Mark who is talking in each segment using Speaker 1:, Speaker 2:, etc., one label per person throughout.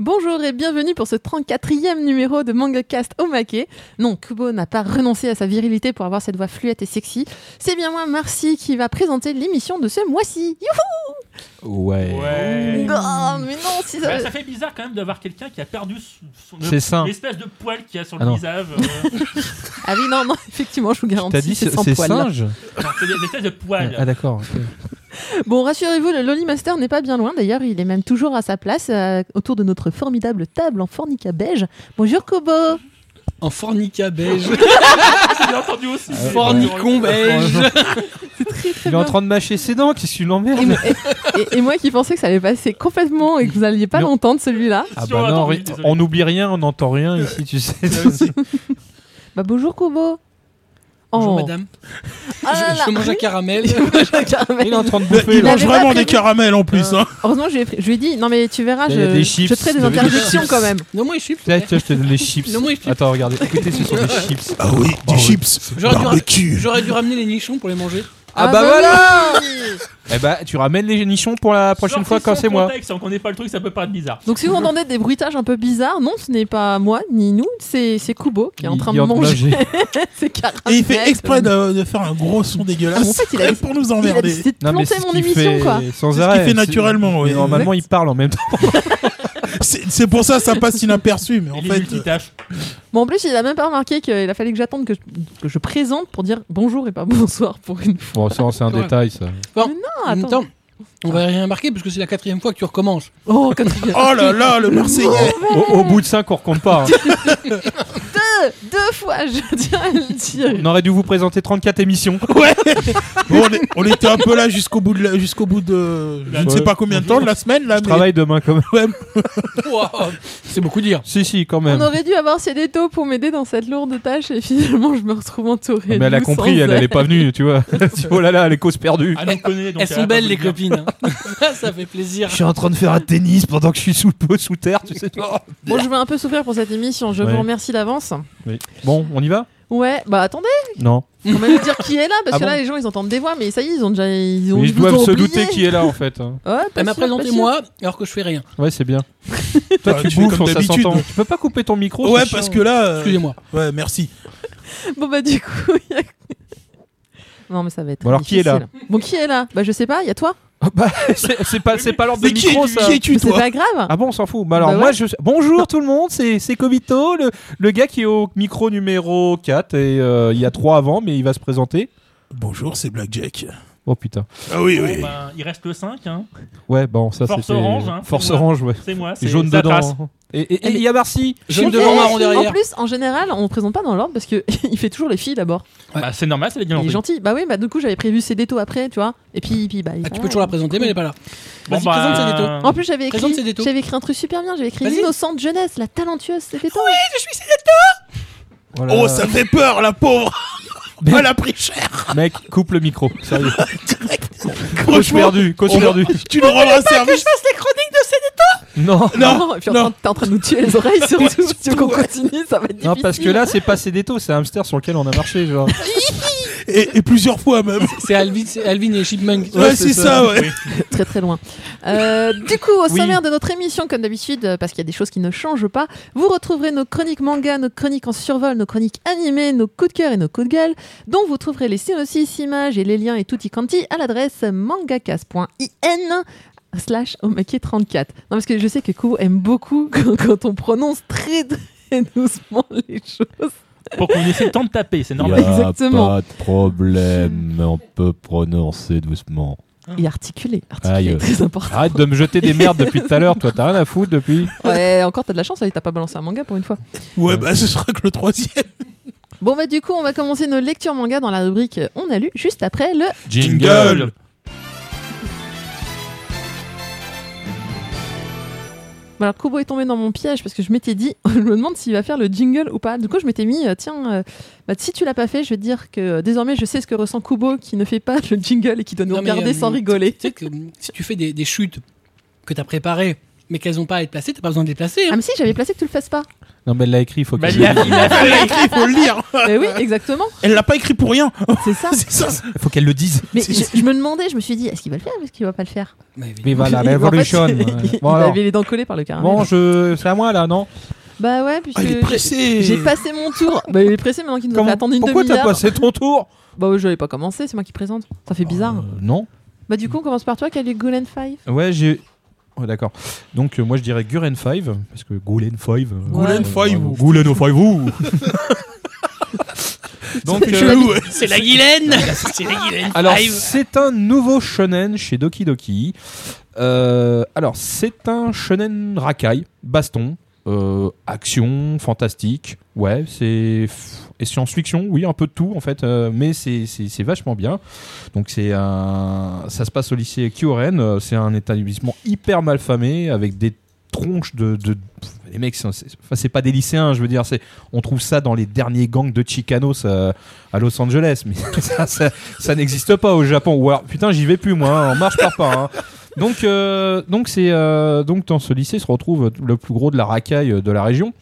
Speaker 1: Bonjour et bienvenue pour ce 34e numéro de MangaCast Omake. Non, Kubo n'a pas renoncé à sa virilité pour avoir cette voix fluette et sexy. C'est bien moi, Marcy, qui va présenter l'émission de ce mois-ci.
Speaker 2: Ouais.
Speaker 1: Youhou
Speaker 3: Ouais.
Speaker 1: Oh, mais non, si ça...
Speaker 3: Mmh. Bah, ça fait bizarre quand même d'avoir quelqu'un qui a perdu son,
Speaker 2: C'est ça.
Speaker 3: l'espèce de poil qu'il y a sur
Speaker 2: Ah
Speaker 3: le
Speaker 2: non.
Speaker 3: visage. euh,
Speaker 1: Ah oui, non, non, effectivement, je vous
Speaker 2: T'as
Speaker 1: garantis,
Speaker 2: dit
Speaker 1: c'est
Speaker 2: c'est
Speaker 1: sans
Speaker 2: c'est
Speaker 1: poil. là.
Speaker 2: singe
Speaker 3: non, c'est des espèces de poils.
Speaker 2: Ah d'accord.
Speaker 1: Bon, rassurez-vous, le Loli Master n'est pas bien loin. D'ailleurs, il est même toujours à sa place euh, autour de notre formidable table en fornica beige. Bonjour Kubo
Speaker 4: En fornica beige,
Speaker 3: J'ai entendu aussi.
Speaker 2: Ah,
Speaker 4: fornicon beige.
Speaker 2: Il est en train de mâcher ses dents, qu'est-ce qu'il
Speaker 1: et,
Speaker 2: l'emmerde
Speaker 1: moi- et- et- et moi qui pensais que ça allait passer complètement et que vous n'alliez pas
Speaker 2: Non.
Speaker 1: l'entendre celui-là.
Speaker 2: Ah bah non, ri- on n'oublie rien, on n'entend rien ici, tu sais.
Speaker 1: Bah bonjour Kubo
Speaker 4: Bonjour
Speaker 1: Oh.
Speaker 4: madame.
Speaker 1: Ah là
Speaker 4: je, je
Speaker 1: là.
Speaker 4: mange un caramel.
Speaker 2: Il est en train de bouffer.
Speaker 5: Il
Speaker 1: avait
Speaker 5: mange
Speaker 2: là.
Speaker 1: pas
Speaker 5: vraiment des
Speaker 1: prévu.
Speaker 5: caramels en plus. hein.
Speaker 1: Heureusement, je lui, ai pris- je lui ai dit, non mais tu verras, je,
Speaker 2: Là, il y a des
Speaker 1: je
Speaker 2: chips,
Speaker 1: te ferai des
Speaker 2: il y avait des
Speaker 1: interdictions
Speaker 2: chips.
Speaker 1: quand même.
Speaker 4: Non, moi je suis.
Speaker 2: Là, tiens, je te donne les chips.
Speaker 4: Non, moi, je suis-
Speaker 2: Attends, regardez. Écoutez, ce sont des chips.
Speaker 5: Ah oui,
Speaker 2: Oh,
Speaker 5: des
Speaker 2: oui.
Speaker 5: chips.
Speaker 4: J'aurais dû,
Speaker 5: Barbecue.
Speaker 4: j'aurais dû ramener les nichons pour les manger.
Speaker 2: Ah bah voilà Eh bah, tu ramènes les nichons pour la prochaine fois quand c'est moi.
Speaker 3: Sans qu'on n'ait pas le truc, ça peut paraître bizarre.
Speaker 1: Donc si vous entendez des bruitages un peu bizarres, non, ce n'est pas moi ni nous, c'est c'est Kubo qui est en train de manger ses caramels.
Speaker 5: Et il fait exprès
Speaker 4: euh.
Speaker 5: de, de faire un gros son dégueulasse
Speaker 1: Ah, mais en fait, il a-
Speaker 5: pour nous
Speaker 1: Il a
Speaker 5: emmerder.
Speaker 1: décidé de
Speaker 2: Non, mais
Speaker 1: planter
Speaker 2: c'est ce
Speaker 1: mon
Speaker 2: qu'il
Speaker 1: émission
Speaker 2: fait
Speaker 1: quoi.
Speaker 2: Sans
Speaker 5: C'est ce qu'il
Speaker 2: arrêt.
Speaker 5: fait naturellement,
Speaker 2: Mais
Speaker 5: oui.
Speaker 2: Normalement, il parle en même temps.
Speaker 5: C'est c'est pour ça que ça passe inaperçu, mais en
Speaker 3: Et les
Speaker 5: fait, euh,
Speaker 3: multitâches.
Speaker 1: Bon en plus il a même pas remarqué qu'il a fallu que j'attende que, je- que je présente pour dire bonjour et pas bonsoir pour une fois.
Speaker 2: Bon, Oh, ça, c'est un
Speaker 4: Ouais.
Speaker 2: détail, ça.
Speaker 1: Ah,
Speaker 4: en même
Speaker 1: attends.
Speaker 4: temps, on va rien marquer parce que c'est la quatrième fois que tu recommences.
Speaker 1: Oh quatrième.
Speaker 5: oh là là, le Marseillais.
Speaker 2: Au, au bout de 5, on recompte pas. hein.
Speaker 1: deux, Euh, deux fois je tiens à le dire.
Speaker 2: On aurait dû vous présenter 34 émissions.
Speaker 5: Ouais. Bon, on, est- on était un peu là jusqu'au bout de, la- jusqu'au bout de, je ne sais pas combien de temps de la semaine là,
Speaker 2: Je
Speaker 5: mais
Speaker 2: travaille demain, quand même.
Speaker 4: Wow, c'est beaucoup dire.
Speaker 2: Si, si, quand même.
Speaker 1: On aurait dû avoir Cédéto pour m'aider dans cette lourde tâche et finalement je me retrouve entourée.
Speaker 2: Ah, Mais elle
Speaker 1: de
Speaker 2: a
Speaker 1: vous
Speaker 2: compris,
Speaker 1: sans
Speaker 2: elle n'est pas venue, tu vois. Tu- oh là là, les causes perdues.
Speaker 3: Ah, nous, on connaît, donc
Speaker 4: Elles
Speaker 3: elle a
Speaker 4: sont
Speaker 3: pas
Speaker 4: belles
Speaker 3: voulu
Speaker 4: les
Speaker 3: dire.
Speaker 4: copines. hein. Ah, ça fait plaisir.
Speaker 2: suis en train de faire un tennis pendant que je suis sous peu sous terre, tu sais.
Speaker 1: Bon, je vais un peu souffrir pour cette émission, je
Speaker 2: Ouais.
Speaker 1: vous remercie d'avance.
Speaker 2: Bon, on y va
Speaker 1: Ouais, bah attendez,
Speaker 2: Non.
Speaker 1: on va nous dire qui est là, parce
Speaker 2: Ah
Speaker 1: que là
Speaker 2: bon
Speaker 1: les gens ils entendent des voix, mais ça y est, ils ont déjà. Ils ont
Speaker 2: Mais ils
Speaker 1: vous
Speaker 2: doivent
Speaker 1: ont
Speaker 2: se
Speaker 1: oublié.
Speaker 2: douter qui est là en fait. hein.
Speaker 1: Ouais, pas
Speaker 4: Elle m'a
Speaker 1: sûr, pas
Speaker 4: présenté
Speaker 1: sûr.
Speaker 4: moi alors que je fais rien.
Speaker 2: Ouais, c'est bien. Toi,
Speaker 5: Bah,
Speaker 2: tu
Speaker 5: tu fais
Speaker 2: bouffes,
Speaker 5: comme
Speaker 2: ça
Speaker 5: d'habitude.
Speaker 2: s'entend. Tu peux pas couper ton micro
Speaker 5: ouais,
Speaker 2: Oh, c'est
Speaker 5: parce
Speaker 2: chiant.
Speaker 5: que là, euh,
Speaker 4: Excusez-moi.
Speaker 5: ouais, merci.
Speaker 1: Bon, bah du coup. il y a- Non, mais ça va être.
Speaker 2: Bon, alors, qui est là
Speaker 1: difficile. Bon, qui est là Bah, je sais pas, il y a toi
Speaker 2: Ah bah, c'est c'est pas, c'est pas l'ordre de
Speaker 5: Mais qui,
Speaker 2: micro
Speaker 5: es-
Speaker 2: ça.
Speaker 5: qui es-tu
Speaker 1: Mais C'est
Speaker 5: toi
Speaker 1: pas grave
Speaker 2: Ah bon, on s'en fout. Bah alors,
Speaker 1: Bah
Speaker 2: moi,
Speaker 1: ouais.
Speaker 2: je... Bonjour tout le monde, c'est c'est Kobito, le, le gars qui est au micro numéro 4. Et euh, il y a 3 avant, mais il va se présenter.
Speaker 5: Bonjour, c'est Blackjack.
Speaker 2: Oh putain.
Speaker 5: Ah oui,
Speaker 3: Bon,
Speaker 5: oui.
Speaker 3: ben, il reste le 5, hein.
Speaker 2: Ouais, bon, ça c'était.
Speaker 3: Force orange, hein,
Speaker 2: Force
Speaker 3: c'est moi.
Speaker 2: orange, ouais.
Speaker 3: c'est moi.
Speaker 2: Et
Speaker 3: C'est
Speaker 2: jaune
Speaker 3: ça trace.
Speaker 2: dedans. Et- Et et il y a Marcy.
Speaker 4: Jaune
Speaker 1: Ok.
Speaker 4: devant, marron derrière.
Speaker 1: En plus, en général, on présente pas dans l'ordre parce que il fait toujours les filles d'abord.
Speaker 3: Bah, c'est normal, c'est les
Speaker 1: Il est
Speaker 3: gens.
Speaker 1: gentil. Bah oui, bah du coup, j'avais prévu Cédéto après, tu vois. Et puis, puis bah. il est
Speaker 4: Ah,
Speaker 1: pas
Speaker 4: tu
Speaker 1: là.
Speaker 4: peux toujours la présenter, mais elle est pas là.
Speaker 3: Bon,
Speaker 4: Vas-y, présente
Speaker 3: bah,
Speaker 4: Cédéto.
Speaker 1: En plus, j'avais écrit,
Speaker 4: Présente Cédéto.
Speaker 1: j'avais écrit un truc super bien. J'avais écrit
Speaker 4: Vas-y.
Speaker 1: l'innocente jeunesse, la talentueuse Cédéto.
Speaker 2: Voilà.
Speaker 5: Oh, ça fait peur, la pauvre.
Speaker 2: Mais-
Speaker 5: Elle a pris cher.
Speaker 2: Mec, coupe le micro, sérieux. Coach
Speaker 5: Franchement,
Speaker 2: perdu, coach
Speaker 5: on-
Speaker 2: perdu.
Speaker 5: tu nous rends un service.
Speaker 2: Non.
Speaker 5: Non,
Speaker 1: et puis en
Speaker 5: non.
Speaker 1: train de- t'es en train de nous tuer les oreilles surtout. si on continue, ça va être difficile.
Speaker 2: Non, parce que là, c'est pas Cédéto, c'est un hamster sur lequel on a marché, genre.
Speaker 5: Et, et plusieurs fois même.
Speaker 4: C'est Alvin, c'est Alvin et Chipmunk.
Speaker 5: Ouais,
Speaker 2: c'est
Speaker 5: c'est ça,
Speaker 2: ça.
Speaker 5: ouais.
Speaker 1: très très loin. Euh, du coup, au
Speaker 2: Oui.
Speaker 1: sommaire de notre émission, comme d'habitude, euh, parce qu'il y a des choses qui ne changent pas, vous retrouverez nos chroniques manga, nos chroniques en survol, nos chroniques animées, nos coups de cœur et nos coups de gueule, dont vous trouverez les synopsis, images et les liens et tutti quanti à l'adresse mangakas.in slash omake34. Non, parce que je sais que Kou aime beaucoup quand, quand on prononce très très doucement les choses.
Speaker 3: Pour qu'on essaie le temps de taper, c'est
Speaker 6: Il
Speaker 3: normal.
Speaker 6: y a
Speaker 1: Exactement.
Speaker 6: Pas de problème, on peut prononcer doucement.
Speaker 1: Et articuler, articuler,
Speaker 6: Aïe.
Speaker 1: très important.
Speaker 2: Arrête de me jeter des merdes depuis tout à l'heure, toi, t'as rien à foutre depuis.
Speaker 1: Ouais, encore, t'as de la chance, allez, t'as pas balancé un manga pour une fois.
Speaker 5: Ouais, bah ce sera que le troisième.
Speaker 1: Bon bah du coup on va commencer nos lectures manga dans la rubrique euh, On a lu juste après le
Speaker 5: Jingle.
Speaker 1: Bon, Bah, alors Kubo est tombé dans mon piège parce que je m'étais dit je me demande s'il va faire le jingle ou pas. Du coup je m'étais mis euh, tiens euh, bah, si tu l'as pas fait je vais te dire que euh, désormais je sais ce que ressent Kubo qui ne fait pas le jingle et qui doit nous
Speaker 4: Non, mais,
Speaker 1: regarder
Speaker 4: euh,
Speaker 1: sans rigoler.
Speaker 4: Tu sais que euh, si tu fais des, des chutes que t'as préparées, mais qu'elles n'ont pas à être placées, t'as pas besoin de les placer.
Speaker 1: Ah
Speaker 4: hein.
Speaker 1: mais si j'avais placé que tu le fasses pas.
Speaker 2: Non, mais elle l'a écrit, il faut
Speaker 3: Bah,
Speaker 2: qu'elle
Speaker 3: il a-
Speaker 2: le
Speaker 3: il
Speaker 2: dise.
Speaker 3: a
Speaker 5: Elle
Speaker 3: fait-
Speaker 5: l'a écrit, il faut le lire.
Speaker 1: Eh oui, exactement.
Speaker 5: Elle l'a pas écrit pour rien.
Speaker 1: Ah, C'est ça.
Speaker 5: C'est ça.
Speaker 2: Il faut qu'elle le dise.
Speaker 1: Mais je, je me demandais, je me suis dit, est-ce qu'il va le faire ou est-ce qu'il va pas le faire
Speaker 4: Bah,
Speaker 2: Viva la
Speaker 1: En fait,
Speaker 2: Revolution.
Speaker 1: il-
Speaker 2: ouais.
Speaker 1: il,
Speaker 2: Bon, alors.
Speaker 1: avait les dents collées par le caramel.
Speaker 2: Bon, je... c'est à moi là, non
Speaker 1: Bah ouais, puisque
Speaker 5: Ah, il est
Speaker 1: j'ai-
Speaker 5: pressé.
Speaker 1: j'ai passé mon tour. Bah il est pressé maintenant qu'il nous
Speaker 2: Comment-
Speaker 1: fait attendre une
Speaker 2: Pourquoi t'as
Speaker 1: demi-heure.
Speaker 2: passé ton tour
Speaker 1: Bah ouais, je l'avais pas commencé, c'est moi qui présente. Ça fait bizarre.
Speaker 2: Euh, Non.
Speaker 1: Bah du coup, on commence par toi, quel est Golden Five
Speaker 2: Ouais, j'ai. Ouais, d'accord. Donc, euh, moi, je dirais Guren 5, parce que Gulen 5. euh,
Speaker 1: Gulen
Speaker 2: euh,
Speaker 5: 5,
Speaker 2: euh,
Speaker 5: ou-
Speaker 2: Gulen 5, ou Donc, euh,
Speaker 5: Chelou, ouais.
Speaker 4: C'est la Guilaine C'est la Guilaine
Speaker 2: alors, c'est un nouveau shonen chez Doki Doki. Euh, alors, c'est un shonen rakai, baston, euh, action, fantastique. Ouais, c'est. Et science-fiction, oui, un peu de tout, en fait. euh, mais c'est- c'est c'est vachement bien. Donc c'est un, ça se passe au lycée Kyoren. euh, C'est un établissement hyper mal famé avec des tronches de, de- pff, les mecs. C'est, c'est- enfin, c'est pas des lycéens, je veux dire. C'est, on trouve ça dans les derniers gangs de Chicanos euh, à Los Angeles, mais ça, ça, ça n'existe pas au Japon. Ou alors, putain, j'y vais plus moi. hein, en marche par pas. hein. Donc, euh, donc c'est euh, donc dans ce lycée se retrouve le plus gros de la racaille euh, de la région.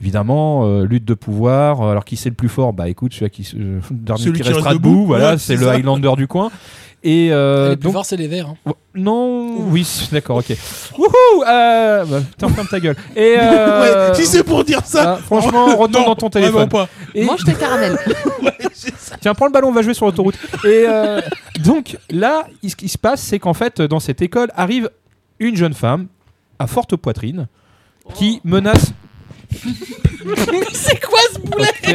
Speaker 2: Évidemment, euh, lutte de pouvoir. euh, Alors qui c'est le plus fort Bah écoute, celui qui, se- euh, dernier
Speaker 5: Celui
Speaker 2: qui
Speaker 5: qui
Speaker 2: restera
Speaker 5: reste
Speaker 2: debout.
Speaker 5: debout.
Speaker 2: Voilà,
Speaker 5: Ouais, c'est
Speaker 2: c'est le
Speaker 5: ça.
Speaker 2: Highlander du coin. Et euh,
Speaker 4: Les plus
Speaker 2: donc
Speaker 4: forts, c'est les verts. hein.
Speaker 2: Ouais, Non, oui, c'est- d'accord, ok. Wouhou euh, bah, Putain, ferme ta gueule. Et euh,
Speaker 5: Ouais, Si c'est pour dire ça.
Speaker 2: ah, franchement, retourne
Speaker 5: Non,
Speaker 2: dans ton
Speaker 5: Vraiment
Speaker 2: téléphone.
Speaker 5: pas.
Speaker 2: Et-
Speaker 1: Mange tes caramels.
Speaker 2: Tiens, prends le ballon, on va jouer sur l'autoroute. Et euh, donc là, il- ce qui se passe, c'est qu'en fait, dans cette école arrive une jeune femme à forte poitrine qui menace.
Speaker 4: C'est quoi ce boulet
Speaker 2: Ok,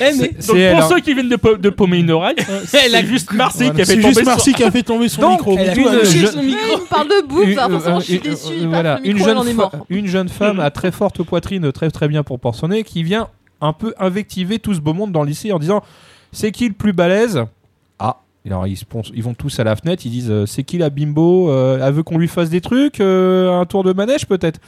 Speaker 4: Eh, mais-
Speaker 2: c'est-
Speaker 3: Donc,
Speaker 2: c'est elle,
Speaker 3: pour
Speaker 2: hein.
Speaker 3: ceux qui viennent de, po- de paumer une oreille, euh,
Speaker 4: Elle a-
Speaker 3: c'est juste Marcy qui a fait
Speaker 5: C'est
Speaker 3: tomber
Speaker 5: juste
Speaker 3: son-
Speaker 5: Marcy qui a fait tomber son
Speaker 2: Donc,
Speaker 5: micro.
Speaker 2: elle a euh,
Speaker 5: Tout
Speaker 2: une-
Speaker 5: à l'heure.
Speaker 4: Touché
Speaker 2: je-
Speaker 4: son micro.
Speaker 1: Il me parle de boobs,
Speaker 2: Une- euh,
Speaker 1: alors forcément, je suis
Speaker 2: une-
Speaker 1: déçu.
Speaker 2: une-
Speaker 1: Il
Speaker 2: voilà,
Speaker 1: passe le
Speaker 2: une
Speaker 1: micro et
Speaker 2: jeune
Speaker 1: on est
Speaker 2: fe-
Speaker 1: mort.
Speaker 2: une jeune femme à très forte poitrine, très très bien proportionnée, qui vient un peu invectiver tout ce beau monde dans le lycée en disant c'est qui le plus balèze Ah, alors ils, se pon- ils vont tous à la fenêtre, ils disent euh, c'est qui la bimbo Euh, Elle veut qu'on lui fasse des trucs, euh, un tour de manège peut-être.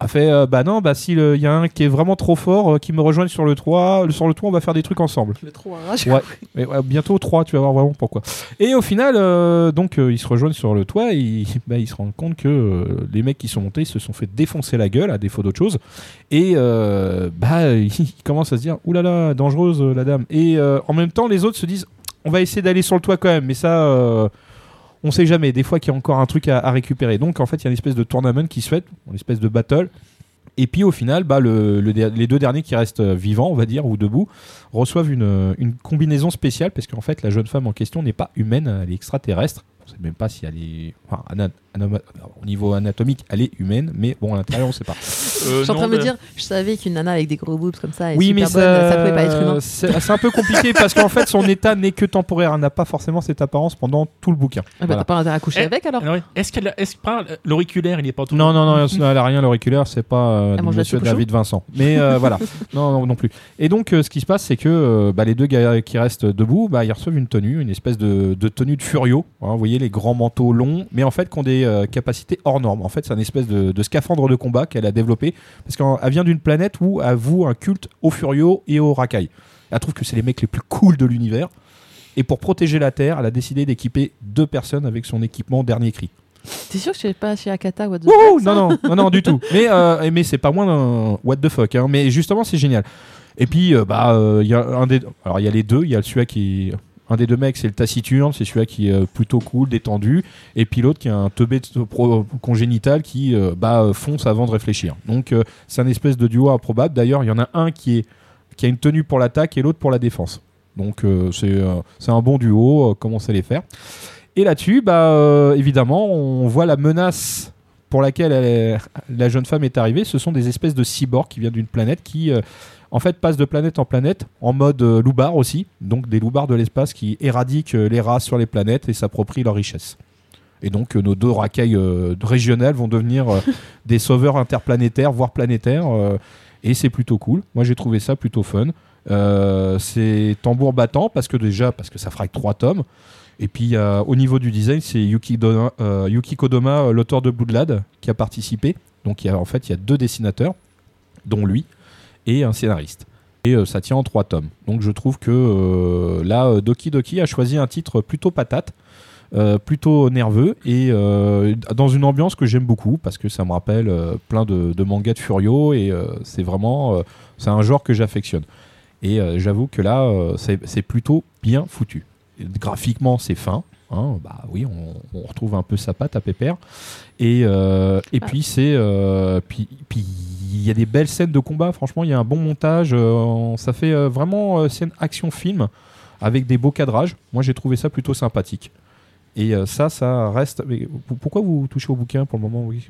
Speaker 2: A fait euh, bah non bah si il y a un qui est vraiment trop fort euh, qui me rejoigne sur le 3 sur le 3 on va faire des trucs ensemble.
Speaker 4: Le trou à rage.
Speaker 2: Mais ouais, bientôt 3, tu vas voir vraiment pourquoi. Et au final, euh, donc euh, ils se rejoignent sur le toit, et ils, bah, ils se rendent compte que euh, les mecs qui sont montés ils se sont fait défoncer la gueule à défaut d'autre chose. Et euh, bah, ils commencent à se dire oulala, là là, dangereuse euh, la dame. Et euh, en même temps, les autres se disent on va essayer d'aller sur le toit quand même, mais ça. euh, on sait jamais, des fois qu'il y a encore un truc à, à récupérer. Donc en fait, il y a une espèce de tournament qui se fait, une espèce de battle. Et puis au final, bah, le- le der- les deux derniers qui restent euh, vivants, on va dire, ou debout, reçoivent une, euh, une combinaison spéciale parce qu'en fait la jeune femme en question n'est pas humaine, elle est extraterrestre. On sait même pas si elle est. enfin, ana- anoma- au niveau anatomique, elle est humaine, mais bon, à l'intérieur, on sait pas.
Speaker 1: Je suis en train de me
Speaker 3: Euh,
Speaker 1: dire, je savais qu'une nana avec des gros boobs comme ça est super bonne, ça... pouvait pas être humain.
Speaker 2: C'est c'est un peu compliqué parce qu'en fait, son état n'est que temporaire. Elle n'a pas forcément cette apparence pendant tout le bouquin.
Speaker 1: Ah bah
Speaker 2: Voilà.
Speaker 1: t'as pas intérêt à coucher
Speaker 3: Eh,
Speaker 1: avec alors
Speaker 3: Ah ouais. Est-ce qu'elle est l'auriculaire, il est pas tout
Speaker 2: Non, non, non, elle a rien, l'auriculaire, c'est pas euh,
Speaker 1: Elle mange de la
Speaker 2: monsieur
Speaker 1: soupe au chaud
Speaker 2: David Vincent. Mais euh, voilà, non, non, non plus. Et donc, euh, ce qui se passe, c'est que euh, bah, les deux gars qui restent debout, bah, ils reçoivent une tenue, une espèce de, de tenue de furio. hein, vous voyez, les grands manteaux longs, mais en fait, qui ont des euh, capacités hors normes. En fait, c'est une espèce de, de scaphandre de combat qu'elle a développé, parce qu'elle vient d'une planète où elle voue un culte aux furio et aux racailles. Elle trouve que c'est les mecs les plus cools de l'univers. Et pour protéger la Terre, elle a décidé d'équiper deux personnes avec son équipement dernier cri.
Speaker 1: T'es sûr que je suis pas chez Akata What the
Speaker 2: Euh, Wouhou non, non, non, non, du tout. Mais, euh, mais c'est pas moins d'un what the fuck. hein. Mais justement, c'est génial. Et puis, euh, bah, euh, il y a un des. Alors, il y a les deux. Il y a celui qui. Un des deux mecs, c'est le taciturne, c'est celui qui est euh, plutôt cool, détendu, et puis l'autre qui a un teubé de- pro- congénital qui euh, bah, euh, fonce avant de réfléchir. Donc euh, c'est un espèce de duo improbable. D'ailleurs, il y en a un qui, est, qui a une tenue pour l'attaque et l'autre pour la défense. Donc euh, c'est euh, c'est un bon duo, euh, comment on sait les faire. Et là-dessus, bah, euh, évidemment, on voit la menace pour laquelle elle est- la jeune femme est arrivée, ce sont des espèces de cyborgs qui viennent d'une planète qui, euh, en fait, passent de planète en planète en mode euh, loupard aussi, donc des loupards de l'espace qui éradiquent euh, les races sur les planètes et s'approprient leurs richesses. Et donc, euh, nos deux racailles euh, régionales vont devenir euh, des sauveurs interplanétaires, voire planétaires, euh, et c'est plutôt cool. Moi, j'ai trouvé ça plutôt fun. Euh, c'est tambour battant parce que déjà parce que ça frappe trois tomes et puis euh, au niveau du design c'est Yuki, Dona- euh, Yuki Kodoma euh, l'auteur de Bloodlad qui a participé donc il y a, en fait il y a deux dessinateurs dont lui et un scénariste et euh, ça tient en trois tomes donc je trouve que euh, là euh, Doki Doki a choisi un titre plutôt patate euh, plutôt nerveux et euh, dans une ambiance que j'aime beaucoup parce que ça me rappelle euh, plein de, de mangas de Furio et euh, c'est vraiment euh, c'est un genre que j'affectionne. Et euh, j'avoue que là, euh, c'est c'est plutôt bien foutu. Et graphiquement, c'est fin. hein, bah oui, on, on retrouve un peu sa patte à Pépère. Et, euh, et
Speaker 1: Ah.
Speaker 2: puis, c'est. euh, puis, puis il y a des belles scènes de combat. Franchement, il y a un bon montage. euh, on- ça fait euh, vraiment euh, scène action-film avec des beaux cadrages. Moi, j'ai trouvé ça plutôt sympathique. Et euh, ça, ça reste. mais p- pourquoi vous touchez au bouquin pour le moment oui.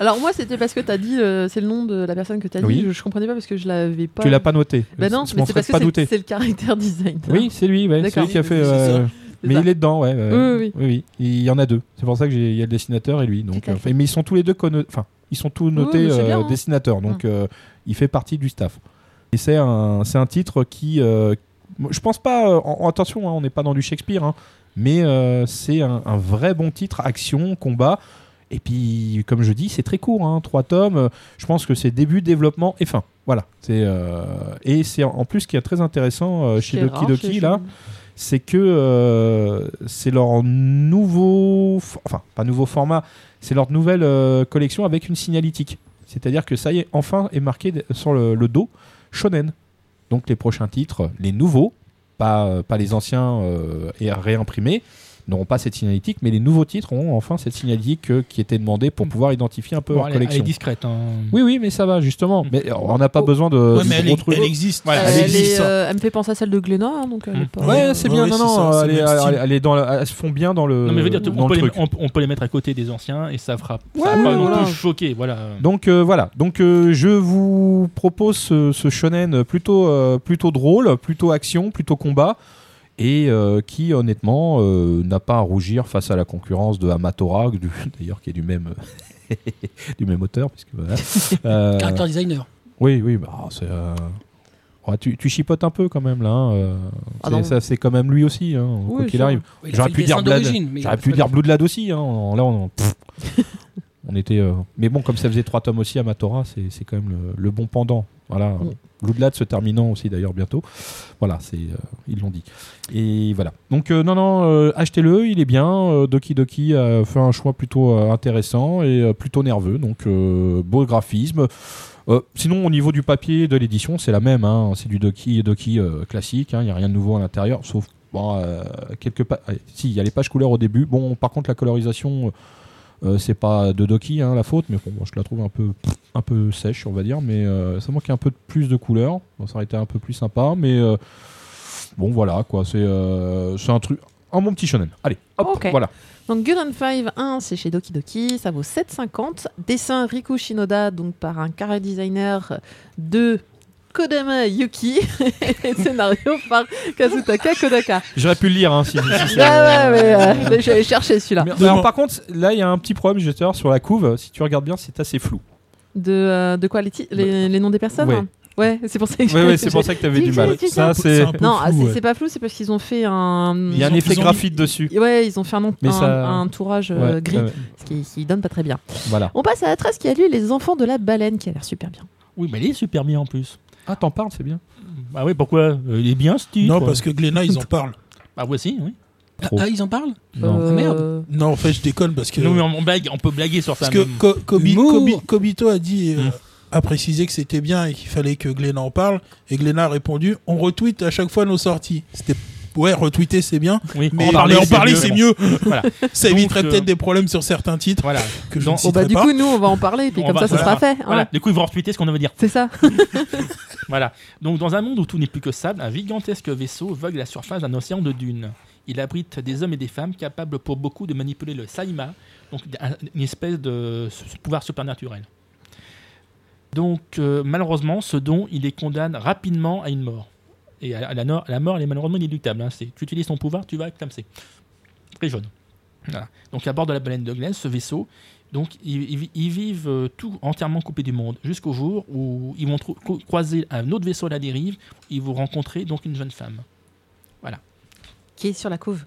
Speaker 1: Alors moi c'était parce que t'as dit euh, c'est le nom de la personne que t'as
Speaker 2: Oui.
Speaker 1: dit. Je, je comprenais pas parce que je l'avais pas.
Speaker 2: Tu l'as pas noté.
Speaker 1: Bah non,
Speaker 2: je
Speaker 1: mais
Speaker 2: m'en
Speaker 1: c'est
Speaker 2: serais
Speaker 1: parce que
Speaker 2: pas
Speaker 1: c'est-
Speaker 2: douté.
Speaker 1: c'est le caractère design.
Speaker 2: Oui, c'est lui, ouais, c'est
Speaker 1: D'accord.
Speaker 2: lui qui a fait.
Speaker 5: C'est
Speaker 2: euh,
Speaker 1: C'est
Speaker 2: mais
Speaker 1: ça.
Speaker 2: il est dedans, ouais. ouais.
Speaker 1: Oui, oui,
Speaker 2: Il y en a deux. C'est pour ça que j'ai- il y a le dessinateur et lui. Donc,
Speaker 1: Tout à
Speaker 2: euh, mais ils sont tous les deux conno- enfin, ils sont tous notés
Speaker 1: mais c'est bien,
Speaker 2: euh,
Speaker 1: hein.
Speaker 2: dessinateurs. Donc, euh, il fait partie du staff. Et c'est un, c'est un titre qui, euh, moi, je pense pas. euh, en- en- attention, hein, on n'est pas dans du Shakespeare, hein, mais euh, c'est un, un vrai bon titre action, combat. Et puis, comme je dis, c'est très court, hein, trois tomes. Euh, Je pense que c'est début, développement et fin. Voilà. C'est euh, et c'est en en plus ce qui est très intéressant euh, chez
Speaker 1: C'est rare,
Speaker 2: Doki Doki
Speaker 1: chez-
Speaker 2: là c'est que euh, c'est leur nouveau, fo- enfin pas nouveau format, c'est leur nouvelle euh, collection avec une signalétique. C'est-à-dire que ça y est, enfin est marqué d- sur le, le dos shonen. Donc les prochains titres, les nouveaux, pas, euh, pas les anciens euh, et réimprimés, n'auront pas cette signalétique, mais les nouveaux titres auront enfin cette signalétique euh, qui était demandée pour pouvoir identifier un peu
Speaker 3: Bon,
Speaker 2: leur
Speaker 3: elle, est- elle est
Speaker 2: collection.
Speaker 3: discrète. hein.
Speaker 2: oui, oui, mais ça va justement.
Speaker 3: Mm.
Speaker 2: Mais on n'a pas
Speaker 5: Oh.
Speaker 2: besoin de,
Speaker 5: Ouais,
Speaker 2: de
Speaker 5: mais elle,
Speaker 2: gros
Speaker 5: est-
Speaker 2: trucs.
Speaker 5: elle existe.
Speaker 1: Euh,
Speaker 3: Voilà,
Speaker 5: elle,
Speaker 1: elle, est,
Speaker 5: existe.
Speaker 1: euh, elle me fait penser à celle de Glénat, hein, donc elle est
Speaker 3: Mm.
Speaker 1: pas-
Speaker 2: Mmh. Ouais, c'est
Speaker 5: Ouais,
Speaker 2: bien.
Speaker 5: ouais,
Speaker 2: non,
Speaker 5: c'est ça,
Speaker 2: non,
Speaker 5: c'est
Speaker 2: elle,
Speaker 5: le
Speaker 2: est-
Speaker 5: même style.
Speaker 2: elle- elle est dans, la- elles se font bien dans le.
Speaker 3: Non, mais je veux dire,
Speaker 2: dans
Speaker 3: on peut,
Speaker 2: le
Speaker 3: les,
Speaker 2: truc.
Speaker 3: on, on peut les mettre à côté des anciens et ça fera ça va
Speaker 2: Ouais,
Speaker 3: pas
Speaker 2: voilà.
Speaker 3: non plus choquer. Voilà.
Speaker 2: Donc euh, voilà, donc euh, je vous propose ce, ce shonen plutôt, euh, plutôt drôle, plutôt action, plutôt combat, et euh, qui honnêtement euh, n'a pas à rougir face à la concurrence de Amatora, du- d'ailleurs qui est du même, du même auteur, puisque voilà. Euh,
Speaker 4: Caractère designer.
Speaker 2: oui, oui, bah, c'est, euh, ouais, tu, tu chipotes un peu quand même là. hein, euh,
Speaker 1: Ah
Speaker 2: c'est-
Speaker 1: non.
Speaker 2: ça, c'est quand même lui aussi, hein,
Speaker 1: Oui,
Speaker 2: quoi qu'il
Speaker 1: ça.
Speaker 2: arrive.
Speaker 4: Oui, il a
Speaker 2: J'aurais
Speaker 4: fait
Speaker 2: pu
Speaker 4: le
Speaker 2: dire
Speaker 4: dessin
Speaker 2: Blade.
Speaker 4: d'origine, mais il a
Speaker 2: J'aurais
Speaker 4: pas
Speaker 2: pu
Speaker 4: fait
Speaker 2: dire
Speaker 4: le-
Speaker 2: Bloodlad aussi. hein. On- Là, on, pff. on était. euh, Mais bon, comme ça faisait trois tomes aussi, Amatora, c'est c'est quand même le, le bon pendant. Voilà.
Speaker 1: Mm.
Speaker 2: Bloodlad se terminant aussi d'ailleurs bientôt. Voilà, c'est euh, ils l'ont dit. Et voilà. Donc euh, non, non, euh, achetez-le, il est bien. Euh, Doki Doki a fait un choix plutôt euh, intéressant et euh, plutôt nerveux. Donc euh, beau graphisme. Euh, sinon, au niveau du papier de l'édition, c'est la même. hein. C'est du Doki Doki euh, classique. hein. Il n'y a rien de nouveau à l'intérieur, sauf bon, euh, quelques pages. Si, il y a les pages couleurs au début. Bon, par contre, la colorisation, euh, c'est pas de Doki hein, la faute, mais bon, moi, je la trouve un peu, un peu sèche, on va dire. Mais euh, ça manque un peu de- plus de couleurs. Bon, ça aurait été un peu plus sympa, mais euh, bon, voilà quoi. C'est euh, c'est un truc. Un bon petit shonen. Allez, hop,
Speaker 1: Ok.
Speaker 2: voilà.
Speaker 1: Donc Gurren 5 1, c'est chez Doki Doki, ça vaut 7,50. Dessin Riku Shinoda, donc par un carré designer de Kodama Yuki, et scénario par Kazutaka Kodaka.
Speaker 2: J'aurais pu le lire. Hein, si,
Speaker 1: Ah ouais, ouais, ouais, mais j'allais chercher celui-là.
Speaker 2: Mais- alors, par contre, là, il y a un petit problème, justement, sur la couve. Si tu regardes bien, c'est assez flou.
Speaker 1: De, euh, de quoi les, ti- les, les noms des personnes
Speaker 2: Ouais.
Speaker 1: hein Ouais, c'est pour ça que
Speaker 2: Ouais, ouais, c'est pour ça que t'avais du mal.
Speaker 1: C'est
Speaker 2: Ça,
Speaker 1: un
Speaker 2: c'est.
Speaker 5: un peu
Speaker 1: Non, ah,
Speaker 5: flou,
Speaker 1: c'est
Speaker 5: ouais.
Speaker 1: c'est pas flou, c'est parce qu'ils ont fait un.
Speaker 2: Il y a un
Speaker 5: Ils ont-
Speaker 2: effet
Speaker 5: ils ont
Speaker 2: graphite dessus.
Speaker 1: Ouais, ils ont fait un, ent-
Speaker 2: Mais
Speaker 1: un,
Speaker 2: ça-
Speaker 1: un entourage euh,
Speaker 2: Ouais,
Speaker 1: gris,
Speaker 2: euh,
Speaker 1: ce qui, qui donne pas très bien.
Speaker 2: voilà.
Speaker 1: On passe à Atlas qui a lu Les Enfants de la Baleine, qui a l'air super bien.
Speaker 3: Oui, mais il est super bien en plus.
Speaker 2: Ah, t'en parles, c'est bien.
Speaker 3: Ah oui, pourquoi Euh, Il est bien ce titre.
Speaker 5: Non, parce que Glénat, ils en parlent.
Speaker 3: Ah voici, oui.
Speaker 2: Trop.
Speaker 4: Ah, ils en parlent
Speaker 2: Non.
Speaker 1: Euh,
Speaker 4: merde.
Speaker 5: Non, en fait, je déconne parce que.
Speaker 3: Non, mais on, on blague, on peut blaguer sur ça.
Speaker 5: Parce que
Speaker 3: même.
Speaker 5: Co- Kobi-
Speaker 4: Humour.
Speaker 5: Kobi- Kobito a dit, euh,
Speaker 3: Mm.
Speaker 5: a précisé que c'était bien et qu'il fallait que Glénat en parle. Et Glénat a répondu on retweet à chaque fois nos sorties. C'était. Ouais, retweeter c'est bien,
Speaker 3: Oui,
Speaker 5: mais
Speaker 3: en
Speaker 5: en
Speaker 3: parler,
Speaker 5: parler, c'est mieux.
Speaker 3: Voilà.
Speaker 5: Ça
Speaker 3: Donc,
Speaker 5: éviterait
Speaker 3: euh,
Speaker 5: peut-être des problèmes sur certains titres
Speaker 3: Voilà.
Speaker 5: que je
Speaker 3: dans-
Speaker 5: ne
Speaker 1: Oh, bah,
Speaker 5: citerai
Speaker 1: du
Speaker 5: pas.
Speaker 1: coup, nous, on va en parler, puis
Speaker 3: On
Speaker 1: comme ça,
Speaker 3: va-
Speaker 1: ça sera
Speaker 3: voilà.
Speaker 1: fait. hein.
Speaker 3: Voilà. Du coup, ils vont retweeter ce qu'on veut dire.
Speaker 1: C'est ça.
Speaker 3: Voilà. Donc, dans un monde où tout n'est plus que sable, un gigantesque vaisseau vogue la surface d'un océan de dunes. Il abrite des hommes et des femmes capables pour beaucoup de manipuler le Saïma, donc un- une espèce de s- s- pouvoir supernaturel. Donc, euh, malheureusement, ce don, il les condamne rapidement à une mort. Et à à la, nor- à la mort, elle est malheureusement inéluctable. hein. C'est- Tu utilises ton pouvoir, tu vas clamser. Très jaune. Voilà. Donc, à bord de la baleine de glace, ce vaisseau, donc ils, ils vi- ils vivent euh, tout entièrement coupés du monde jusqu'au jour où ils vont trou- cro- croiser un autre vaisseau à la dérive. Ils vont rencontrer donc une jeune femme.
Speaker 1: Qui est sur la couve.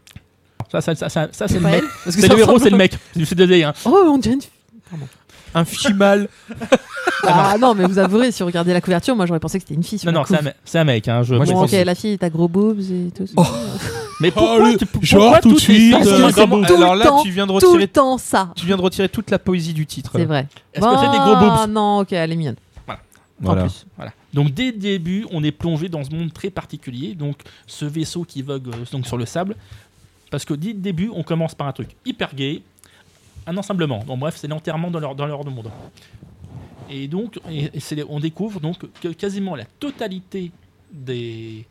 Speaker 3: Ça, ça, ça, ça, ça, c'est le
Speaker 1: Pas
Speaker 3: mec.
Speaker 1: elle, parce que
Speaker 3: C'est
Speaker 1: ça
Speaker 3: le héros,
Speaker 1: ressemble-
Speaker 3: c'est le mec. C'est c'est désolé. Hein.
Speaker 1: Oh, on dirait une fille.
Speaker 2: Un chimal.
Speaker 1: Ah non, mais vous avouerez, si vous regardez la couverture, moi j'aurais pensé que c'était une fille sur la
Speaker 3: Non, non,
Speaker 1: couve.
Speaker 3: c'est un, me- c'est un mec. Hein, je,
Speaker 2: Moi, je
Speaker 1: Bon,
Speaker 2: pense
Speaker 1: ok, la fille, t'as gros boobs et tout ça.
Speaker 3: Mais
Speaker 5: Oh,
Speaker 3: pourquoi
Speaker 5: le
Speaker 3: tu pourquoi
Speaker 5: genre tout de
Speaker 3: toutes les
Speaker 5: suite,
Speaker 3: sexes-
Speaker 5: euh,
Speaker 1: Parce que
Speaker 2: Comment-
Speaker 1: c'est tout
Speaker 2: alors
Speaker 1: le
Speaker 2: là,
Speaker 1: temps,
Speaker 2: tu viens de
Speaker 1: tout le
Speaker 2: retirer,
Speaker 1: temps ça.
Speaker 2: tu viens de retirer toute la poésie du titre.
Speaker 1: C'est vrai.
Speaker 3: Est-ce que c'est des gros
Speaker 1: Ah,
Speaker 3: boobs
Speaker 1: Non, ok, elle est mignonne. En
Speaker 2: Voilà.
Speaker 1: plus.
Speaker 3: Voilà. Donc dès le début, on est plongé dans ce monde très particulier. Donc ce vaisseau qui vogue euh, donc sur le sable, parce que dès le début, on commence par un truc hyper gay, un ensemblement. Bon bref, c'est l'enterrement dans leur dans leur monde. Et donc et- et c'est- on découvre donc que quasiment la totalité des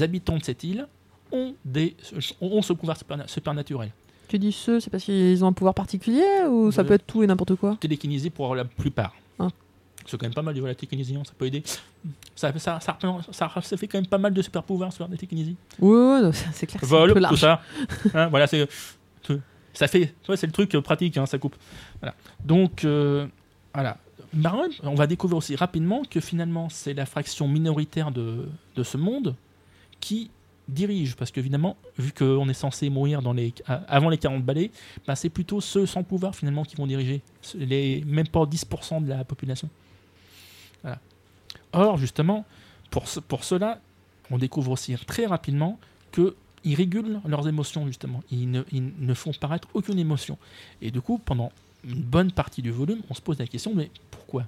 Speaker 3: habitants de cette île ont des ont ce pouvoir superna- supernaturel.
Speaker 1: Tu dis ceux, c'est parce qu'ils ont un pouvoir particulier ou ça
Speaker 3: Ouais.
Speaker 1: peut être tout et n'importe quoi
Speaker 3: télékinésie pour la plupart.
Speaker 1: Ah.
Speaker 3: C'est quand même pas mal de voir la télékinésie, hein, ça peut aider. Ça, ça, ça, représente- ça, ça fait quand même pas mal de super pouvoirs sur la télékinésie.
Speaker 1: Ouais, ouais, non, c'est clair. que c'est un
Speaker 3: Vol,
Speaker 1: peu
Speaker 3: tout
Speaker 1: large.
Speaker 3: ça. Hein, voilà, c'est. tout- Ça fait. Ouais, c'est le truc euh, pratique, hein, ça coupe. Voilà. Donc, euh, voilà. Marron, on va découvrir aussi rapidement que finalement, c'est la fraction minoritaire de, de ce monde qui dirige. Parce qu'évidemment, vu qu'on est censé mourir dans les, à- avant les 40 balais, bah, c'est plutôt ceux sans pouvoir finalement qui vont diriger. C'est Les, même pas 10% de la population. Voilà. Or, justement, pour, ce- pour cela, on découvre aussi très rapidement que ils régulent leurs émotions justement. Ils ne, ils ne font paraître aucune émotion. Et du coup, pendant une bonne partie du volume, on se pose la question mais pourquoi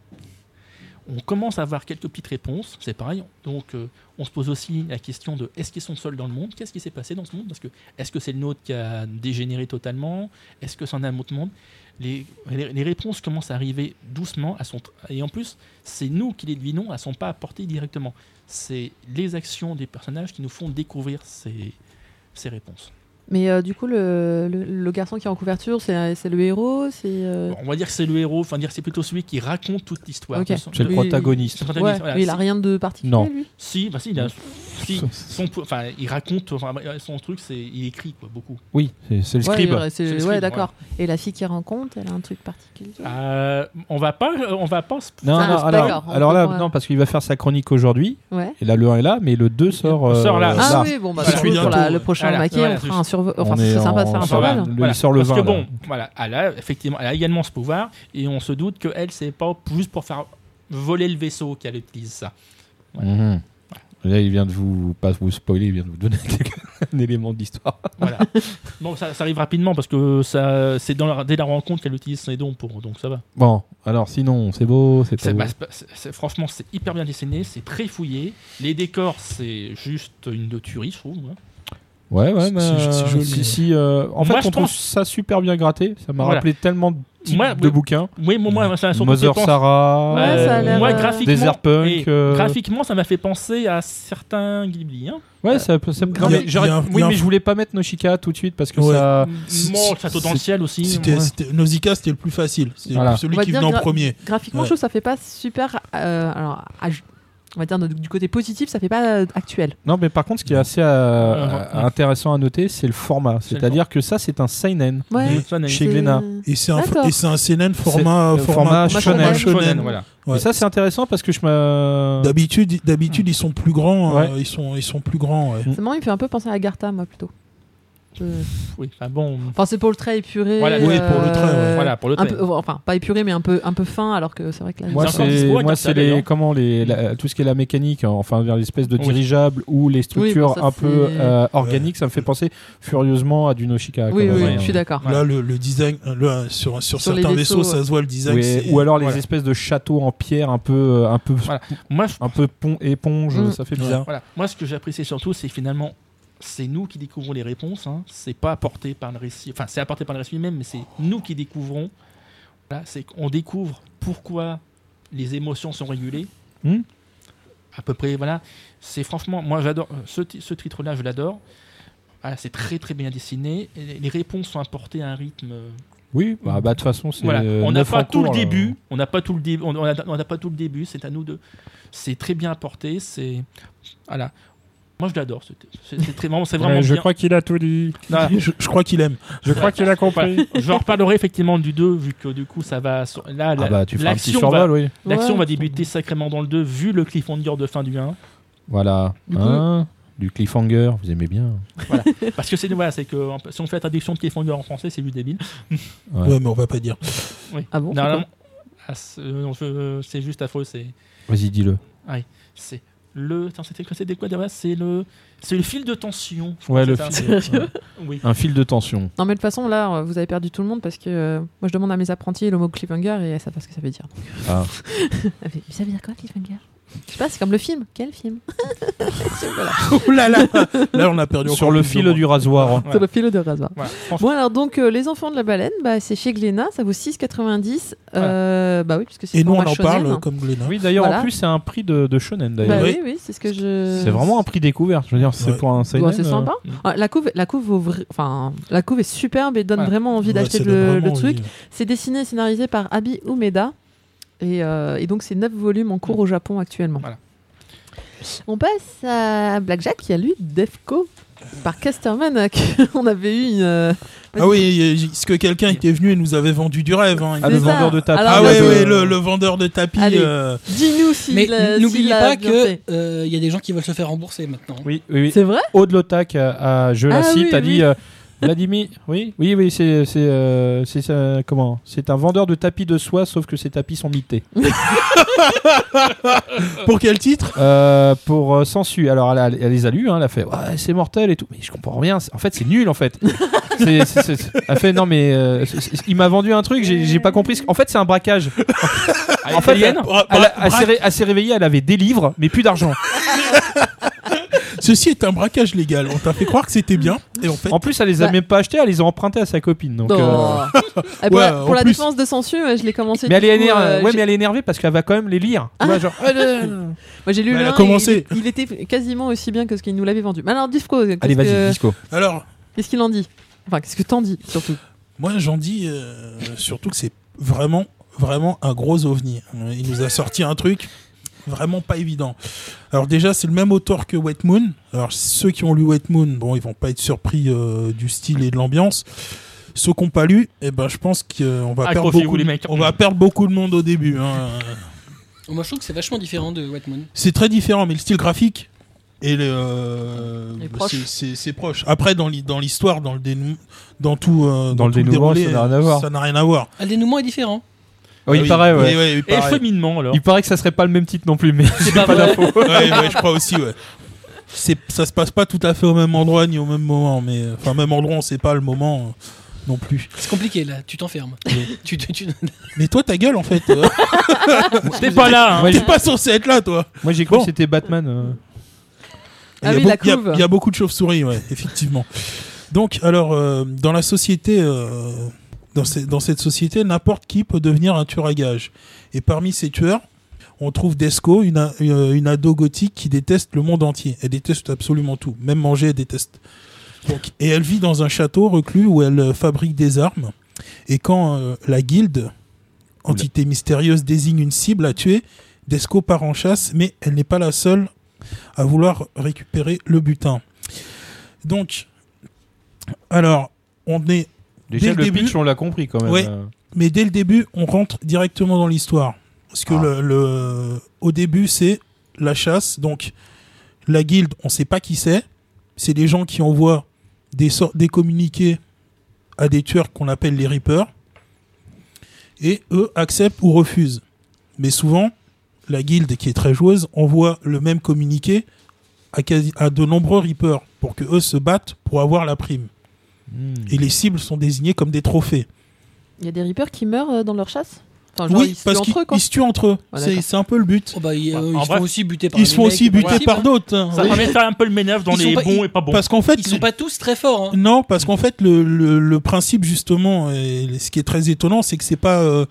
Speaker 3: On commence à avoir quelques petites réponses. C'est pareil. Donc, euh, on se pose aussi la question de est-ce qu'ils sont seuls dans le monde Qu'est-ce qui s'est passé dans ce monde Parce que est-ce que c'est le nôtre qui a dégénéré totalement Est-ce que c'en est un autre monde les, les, les réponses commencent à arriver doucement à son et en plus c'est nous qui les devinons elles sont pas apportées directement c'est les actions des personnages qui nous font découvrir ces, ces réponses.
Speaker 1: Mais euh, du coup, le, le- le garçon qui est en couverture, c'est c'est le héros c'est euh,
Speaker 3: Bon, on va dire que c'est le héros, enfin dire que c'est plutôt celui qui raconte toute l'histoire.
Speaker 1: Ok.
Speaker 3: De son-
Speaker 2: C'est
Speaker 3: de-
Speaker 2: le
Speaker 1: Oui,
Speaker 2: protagoniste.
Speaker 3: son
Speaker 1: ouais,
Speaker 3: protagoniste, voilà.
Speaker 1: mais il a rien de particulier,
Speaker 2: Non.
Speaker 1: lui
Speaker 3: Si, bah si, il a- si, son, po- enfin, il raconte, enfin, son truc, c'est il écrit quoi, beaucoup.
Speaker 2: Oui, c'est c'est le
Speaker 1: Ouais,
Speaker 2: scribe.
Speaker 1: il- c'est-
Speaker 3: C'est le
Speaker 1: ouais,
Speaker 3: scribe,
Speaker 1: d'accord. Et la fille qu'il rencontre, elle a un truc particulier.
Speaker 3: Euh, on va pas, on va pas. se-
Speaker 2: Non,
Speaker 1: Ah,
Speaker 2: non,
Speaker 1: c'est
Speaker 2: alors,
Speaker 1: d'accord, on
Speaker 2: alors là,
Speaker 1: comprend, ouais.
Speaker 2: non, parce qu'il va faire sa chronique aujourd'hui.
Speaker 1: Ouais.
Speaker 2: Et là, le 1 est là, mais le 2 sort. euh,
Speaker 3: Sort là.
Speaker 1: Ah
Speaker 2: là.
Speaker 1: oui, bon, bah,
Speaker 3: Voilà.
Speaker 1: surtout pour la- le prochain
Speaker 3: Voilà,
Speaker 1: maquis,
Speaker 3: voilà,
Speaker 1: on fera
Speaker 3: juste.
Speaker 1: un survol. Enfin,
Speaker 2: On
Speaker 1: c'est
Speaker 2: est
Speaker 1: sympa de
Speaker 2: en-
Speaker 1: faire un
Speaker 2: ça
Speaker 1: survol.
Speaker 2: va. Le- Il sort le
Speaker 3: Parce
Speaker 2: 20.
Speaker 3: que
Speaker 2: là.
Speaker 3: bon, voilà, elle a effectivement, elle a également ce pouvoir et on se doute qu'elle, c'est pas juste pour faire voler le vaisseau qu'elle utilise ça.
Speaker 2: Mhm. Là, il vient de vous, pas vous spoiler, il vient de vous donner un élément de l'histoire.
Speaker 3: Voilà. bon, ça, ça arrive rapidement parce que ça, c'est dans la- dès la rencontre qu'elle utilise ses dons pour, donc ça va.
Speaker 2: Bon, alors sinon, c'est beau, c'est
Speaker 3: C'est-
Speaker 2: pas beau.
Speaker 3: bah, c'est pas- c'est- c'est- franchement, c'est hyper bien dessiné, c'est très fouillé. Les décors, c'est juste une de tuerie, je trouve. hein.
Speaker 2: Ouais, ouais,
Speaker 5: C'est-
Speaker 2: mais.
Speaker 5: c'est- c'est joli.
Speaker 2: si, si, euh,
Speaker 3: Moi,
Speaker 2: en fait,
Speaker 3: je
Speaker 2: on trouve
Speaker 3: pense-
Speaker 2: ça super bien gratté. Ça m'a
Speaker 3: Voilà.
Speaker 2: rappelé tellement de, types
Speaker 3: Moi,
Speaker 2: de
Speaker 3: oui.
Speaker 2: bouquins.
Speaker 3: Oui, moi, moi, ça m'a surtout fait
Speaker 2: Mother
Speaker 3: penser-
Speaker 2: Sarah.
Speaker 1: Ouais, ça a l'air,
Speaker 3: moi,
Speaker 1: euh,
Speaker 3: graphiquement,
Speaker 2: Desert Punk,
Speaker 3: et
Speaker 2: euh,
Speaker 3: graphiquement, ça m'a fait penser à certains Ghibli. hein.
Speaker 2: Ouais, ça peut. ça- non,
Speaker 5: Il y a-
Speaker 2: mais j'aurais-
Speaker 5: il y a un- il
Speaker 2: oui,
Speaker 5: y a un-
Speaker 2: mais je voulais pas mettre Noshika tout de suite parce que
Speaker 5: Ouais.
Speaker 2: ça.
Speaker 5: c'est-
Speaker 3: Mon château dans le ciel aussi.
Speaker 5: C'était,
Speaker 3: ouais.
Speaker 5: c'était- Nausicaa, c'était le plus facile. C'était
Speaker 2: Voilà.
Speaker 5: celui
Speaker 1: On va
Speaker 5: qui
Speaker 1: dire
Speaker 5: venait en
Speaker 1: gra-
Speaker 5: premier.
Speaker 1: Graphiquement,
Speaker 5: Ouais.
Speaker 1: je trouve que ça fait pas super. euh, alors, à- on va dire de- du côté positif, ça fait pas euh, actuel.
Speaker 2: Non, mais par contre, ce qui est assez euh,
Speaker 3: Euh, ouais.
Speaker 2: intéressant à noter, c'est le format.
Speaker 3: C'est le
Speaker 2: C'est-à-dire que ça, c'est un seinen.
Speaker 1: Ouais.
Speaker 3: Ça n'a-
Speaker 2: Chez
Speaker 1: c'est-
Speaker 2: Glénat.
Speaker 5: Et c'est un,
Speaker 1: D'accord.
Speaker 5: et c'est un CNN
Speaker 2: C'est-
Speaker 5: format,
Speaker 2: euh, format shonen.
Speaker 3: Shonen, voilà.
Speaker 5: Ouais.
Speaker 2: Et ça, c'est intéressant parce que je me.
Speaker 5: D'habitude, d'habitude, ils sont plus grands.
Speaker 2: Ouais.
Speaker 5: euh, ils sont, ils sont plus grands. ouais.
Speaker 1: C'est marrant, il me fait un peu penser à Garta, moi, plutôt. Euh,
Speaker 3: Oui, enfin bon.
Speaker 1: Enfin, c'est pour le trait épuré.
Speaker 3: Voilà,
Speaker 5: oui, pour le trait, ouais.
Speaker 1: euh,
Speaker 3: Voilà, pour le
Speaker 1: un
Speaker 3: trait.
Speaker 1: peu- enfin, pas épuré, mais un peu, un peu fin, alors que c'est vrai que là.
Speaker 2: Moi,
Speaker 3: Ils ont encore
Speaker 2: c'est
Speaker 3: Dispo à
Speaker 2: moi,
Speaker 3: Garta,
Speaker 2: c'est les
Speaker 3: d'ailleurs.
Speaker 2: comment les la- tout ce qui est la mécanique, hein, enfin vers l'espèce de
Speaker 3: Oui.
Speaker 2: dirigeable ou les structures
Speaker 1: Oui, bon, ça,
Speaker 2: un peu
Speaker 1: c'est-
Speaker 2: euh, organiques, ça me fait penser furieusement à du Noshika. quand
Speaker 1: oui,
Speaker 2: même,
Speaker 1: oui,
Speaker 2: hein.
Speaker 1: je suis d'accord.
Speaker 5: Là, le, le design, euh, le- sur, sur,
Speaker 1: Sur les
Speaker 5: certains
Speaker 1: vaisseaux,
Speaker 5: vaisseaux, ça
Speaker 1: ouais.
Speaker 5: se voit le design.
Speaker 2: Oui,
Speaker 5: c'est-
Speaker 2: ou alors les
Speaker 3: voilà.
Speaker 2: espèces de châteaux en pierre un peu euh, un peu
Speaker 3: Voilà.
Speaker 1: oh.
Speaker 3: Moi, je-
Speaker 2: un peu pont éponge,
Speaker 1: Mm.
Speaker 2: ça fait
Speaker 5: Ouais.
Speaker 2: bizarre.
Speaker 3: Voilà. Moi, ce que j'apprécie surtout, c'est finalement, c'est nous qui découvrons les réponses. hein. C'est pas apporté par le récit. Enfin, c'est apporté par le récit lui-même, mais c'est nous qui découvrons. Voilà, c'est qu'on découvre pourquoi les émotions sont régulées.
Speaker 2: Hmm.
Speaker 3: À peu près, voilà. C'est franchement, moi, j'adore euh, ce, ti- ce titre-là, je l'adore. Voilà, c'est très très bien dessiné. Et les- les réponses sont apportées à un rythme. euh,
Speaker 2: Oui, bah bah, de toute façon, c'est
Speaker 3: voilà.
Speaker 2: euh,
Speaker 3: On n'a
Speaker 2: neuf
Speaker 3: pas,
Speaker 2: en
Speaker 3: tout le
Speaker 2: cours, là.
Speaker 3: début. On n'a pas tout le début. On on a- on n'a pas tout le début. C'est à nous de. C'est très bien apporté. C'est voilà. Moi, je l'adore. C'est c'est- c'est très vraiment. C'est vraiment
Speaker 6: je
Speaker 3: bien.
Speaker 6: crois qu'il a tout dit.
Speaker 1: Ah.
Speaker 3: Voilà.
Speaker 5: Je, je crois qu'il aime.
Speaker 6: Je crois qu'il a compris.
Speaker 3: Voilà. Je reparlerai effectivement du 2 vu que du coup ça va sur- là
Speaker 2: Ah
Speaker 3: la-
Speaker 2: bah tu feras un petit
Speaker 3: l'action
Speaker 2: survol,
Speaker 3: va
Speaker 2: oui.
Speaker 3: l'action
Speaker 1: Ouais.
Speaker 3: va débuter sacrément dans le 2 vu le cliffhanger de fin du 1
Speaker 2: Voilà.
Speaker 1: Du coup-
Speaker 2: Hein du cliffhanger, vous aimez bien.
Speaker 3: parce que c'est voilà c'est que en- si on fait la traduction de cliffhanger en français c'est juste débile.
Speaker 2: Ouais.
Speaker 5: Ouais. mais on va pas dire.
Speaker 3: Oui.
Speaker 1: Ah bon
Speaker 3: euh, Normalement- Ah, c'est euh, non, je- c'est juste affreux c'est
Speaker 2: Vas-y, dis-le.
Speaker 3: c'est le. attends, C'était c'était quoi derrière C'est le. C'est le fil de tension. je
Speaker 2: Ouais,
Speaker 3: crois
Speaker 2: le
Speaker 3: que c'est ça.
Speaker 1: Sérieux
Speaker 3: Oui.
Speaker 2: Un fil de tension.
Speaker 1: Non, mais de toute façon, là, euh, vous avez perdu tout le monde parce que euh, moi, je demande à mes apprentis le mot cliffhanger et elles savent pas ce que ça veut dire.
Speaker 2: Ah.
Speaker 1: Mais ça veut dire quoi, cliffhanger Je sais pas, c'est comme le film. Quel film
Speaker 5: Ouh là là Là, on a perdu
Speaker 2: Sur
Speaker 5: encore
Speaker 2: le
Speaker 5: plus de
Speaker 2: fil
Speaker 5: monde.
Speaker 2: du rasoir.
Speaker 1: C'est le fil de rasoir.
Speaker 3: Voilà, franchement,
Speaker 1: Bon, alors, donc, euh, Les Enfants de la Baleine, bah, c'est chez Glénat, ça vaut 6,90. Euh, bah oui, puisque c'est
Speaker 5: Et nous, on
Speaker 1: format
Speaker 5: en
Speaker 1: shonen.
Speaker 5: parle comme Glénat.
Speaker 2: Oui, d'ailleurs,
Speaker 1: Voilà.
Speaker 2: en plus, c'est un prix de, de shonen,
Speaker 1: Bah
Speaker 2: d'ailleurs.
Speaker 1: oui,
Speaker 5: Oui.
Speaker 1: oui, c'est ce que je.
Speaker 2: C'est vraiment un prix découverte. Je veux dire, c'est
Speaker 5: Ouais.
Speaker 2: pour un
Speaker 1: Bon,
Speaker 2: seinen,
Speaker 1: c'est
Speaker 2: euh,
Speaker 1: sympa.
Speaker 3: Mm.
Speaker 1: Ah, La couve, la couve, vaut vra- enfin, la couve est superbe et donne
Speaker 3: Voilà.
Speaker 1: vraiment envie
Speaker 5: Ouais,
Speaker 1: d'acheter
Speaker 5: ça donne
Speaker 1: le,
Speaker 5: vraiment
Speaker 1: le truc.
Speaker 5: envie.
Speaker 1: C'est dessiné et scénarisé par Abi Umeda. Et, euh, et donc, c'est 9 volumes en cours au Japon actuellement.
Speaker 3: Voilà.
Speaker 1: On passe à Blackjack qui a lu Defco par Casterman. euh, qu'on avait eu une. euh,
Speaker 5: Ah oui, est-ce que quelqu'un était venu et nous avait vendu du rêve hein, il
Speaker 2: Ah,
Speaker 1: C'est
Speaker 2: le
Speaker 5: nous a-
Speaker 1: ça.
Speaker 2: vendeur de tapis.
Speaker 1: Alors,
Speaker 5: Ah
Speaker 1: il y a
Speaker 5: ouais,
Speaker 1: de-
Speaker 5: ouais, le, le vendeur de tapis.
Speaker 1: Allez.
Speaker 5: euh,
Speaker 1: Dis-nous si.
Speaker 4: Mais
Speaker 1: la-
Speaker 4: n'oubliez
Speaker 1: s'il l'a
Speaker 4: pas
Speaker 1: bien
Speaker 4: que
Speaker 1: fait.
Speaker 4: euh, il y a des gens qui veulent se faire rembourser maintenant.
Speaker 2: Oui, oui, oui.
Speaker 1: C'est vrai
Speaker 2: Aude Lotac, à, à- je la
Speaker 1: Ah
Speaker 2: cite,
Speaker 1: oui,
Speaker 2: a
Speaker 1: oui.
Speaker 2: dit euh, Vladimir, oui, oui, oui, c'est c'est, euh, c'est ça- comment C'est un vendeur de tapis de soie, sauf que ses tapis sont mités.
Speaker 5: Pour quel titre
Speaker 2: Euh, pour euh, Sensu, alors elle, a- elle les a lus, hein, elle a fait ouais, c'est mortel et tout, mais je comprends rien. c'est- En fait, c'est nul en fait. C'est- c'est- c'est- elle fait non mais euh, c'est- c'est- il m'a vendu un truc, j'ai j'ai pas compris. ce- En fait, c'est un braquage. en fait, elle,
Speaker 5: Bra-
Speaker 2: elle a-
Speaker 5: bra-
Speaker 2: elle s'est
Speaker 5: bra-
Speaker 2: ré- elle s'est réveillée, elle avait des livres, mais plus d'argent.
Speaker 5: Ceci est un braquage légal. On t'a fait croire que c'était bien. Et en fait,
Speaker 2: En plus, elle les a
Speaker 1: Bah.
Speaker 2: même pas achetés, elle les a empruntés à sa copine. Donc,
Speaker 1: Oh.
Speaker 2: euh,
Speaker 1: Et Eh, pour
Speaker 5: Ouais,
Speaker 1: la,
Speaker 5: en
Speaker 1: pour la
Speaker 5: plus.
Speaker 1: défense de Sensu, ouais, je l'ai commencé.
Speaker 2: Mais elle
Speaker 1: du
Speaker 2: est
Speaker 1: coup,
Speaker 2: énervée,
Speaker 1: euh,
Speaker 2: ouais,
Speaker 1: j'ai- Ah,
Speaker 2: mais elle est énervée parce qu'elle va quand même les lire. Tu vois, genre, ouais, ouais, ouais.
Speaker 1: Moi j'ai lu
Speaker 5: Bah,
Speaker 1: le
Speaker 5: elle a
Speaker 1: un et
Speaker 5: commencé.
Speaker 1: Il, il était quasiment aussi bien que ce qu'il nous l'avait vendu. Mais alors Disco,
Speaker 2: Allez,
Speaker 1: qu'est-ce
Speaker 2: vas-y,
Speaker 1: que-
Speaker 2: disco.
Speaker 5: alors,
Speaker 1: qu'est-ce qu'il en dit Enfin, qu'est-ce que t'en dis surtout
Speaker 5: moi, j'en dis euh, surtout que c'est vraiment, vraiment un gros ovni. Il nous a sorti un truc vraiment pas évident. Alors déjà, c'est le même auteur que Wet Moon. Alors ceux qui ont lu Wet Moon, bon, ils vont pas être surpris euh, du style et de l'ambiance. Ceux qui n'ont pas lu, eh ben, je pense qu'on va, perdre
Speaker 3: Accrochez-vous,
Speaker 5: beaucoup,
Speaker 3: Ah, les mecs.
Speaker 5: on va perdre beaucoup de monde au début. hein.
Speaker 4: Moi, je trouve que c'est vachement différent de White Moon.
Speaker 5: C'est très différent, mais le style graphique et le, euh,
Speaker 1: Est proche.
Speaker 5: c'est- c'est c'est proche. Après, dans l'hi- dans l'histoire, dans le dénou, dans tout, euh,
Speaker 2: Dans le
Speaker 5: tout
Speaker 2: dénouement, ça n'a rien à voir.
Speaker 5: Ça n'a rien à voir.
Speaker 4: Ah, Le dénouement est différent.
Speaker 2: Oh, il
Speaker 5: Ah oui,
Speaker 2: paraît, ouais.
Speaker 5: oui, oui, il
Speaker 3: Et
Speaker 5: paraît.
Speaker 3: féminement, alors.
Speaker 2: Il paraît que ça serait pas le même titre non plus, mais
Speaker 4: C'est pas, vrai.
Speaker 5: Ouais, ouais, je crois aussi, ouais. C'est- Ça se passe pas tout à fait au même endroit ni au même moment, mais euh, enfin même endroit, on sait pas le moment euh, non plus.
Speaker 4: C'est compliqué là. Tu t'enfermes. tu, tu, tu-
Speaker 5: Mais toi, ta gueule en fait, euh,
Speaker 3: T'es pas là, hein.
Speaker 2: Ouais,
Speaker 5: t'es pas censé être là, toi.
Speaker 2: moi j'ai cru
Speaker 5: Bon.
Speaker 2: que c'était Batman. euh.
Speaker 1: Ah
Speaker 5: Il y a
Speaker 1: oui, la
Speaker 5: beaucoup- il y a-
Speaker 1: couve.
Speaker 5: Il y, a beaucoup de chauves-souris, ouais, effectivement. Donc, alors, euh, dans la société, euh, dans, ce- dans cette société, n'importe qui peut devenir un tueur à gages. Et parmi ces tueurs, on trouve Desco, une, a- une, une ado gothique qui déteste le monde entier. Elle déteste absolument tout. Même manger, elle déteste. Donc, et elle vit dans un château reclus où elle euh, fabrique des armes. Et quand euh, la guilde, entité mystérieuse, désigne une cible à tuer, Desco part en chasse, mais elle n'est pas la seule à vouloir récupérer le butin. Donc, alors, on est,
Speaker 2: Déjà
Speaker 5: Dès
Speaker 2: le
Speaker 5: le début-
Speaker 2: pitch, on l'a compris quand même.
Speaker 5: Ouais.
Speaker 2: euh.
Speaker 5: mais dès le début, on rentre directement dans l'histoire. Parce que
Speaker 2: Ah.
Speaker 5: le, le- au début, c'est la chasse. Donc, la guilde, on sait pas qui c'est. C'est des gens qui envoient des, sor- des communiqués à des tueurs qu'on appelle les Reapers. Et eux acceptent ou refusent. Mais souvent, la guilde, qui est très joueuse, envoie le même communiqué à, quasi- à de nombreux Reapers pour que eux se battent pour avoir la prime.
Speaker 2: Hmm.
Speaker 5: Et les cibles sont désignées comme des trophées.
Speaker 1: Il y a des Reapers qui meurent euh, dans leur chasse Enfin, genre, ils
Speaker 5: oui,
Speaker 1: se tuent
Speaker 5: parce
Speaker 1: entre eux, quoi.
Speaker 5: qu'ils se tuent entre eux.
Speaker 1: Ah,
Speaker 5: c'est
Speaker 1: d'accord.
Speaker 5: c'est un peu le but.
Speaker 4: Oh, bah, ils, euh,
Speaker 3: En
Speaker 4: ils se
Speaker 3: bref,
Speaker 4: font aussi buter par
Speaker 5: Ils
Speaker 4: les
Speaker 5: se font
Speaker 4: mecs,
Speaker 5: aussi buter
Speaker 4: possible,
Speaker 5: par
Speaker 4: hein.
Speaker 5: d'autres. hein.
Speaker 3: Ça
Speaker 5: Oui.
Speaker 3: permet de faire un peu le ménage dans
Speaker 4: Ils
Speaker 3: les
Speaker 4: sont pas-
Speaker 3: bons
Speaker 4: ils-
Speaker 3: et pas bons.
Speaker 5: Parce qu'en fait,
Speaker 4: Ils sont pas tous très forts. hein.
Speaker 5: non, parce qu'en fait, le, le- le principe justement, et ce qui est très étonnant, c'est que c'est pas, euh,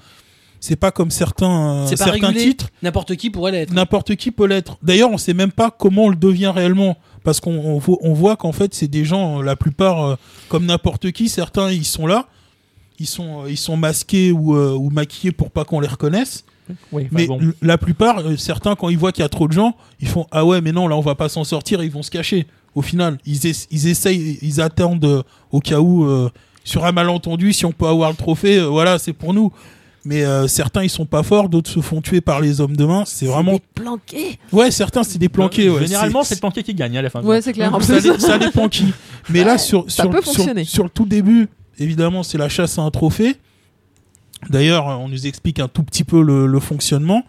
Speaker 5: c'est pas comme certains, euh,
Speaker 4: C'est pas
Speaker 5: certains
Speaker 4: régulé.
Speaker 5: titres.
Speaker 4: N'importe qui pourrait l'être.
Speaker 5: N'importe qui peut l'être. D'ailleurs, on sait même pas comment on le devient réellement. Parce qu'on on vo- on voit qu'en fait, c'est des gens, euh, la plupart, euh, comme n'importe qui, certains, ils sont là. Ils sont, euh, ils sont masqués ou, euh, ou maquillés pour pas qu'on les reconnaisse.
Speaker 3: Oui,
Speaker 5: mais
Speaker 3: bon.
Speaker 5: l- la plupart, euh, certains, quand ils voient qu'il y a trop de gens, ils font Ah ouais, mais non, là, on va pas s'en sortir, ils vont se cacher. Au final, ils, es- ils essayent, ils attendent euh, au cas où, euh, sur un malentendu, si on peut avoir le trophée, euh, voilà, c'est pour nous. Mais euh, certains, ils sont pas forts, d'autres se font tuer par les hommes de main. C'est vraiment.
Speaker 1: planqués
Speaker 5: Ouais, certains, c'est des planqués. ouais.
Speaker 3: Généralement, c'est le planqué qui gagne à la fin.
Speaker 1: Ouais, c'est clair. En
Speaker 5: ça,
Speaker 1: plus,
Speaker 5: dé- ça dépend qui. Mais là, sur,
Speaker 1: Ça
Speaker 5: sur,
Speaker 1: peut
Speaker 5: sur,
Speaker 1: fonctionner.
Speaker 5: sur le tout début, évidemment, c'est la chasse à un trophée. D'ailleurs, on nous explique un tout petit peu le, le fonctionnement.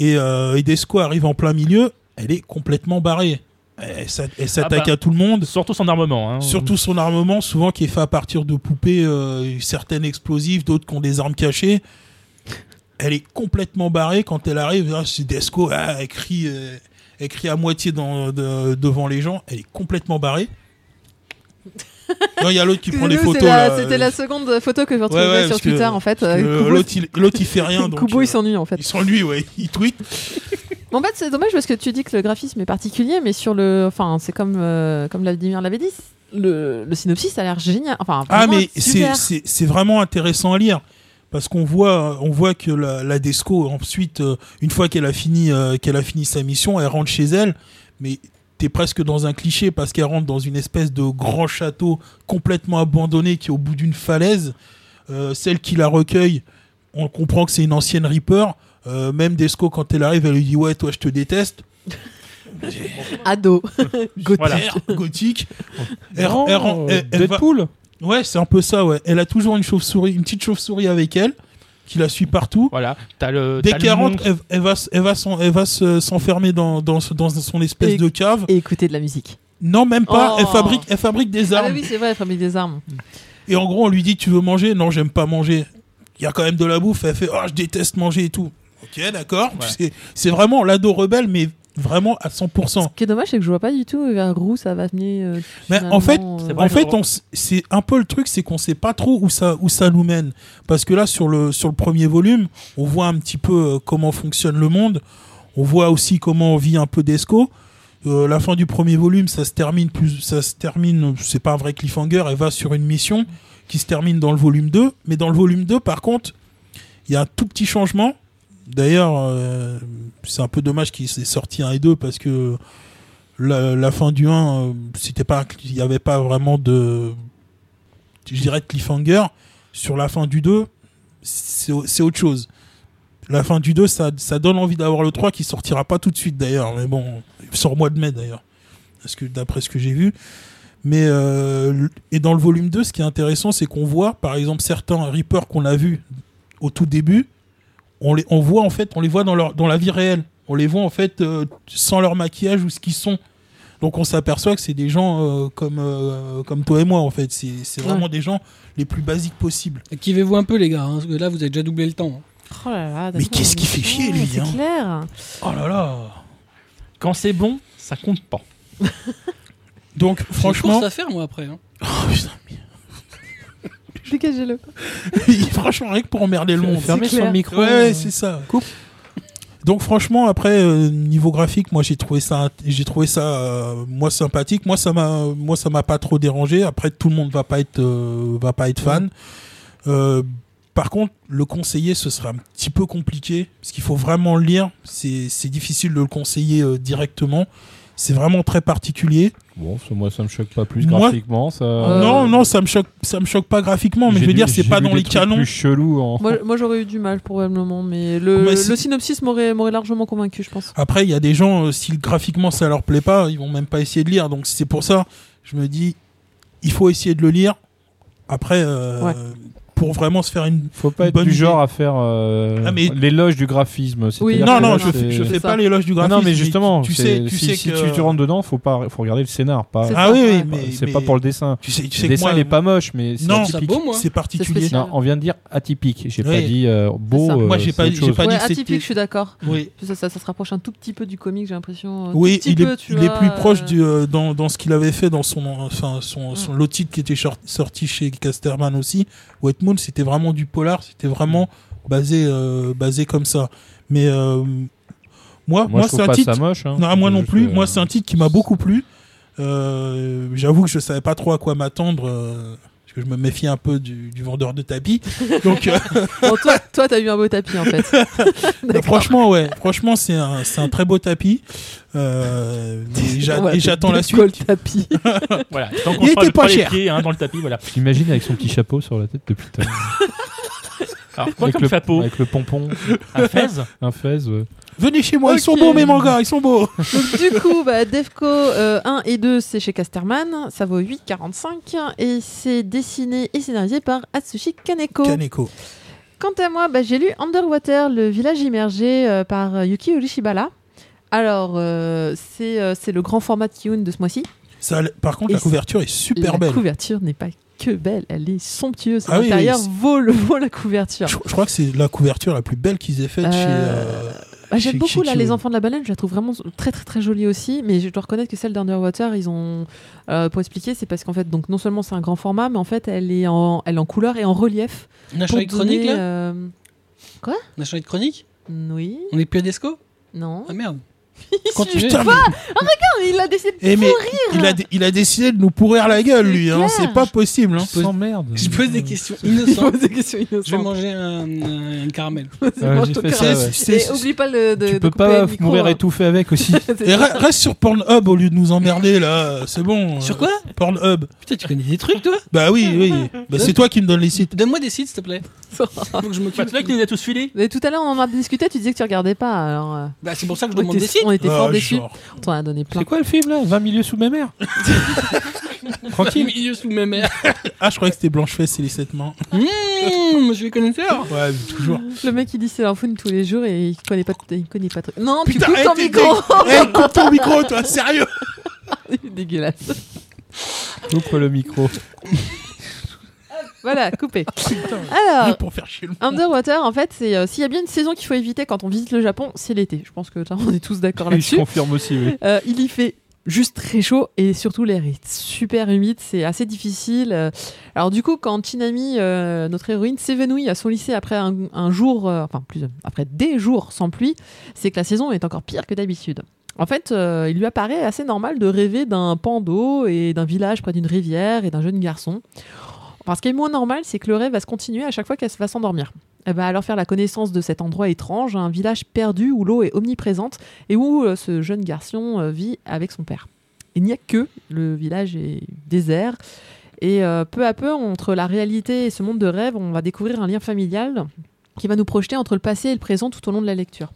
Speaker 5: Et euh, Idesco arrive en plein milieu. elle est complètement barrée. Elle, s'a- elle s'attaque
Speaker 3: Ah bah.
Speaker 5: à tout le monde.
Speaker 3: Surtout son armement. hein.
Speaker 5: Surtout son armement, souvent qui est fait à partir de poupées, euh, certaines explosives, d'autres qui ont des armes cachées. Elle est complètement barrée quand elle arrive. Ah, c'est Desco, ah, elle, crie, euh, elle crie à moitié dans- de- devant les gens. Elle est complètement barrée. Non, il y a l'autre qui prend les
Speaker 1: Excusez-nous,
Speaker 5: photos.
Speaker 1: c'est la-
Speaker 5: là,
Speaker 1: C'était
Speaker 5: euh,
Speaker 1: la seconde photo que je retrouvais
Speaker 5: ouais,
Speaker 1: sur
Speaker 5: parce que-
Speaker 1: Twitter en fait.
Speaker 5: parce que,
Speaker 1: Euh,
Speaker 5: euh,
Speaker 1: Kubo-
Speaker 5: L'autre, il, l'autre, il fait rien. Donc,
Speaker 1: Kubo,
Speaker 5: euh,
Speaker 1: il s'ennuie en fait.
Speaker 5: il s'ennuie, ouais. Il tweet.
Speaker 1: Mais en fait, c'est dommage parce que tu dis que le graphisme est particulier, mais sur le. Enfin, c'est comme, euh, comme Vladimir l'avait dit, le, le synopsis a l'air génial. Enfin,
Speaker 5: Ah
Speaker 1: vraiment
Speaker 5: mais c'est-
Speaker 1: super.
Speaker 5: c'est c'est vraiment intéressant à lire parce qu'on voit on voit que la, la Desco ensuite euh, une fois qu'elle a fini euh, qu'elle a fini sa mission elle rentre chez elle mais t'es presque dans un cliché parce qu'elle rentre dans une espèce de grand château complètement abandonné qui est au bout d'une falaise Euh, celle qui la recueille on comprend que c'est une ancienne Reaper Euh, même Desco quand elle arrive elle lui dit ouais toi je te déteste
Speaker 1: Ado. Gothique.
Speaker 3: Voilà.
Speaker 5: Terre, gothique elle,
Speaker 2: Non,
Speaker 5: elle rend- elle- euh, elle va-
Speaker 2: Oh, Deadpool
Speaker 5: Ouais, c'est un peu ça, ouais. Elle a toujours une chauve-souris, une petite chauve-souris avec elle, qui la suit partout.
Speaker 3: Voilà. T'as le.
Speaker 5: Dès
Speaker 3: t'as le
Speaker 5: qu'elle rentre,
Speaker 3: monstre.
Speaker 5: elle, elle va, s- elle va, s'en- elle va se- s'enfermer dans, dans, ce- dans son espèce
Speaker 1: Et-
Speaker 5: de cave.
Speaker 1: Et écouter de la musique.
Speaker 5: Non, même pas.
Speaker 1: Oh.
Speaker 5: Elle, fabrique, elle fabrique des
Speaker 1: Ah
Speaker 5: armes.
Speaker 1: bah oui, c'est vrai, Famille des Armes.
Speaker 5: Et en gros, on lui dit Tu veux manger Non, j'aime pas manger. Il y a quand même de la bouffe. Elle fait Oh, je déteste manger et tout. Ok, d'accord.
Speaker 3: Ouais.
Speaker 5: C'est- C'est vraiment l'ado rebelle, mais vraiment à 100%.
Speaker 1: Ce qui est dommage, c'est que je vois pas du tout vers où ça va venir. euh,
Speaker 5: Mais
Speaker 1: finalement,
Speaker 5: en fait,
Speaker 1: euh,
Speaker 3: c'est
Speaker 5: En
Speaker 3: Ouais,
Speaker 5: fait,
Speaker 3: vraiment.
Speaker 5: on s- c'est un peu le truc, c'est qu'on sait pas trop où ça, où ça nous mène. Parce que là, sur le, sur le premier volume, on voit un petit peu euh, comment fonctionne le monde. On voit aussi comment on vit un peu d'Esco. Euh, la fin du premier volume, ça se termine plus, ça se termine, c'est pas un vrai cliffhanger, elle va sur une mission qui se termine dans le volume 2. Mais dans le volume 2, par contre, il y a un tout petit changement. D'ailleurs, euh, c'est un peu dommage qu'il s'est sorti 1 et 2 parce que la, la fin du 1, euh, c'était pas, il n'y avait pas vraiment de, je dirais, de cliffhanger. Sur la fin du 2, c'est au- c'est autre chose. La fin du 2, ça, ça donne envie d'avoir le 3 qui sortira pas tout de suite d'ailleurs, mais bon, il sort au mois de mai d'ailleurs, parce que d'après ce que j'ai vu. Mais euh, l- et dans le volume 2, ce qui est intéressant, c'est qu'on voit par exemple certains Reapers qu'on a vus au tout début, on les on voit en fait, on les voit dans leur dans la vie réelle. On les voit en fait euh, sans leur maquillage ou ce qu'ils sont. Donc on s'aperçoit que c'est des gens euh, comme euh, comme toi et moi en fait, c'est c'est vraiment des gens les plus basiques possibles.
Speaker 4: Activez-vous un peu, les gars, hein, parce que là, vous avez déjà doublé le temps.
Speaker 1: Oh là là,
Speaker 5: Mais
Speaker 1: d'accord,
Speaker 5: qu'est-ce
Speaker 1: on
Speaker 5: qui
Speaker 1: est
Speaker 5: fait
Speaker 1: chaud,
Speaker 5: chier, lui,
Speaker 1: C'est
Speaker 5: hein
Speaker 1: clair.
Speaker 5: Oh là là.
Speaker 3: Quand c'est bon, ça compte pas.
Speaker 5: Donc
Speaker 4: J'ai une
Speaker 5: franchement,
Speaker 4: course à faire, moi, après. hein.
Speaker 5: Oh, putain,
Speaker 1: Dégagez-le.
Speaker 5: mais- franchement rien que pour emmerder le monde.
Speaker 1: Fermez son
Speaker 5: Ouais, ouais, c'est ça. Donc franchement, après euh, niveau graphique, moi j'ai trouvé ça, int- j'ai trouvé ça euh, moi sympathique. Moi ça m'a, moi ça m'a pas trop dérangé. Après tout le monde va pas être, euh, va pas être fan. Euh, par contre, le conseiller, ce sera un petit peu compliqué parce qu'il faut vraiment le lire. C'est, c'est difficile de le conseiller euh, directement. C'est vraiment très particulier.
Speaker 2: Bon, ça, moi ça me choque pas plus
Speaker 5: Moi-
Speaker 2: graphiquement. Ça...
Speaker 1: Euh,
Speaker 5: Non, non, ça me choque, ça me choque pas graphiquement, mais
Speaker 2: J'ai
Speaker 5: je veux
Speaker 2: lu-
Speaker 5: dire, c'est
Speaker 2: j'ai
Speaker 5: pas
Speaker 2: lu
Speaker 5: dans
Speaker 2: des
Speaker 5: les
Speaker 2: trucs
Speaker 5: canons.
Speaker 2: Plus hein. chelou en.
Speaker 1: Moi, moi, j'aurais eu du mal probablement, mais le,
Speaker 5: Mais si-
Speaker 1: le synopsis m'aurait m'aurait largement convaincu, je pense.
Speaker 5: Après, il y a des gens, euh, si graphiquement ça leur plaît pas, ils vont même pas essayer de lire. Donc c'est pour ça, je me dis, il faut essayer de le lire. Après, euh,
Speaker 1: Ouais.
Speaker 5: pour vraiment se faire une.
Speaker 2: Faut pas être
Speaker 5: Bonne
Speaker 2: du
Speaker 5: idée.
Speaker 2: genre à faire euh,
Speaker 5: Ah, mais-
Speaker 2: l'éloge du graphisme. c'est-à-dire
Speaker 1: Oui,
Speaker 2: que
Speaker 5: Non,
Speaker 2: là,
Speaker 5: non, je,
Speaker 1: non,
Speaker 2: c'est-
Speaker 5: fais- je
Speaker 1: c'est
Speaker 5: fais
Speaker 1: ça.
Speaker 5: pas l'éloge du
Speaker 2: Ah
Speaker 5: graphisme.
Speaker 2: non, mais justement,
Speaker 5: tu
Speaker 2: c'est-
Speaker 5: sais, tu
Speaker 2: si,
Speaker 5: sais
Speaker 2: si
Speaker 5: que.
Speaker 2: tu rentres dedans, faut pas, faut regarder le scénar, pas.
Speaker 1: C'est
Speaker 5: Ah oui, oui,
Speaker 1: Ouais.
Speaker 5: mais.
Speaker 2: C'est
Speaker 5: mais-
Speaker 2: pas pour le dessin.
Speaker 5: Tu sais, tu
Speaker 2: Le
Speaker 5: sais que
Speaker 2: dessin
Speaker 5: moi,
Speaker 2: il est pas moche, mais c'est
Speaker 5: Non.
Speaker 4: Ça
Speaker 2: atypique.
Speaker 4: beau, moi.
Speaker 5: c'est particulier.
Speaker 1: spécial.
Speaker 2: Non, on vient de dire atypique. J'ai
Speaker 5: Oui.
Speaker 2: pas dit euh,
Speaker 1: C'est
Speaker 2: beau.
Speaker 1: ça.
Speaker 2: euh,
Speaker 5: Moi, j'ai
Speaker 2: c'est
Speaker 5: pas-
Speaker 2: autre
Speaker 5: j'ai
Speaker 2: chose.
Speaker 5: pas dit
Speaker 1: Ouais,
Speaker 5: que c'était-
Speaker 1: atypique, je suis d'accord.
Speaker 5: Oui,
Speaker 1: Ça, ça, ça se rapproche un tout petit peu du comique, j'ai l'impression. un
Speaker 5: oui
Speaker 1: tout petit
Speaker 5: il,
Speaker 1: peu,
Speaker 5: est,
Speaker 1: tu
Speaker 5: il est
Speaker 1: vois,
Speaker 5: plus proche
Speaker 1: euh,
Speaker 5: du, euh, dans, dans ce qu'il avait fait dans son, euh, enfin, son, son
Speaker 1: Mm.
Speaker 5: l'autre titre qui était short- sorti chez Casterman aussi. Wet Moon, c'était vraiment du polar, c'était vraiment basé, euh, basé comme ça. Mais euh, moi,
Speaker 2: Moi,
Speaker 5: moi
Speaker 2: je
Speaker 5: c'est
Speaker 2: trouve
Speaker 5: un
Speaker 2: pas
Speaker 5: titre.
Speaker 2: ça moche. hein.
Speaker 5: Non, moi non
Speaker 2: Juste,
Speaker 5: plus.
Speaker 2: euh,
Speaker 5: Moi, c'est un titre qui m'a beaucoup plu. Euh, J'avoue que je savais pas trop à quoi m'attendre. euh, parce que je me méfiais un peu du, du vendeur de tapis. Donc, euh,
Speaker 1: Bon, toi, toi, t'as eu un beau tapis en fait. D'accord.
Speaker 5: franchement, ouais. Franchement, c'est un, c'est un très beau tapis. Euh, et j'a-
Speaker 1: Ouais,
Speaker 5: et j'attends la
Speaker 1: t'es quoi,
Speaker 5: suite.
Speaker 1: le tapis
Speaker 3: Voilà. Tant
Speaker 5: Il
Speaker 3: qu'on se parle
Speaker 5: était pas
Speaker 3: les
Speaker 5: cher.
Speaker 3: pieds, hein, dans le tapis, voilà.
Speaker 2: J'imagine avec son petit chapeau sur la tête depuis tout à l'heure.
Speaker 3: Alors, quoi
Speaker 2: Avec
Speaker 3: comme
Speaker 2: le
Speaker 3: chapeau
Speaker 2: Avec le pompon,
Speaker 3: Un fez Bah,
Speaker 2: un fez. euh. ouais.
Speaker 5: Venez chez moi,
Speaker 1: Ok. Oh.
Speaker 5: ils sont beaux mes mangas, ils sont beaux.
Speaker 1: Donc, du coup, bah, Defco euh, 1 et 2, c'est chez Casterman. Ça vaut 8,45. Et c'est dessiné et scénarisé par Atsushi Kaneko.
Speaker 5: Kaneko.
Speaker 1: Quant à moi, bah, j'ai lu Underwater, le village immergé euh, par euh, Yuki Urishibara. Alors, euh, c'est euh, c'est le grand format de Kihun de ce mois-ci.
Speaker 5: Ça, a l- par contre,
Speaker 1: Et
Speaker 5: la
Speaker 1: c'est-
Speaker 5: couverture est super
Speaker 1: la
Speaker 5: belle.
Speaker 1: couverture n'est pas que belle, elle est somptueuse.
Speaker 5: Ah oui,
Speaker 1: L'intérieur
Speaker 5: oui,
Speaker 1: vaut, le- vaut la couverture.
Speaker 5: Je, je crois que c'est la couverture la plus belle qu'ils aient faite chez.
Speaker 1: Euh,
Speaker 5: euh,
Speaker 1: Bah, J'aime
Speaker 5: Chez-
Speaker 1: beaucoup
Speaker 5: chez
Speaker 1: là
Speaker 5: Kihun.
Speaker 1: les enfants de la baleine, je la trouve vraiment très très très jolie aussi, mais je dois reconnaître que celle d'Underwater, ils ont euh, pour expliquer, c'est parce qu'en fait donc non seulement c'est un grand format, mais en fait elle est en elle est en couleur et en relief. Pour
Speaker 4: National Chronique,
Speaker 1: donner,
Speaker 4: là
Speaker 1: euh,
Speaker 4: National Chronique
Speaker 1: Oui,
Speaker 4: On est plus à Desco
Speaker 1: non.
Speaker 4: Ah merde.
Speaker 1: Continue.
Speaker 5: putain, mais-
Speaker 1: Il a décidé de
Speaker 5: eh, mais
Speaker 1: pourrir.
Speaker 5: il a, dé- il a décidé de nous pourrir la gueule,
Speaker 1: C'est
Speaker 5: lui. hein,
Speaker 1: clair.
Speaker 5: C'est pas possible. hein.
Speaker 2: Sans merde.
Speaker 4: Je pose des questions
Speaker 1: Il
Speaker 4: innocentes.
Speaker 1: pose des questions
Speaker 4: Je vais
Speaker 1: innocentes.
Speaker 4: manger un, un- un caramel.
Speaker 1: C'est
Speaker 2: Ouais,
Speaker 1: bon,
Speaker 2: j'ai
Speaker 1: ton
Speaker 2: fait ça,
Speaker 1: cœur.
Speaker 2: ouais.
Speaker 5: C'est-
Speaker 1: Et
Speaker 5: c'est-
Speaker 1: oublie pas le, de,
Speaker 2: tu
Speaker 1: de
Speaker 2: peux
Speaker 1: couper
Speaker 2: pas
Speaker 1: le micro,
Speaker 2: mourir
Speaker 1: hein.
Speaker 2: étouffé avec aussi.
Speaker 5: Et re- reste sur Pornhub au lieu de nous emmerder là, c'est bon.
Speaker 4: Sur
Speaker 5: euh,
Speaker 4: quoi
Speaker 5: Pornhub.
Speaker 4: Putain, tu connais des trucs, toi
Speaker 5: Bah
Speaker 1: Ah,
Speaker 5: oui, oui. Bah, c'est toi qui me donne les sites.
Speaker 4: Donne-moi des sites, s'il te plaît. Faut que je
Speaker 3: Bah,
Speaker 4: m'occupe.
Speaker 3: C'est là qu'il les a tous filés.
Speaker 1: Mais tout à l'heure on en a discuté, tu disais que tu regardais pas. Alors euh,
Speaker 4: Bah, c'est pour ça que je
Speaker 1: on
Speaker 4: demande des
Speaker 1: était,
Speaker 4: sites.
Speaker 1: on était fort
Speaker 5: Ah,
Speaker 1: déçus.
Speaker 5: genre.
Speaker 1: On t'en a donné plein.
Speaker 2: C'est quoi le film là 20 milieux sous ma mère
Speaker 4: Qui
Speaker 2: Tranquille.
Speaker 4: milieu sous mes mères.
Speaker 5: Ah, je croyais que c'était Blanche Fesse et les sept mains.
Speaker 4: Mmh, monsieur le connaisseur.
Speaker 5: Ouais, mais toujours.
Speaker 1: Le mec il dit c'est l'info tous les jours et il connaît pas il connaît pas truc. Non,
Speaker 5: Putain,
Speaker 1: tu coupes
Speaker 5: hey,
Speaker 1: ton
Speaker 5: t'es
Speaker 1: micro.
Speaker 5: Eh, coupe ton micro, toi, sérieux
Speaker 1: Il est Dégueulasse.
Speaker 2: Ouvre le micro.
Speaker 1: Voilà, coupé.
Speaker 5: Putain,
Speaker 1: Alors,
Speaker 5: pour faire chier le monde.
Speaker 1: Underwater, en fait, c'est euh, s'il y a bien une saison qu'il faut éviter quand on visite le Japon, c'est l'été. Je pense que là, on est tous d'accord
Speaker 2: Je
Speaker 1: là-dessus.
Speaker 2: confirme aussi, oui.
Speaker 1: Euh, il y fait juste très chaud et surtout l'air est super humide, c'est assez difficile. Euh, Alors du coup, quand Chinami, euh, notre héroïne, s'évanouit à son lycée après un, un jour, euh, enfin plus, après des jours sans pluie, c'est que la saison est encore pire que d'habitude. En fait, euh, il lui apparaît assez normal de rêver d'un pan d'eau et d'un village près d'une rivière et d'un jeune garçon. Enfin, ce qui est moins normal, c'est que le rêve va se continuer à chaque fois qu'elle va s'endormir. Elle va Eh ben, alors faire la connaissance de cet endroit étrange, un village perdu où l'eau est omniprésente et où euh, ce jeune garçon euh, vit avec son père. Il n'y a que le village est désert. Et euh, peu à peu, entre la réalité et ce monde de rêve, on va découvrir un lien familial qui va nous projeter entre le passé et le présent tout au long de la lecture.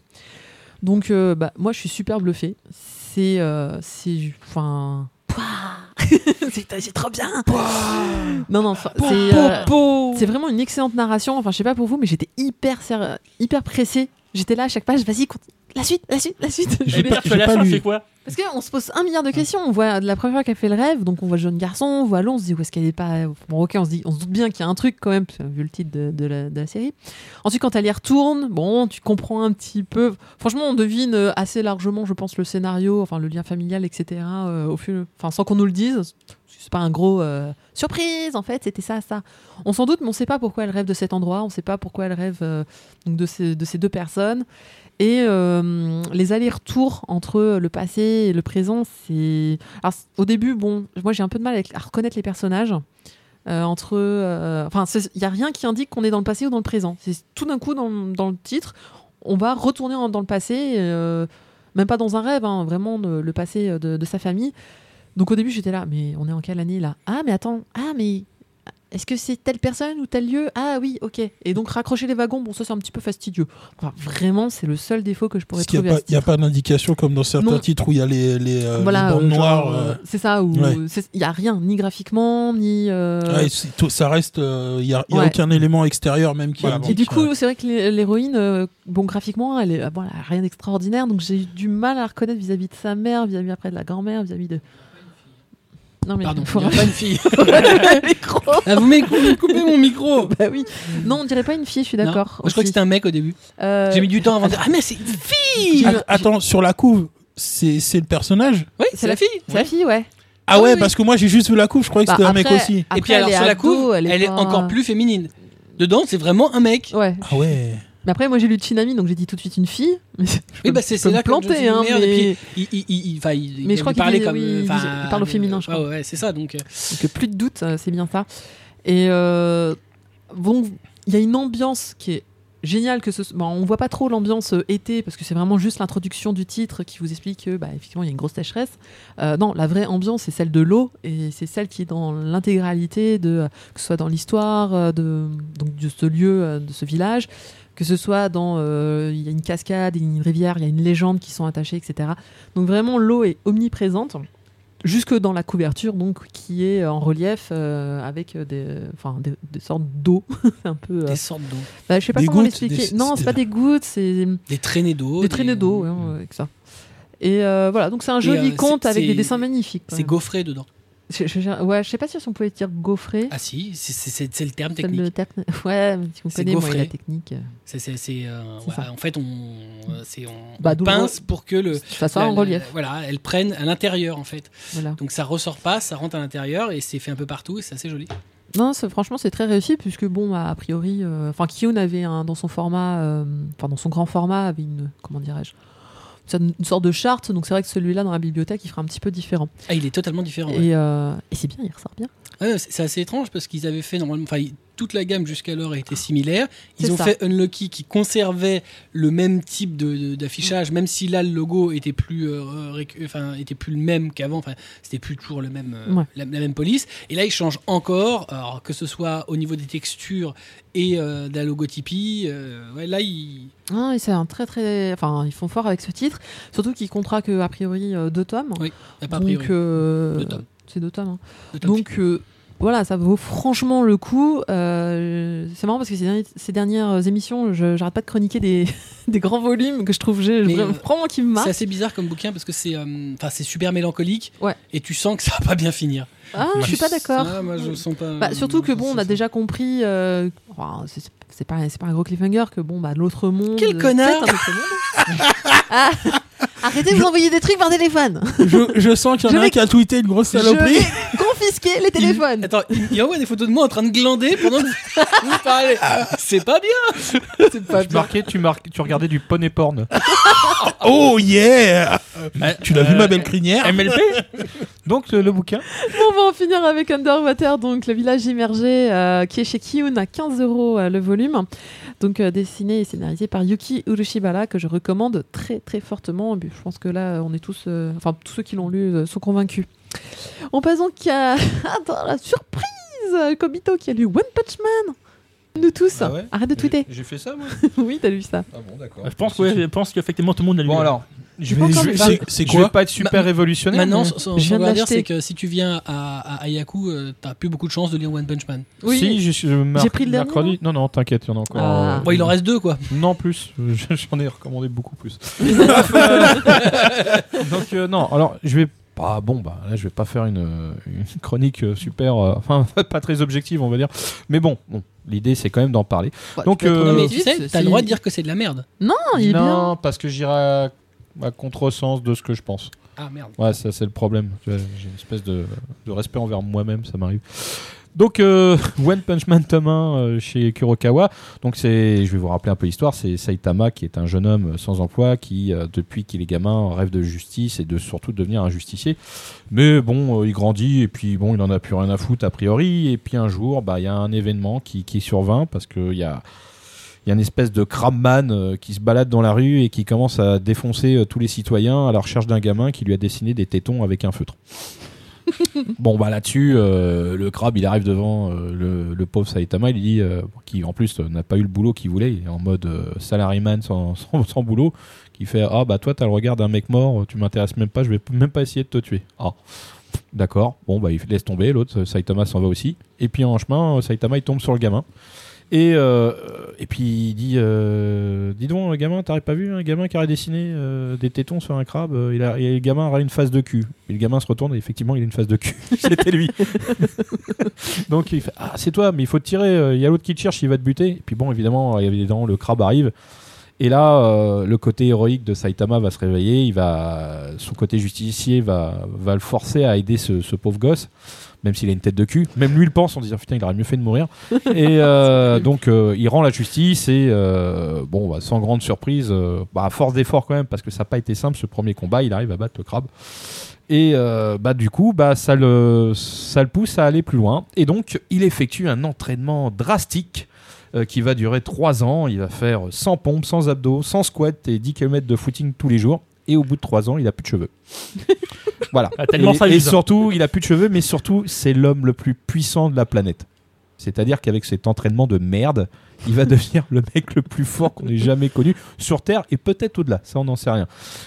Speaker 1: Donc, euh, bah, moi, je suis super bluffée. C'est. euh, c'est. Enfin. c'est c'est trop bien! Non, non, enfin, c'est. euh, c'est vraiment une excellente narration. Enfin, je sais pas pour vous, mais j'étais hyper, serre- hyper pressée. J'étais là à chaque page, vas-y, continue. la suite, la suite, la suite.
Speaker 5: J'ai
Speaker 3: Et
Speaker 5: pas-
Speaker 3: merde,
Speaker 5: j'ai
Speaker 3: tu as Eh, la
Speaker 5: pas
Speaker 3: fin,
Speaker 5: lu.
Speaker 3: c'est quoi
Speaker 1: Parce qu'on se pose un milliard de questions. On voit de la première fois qu'elle fait le rêve, donc on voit le jeune garçon, on voit l'eau, on se dit où est-ce qu'elle est pas. Bon, ok, on se dit, on se doute bien qu'il y a un truc quand même, vu le titre de, de la, de la série. Ensuite, quand elle y retourne, bon, tu comprends un petit peu. Franchement, on devine euh, assez largement, je pense, le scénario, enfin le lien familial, etc. euh, au fil... Enfin, sans qu'on nous le dise. C'est pas un gros euh, surprise, en fait, c'était ça, ça. On s'en doute, mais on sait pas pourquoi elle rêve de cet endroit, on sait pas pourquoi elle rêve euh, donc de, ces, de ces deux personnes. Et euh, les allers-retours entre le passé et le présent, c'est. Alors, c- au début, bon, moi j'ai un peu de mal avec- à reconnaître les personnages. Euh, entre. euh, Enfin, il n'y a rien qui indique qu'on est dans le passé ou dans le présent. C'est tout d'un coup dans, dans le titre, on va retourner en- dans le passé, euh, même pas dans un rêve, hein, vraiment le, le passé euh, de, de sa famille. Donc au début, j'étais là, mais on est en quelle année là Ah, mais attends, ah, mais. Est-ce que c'est telle personne ou tel lieu Ah oui, ok. Et donc raccrocher les wagons, bon, ça c'est un petit peu fastidieux. Enfin, vraiment, c'est le seul défaut que je pourrais
Speaker 5: Parce qu'il
Speaker 1: trouver.
Speaker 5: n'y a,
Speaker 1: à
Speaker 5: pas-
Speaker 1: ce
Speaker 5: il y a
Speaker 1: titre.
Speaker 5: pas d'indication comme dans certains
Speaker 1: Non.
Speaker 5: titres où il y a les, les, euh, les
Speaker 1: Voilà,
Speaker 5: bandes
Speaker 1: euh, genre,
Speaker 5: noires.
Speaker 1: euh,
Speaker 5: euh,
Speaker 1: c'est ça, où
Speaker 5: Ouais.
Speaker 1: c'est- il n'y a rien, ni graphiquement, ni. euh,
Speaker 5: ouais, c'est tout- ça reste. euh, Il n'y a, il y a
Speaker 1: Ouais.
Speaker 5: aucun élément extérieur même qui
Speaker 1: et-
Speaker 5: indique,
Speaker 1: et du
Speaker 5: euh,
Speaker 1: coup, c'est vrai que l'hé- l'héroïne, euh, bon, graphiquement, elle est ah, bon, elle a rien d'extraordinaire, donc j'ai eu du mal à la reconnaître vis-à-vis de sa mère, vis-à-vis après de la grand-mère, vis-à-vis de. Non, mais
Speaker 4: Pardon,
Speaker 1: faut
Speaker 4: il y a pas une fille.
Speaker 1: rappeler le micro.
Speaker 4: Ah, vous m'avez cou- vous coupez mon micro.
Speaker 1: Bah oui. Non, on dirait pas une fille, je suis
Speaker 4: Non,
Speaker 1: d'accord.
Speaker 4: moi, Je crois que
Speaker 1: aussi.
Speaker 4: c'était un mec au début.
Speaker 1: Euh,
Speaker 4: J'ai mis du temps avant de dire Ah, mais c'est une fille
Speaker 5: Att- Attends, sur la couve, c'est c'est le personnage
Speaker 4: Oui, c'est la fille.
Speaker 1: C'est la fille, ouais.
Speaker 5: Ah
Speaker 4: Oui,
Speaker 5: ouais,
Speaker 4: oui.
Speaker 5: parce que moi j'ai juste vu la couve, je croyais que
Speaker 1: Bah,
Speaker 5: c'était un mec
Speaker 1: après-
Speaker 5: aussi.
Speaker 1: après,
Speaker 4: Et puis alors,
Speaker 1: est
Speaker 4: sur la
Speaker 1: ado,
Speaker 4: couve, elle, est
Speaker 1: pas-
Speaker 4: encore plus féminine. Dedans, c'est vraiment un mec.
Speaker 1: Ouais.
Speaker 5: Ah ouais.
Speaker 1: Mais après, moi j'ai lu Tsunami, donc j'ai dit tout de suite une fille. Mais je peux-
Speaker 4: Oui, bah, c'est
Speaker 1: je peux
Speaker 4: c'est
Speaker 1: me
Speaker 4: là que je me suis
Speaker 1: planter,
Speaker 4: dit,
Speaker 1: hein.
Speaker 4: merde, et
Speaker 1: mais-
Speaker 4: puis, il, il, il, enfin, il- il
Speaker 1: Mais je crois
Speaker 4: lui
Speaker 1: qu'il
Speaker 4: parlait
Speaker 1: dit-
Speaker 4: comme.
Speaker 1: oui,
Speaker 4: enfin, euh,
Speaker 1: il dit- il parle au féminin, je
Speaker 4: ouais,
Speaker 1: crois.
Speaker 4: Ouais, c'est ça. Donc, euh,
Speaker 1: Donc euh, plus de doute, euh, c'est bien ça. Et euh, bon, il y a une ambiance qui est géniale que ce bon, on voit pas trop l'ambiance euh, été parce que c'est vraiment juste l'introduction du titre qui vous explique que bah effectivement il y a une grosse sécheresse. Euh, non, la vraie ambiance c'est celle de l'eau et c'est celle qui est dans l'intégralité de euh, que ce soit dans l'histoire euh, de donc de ce lieu euh, de ce village que ce soit dans euh, il y a une cascade, il y a une rivière, il y a une légende qui sont attachées etc. Donc vraiment l'eau est omniprésente jusque dans la couverture donc qui est en relief euh, avec des enfin des, des sortes d'eau C'est un peu euh,
Speaker 4: des sortes d'eau.
Speaker 1: bah, je sais pas
Speaker 5: des
Speaker 1: comment
Speaker 5: gouttes,
Speaker 1: l'expliquer
Speaker 5: des-
Speaker 1: non c'est pas des gouttes c'est
Speaker 4: Oh, Des traînées d'eau.
Speaker 1: des traînées d'eau ouais, ouais, avec ça Et euh, voilà, donc c'est un
Speaker 4: Et,
Speaker 1: joli
Speaker 4: euh,
Speaker 1: conte
Speaker 4: c'est-
Speaker 1: avec des
Speaker 4: c'est-
Speaker 1: dessins magnifiques. quoi.
Speaker 4: C'est gaufré dedans.
Speaker 1: Je, je- je- ouais, je sais pas si on pouvait dire gaufré.
Speaker 4: Ah si, c'est- c'est c'est- c'est le terme
Speaker 1: C'est
Speaker 4: technique.
Speaker 1: le terme- Ouais, mais si vous
Speaker 4: C'est
Speaker 1: connaissez moi,
Speaker 4: gaufré.
Speaker 1: la technique. euh,
Speaker 4: C'est, c'est, c'est, euh,
Speaker 1: C'est
Speaker 4: ouais,
Speaker 1: ça.
Speaker 4: en fait, on, euh, c'est, on,
Speaker 1: Bah,
Speaker 4: on
Speaker 1: d'où le
Speaker 4: pince pour que le.
Speaker 1: Ça soit
Speaker 4: Euh, la-
Speaker 1: en
Speaker 4: la-
Speaker 1: relief.
Speaker 4: voilà, elles prennent à l'intérieur en fait.
Speaker 1: Voilà.
Speaker 4: Donc ça ressort pas, ça rentre à l'intérieur et c'est fait un peu partout et c'est assez joli.
Speaker 1: Non, c'est- franchement, c'est très réussi puisque bon, bah, a priori, euh, enfin, Kiyun avait un, dans son format, euh, enfin dans son grand format, avait une comment dirais-je, ça- une sorte de charte. Donc c'est vrai que celui-là dans la bibliothèque, il fera un petit peu différent.
Speaker 4: Ah, il est totalement différent. ouais.
Speaker 1: Et, euh, et c'est bien, il ressort bien.
Speaker 4: Ah non, c'est c'est assez étrange parce qu'ils avaient fait normalement. Enfin, ils- toute la gamme jusqu'alors était similaire. Ils
Speaker 1: C'est
Speaker 4: ont
Speaker 1: ça.
Speaker 4: fait Unlucky qui conservait le même type de- de- d'affichage, même si là le logo était plus, euh, réc- enfin, était plus le même qu'avant. Enfin, c'était plus toujours le même, euh,
Speaker 1: Ouais.
Speaker 4: la, la même police. Et là, ils changent encore, alors, que ce soit au niveau des textures et euh, de la logotypie. euh, ouais, là, ils.
Speaker 1: Ah, et c'est un très très, enfin, ils font fort avec ce titre, surtout qu'il comptera que a priori euh, deux tomes.
Speaker 4: Oui, pas a
Speaker 1: donc
Speaker 4: priori.
Speaker 1: euh,
Speaker 4: Deux tomes.
Speaker 1: c'est deux tomes. hein.
Speaker 4: de top.
Speaker 1: Donc euh, voilà, ça vaut franchement le coup. Euh, c'est marrant parce que ces derniers- ces dernières, émissions, je- j'arrête pas de chroniquer des, des grands volumes que je trouve j'ai-
Speaker 4: Mais,
Speaker 1: vraiment,
Speaker 4: euh,
Speaker 1: vraiment qui me
Speaker 4: c'est
Speaker 1: marquent.
Speaker 4: assez bizarre comme bouquin parce que c'est euh, enfin, c'est super mélancolique
Speaker 1: Ouais.
Speaker 4: et tu sens que ça va pas bien finir.
Speaker 1: Ah, je suis pas d'accord.
Speaker 4: Ah, moi, je le sens pas.
Speaker 1: Bah, surtout que bon, on a
Speaker 4: déjà
Speaker 1: déjà compris. euh, oh, c'est- c'est pas, c'est pas un gros cliffhanger que bon, bah l'autre monde.
Speaker 4: Quel
Speaker 1: euh,
Speaker 4: connard
Speaker 1: peut-être un autre monde. Ah, Arrêtez de vous envoyer des trucs par téléphone.
Speaker 5: Je, je sens qu'il y en
Speaker 1: Je
Speaker 5: a
Speaker 1: vais-
Speaker 5: un qui a tweeté une grosse
Speaker 1: Je
Speaker 5: saloperie.
Speaker 1: vais confisquer les téléphones.
Speaker 4: Attends, il, il envoie des photos de moi en train de glander pendant que vous parlez. C'est pas bien. C'est pas
Speaker 2: Tu marquais, tu, marquais, tu regardais du poney porn.
Speaker 5: Oh yeah Tu l'as
Speaker 2: euh,
Speaker 5: vu ma belle crinière
Speaker 2: MLP Donc euh, le, le bouquin.
Speaker 1: On va en finir avec Underwater, donc le village immergé euh, qui est chez Kiyun à 15 euros euh, le volume. Donc euh, dessiné et scénarisé par Yuki Urushibara que je recommande très très fortement. Et puis, je pense que là, on est tous, euh, enfin tous ceux qui l'ont lu euh, sont convaincus. On passe donc à dans la surprise euh, Kobito qui a lu One Punch Man. Nous tous,
Speaker 2: Ah ouais
Speaker 1: arrête de tweeter.
Speaker 2: J'ai fait ça moi.
Speaker 1: oui, t'as lu ça.
Speaker 2: Ah bon d'accord.
Speaker 3: Je pense, ouais, je pense qu'effectivement tout le monde l'a lu.
Speaker 2: Bon alors, je
Speaker 1: pas
Speaker 2: vais,
Speaker 1: encore
Speaker 2: je vais-
Speaker 1: lu
Speaker 5: C'est-
Speaker 2: c'est-
Speaker 5: C'est
Speaker 2: je vais
Speaker 5: quoi
Speaker 2: pas être super révolutionnaire.
Speaker 4: Maintenant,
Speaker 2: mais-
Speaker 4: sans- sans-
Speaker 1: Je viens
Speaker 4: sans
Speaker 1: de
Speaker 4: rien dire,
Speaker 1: l'acheter.
Speaker 4: c'est que si tu viens à, à, à Ayaku, euh, t'as plus beaucoup de chance de lire One Punch Man.
Speaker 1: Oui.
Speaker 2: Si, je, je marque
Speaker 1: J'ai pris le dernier,
Speaker 2: mercredi. Non, non, t'inquiète, il y en a encore.
Speaker 1: Ah.
Speaker 2: euh,
Speaker 4: Bon, il en reste deux, quoi.
Speaker 2: Non plus, j'en ai recommandé beaucoup plus. Donc euh, non, alors je vais pas bon bah là je vais pas faire une, euh, une chronique euh, super euh, enfin pas très objective on va dire mais bon bon l'idée c'est quand même d'en parler
Speaker 1: Bah,
Speaker 2: Donc,
Speaker 1: tu peux être
Speaker 2: euh,
Speaker 4: Non,
Speaker 1: honnête,
Speaker 4: mais tu sais,
Speaker 1: c'est-
Speaker 4: t'as le droit de dire que c'est de la merde.
Speaker 1: Non, Ah, il est bien.
Speaker 2: non parce que j'irai à, à contresens de ce que je pense
Speaker 4: Ah merde.
Speaker 2: ouais ça c'est le problème Tu vois, j'ai une espèce de, de respect envers moi-même ça m'arrive donc euh, One Punch Man tome 1 euh, chez Kurokawa Donc c'est, je vais vous rappeler un peu l'histoire, c'est Saitama qui est un jeune homme sans emploi qui, euh, depuis qu'il est gamin, rêve de justice et de surtout devenir un justicier. Mais bon, euh, il grandit et puis bon, il en a plus rien à foutre a priori. Et puis un jour, bah, il y a un événement qui, qui survint parce qu'il y a il y a une espèce de crabman euh, qui se balade dans la rue et qui commence à défoncer euh, tous les citoyens à la recherche d'un gamin qui lui a dessiné des tétons avec un feutre. bon bah là-dessus, euh, le crabe il arrive devant euh, le, le pauvre Saitama, il lui dit euh, qui en plus euh, n'a pas eu le boulot qu'il voulait, il est en mode euh, salaryman sans, sans, sans boulot, qui fait ah bah toi t'as le regard d'un mec mort, tu m'intéresses même pas, je vais p- même pas essayer de te tuer. Ah d'accord, bon bah il laisse tomber, l'autre euh, Saitama s'en va aussi, et puis en chemin euh, Saitama il tombe sur le gamin. Et, euh, et puis il dit euh, Dis donc, euh, gamin, t'aurais pas vu un gamin qui aurait dessiné euh, des tétons sur un crabe euh, il a, Et le gamin aurait une face de cul. Et le gamin se retourne et effectivement, il a une face de cul. C'était lui. donc il fait Ah, c'est toi, mais il faut te tirer. euh, Il y a l'autre qui te cherche, il va te buter. Et puis bon, évidemment, euh, évidemment le crabe arrive. Et là, euh, le côté héroïque de Saitama va se réveiller. Il va, son côté justicier va, va le forcer à aider ce, ce pauvre gosse, même s'il a une tête de cul. Même lui le pense en disant putain, il aurait mieux fait de mourir. Et euh, donc, euh, il rend la justice et euh, bon, bah, sans grande surprise, euh, bah, à force d'effort quand même, parce que ça n'a pas été simple ce premier combat, il arrive à battre le crabe. Et euh, bah, du coup, bah, ça, le, ça le pousse à aller plus loin. Et donc, il effectue un entraînement drastique euh, qui va durer 3 ans. Il va faire 100 pompes, 100 abdos, 100 squats et 10 km de footing tous les jours. Et au bout de 3 ans, il a plus de cheveux. voilà.
Speaker 3: Ah, tellement
Speaker 2: et,
Speaker 3: ça
Speaker 2: et
Speaker 3: vise.
Speaker 2: surtout, il a plus de cheveux, mais surtout, c'est l'homme le plus puissant de la planète. C'est-à-dire qu'avec cet entraînement de merde, il va devenir le mec le plus fort qu'on ait jamais connu sur Terre et peut-être au-delà. Ça, on n'en sait rien.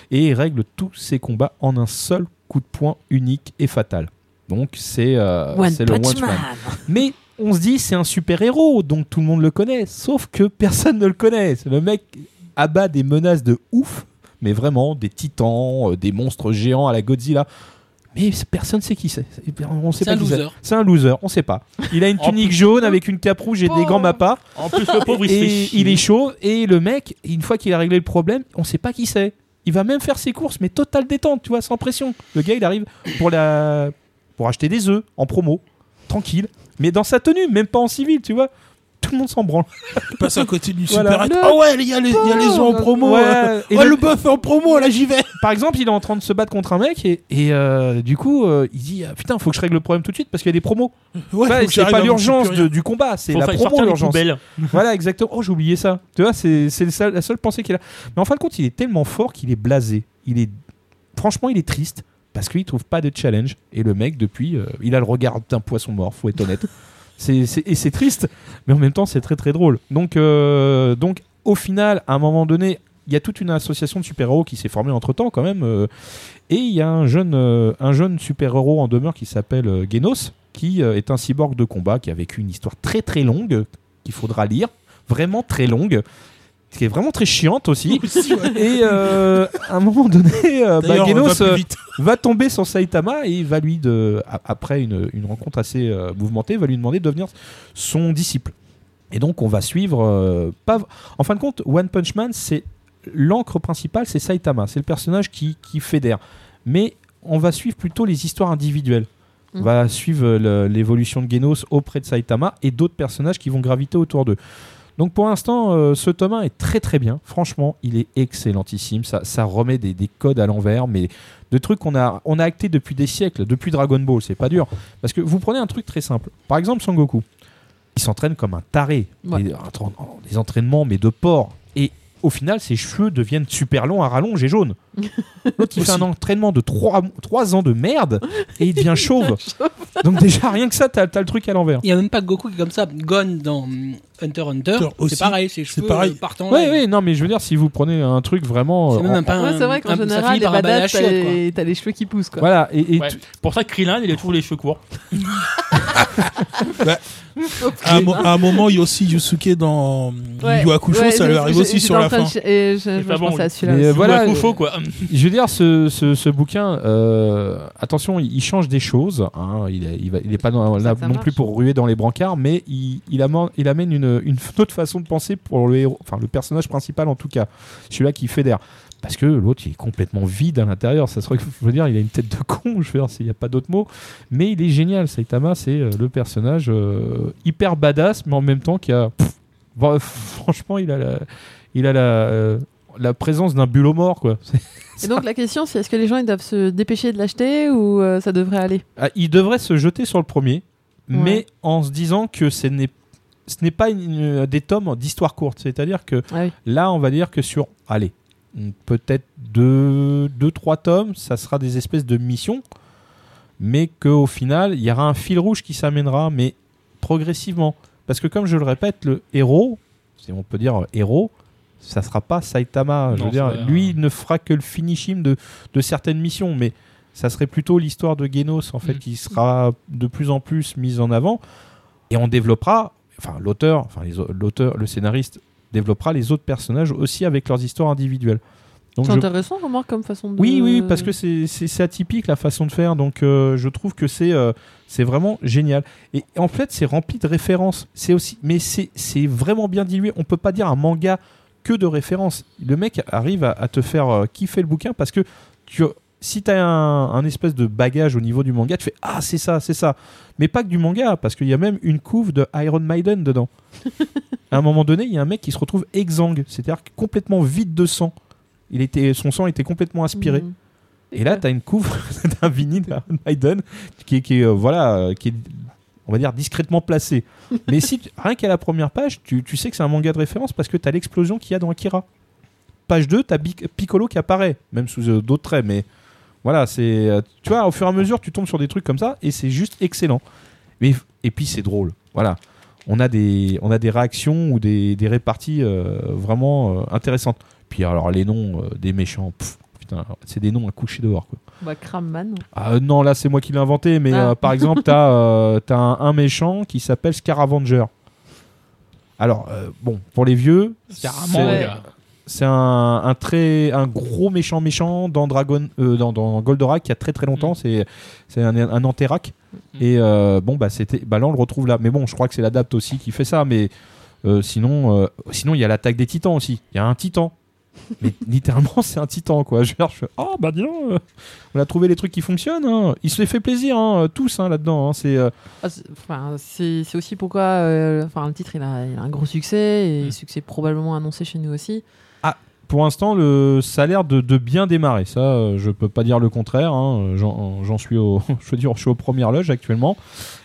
Speaker 2: Et il règle tous ses combats en un seul coup de poing unique et fatal. Donc, c'est euh,
Speaker 1: One
Speaker 2: c'est le
Speaker 1: Punch
Speaker 2: One Man.
Speaker 1: Man.
Speaker 2: Mais on se dit, c'est un super-héros, donc tout le monde le connaît. Sauf que personne ne le connaît. Le mec abat des menaces de ouf, mais vraiment des titans, euh, des monstres géants à la Godzilla. Mais personne sait qui c'est. On sait
Speaker 4: C'est
Speaker 2: pas
Speaker 4: un
Speaker 2: qui
Speaker 4: loser.
Speaker 2: C'est un loser, on sait pas. Il a une
Speaker 3: En
Speaker 2: tunique jaune avec une cape rouge et des
Speaker 1: Pauvre.
Speaker 2: gants mappa.
Speaker 3: En plus, le pauvre, il se fait
Speaker 2: Et
Speaker 3: chier.
Speaker 2: il est chaud et le mec, une fois qu'il a réglé le problème, on sait pas qui c'est. Il va même faire ses courses, mais totale détente, tu vois, sans pression. Le gars, il arrive pour la pour acheter des œufs en promo, tranquille, mais dans sa tenue, même pas en civil, tu vois. Tout le monde s'en branle.
Speaker 5: Il passe à côté du
Speaker 2: Voilà.
Speaker 5: superette.
Speaker 1: Le
Speaker 5: Ah ouais, il y a les, il y a les os en
Speaker 2: pauvre.
Speaker 5: promo.
Speaker 2: Ouais,
Speaker 5: euh.
Speaker 2: et
Speaker 5: Oh,
Speaker 2: le-
Speaker 5: le bœuf en promo, là j'y vais.
Speaker 2: Par exemple, il est en train de se battre contre un mec et, et, euh, du coup, euh, il dit ah, Putain, faut que je règle le problème tout de suite parce qu'il y a des promos.
Speaker 5: Ouais,
Speaker 2: Ouais,
Speaker 5: faut que
Speaker 2: c'est
Speaker 5: j'arrive
Speaker 2: pas
Speaker 5: à manger
Speaker 2: l'urgence
Speaker 5: plus rien.
Speaker 2: de- du combat, c'est
Speaker 3: Faut
Speaker 2: la
Speaker 3: faire
Speaker 2: promo
Speaker 3: sortir les
Speaker 2: l'urgence.
Speaker 3: poubelles.
Speaker 2: voilà, exactement. Oh, j'ai oublié ça. Tu vois, c'est c'est le seul- la seule pensée qu'il a. Mais en fin de compte, il est tellement fort qu'il est blasé. Il est franchement, il est triste parce qu'il trouve pas de challenge. Et le mec, depuis, euh, il a le regard d'un poisson mort. Faut être honnête. c'est c'est- et c'est triste, mais en même temps, c'est très très drôle. Donc euh, donc au final, à un moment donné, il y a toute une association de super-héros qui s'est formée entre temps quand même. euh, et il y a un jeune, euh, un jeune super-héros en demeure qui s'appelle euh, Genos, qui euh, est un cyborg de combat qui a vécu une histoire très très longue euh, qu'il faudra lire, vraiment très longue, qui est vraiment très chiante aussi.
Speaker 5: Aussi, ouais.
Speaker 2: Et euh, à un moment donné, euh, bah,
Speaker 5: D'ailleurs, on va
Speaker 2: Genos
Speaker 5: plus
Speaker 2: euh,
Speaker 5: vite.
Speaker 2: va tomber sur Saitama et il va lui, de, a- après une, une rencontre assez euh, mouvementée, va lui demander de devenir son disciple. Et donc on va suivre. euh, pas... En fin de compte, One Punch Man, c'est l'encre principale, c'est Saitama, c'est le personnage qui, qui fédère. Mais on va suivre plutôt les histoires individuelles. On
Speaker 1: Mhm.
Speaker 2: va suivre euh, le- l'évolution de Genos auprès de Saitama et d'autres personnages qui vont graviter autour d'eux. Donc pour l'instant, euh, ce tome 1 est très très bien. Franchement, il est excellentissime. Ça, ça remet des, des codes à l'envers, mais de trucs qu'on a, on a acté depuis des siècles, depuis Dragon Ball, c'est pas dur. Parce que vous prenez un truc très simple. Par exemple, Son Goku, il s'entraîne comme un taré.
Speaker 1: Ouais.
Speaker 2: Des, entra- des entraînements, mais de porc. Et au final, ses cheveux deviennent super longs à rallonge et jaunes. L'autre, il fait un entraînement de 3, ans de merde et il devient chauve. Donc déjà, rien que ça, t'as t'as le truc à l'envers.
Speaker 4: Il n'y a même pas Goku qui est comme ça. Gon dans hum, Hunter x Hunter,
Speaker 5: aussi,
Speaker 4: c'est pareil, ses cheveux
Speaker 5: pareil.
Speaker 4: euh, partant.
Speaker 2: Oui,
Speaker 4: là,
Speaker 2: oui, non, mais je veux dire, si vous prenez un truc vraiment.
Speaker 4: C'est
Speaker 2: euh,
Speaker 4: même
Speaker 2: en-
Speaker 4: un pain.
Speaker 1: Ouais, c'est vrai qu'en général, les badass, t'as les, t'as les cheveux qui poussent. Quoi.
Speaker 2: Voilà, et, et
Speaker 3: Ouais.
Speaker 2: tout-
Speaker 3: Pour ça, Krillin, il a toujours les cheveux courts.
Speaker 5: À un, mo- à un moment, il y a aussi Yusuke dans
Speaker 1: Ouais.
Speaker 5: Yu Hakusho,
Speaker 1: Ouais,
Speaker 5: ça
Speaker 1: je-
Speaker 5: lui arrive
Speaker 1: je-
Speaker 5: aussi
Speaker 1: j'étais
Speaker 5: sur
Speaker 1: en
Speaker 5: la
Speaker 1: train
Speaker 5: fin.
Speaker 1: de ch- et je- je
Speaker 3: pas
Speaker 1: je pense
Speaker 3: bon,
Speaker 1: à
Speaker 2: mais,
Speaker 1: celui-là.
Speaker 2: euh,
Speaker 1: aussi.
Speaker 3: Ou
Speaker 2: voilà,
Speaker 3: à Kufo, quoi. Hum,
Speaker 2: je veux dire, ce, ce- ce bouquin, euh, attention, il il change des choses. hein, il n'est il va- il est pas dans-
Speaker 1: ça
Speaker 2: là
Speaker 1: que ça
Speaker 2: non
Speaker 1: marche.
Speaker 2: plus pour ruer dans les brancards, mais il, il amène, il amène une, une autre façon de penser pour le héros, enfin le personnage principal en tout cas, celui-là qui fédère. Parce que l'autre, il est complètement vide à l'intérieur. Ça se trouve, je veux dire, il a une tête de con. Je veux dire, s'il n'y a pas d'autre mot. Mais il est génial. Saitama, c'est euh, le personnage euh, hyper badass, mais en même temps qui a. pff, bah, franchement, il a la, il a la, euh, la présence d'un bulot mort, quoi.
Speaker 1: Et donc la question, c'est est-ce que les gens ils doivent se dépêcher de l'acheter ou euh, ça devrait aller
Speaker 2: Ah, il devrait se jeter sur le premier,
Speaker 1: Ouais.
Speaker 2: mais en se disant que ce n'est ce n'est pas une- des tomes d'histoire courte. C'est-à-dire que
Speaker 1: Ah oui.
Speaker 2: là, on va dire que sur, allez, peut-être deux, deux, trois tomes, ça sera des espèces de missions, mais qu'au final, il y aura un fil rouge qui s'amènera, mais progressivement. Parce que comme je le répète, le héros, si on peut dire euh, héros, ça sera pas Saitama. je
Speaker 3: Non,
Speaker 2: veux dire,
Speaker 3: ça va-
Speaker 2: lui il ne fera que le finishing de, de certaines missions, mais ça serait plutôt l'histoire de Genos en fait
Speaker 3: Mm.
Speaker 2: qui sera de plus en plus mise en avant et on développera, enfin l'auteur, enfin les au- l'auteur, le scénariste développera les autres personnages aussi avec leurs histoires individuelles. Donc
Speaker 1: C'est
Speaker 2: je
Speaker 1: intéressant, remarque, comme façon de.
Speaker 2: oui, oui, parce que c'est- c'est c'est atypique la façon de faire, donc euh, je trouve que c'est euh, c'est vraiment génial. Et en fait, c'est rempli de références. C'est aussi, mais c'est c'est vraiment bien dilué. On peut pas dire un manga que de références. Le mec arrive à, à te faire euh, kiffer le bouquin parce que tu si t'as un, un espèce de bagage au niveau du manga, tu fais ah c'est ça, c'est ça. Mais pas que du manga, parce qu'il y a même une couve de Iron Maiden dedans. à un moment donné, il y a un mec qui se retrouve exsangue, c'est-à-dire complètement vide de sang. Il était, son sang était complètement aspiré.
Speaker 1: Mhm.
Speaker 2: Et là, tu as une couvre d'un vinyle d'Aaron Maiden qui est, qui est, euh, voilà, euh, qui est, on va dire, discrètement placé. Mais si, tu- rien qu'à la première page, tu, tu sais que c'est un manga de référence parce que tu as l'explosion qu'il y a dans Akira. Page 2, tu as Piccolo qui apparaît, même sous euh, d'autres traits, mais voilà, c'est. euh, Tu vois, au fur et à mesure, tu tombes sur des trucs comme ça et c'est juste excellent. Mais, et puis, c'est drôle. Voilà. On a, des, on a des réactions ou des, des réparties euh, vraiment euh, intéressantes. Puis alors les noms euh, des méchants, pff, putain, alors, c'est des noms à coucher dehors. Quoi.
Speaker 1: Bah, Kramman.
Speaker 2: Ah, euh, non, là c'est moi qui l'ai inventé, mais
Speaker 1: Ah.
Speaker 2: euh, par exemple, t'as euh, t'as un, un méchant qui s'appelle Scaravanger. Alors, euh, bon, pour les vieux,
Speaker 3: C'est
Speaker 2: c'est-
Speaker 3: rarement.
Speaker 1: Ouais.
Speaker 3: euh,
Speaker 2: c'est un, un très un gros méchant méchant dans Dragon euh, dans, dans Goldorak il y a très très longtemps.
Speaker 3: Mm.
Speaker 2: C'est c'est un, un Antérac.
Speaker 3: Mm.
Speaker 2: Et euh, bon bah c'était bah là on le retrouve là. Mais bon je crois que c'est l'adapte aussi qui fait ça. Mais euh, sinon euh, sinon il y a l'attaque des Titans aussi. Il y a un Titan. Mais littéralement c'est un Titan quoi. Je veux dire, je fais, oh bah dis donc, euh, on a trouvé les trucs qui fonctionnent. hein. Il se les fait plaisir hein, tous hein, là-dedans. hein. C'est euh,
Speaker 1: Ah, c'est- Enfin, c'est c'est aussi pourquoi euh, enfin, le titre il a, il a un gros succès et
Speaker 3: Mm.
Speaker 1: succès probablement annoncé chez nous aussi.
Speaker 2: Pour l'instant, le, ça a l'air de, de bien démarrer. Ça, euh, je peux pas dire le contraire. hein. Euh, J'en j'en suis au, je veux dire, je suis aux premières loges actuellement.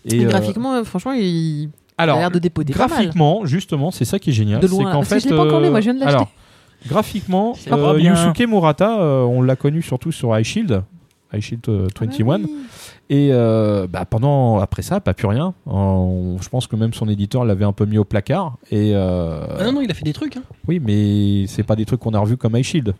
Speaker 1: Et,
Speaker 2: euh,
Speaker 1: graphiquement, euh, franchement, il, il
Speaker 2: alors,
Speaker 1: a l'air de dépoter pas mal.
Speaker 2: graphiquement, justement, c'est ça qui est génial.
Speaker 1: De loin,
Speaker 2: c'est qu'en
Speaker 1: parce que
Speaker 2: fait, euh,
Speaker 1: je l'ai pas encore lu, moi, je viens de l'acheter.
Speaker 2: alors, graphiquement,
Speaker 3: C'est pas
Speaker 2: euh,
Speaker 3: bien.
Speaker 2: Yusuke Murata, euh, on l'a connu surtout sur High Shield, High Shield euh, 21.
Speaker 1: Ah oui.
Speaker 2: Et euh, bah, pendant, après ça, pas plus rien. Euh, on- je pense que même son éditeur l'avait un peu mis au placard. Et euh,
Speaker 4: Ah non, non, il a fait des trucs. hein.
Speaker 2: oui, mais c'est pas des trucs qu'on a revus comme High Shield.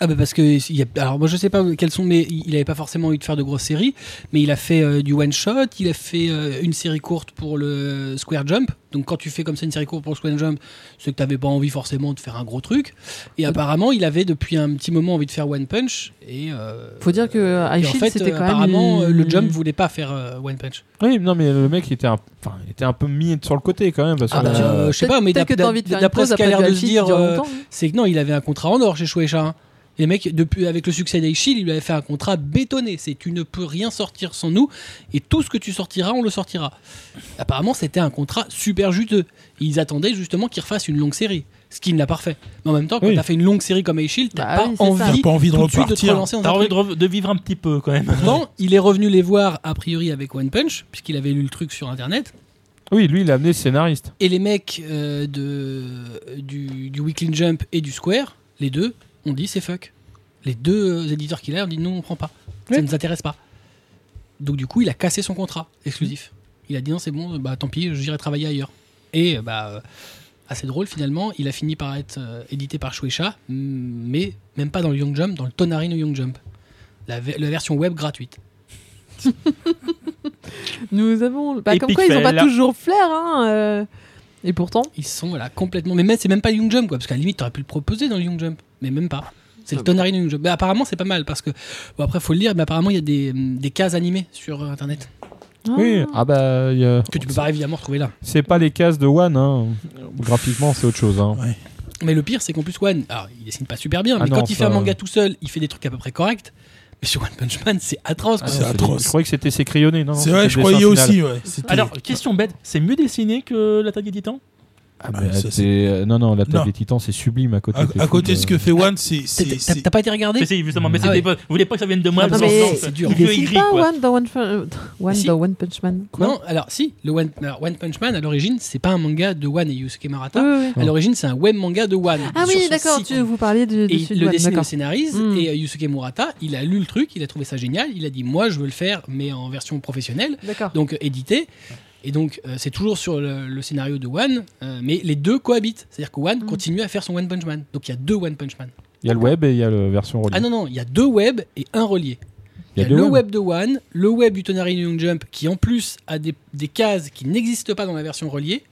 Speaker 4: Ah bah parce que il y a- alors moi je sais pas quels sont mais il avait pas forcément eu de faire de grosses séries, mais il a fait euh, du one shot, il a fait euh, une série courte pour le Square Jump. Donc quand tu fais comme ça une série courte pour le Square Jump, c'est que t'avais pas envie forcément de faire un gros truc.
Speaker 1: Ah bah.
Speaker 4: Et apparemment il avait depuis un petit moment envie de faire One Punch et euh,
Speaker 1: Faut dire que
Speaker 4: et
Speaker 1: High
Speaker 4: en
Speaker 1: Shield,
Speaker 4: fait
Speaker 1: c'était
Speaker 4: euh,
Speaker 1: quand même.
Speaker 4: apparemment euh, le Jump voulait pas faire euh, One Punch.
Speaker 2: Oui, non, mais le mec il était un, enfin, il était un peu mis sur le côté quand même. Parce
Speaker 4: Ah
Speaker 2: que,
Speaker 4: bah,
Speaker 2: euh,
Speaker 4: je sais pas, mais
Speaker 1: Peut-être que
Speaker 4: d'ap-
Speaker 1: t'as envie de faire une
Speaker 4: d'après
Speaker 1: pause
Speaker 4: ce qu'a
Speaker 1: après
Speaker 4: l'air
Speaker 1: du
Speaker 4: de
Speaker 1: High
Speaker 4: se
Speaker 1: Shield
Speaker 4: dire,
Speaker 1: qui dure
Speaker 4: euh,
Speaker 1: longtemps. hein.
Speaker 4: c'est que non, il avait un contrat en or chez Shueisha. hein. Les mecs, depuis, avec le succès d'Aichil, il lui avait fait un contrat bétonné. C'est tu ne peux rien sortir sans nous et tout ce que tu sortiras, on le sortira. Apparemment, c'était un contrat super juteux. Ils attendaient justement qu'il refasse une longue série, ce qu'il n'a pas fait. Mais en même temps, quand
Speaker 2: Oui.
Speaker 4: t'as fait une longue série comme Aichil, t'as
Speaker 1: Bah
Speaker 4: pas
Speaker 1: oui, c'est ça.
Speaker 5: T'as
Speaker 4: envie,
Speaker 5: pas envie de
Speaker 4: tout de suite de te
Speaker 5: repartir.
Speaker 4: relancer dans
Speaker 3: hein. T'as
Speaker 4: un
Speaker 3: envie
Speaker 4: truc.
Speaker 3: de, rev- de vivre un petit peu quand même.
Speaker 4: Pourtant, il est revenu les voir a priori avec One Punch, puisqu'il avait lu le truc sur internet.
Speaker 2: Oui, lui il a amené le scénariste.
Speaker 4: Et les mecs euh, de, du, du Weekly Jump et du Square, les deux, ont dit c'est fuck. Les deux euh, éditeurs qu'il a ont dit non, on prend pas. Ça
Speaker 2: Ouais.
Speaker 4: ne nous intéresse pas. Donc du coup, il a cassé son contrat exclusif. Il a dit non, c'est bon, bah tant pis, j'irai travailler ailleurs. Et euh, bah euh, assez drôle finalement, il a fini par être euh, édité par Shueisha, mais même pas dans le Young Jump, dans le Tonarino Young Jump. La, ve- la version web gratuite.
Speaker 1: Nous avons. bah,
Speaker 3: Et
Speaker 1: comme quoi, ils ont
Speaker 3: Pixel.
Speaker 1: pas toujours flair. hein, euh, Et pourtant.
Speaker 4: Ils sont voilà, complètement. Mais même, c'est même pas le Young Jump, quoi, parce qu'à la limite, t'aurais pu le proposer dans le Young Jump, mais même pas. C'est le Tonarino Young Jump. Mais apparemment, c'est pas mal, parce que. Bon, après, faut le lire, mais apparemment, il y a des, hum, des cases animées sur euh, Internet,
Speaker 2: Oui, ah bah, il y a-
Speaker 4: que tu peux pas évidemment retrouver là.
Speaker 2: c'est pas les cases de One. hein. Graphiquement, c'est autre chose. hein.
Speaker 5: Ouais.
Speaker 4: Mais le pire, c'est qu'en plus, One, alors, il dessine pas super bien,
Speaker 2: Ah
Speaker 4: mais
Speaker 2: non,
Speaker 4: quand il fait
Speaker 2: ça-
Speaker 4: un manga tout seul, il fait des trucs à peu près corrects. Mais sur One Punch Man, c'est atroce,
Speaker 2: Ah,
Speaker 4: quoi.
Speaker 5: c'est
Speaker 2: non,
Speaker 5: atroce.
Speaker 2: des- Je croyais que c'était ses crayonnés. Non, non,
Speaker 5: C'est vrai,
Speaker 2: le
Speaker 5: je
Speaker 2: dessin
Speaker 5: croyais
Speaker 2: final.
Speaker 5: aussi. Ouais. C'était-
Speaker 3: Alors, question bête, c'est mieux dessiné que l'attaque des titans
Speaker 2: Ah,
Speaker 5: Ah,
Speaker 2: bah,
Speaker 5: ça,
Speaker 2: t'es-
Speaker 5: c'est-
Speaker 2: euh, Non, non, la table
Speaker 5: Non.
Speaker 2: des titans, c'est sublime à côté.
Speaker 5: à,
Speaker 2: t'es
Speaker 5: à
Speaker 2: fou,
Speaker 5: côté de ce
Speaker 2: euh.
Speaker 5: que fait One, c'est.
Speaker 4: T'as-
Speaker 5: c'est-
Speaker 4: T'as
Speaker 5: c'est-
Speaker 4: t'as pas été regardé
Speaker 3: Si, si, justement, mais
Speaker 4: Ah
Speaker 3: c'était
Speaker 4: ouais.
Speaker 3: pas- vous voulez pas que ça vienne de moi,
Speaker 4: Ah,
Speaker 3: le
Speaker 4: non, mais-
Speaker 3: sens-
Speaker 4: c'est dur.
Speaker 1: Il
Speaker 4: Il
Speaker 3: vieux et
Speaker 1: dessine
Speaker 3: gris,
Speaker 1: pas
Speaker 3: quoi.
Speaker 1: One, dans One, Fun- euh, One
Speaker 4: Si.
Speaker 1: dans One Punch Man. Quoi
Speaker 4: Non, alors, si, le One, alors, One Punch Man, à l'origine, c'est pas un manga de One et Yusuke Marata.
Speaker 1: Oui, oui, oui.
Speaker 4: À l'origine, c'est un web manga de One.
Speaker 1: Ah
Speaker 4: sur
Speaker 1: oui,
Speaker 4: son
Speaker 1: d'accord,
Speaker 4: site.
Speaker 1: tu- vous parliez du, du
Speaker 4: Et
Speaker 1: sud
Speaker 4: le
Speaker 1: One,
Speaker 4: dessine le
Speaker 1: d'accord.
Speaker 4: scénarise
Speaker 1: Mm.
Speaker 4: et euh, Yusuke Murata, il a lu le truc, il a trouvé ça génial, il a dit moi je veux le faire mais en version professionnelle,
Speaker 1: D'accord.
Speaker 4: donc euh, édité. Et donc euh, c'est toujours sur le, le scénario de One, euh, mais les deux cohabitent, c'est-à-dire que One
Speaker 1: Mm.
Speaker 4: continue à faire son One Punch Man. Donc il y a deux One Punch Man.
Speaker 2: Il y a le web et il y a la version reliée.
Speaker 4: Ah non non, il y a deux web et un relié. Il y a,
Speaker 2: deux
Speaker 4: le
Speaker 2: webs.
Speaker 4: web de One, le web du Tonari Young Jump qui en plus a des, des cases qui n'existent pas dans la version reliée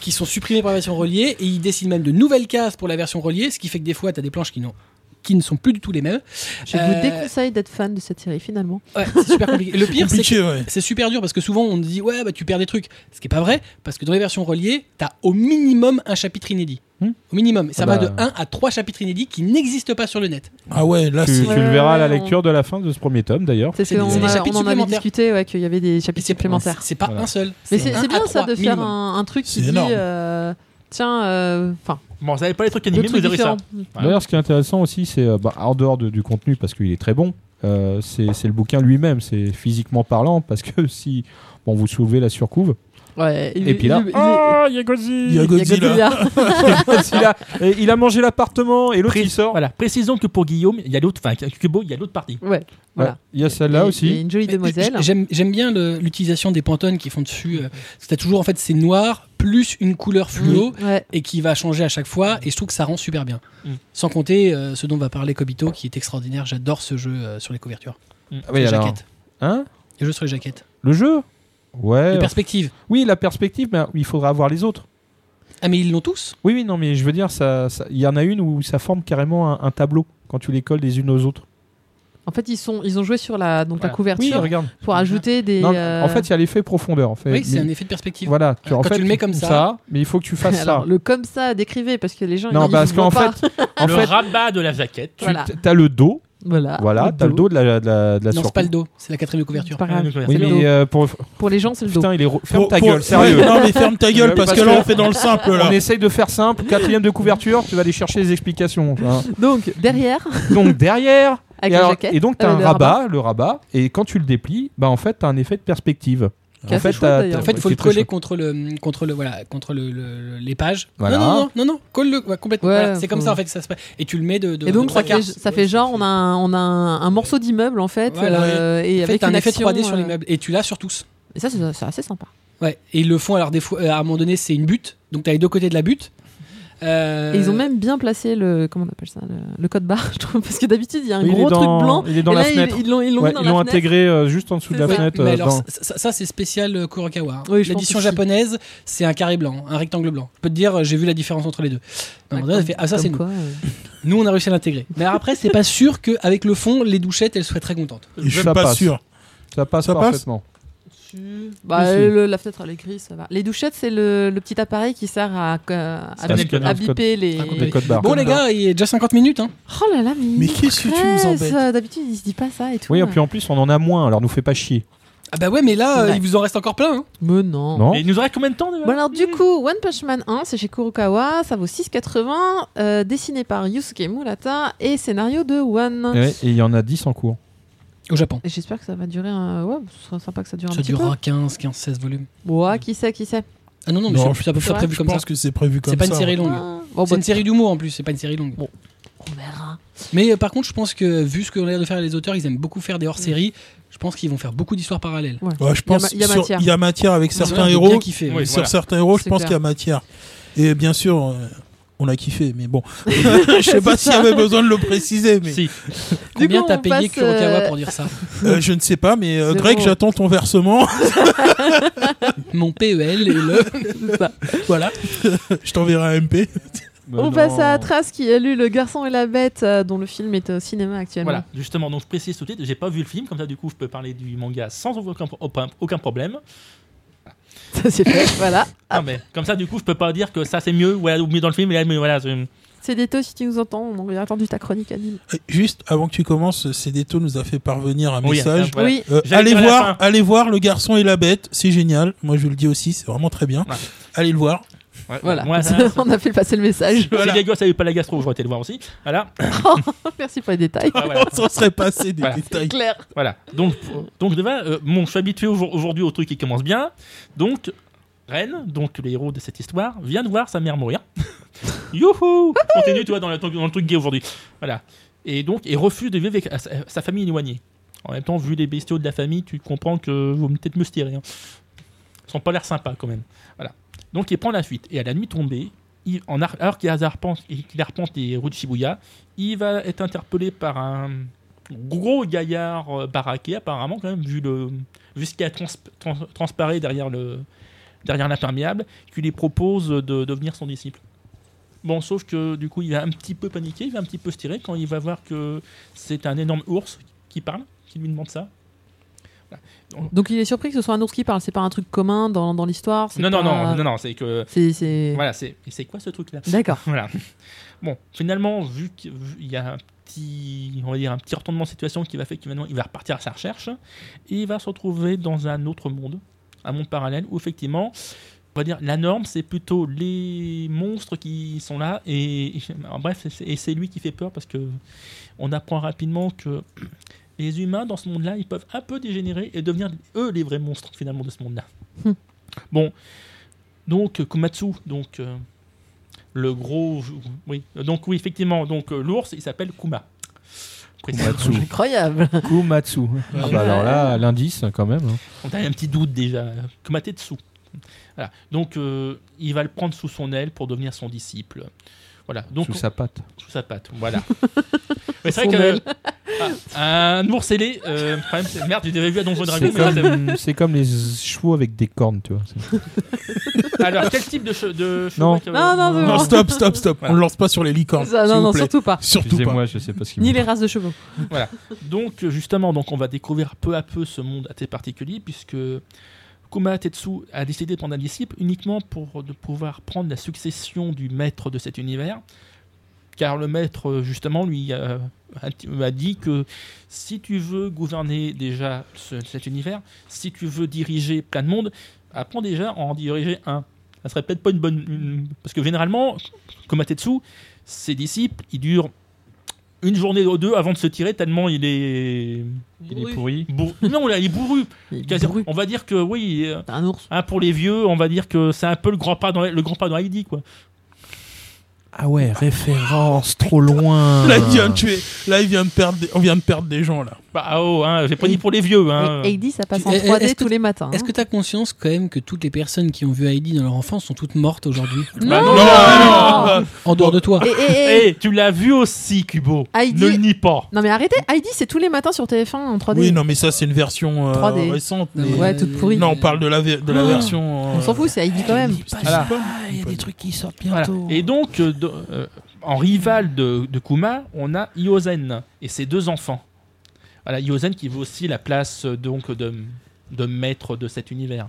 Speaker 4: qui sont supprimées par la version reliée et il décide même de nouvelles cases pour la version reliée, ce qui fait que des fois tu as des planches qui, n'ont- qui ne sont plus du tout les mêmes.
Speaker 1: Je
Speaker 4: Euh,
Speaker 1: vous déconseille d'être fan de cette série finalement.
Speaker 4: Ouais, c'est super compliqué. Le pire, c'est que
Speaker 5: compliqué, ouais.
Speaker 4: c'est super dur parce que souvent on dit ouais bah tu perds des trucs, ce qui est pas vrai parce que dans les versions reliées, t'as au minimum un chapitre inédit.
Speaker 2: Hmm.
Speaker 4: Au minimum, ça
Speaker 2: Ah
Speaker 4: va
Speaker 2: bah.
Speaker 4: de 1 à 3 chapitres inédits qui n'existent pas sur le net.
Speaker 5: Ah ouais, là,
Speaker 2: Tu,
Speaker 5: c'est.
Speaker 2: tu le verras à la
Speaker 1: Ouais,
Speaker 2: lecture de la fin de ce premier tome d'ailleurs.
Speaker 1: C'est ce
Speaker 4: des-
Speaker 1: qu'on
Speaker 4: c'est des
Speaker 1: a-
Speaker 4: chapitres
Speaker 1: on en avait
Speaker 4: supplémentaires.
Speaker 1: discuté, ouais, qu'il y avait des chapitres
Speaker 4: c'est-
Speaker 1: supplémentaires.
Speaker 4: C'est pas
Speaker 2: Voilà.
Speaker 4: un seul.
Speaker 1: Mais c'est
Speaker 4: un
Speaker 1: c'est
Speaker 4: à
Speaker 1: bien ça
Speaker 4: trois
Speaker 1: de faire
Speaker 4: minimum.
Speaker 1: un, un truc qui
Speaker 5: C'est
Speaker 1: dit.
Speaker 5: énorme.
Speaker 1: euh, tiens, euh, enfin,
Speaker 3: Bon, vous avez pas les trucs animés,
Speaker 1: deux
Speaker 3: vous
Speaker 1: trucs
Speaker 3: avez ça.
Speaker 1: différents.
Speaker 3: Voilà.
Speaker 2: D'ailleurs, ce qui est intéressant aussi, c'est euh, bah, en dehors de- du contenu, parce qu'il est très bon, euh, c'est c'est le bouquin lui-même, c'est physiquement parlant, parce que si bon, vous soulevez la surcouve,
Speaker 1: Ouais,
Speaker 2: et puis là,
Speaker 1: il- il-
Speaker 2: Ah, il y a Godzilla
Speaker 5: Il y a
Speaker 1: il y a
Speaker 5: Godzilla.
Speaker 1: Godzilla.
Speaker 2: Godzilla. Et il a mangé l'appartement, et l'autre
Speaker 3: Pré-
Speaker 2: il sort.
Speaker 3: Voilà, précisons que pour Guillaume, il y a l'autre, enfin, Cubo, il y a l'autre partie.
Speaker 1: Ouais, voilà.
Speaker 2: Ouais, Il y a celle-là
Speaker 1: Et-
Speaker 2: aussi.
Speaker 1: et une jolie
Speaker 4: Mais
Speaker 1: demoiselle.
Speaker 4: j- J'aime j'aime bien le- l'utilisation des pantones qui font dessus. euh, parce que t'as toujours en fait c'est noir plus une couleur fluo
Speaker 1: Ouais.
Speaker 4: et qui va changer à chaque fois et je trouve que ça rend super bien.
Speaker 3: Mm.
Speaker 4: Sans compter euh, ce dont va parler Kobito qui est extraordinaire. J'adore ce jeu euh, sur les couvertures,
Speaker 2: Ah oui,
Speaker 4: les
Speaker 2: alors.
Speaker 4: jaquettes.
Speaker 2: Hein
Speaker 4: Les jeux sur les jaquettes.
Speaker 2: Le jeu Ouais.
Speaker 4: Les perspectives.
Speaker 2: Oui, la perspective, mais il faudra avoir les autres.
Speaker 4: Ah, mais ils l'ont tous
Speaker 2: Oui, oui, non, mais je veux dire, ça, ça- il y en a une où ça forme carrément un, un tableau quand tu les colles les unes aux autres.
Speaker 1: En fait, ils, sont, ils ont joué sur la, donc, la
Speaker 3: Voilà.
Speaker 2: Oui,
Speaker 1: couverture
Speaker 2: regarde.
Speaker 1: pour ajouter des.
Speaker 2: Non,
Speaker 1: euh,
Speaker 2: En fait, il y a l'effet profondeur. En fait.
Speaker 4: Oui, c'est
Speaker 2: Mais-
Speaker 4: un effet de perspective.
Speaker 2: Voilà,
Speaker 1: Ah,
Speaker 2: tu, en
Speaker 4: Quand
Speaker 2: fait,
Speaker 4: tu le mets comme ça-
Speaker 2: mais il faut que tu fasses
Speaker 1: alors,
Speaker 2: ça.
Speaker 1: le comme ça, décrivez, parce que les gens.
Speaker 2: Non,
Speaker 1: ils
Speaker 2: parce
Speaker 1: voient
Speaker 2: qu'en
Speaker 1: pas.
Speaker 2: fait,
Speaker 4: Ah,
Speaker 2: en
Speaker 3: le
Speaker 2: fait,
Speaker 3: rabat de la jaquette.
Speaker 2: tu
Speaker 1: Voilà. Ah,
Speaker 2: as le dos,
Speaker 1: Voilà.
Speaker 2: voilà, t'as le dos de la, de la, de la
Speaker 4: non,
Speaker 2: surcoupe.
Speaker 4: c'est pas le dos, c'est la quatrième
Speaker 1: C'est
Speaker 4: couverture.
Speaker 1: pas grave.
Speaker 3: Oui, mais
Speaker 1: C'est
Speaker 2: Oui,
Speaker 1: le
Speaker 2: mais
Speaker 1: dos.
Speaker 2: euh, pour...
Speaker 1: Pour les gens, c'est le dos.
Speaker 2: putain, il est re- ferme
Speaker 5: Pour-
Speaker 2: ta
Speaker 5: pour-
Speaker 2: gueule, sérieux.
Speaker 5: Ouais, non, mais ferme ta gueule
Speaker 2: Ouais,
Speaker 5: parce,
Speaker 2: parce
Speaker 5: que là,
Speaker 2: que-
Speaker 5: on fait dans le simple là.
Speaker 2: On essaye de faire simple, quatrième de couverture, tu vas aller chercher les explications. hein.
Speaker 1: Donc, derrière,
Speaker 2: Donc derrière,
Speaker 1: avec
Speaker 2: et,
Speaker 1: la
Speaker 2: alors-
Speaker 1: jaquette.
Speaker 2: et donc tu as
Speaker 1: euh,
Speaker 2: un
Speaker 1: le
Speaker 2: rabat, le rabat, et quand tu le déplies, bah en fait tu as un effet de perspective.
Speaker 1: Qui est
Speaker 2: en fait,
Speaker 1: assez chouette,
Speaker 2: t'as-
Speaker 1: d'ailleurs.
Speaker 4: En fait, il faut
Speaker 2: C'est
Speaker 4: le
Speaker 2: très
Speaker 4: coller
Speaker 2: chouette.
Speaker 4: contre le, contre le, voilà, contre le, le- le- les pages.
Speaker 2: Voilà.
Speaker 4: Non, non, non, non, non, colle-le ouais, complètement.
Speaker 1: Ouais,
Speaker 4: voilà, c'est comme
Speaker 1: faut-
Speaker 4: ça en fait que ça se passe. Et tu le mets de. de
Speaker 1: Et donc,
Speaker 4: trois
Speaker 1: ça fait,
Speaker 4: quarts.
Speaker 1: ça fait genre, on a un, on a un, un morceau d'immeuble en fait.
Speaker 4: Voilà.
Speaker 1: euh, et
Speaker 4: En fait,
Speaker 1: avec
Speaker 4: t'as un
Speaker 1: une
Speaker 4: effet
Speaker 1: action,
Speaker 4: 3D sur
Speaker 1: euh,
Speaker 4: l'immeuble. Et tu l'as sur tous.
Speaker 1: Et ça, c'est c'est assez sympa.
Speaker 4: Ouais. Et ils le font alors des fois. euh, À un moment donné, c'est une butte. Donc, t'as les deux côtés de la butte. Euh,
Speaker 1: Et ils ont même bien placé le, comment on appelle ça, le, le code barre, je trouve, parce que d'habitude, il y a un
Speaker 2: Il est
Speaker 1: gros
Speaker 2: dans-
Speaker 1: truc blanc.
Speaker 2: il est dans
Speaker 1: et
Speaker 2: la
Speaker 1: là, ils-
Speaker 2: fenêtre.
Speaker 1: Ils l'ont ils l'ont
Speaker 2: Ouais,
Speaker 1: mis dans
Speaker 2: ils
Speaker 1: la
Speaker 2: l'ont
Speaker 1: fenêtre.
Speaker 2: intégré euh, juste en dessous de la
Speaker 1: C'est ça.
Speaker 2: fenêtre.
Speaker 4: Mais
Speaker 2: euh,
Speaker 4: alors,
Speaker 5: ben.
Speaker 2: dans-
Speaker 4: ça, ça- ça, c'est spécial euh, Kurokawa. hein.
Speaker 1: Oui, je pense
Speaker 4: L'édition
Speaker 1: aussi.
Speaker 4: japonaise, c'est un carré blanc, un rectangle blanc. Je peux te dire, euh, j'ai vu la différence entre les deux. À un moment donné, elle fait, ah, ça, c'est
Speaker 1: Comme
Speaker 4: nous.
Speaker 1: quoi, euh,
Speaker 4: Nous, on a réussi à l'intégrer. Mais après, c'est pas sûr qu'avec le fond, les douchettes, elles soient très contentes.
Speaker 5: Je suis
Speaker 2: Ça
Speaker 5: pas
Speaker 2: passe.
Speaker 5: sûr.
Speaker 2: Ça passe
Speaker 5: Ça passe
Speaker 2: parfaitement.
Speaker 1: Bah,
Speaker 5: Ici.
Speaker 1: le- la fenêtre, elle est grise, ça va. Les douchettes, c'est le, le petit appareil qui sert à, à,
Speaker 3: Scanner le code
Speaker 1: à
Speaker 2: barre.
Speaker 1: biper les.
Speaker 4: Ah, complètement.
Speaker 2: Les codes barres.
Speaker 4: Bon, les gars, il est déjà 50 minutes. Hein.
Speaker 1: Oh là là, mais.
Speaker 5: Mais qu'est-ce que tu nous
Speaker 1: presse,
Speaker 5: embêtes
Speaker 1: euh, D'habitude, il se dit pas ça et tout.
Speaker 2: Oui, et puis en plus on en a moins, alors nous fais pas chier.
Speaker 4: Ah bah ouais, mais là, euh,
Speaker 1: Ouais.
Speaker 4: il vous en reste encore plein. hein.
Speaker 1: Mais non.
Speaker 2: Non
Speaker 3: Et il nous aurait combien de temps déjà
Speaker 1: Bon alors du coup, One Punch Man 1, c'est chez Kurokawa, ça vaut 6,80, euh, dessiné par Yusuke Murata et scénario de One.
Speaker 2: Ouais, Et il y en a 10 en cours.
Speaker 4: Au Japon.
Speaker 1: Et J'espère que ça va durer un... Ouais, ce serait sympa que ça dure un
Speaker 4: Ça
Speaker 1: petit
Speaker 4: durera 15, 15, 16 volumes.
Speaker 1: peu. Ouais, qui sait, qui sait.
Speaker 4: Ah non, non, mais
Speaker 5: Non,
Speaker 4: c'est à peu
Speaker 1: je-
Speaker 4: près
Speaker 1: ouais,
Speaker 4: prévu
Speaker 5: Je
Speaker 4: comme ça.
Speaker 5: pense que c'est prévu comme ça.
Speaker 4: C'est pas une série longue.
Speaker 1: Ah, bon,
Speaker 4: C'est
Speaker 1: bah,
Speaker 4: une Oh, série d'humour en plus, c'est pas une série longue.
Speaker 1: Bon. on verra.
Speaker 4: Mais euh, par contre, je pense que vu ce que l'air de faire les auteurs, ils aiment beaucoup faire des hors-séries. Je pense qu'ils vont faire beaucoup d'histoires parallèles.
Speaker 5: Ouais, je
Speaker 1: Il y a
Speaker 5: pense
Speaker 1: ma- il y a
Speaker 5: sur-
Speaker 1: matière.
Speaker 5: il y a matière avec certains
Speaker 4: J'ai
Speaker 5: héros.
Speaker 4: Bien kiffé.
Speaker 3: Oui.
Speaker 5: Sur
Speaker 3: voilà.
Speaker 5: certains héros, je
Speaker 1: C'est
Speaker 5: pense
Speaker 1: clair.
Speaker 5: qu'il y a matière. Et bien sûr, euh, on a kiffé, mais bon. je sais pas s'il y avait besoin de le préciser, mais
Speaker 3: Si.
Speaker 4: Combien
Speaker 1: coup,
Speaker 4: t'as
Speaker 1: on
Speaker 4: payé
Speaker 1: passe,
Speaker 4: Kurokawa
Speaker 1: euh,
Speaker 4: pour dire ça
Speaker 5: euh, je ne sais pas. Mais euh,
Speaker 1: Zéro.
Speaker 5: Greg, j'attends ton versement.
Speaker 4: Mon PEL et le.
Speaker 1: Bah,
Speaker 5: voilà, je t'enverrai un MP.
Speaker 3: Bah
Speaker 1: on passe à Trace qui a lu Le Garçon et la Bête, euh, dont le film est au cinéma actuellement.
Speaker 3: Voilà, justement, donc je précise tout de suite, j'ai pas vu le film, comme ça du coup je peux parler du manga sans aucun, aucun- aucun problème.
Speaker 1: Ça c'est fait, voilà.
Speaker 3: Non, mais comme ça du coup je peux pas dire que ça c'est mieux, voilà, ou mieux dans le film, et là, mais voilà. c'est-
Speaker 1: CDTO, si tu nous entends, on a attendu ta chronique anime.
Speaker 5: Euh, Juste avant que tu commences, Cédéto nous a fait parvenir un
Speaker 3: Oui,
Speaker 5: message.
Speaker 3: voilà.
Speaker 1: Oui,
Speaker 5: Euh,
Speaker 3: J'allais
Speaker 5: allez
Speaker 3: dire à la
Speaker 5: voir, allez voir le garçon et la bête, c'est génial. Moi je le dis aussi, c'est vraiment très bien.
Speaker 3: Ouais.
Speaker 5: Allez le voir.
Speaker 3: Ouais,
Speaker 1: voilà.
Speaker 3: moi, ça-
Speaker 1: on a fait passer le message.
Speaker 5: Voilà.
Speaker 3: Si les gosses n'avaient pas la gastro, j'aurais été le voir aussi. Voilà.
Speaker 1: Merci pour les détails.
Speaker 3: Ah, voilà.
Speaker 5: On s'en serait passé des
Speaker 3: Voilà.
Speaker 5: détails.
Speaker 1: Claire.
Speaker 3: Voilà. Donc, pour- donc déjà, euh, bon, je suis habitué au- aujourd'hui au truc qui commence bien. Donc, Rennes, donc le héros de cette histoire, vient de voir sa mère mourir. Youhou Continue, tu vois, dans le, truc- dans le truc gay aujourd'hui. Voilà. Et donc, il refuse de vivre avec euh, sa, euh, sa famille éloignée. En même temps, vu les bestiaux de la famille, tu comprends que vaut peut-être mieux se tirer. hein. Ils sont pas l'air sympas quand même. Voilà. Donc, il prend la fuite. Et à la nuit tombée, il, en ar- alors qu'il arpente, qu'il arpente les rues de Shibuya, il va être interpellé par un, gros gaillard euh, baraqué apparemment quand même vu le vu ce qui a trans- trans- transparé derrière le derrière l'imperméable qui lui propose de devenir son disciple. Bon, sauf que du coup, il va un petit peu paniquer, il va un petit peu se tirer quand il va voir que c'est un énorme ours qui parle, qui lui demande ça.
Speaker 1: Donc il est surpris que ce soit un ours qui parle, c'est pas un truc commun dans, dans l'histoire. c'est
Speaker 3: Non, non,
Speaker 1: pas-
Speaker 3: non, non, non, c'est que
Speaker 1: C'est, c'est...
Speaker 3: voilà, c'est et c'est quoi ce truc là
Speaker 1: D'accord.
Speaker 3: Voilà. Bon, finalement, vu qu'il vu- il y a un petit, on va dire, un petit retournement de situation qui va faire qu'il maintenant, il va repartir à sa recherche et il va se retrouver dans un autre monde, un monde parallèle où effectivement, on va dire, la norme, c'est plutôt les monstres qui sont là et, en bref, c'est- c'est- et c'est lui qui fait peur parce que on apprend rapidement que les humains dans ce monde-là, ils peuvent un peu dégénérer et devenir eux les vrais monstres finalement de ce monde-là.
Speaker 1: Hmm.
Speaker 3: Bon, donc Komatsu, donc euh, le gros, oui, donc oui effectivement, donc euh, l'ours, il s'appelle Kuma.
Speaker 2: Komatsu.
Speaker 1: Incroyable.
Speaker 2: Kumatsu. Ah bah alors là, l'indice quand même. hein.
Speaker 3: On a un petit doute déjà. Kuma Tetsu. Voilà. Donc, euh, il va le prendre sous son aile pour devenir son disciple. Voilà. Donc,
Speaker 2: Sous sa patte.
Speaker 3: sous sa patte. Voilà. Mais c'est
Speaker 1: Son
Speaker 3: vrai que.
Speaker 1: aile.
Speaker 3: euh, Un ours ailé. euh, quand même, c'est- merde, j'ai déjà vu à Donjon Dragon.
Speaker 2: C'est
Speaker 3: Ah, mais je l'aime.
Speaker 2: comme, c'est comme les chevaux avec des cornes, tu vois. C'est-
Speaker 3: Alors, quel type de, che- de cheval
Speaker 2: Non.
Speaker 3: que-
Speaker 1: Non, non,
Speaker 5: Non, stop, stop, stop. On ne lance pas sur les licornes.
Speaker 1: Ça,
Speaker 5: s'il
Speaker 1: non,
Speaker 5: vous
Speaker 1: non,
Speaker 5: plaît.
Speaker 1: surtout pas.
Speaker 5: Surtout pas.
Speaker 2: Excusez-moi, je sais pas ce qu'il
Speaker 1: Ni
Speaker 2: me
Speaker 1: les races de chevaux.
Speaker 3: Donc euh, justement, donc on va découvrir peu à peu ce monde assez particulier puisque Kuma Tetsu a décidé de prendre un disciple uniquement pour de pouvoir prendre la succession du maître de cet univers, car le maître euh, justement lui euh, a, a dit que si tu veux gouverner déjà ce- cet univers, si tu veux diriger plein de monde, apprends déjà à en diriger un. Ça serait peut-être pas une bonne une- parce que généralement Kuma Tetsu, ses disciples, ils durent une journée ou deux avant de se tirer tellement il est
Speaker 2: Il est pourri.
Speaker 3: Bourru- Non, là, il est bourru.
Speaker 1: Il est
Speaker 3: Quasi-
Speaker 1: bourru.
Speaker 3: On va dire que oui, euh,
Speaker 1: T'as Un ours.
Speaker 3: hein, pour les vieux, on va dire que c'est un peu le grand pas dans la- le grand pas dans Heidi, quoi.
Speaker 2: Ah ouais, référence trop loin.
Speaker 5: Là, il vient de tuer. Là, il vient de perdre. des- On vient de perdre des gens là.
Speaker 3: Bah ah, oh, hein, j'ai pas dit pour les vieux, hein.
Speaker 1: Et Heidi, ça passe en
Speaker 4: Eh, eh,
Speaker 1: 3D
Speaker 4: est-ce
Speaker 1: tous
Speaker 4: que-
Speaker 1: les matins.
Speaker 4: Est-ce
Speaker 1: hein.
Speaker 4: que t'as conscience quand même que toutes les personnes qui ont vu Heidi dans leur enfance sont toutes mortes aujourd'hui Bah,
Speaker 1: Non,
Speaker 3: Bah, non,
Speaker 1: non,
Speaker 5: non.
Speaker 4: En dehors de toi
Speaker 1: Eh, eh, eh.
Speaker 3: Eh, tu l'as vu aussi, Kubo.
Speaker 1: Heidi-
Speaker 3: Ne le nie pas.
Speaker 1: Non mais arrêtez, Heidi c'est tous les matins sur TF1 en 3D.
Speaker 5: Oui, non, mais ça, c'est une version euh,
Speaker 1: 3D.
Speaker 5: récente.
Speaker 4: Non,
Speaker 5: mais-
Speaker 4: mais-
Speaker 1: Ouais, toute pourrie.
Speaker 5: Non, on parle de la, ver- de la
Speaker 1: Ah.
Speaker 5: version.
Speaker 1: On s'en fout, c'est Heidi quand même.
Speaker 3: Voilà.
Speaker 5: Il y a des trucs.
Speaker 3: Voilà. Et donc, euh, de- euh, en rival de, de Kuma, on a Iozen et ses deux enfants. Voilà, Iozen qui vaut aussi la place euh, donc de, de maître de cet univers.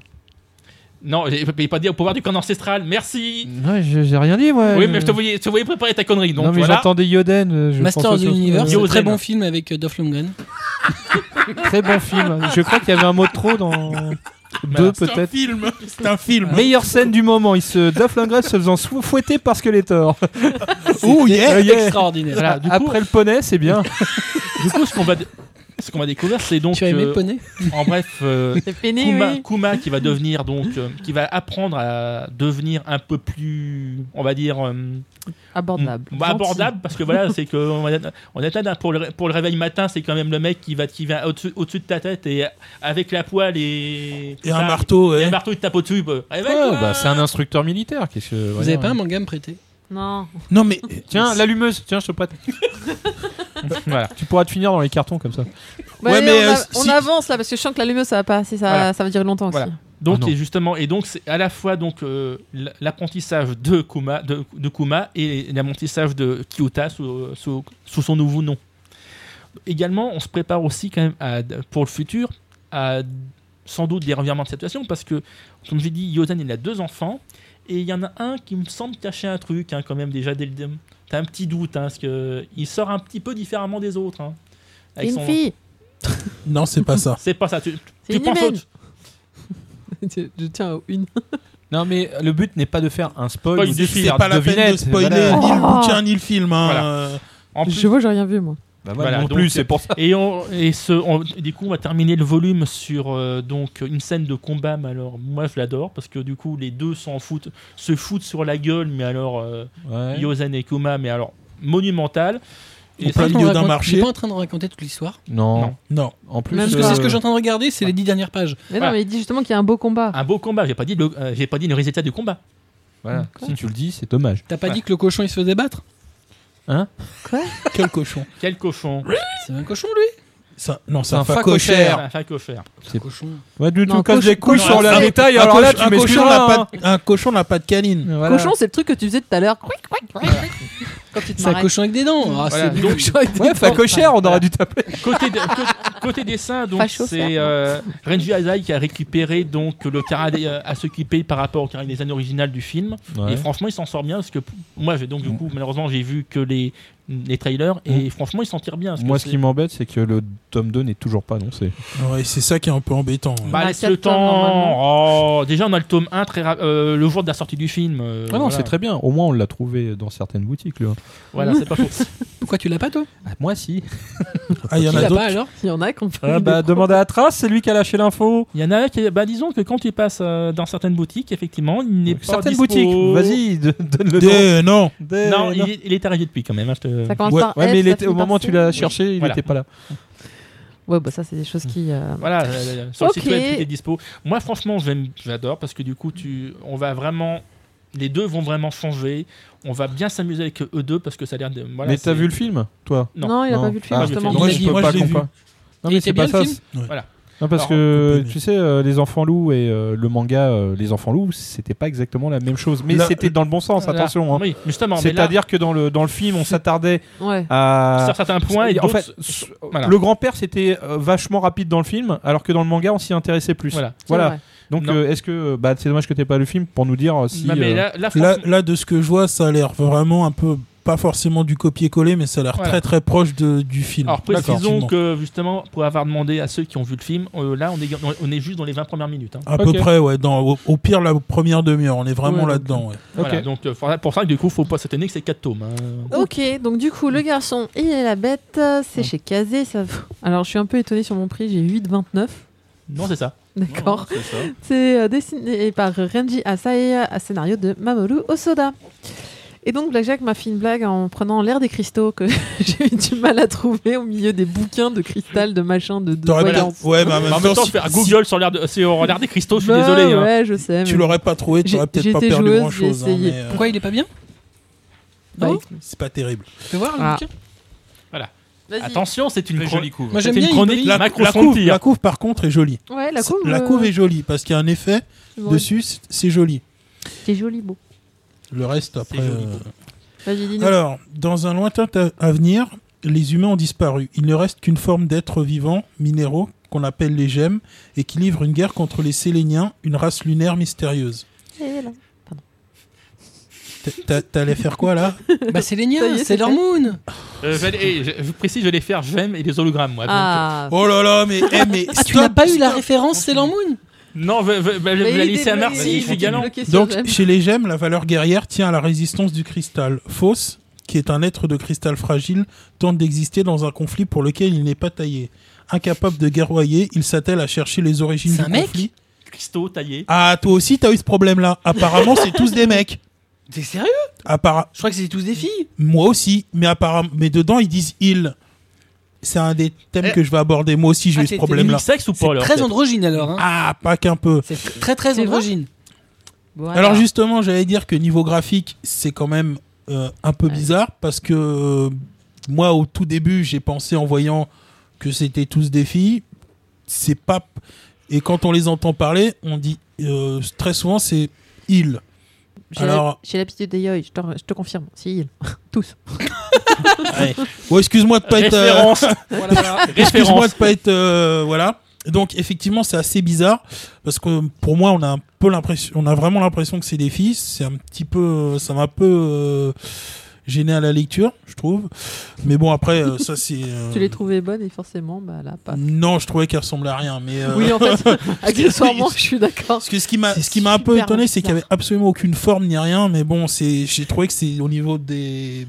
Speaker 3: Non, j'ai j'ai pas dit au pouvoir du camp ancestral. Merci.
Speaker 2: Ouais, je- j'ai rien dit, moi.
Speaker 3: Oui, mais je te voyais, je te voyais préparer ta connerie. Donc
Speaker 2: non, mais
Speaker 3: voilà.
Speaker 2: j'entendais Yoden. euh, Je
Speaker 4: Master
Speaker 2: pense
Speaker 4: of the
Speaker 2: aux choses.
Speaker 4: Universe,
Speaker 3: Yoden.
Speaker 4: très bon film avec euh, Dolph Lundgren.
Speaker 2: Très bon film. hein. Je crois qu'il y avait un mot de trop dans deux,
Speaker 5: C'est un
Speaker 2: peut-être.
Speaker 5: film. C'est un film.
Speaker 2: Meilleure scène du moment. Il se Duff Lundgren se faisant sou- fouetter par Skeletor.
Speaker 5: Oh, yeah.
Speaker 2: Euh, yeah.
Speaker 4: Extraordinaire.
Speaker 3: Voilà, du coup-
Speaker 2: Après le poney, c'est bien.
Speaker 3: Du coup, ce qu'on va, ce qu'on va découvrir, c'est donc,
Speaker 4: Tu as aimé
Speaker 3: euh,
Speaker 4: Poney
Speaker 3: en bref, euh,
Speaker 1: C'est peiné,
Speaker 3: Kuma,
Speaker 1: oui.
Speaker 3: Kuma qui va devenir donc, euh, qui va apprendre à devenir un peu plus, on va dire, euh,
Speaker 1: Abordable.
Speaker 3: bah,
Speaker 1: Gentil.
Speaker 3: abordable, parce que voilà, c'est que on est- on est là pour le, ré- pour le réveil matin, c'est quand même le mec qui va, qui vient au-dessus, au-dessus de ta tête et avec la poêle et,
Speaker 5: Et un
Speaker 3: Ah,
Speaker 5: marteau.
Speaker 3: et
Speaker 5: ouais.
Speaker 3: un marteau, il te tape au-dessus. bah,
Speaker 5: Eh ben,
Speaker 2: Oh,
Speaker 3: Réveille-toi
Speaker 2: bah, c'est un instructeur militaire. Qu'est-ce que-
Speaker 4: Vous
Speaker 2: voyons.
Speaker 4: avez pas un manga à me prêter
Speaker 1: Non.
Speaker 5: Non, mais.
Speaker 2: Tiens, l'allumeuse. Tiens, je te prête. Voilà. Tu pourras te finir dans les cartons comme ça.
Speaker 1: Bah,
Speaker 5: Ouais,
Speaker 1: allez,
Speaker 5: mais,
Speaker 1: on,
Speaker 5: euh,
Speaker 1: a- on
Speaker 5: si-
Speaker 1: avance là parce que je sens que la lumière ça va pas assez, ça,
Speaker 3: Voilà.
Speaker 1: ça va durer longtemps aussi.
Speaker 3: Voilà. Donc
Speaker 2: Ah non.
Speaker 3: et justement et donc c'est à la fois donc euh, l- l'apprentissage de Kuma de, de Kuma et l'apprentissage de Kyuta sous, sous- sous son nouveau nom. Également, on se prépare aussi quand même à- pour le futur à sans doute des revirements de situation parce que comme j'ai dit, Yodan il a deux enfants et il y en a un qui me semble cacher un truc hein, quand même déjà dès le dé- T'as un petit doute hein, parce que il sort un petit peu différemment des autres. hein,
Speaker 1: C'est
Speaker 3: avec
Speaker 1: une
Speaker 3: son-
Speaker 1: fille.
Speaker 5: Non, c'est pas ça.
Speaker 3: C'est pas ça. Tu,
Speaker 1: C'est
Speaker 3: tu
Speaker 1: une
Speaker 3: penses
Speaker 1: humaine.
Speaker 3: autre-
Speaker 1: je, je tiens à une.
Speaker 2: Non, mais le but n'est pas de faire un spoil.
Speaker 3: Spoil
Speaker 2: ou de
Speaker 3: du film.
Speaker 5: C'est
Speaker 2: faire
Speaker 5: pas la peine de
Speaker 2: devinette,
Speaker 5: spoiler
Speaker 2: voilà.
Speaker 5: ni le
Speaker 1: Oh.
Speaker 5: bouquin ni le film. hein.
Speaker 3: Voilà.
Speaker 5: Euh,
Speaker 3: en plus-
Speaker 1: Ah, Je vois, j'ai rien vu moi.
Speaker 2: Bah, voilà,
Speaker 3: Voilà,
Speaker 2: non
Speaker 3: donc,
Speaker 2: plus, c'est pour ça.
Speaker 3: Et, on, et ce, on- du coup, on va terminer le volume sur euh, donc une scène de combat. Mais alors, moi, je l'adore parce que du coup, les deux s'en foutent, se foutent sur la gueule. Mais alors, euh,
Speaker 2: Ouais.
Speaker 3: Yozen et Kuma, mais alors monumental.
Speaker 5: Au plein
Speaker 4: Est-ce
Speaker 5: milieu
Speaker 4: qu'on
Speaker 5: d'un
Speaker 4: raconte-
Speaker 5: marché.
Speaker 4: Il est pas en train de raconter toute l'histoire.
Speaker 2: Non.
Speaker 3: Non.
Speaker 5: Non.
Speaker 2: En plus, euh,
Speaker 1: Même
Speaker 4: Parce que
Speaker 1: pas.
Speaker 4: c'est ce que j'entends de regarder, c'est les dix dernières pages.
Speaker 1: Mais
Speaker 3: Voilà. Ah,
Speaker 1: non, mais il dit justement qu'il y a un beau combat.
Speaker 3: Un beau combat. J'ai pas dit le, euh, j'ai pas dit le résultat du combat.
Speaker 2: Voilà. Si tu le dis, c'est dommage.
Speaker 4: T'as pas
Speaker 3: Ouais.
Speaker 4: dit que le cochon il se fait débattre
Speaker 5: Quel cochon.
Speaker 3: Quel cochon.
Speaker 4: C'est un cochon lui
Speaker 5: Ça, non, c'est
Speaker 2: Un
Speaker 5: un, facochère.
Speaker 3: Enfin, cochère.
Speaker 4: Cochon.
Speaker 2: Ouais, du
Speaker 1: Non,
Speaker 2: tout, quand
Speaker 1: coche-
Speaker 2: j'ai couilles
Speaker 1: coche-
Speaker 2: sur la
Speaker 1: c'est-
Speaker 2: détail,
Speaker 5: Un
Speaker 2: alors là,
Speaker 5: coche- un
Speaker 2: tu
Speaker 5: cochon n'a
Speaker 2: m'excuseras.
Speaker 5: pas de- un cochon n'a pas de canine.
Speaker 2: hein. Voilà.
Speaker 1: Cochon, c'est le truc que tu faisais tout à l'heure. Couic, couic, couic, couic. Quand tu te
Speaker 4: C'est un
Speaker 1: marrais.
Speaker 4: cochon avec des dents. Ah,
Speaker 3: Voilà,
Speaker 4: c'est
Speaker 3: donc-
Speaker 4: cochon avec des
Speaker 2: Ouais, facochère, on aurait dû t'appeler.
Speaker 3: Côté, de- côté- côté dessin, donc
Speaker 1: Facho,
Speaker 3: c'est euh, Renji Azai qui a récupéré donc le karaté euh, à s'occuper par rapport au karaté des années originales du film. Et franchement, il s'en sort bien parce que p- moi, j'ai donc du coup, malheureusement, j'ai vu que les, les trailers et franchement, il s'en tire bien. parce que
Speaker 2: Mm. Moi, ce
Speaker 3: c'est-
Speaker 2: qui m'embête, c'est que le tome 2 n'est toujours pas annoncé.
Speaker 5: Ouais, c'est ça qui est un peu embêtant. hein.
Speaker 1: On
Speaker 3: bah,
Speaker 1: a
Speaker 3: laisse
Speaker 1: quatre
Speaker 3: le
Speaker 1: tomes,
Speaker 3: temps. Oh, déjà, on a le tome 1 très ra- euh, le jour de la sortie du film. euh,
Speaker 2: Ah non,
Speaker 3: voilà.
Speaker 2: c'est très bien. Au moins, on l'a trouvé dans certaines boutiques. Là.
Speaker 3: Voilà, c'est pas faux.
Speaker 4: Pourquoi tu l'as pas toi
Speaker 2: Bah, moi, si.
Speaker 5: Ah, il y
Speaker 4: Tu
Speaker 5: en a
Speaker 4: l'as
Speaker 5: d'autres.
Speaker 4: pas alors
Speaker 1: Il y en a qui ont fait
Speaker 2: Ah
Speaker 1: des
Speaker 2: bah,
Speaker 1: pros.
Speaker 2: demandez à Trace, c'est lui qui a lâché l'info.
Speaker 3: Il y en a qui, bah, disons que quand tu passes euh, dans certaines boutiques, effectivement, il n'est pas
Speaker 2: Certaines
Speaker 3: dispo.
Speaker 2: boutiques, vas-y, Euh, de- donne le nom.
Speaker 5: Des- euh, non.
Speaker 2: Des-
Speaker 3: Non, il, est- il est arrivé depuis quand même. hein, je te-
Speaker 1: Ça commence
Speaker 5: Ouais,
Speaker 1: par
Speaker 2: Ouais,
Speaker 1: F,
Speaker 2: mais il
Speaker 1: ça
Speaker 2: était, au
Speaker 1: finit par
Speaker 2: moment où
Speaker 1: C.
Speaker 2: tu l'as cherché, il
Speaker 3: Voilà.
Speaker 2: n'était pas là.
Speaker 1: Ouais, bah ça, c'est des choses qui. euh,
Speaker 3: Voilà, euh, sur
Speaker 1: Ok.
Speaker 3: le site web, tout est dispo. Moi, franchement, j'aime- j'adore parce que du coup, tu, on va vraiment les deux vont vraiment changer. On va bien s'amuser avec eux deux parce que ça a l'air de. voilà,
Speaker 2: mais t'as
Speaker 3: c'est-
Speaker 2: vu le film, toi
Speaker 1: Non,
Speaker 3: Non.
Speaker 1: il a
Speaker 2: Non.
Speaker 1: pas vu le film,
Speaker 3: Ah,
Speaker 1: justement.
Speaker 3: ok.
Speaker 5: Moi,
Speaker 2: Moi,
Speaker 5: je-
Speaker 2: je peux
Speaker 5: moi,
Speaker 2: pas
Speaker 5: je l'ai vu.
Speaker 2: comparer. Non,
Speaker 4: Il
Speaker 2: mais
Speaker 4: était
Speaker 2: c'est
Speaker 4: bien
Speaker 2: pas
Speaker 4: le
Speaker 2: ça.
Speaker 4: film
Speaker 2: Non, parce
Speaker 5: Alors, on
Speaker 2: que
Speaker 5: peut aimer.
Speaker 2: tu sais, euh, les enfants loups et euh, le manga, euh, les enfants loups, c'était pas exactement la même chose. Mais
Speaker 5: Là-
Speaker 2: c'était dans le bon sens,
Speaker 3: Voilà.
Speaker 2: attention. hein.
Speaker 3: Oui, justement. mais là,
Speaker 2: C'est-à-dire que dans le, dans le film, on s'attardait
Speaker 1: Ouais.
Speaker 2: à.
Speaker 3: sur certains points, et
Speaker 2: en fait,
Speaker 3: d'autres-
Speaker 2: s-
Speaker 3: voilà.
Speaker 2: le grand-père, c'était euh, vachement rapide dans le film, alors que dans le manga, on s'y intéressait plus.
Speaker 3: Voilà.
Speaker 1: c'est
Speaker 2: Voilà.
Speaker 1: vrai.
Speaker 2: Donc,
Speaker 3: Non.
Speaker 2: euh, est-ce que. Bah, c'est dommage que t'aies pas le film pour nous dire euh, si.
Speaker 3: Bah, mais là,
Speaker 2: euh,
Speaker 3: là,
Speaker 5: Là,
Speaker 3: franchement-
Speaker 5: là, de ce que je vois, ça a l'air vraiment un peu, pas forcément du copier-coller, mais ça a l'air
Speaker 3: Voilà.
Speaker 5: très très proche de- du film.
Speaker 3: Alors précisons
Speaker 5: Effectivement.
Speaker 3: que justement, pour avoir demandé à ceux qui ont vu le film, euh, là on est, on est juste dans les 20 premières minutes. hein.
Speaker 5: À
Speaker 2: Ok.
Speaker 5: peu près, ouais. Dans, au, au pire, la première demi-heure, on est vraiment
Speaker 2: Ouais,
Speaker 5: là-dedans. ouais.
Speaker 3: Voilà,
Speaker 2: Ok.
Speaker 3: donc euh, faudra- pour ça que du coup, faut pas s'étonner que c'est 4 tomes. hein.
Speaker 1: Ok, donc du coup, le garçon et la bête, euh, c'est chez Kazé. Ça... Alors, je suis un peu étonnée sur mon prix, j'ai 8,29.
Speaker 3: Non, c'est ça.
Speaker 1: D'accord. C'est euh, dessiné par Renji Asae, à scénario de Mamoru Osoda. Et donc Blackjack m'a fait une blague en prenant l'air des cristaux que j'ai eu du mal à trouver au milieu des bouquins de cristal, de machin, de, de
Speaker 5: T'aurais pas- oh,
Speaker 1: voyance.
Speaker 5: Ouais, mais en même
Speaker 3: en
Speaker 5: temps,
Speaker 3: même temps,
Speaker 5: si-
Speaker 3: faire
Speaker 5: si
Speaker 3: Google sur l'air de- sur l'air des cristaux, je suis
Speaker 1: Bah
Speaker 3: désolé. hein.
Speaker 1: Ouais, je sais.
Speaker 5: tu
Speaker 1: mais-
Speaker 5: l'aurais pas trouvé,
Speaker 1: J'ai-
Speaker 5: tu aurais peut-être pas
Speaker 1: j'étais
Speaker 5: perdu
Speaker 1: joueuse,
Speaker 5: grand-chose.
Speaker 1: j'ai
Speaker 5: hein,
Speaker 1: essayé.
Speaker 5: mais, euh,
Speaker 4: Pourquoi il est pas bien
Speaker 1: Bah,
Speaker 4: Oh.
Speaker 5: C'est pas terrible.
Speaker 4: Fais voir le
Speaker 1: Ah.
Speaker 4: bouquin.
Speaker 1: vas-y.
Speaker 3: Attention, c'est une chronique.
Speaker 4: Moi
Speaker 3: C'est
Speaker 4: j'aime
Speaker 3: une
Speaker 4: bien. il
Speaker 3: chronique
Speaker 4: brille.
Speaker 5: La,
Speaker 3: macro
Speaker 5: la
Speaker 3: sans
Speaker 5: couve,
Speaker 3: tir.
Speaker 5: la couve, par contre, est jolie.
Speaker 1: Ouais, la
Speaker 5: C'est-
Speaker 1: couve.
Speaker 5: la
Speaker 1: euh,
Speaker 5: couve est jolie parce qu'il y a un effet
Speaker 1: c'est vrai.
Speaker 5: dessus, c'est- c'est joli.
Speaker 1: C'est joli, beau.
Speaker 5: Le reste, après.
Speaker 3: joli,
Speaker 5: euh,
Speaker 3: beau.
Speaker 1: Vas-y, dis-nous.
Speaker 5: Alors, dans un lointain ta- avenir, les humains ont disparu. Il ne reste qu'une forme d'êtres vivants, minéraux, qu'on appelle les gemmes, et qui livrent une guerre contre les Séléniens, une race lunaire mystérieuse.
Speaker 1: Et là.
Speaker 5: T'a- t'a- T'allais faire quoi là
Speaker 4: Bah c'est
Speaker 1: Ça y
Speaker 4: les
Speaker 1: est,
Speaker 4: niens,
Speaker 1: c'est
Speaker 4: c'est leur
Speaker 1: fait.
Speaker 4: moon.
Speaker 3: Euh, je, vais aller- eh, je- je précise, je vais les faire j'aime et les hologrammes. Moi, donc,
Speaker 1: Ah,
Speaker 5: Oh là là, mais, eh, mais
Speaker 4: Ah tu
Speaker 5: stop,
Speaker 4: n'as pas eu la
Speaker 5: stop.
Speaker 4: référence, c'est leur moon.
Speaker 3: euh, Non, je, je- je- je
Speaker 1: Bah,
Speaker 3: vais la laisser à Marcy, je suis galant.
Speaker 5: Donc, chez les gemmes, la valeur guerrière tient à la résistance du cristal. Fausse, qui est un être de cristal fragile, tente d'exister dans un conflit pour lequel il n'est pas taillé. Incapable de guerroyer, il s'attelle à chercher les origines
Speaker 4: C'est
Speaker 5: du
Speaker 4: un mec
Speaker 5: conflit.
Speaker 3: Cristaux taillés.
Speaker 5: Ah, toi aussi, t'as eu ce problème-là. Apparemment, c'est tous des mecs.
Speaker 4: T'es sérieux
Speaker 5: Appara-
Speaker 4: Je crois que c'est tous des filles.
Speaker 5: moi aussi, mais apparemment, mais dedans ils disent il. C'est un des thèmes
Speaker 3: Eh.
Speaker 5: que je vais aborder. Moi aussi, j'ai
Speaker 4: Ah,
Speaker 5: eu ce
Speaker 4: t'es-
Speaker 5: problème-là.
Speaker 3: Unisex ou pas
Speaker 4: C'est
Speaker 3: alors
Speaker 4: très androgyne alors. hein.
Speaker 5: Ah, pas qu'un peu.
Speaker 4: C'est très très
Speaker 1: C'est vrai
Speaker 4: androgyne.
Speaker 5: Alors justement, j'allais dire que niveau graphique, c'est quand même euh, un peu
Speaker 1: Ouais.
Speaker 5: bizarre parce que euh, moi, au tout début, j'ai pensé en voyant que c'était tous des filles. C'est pas. Et quand on les entend parler, on dit euh, très souvent c'est il. alors-
Speaker 1: J'ai l'habitude des yeux, je te, je te confirme. Si, ils. tous.
Speaker 5: Ouais, excuse-moi de pas être. euh,
Speaker 3: Référence.
Speaker 4: Voilà, voilà.
Speaker 5: Excuse-moi
Speaker 3: Référence.
Speaker 5: de pas être euh, voilà. Donc effectivement, c'est assez bizarre parce que pour moi, on a un peu l'impression, on a vraiment l'impression que c'est des filles. C'est un petit peu, ça m'a un peu euh, gêné à la lecture, je trouve. Mais bon, après, euh, ça c'est. euh,
Speaker 1: Tu les trouvais bonnes et forcément, bah là, pas.
Speaker 5: Non, je trouvais qu'elles ressemblaient à rien. Mais euh,
Speaker 1: Oui, en fait, accessoirement, je suis d'accord.
Speaker 5: parce que ce qui m'a,
Speaker 1: C'est
Speaker 5: ce qui m'a un peu
Speaker 1: super
Speaker 5: étonné, c'est qu'il y
Speaker 1: bizarre.
Speaker 5: avait absolument aucune forme ni rien. Mais bon, c'est, j'ai trouvé que c'est au niveau des.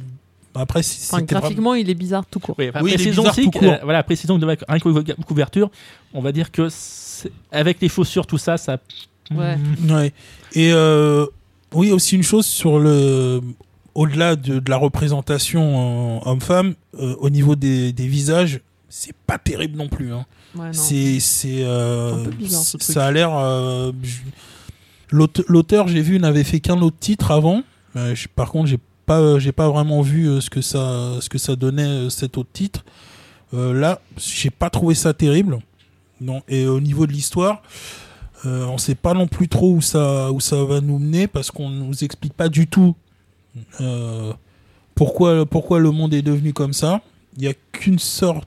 Speaker 5: Après, c'est-
Speaker 1: Enfin,
Speaker 5: c'était vraiment-
Speaker 1: graphiquement, il est bizarre tout court.
Speaker 3: Oui, enfin,
Speaker 5: Oui, il est
Speaker 3: précisons
Speaker 5: bizarre
Speaker 3: aussi
Speaker 5: tout
Speaker 3: que,
Speaker 5: court.
Speaker 3: euh, voilà, précisons que de la incou- couverture, on va dire que c'est- avec les chaussures, tout ça, ça.
Speaker 1: Ouais.
Speaker 3: Mm.
Speaker 5: Ouais. Et euh, oui, aussi une chose sur le. Au-delà de, de la représentation euh, homme-femme, euh, au niveau des, des visages, c'est pas terrible non plus. hein.
Speaker 1: Ouais, non.
Speaker 5: C'est. c'est, euh,
Speaker 1: C'est un peu bizarre, ce truc.
Speaker 5: ça a l'air. euh, je- l'aute- L'auteur, j'ai vu, n'avait fait qu'un autre titre avant. Mais je- par contre, j'ai pas, euh, j'ai pas vraiment vu euh, ce que ça, ce que ça donnait euh, cet autre titre. Euh, là, j'ai pas trouvé ça terrible. Non. Et au niveau de l'histoire, euh, on sait pas non plus trop où ça, où ça va nous mener parce qu'on nous explique pas du tout euh, pourquoi, pourquoi le monde est devenu comme ça. Il y a qu'une sorte,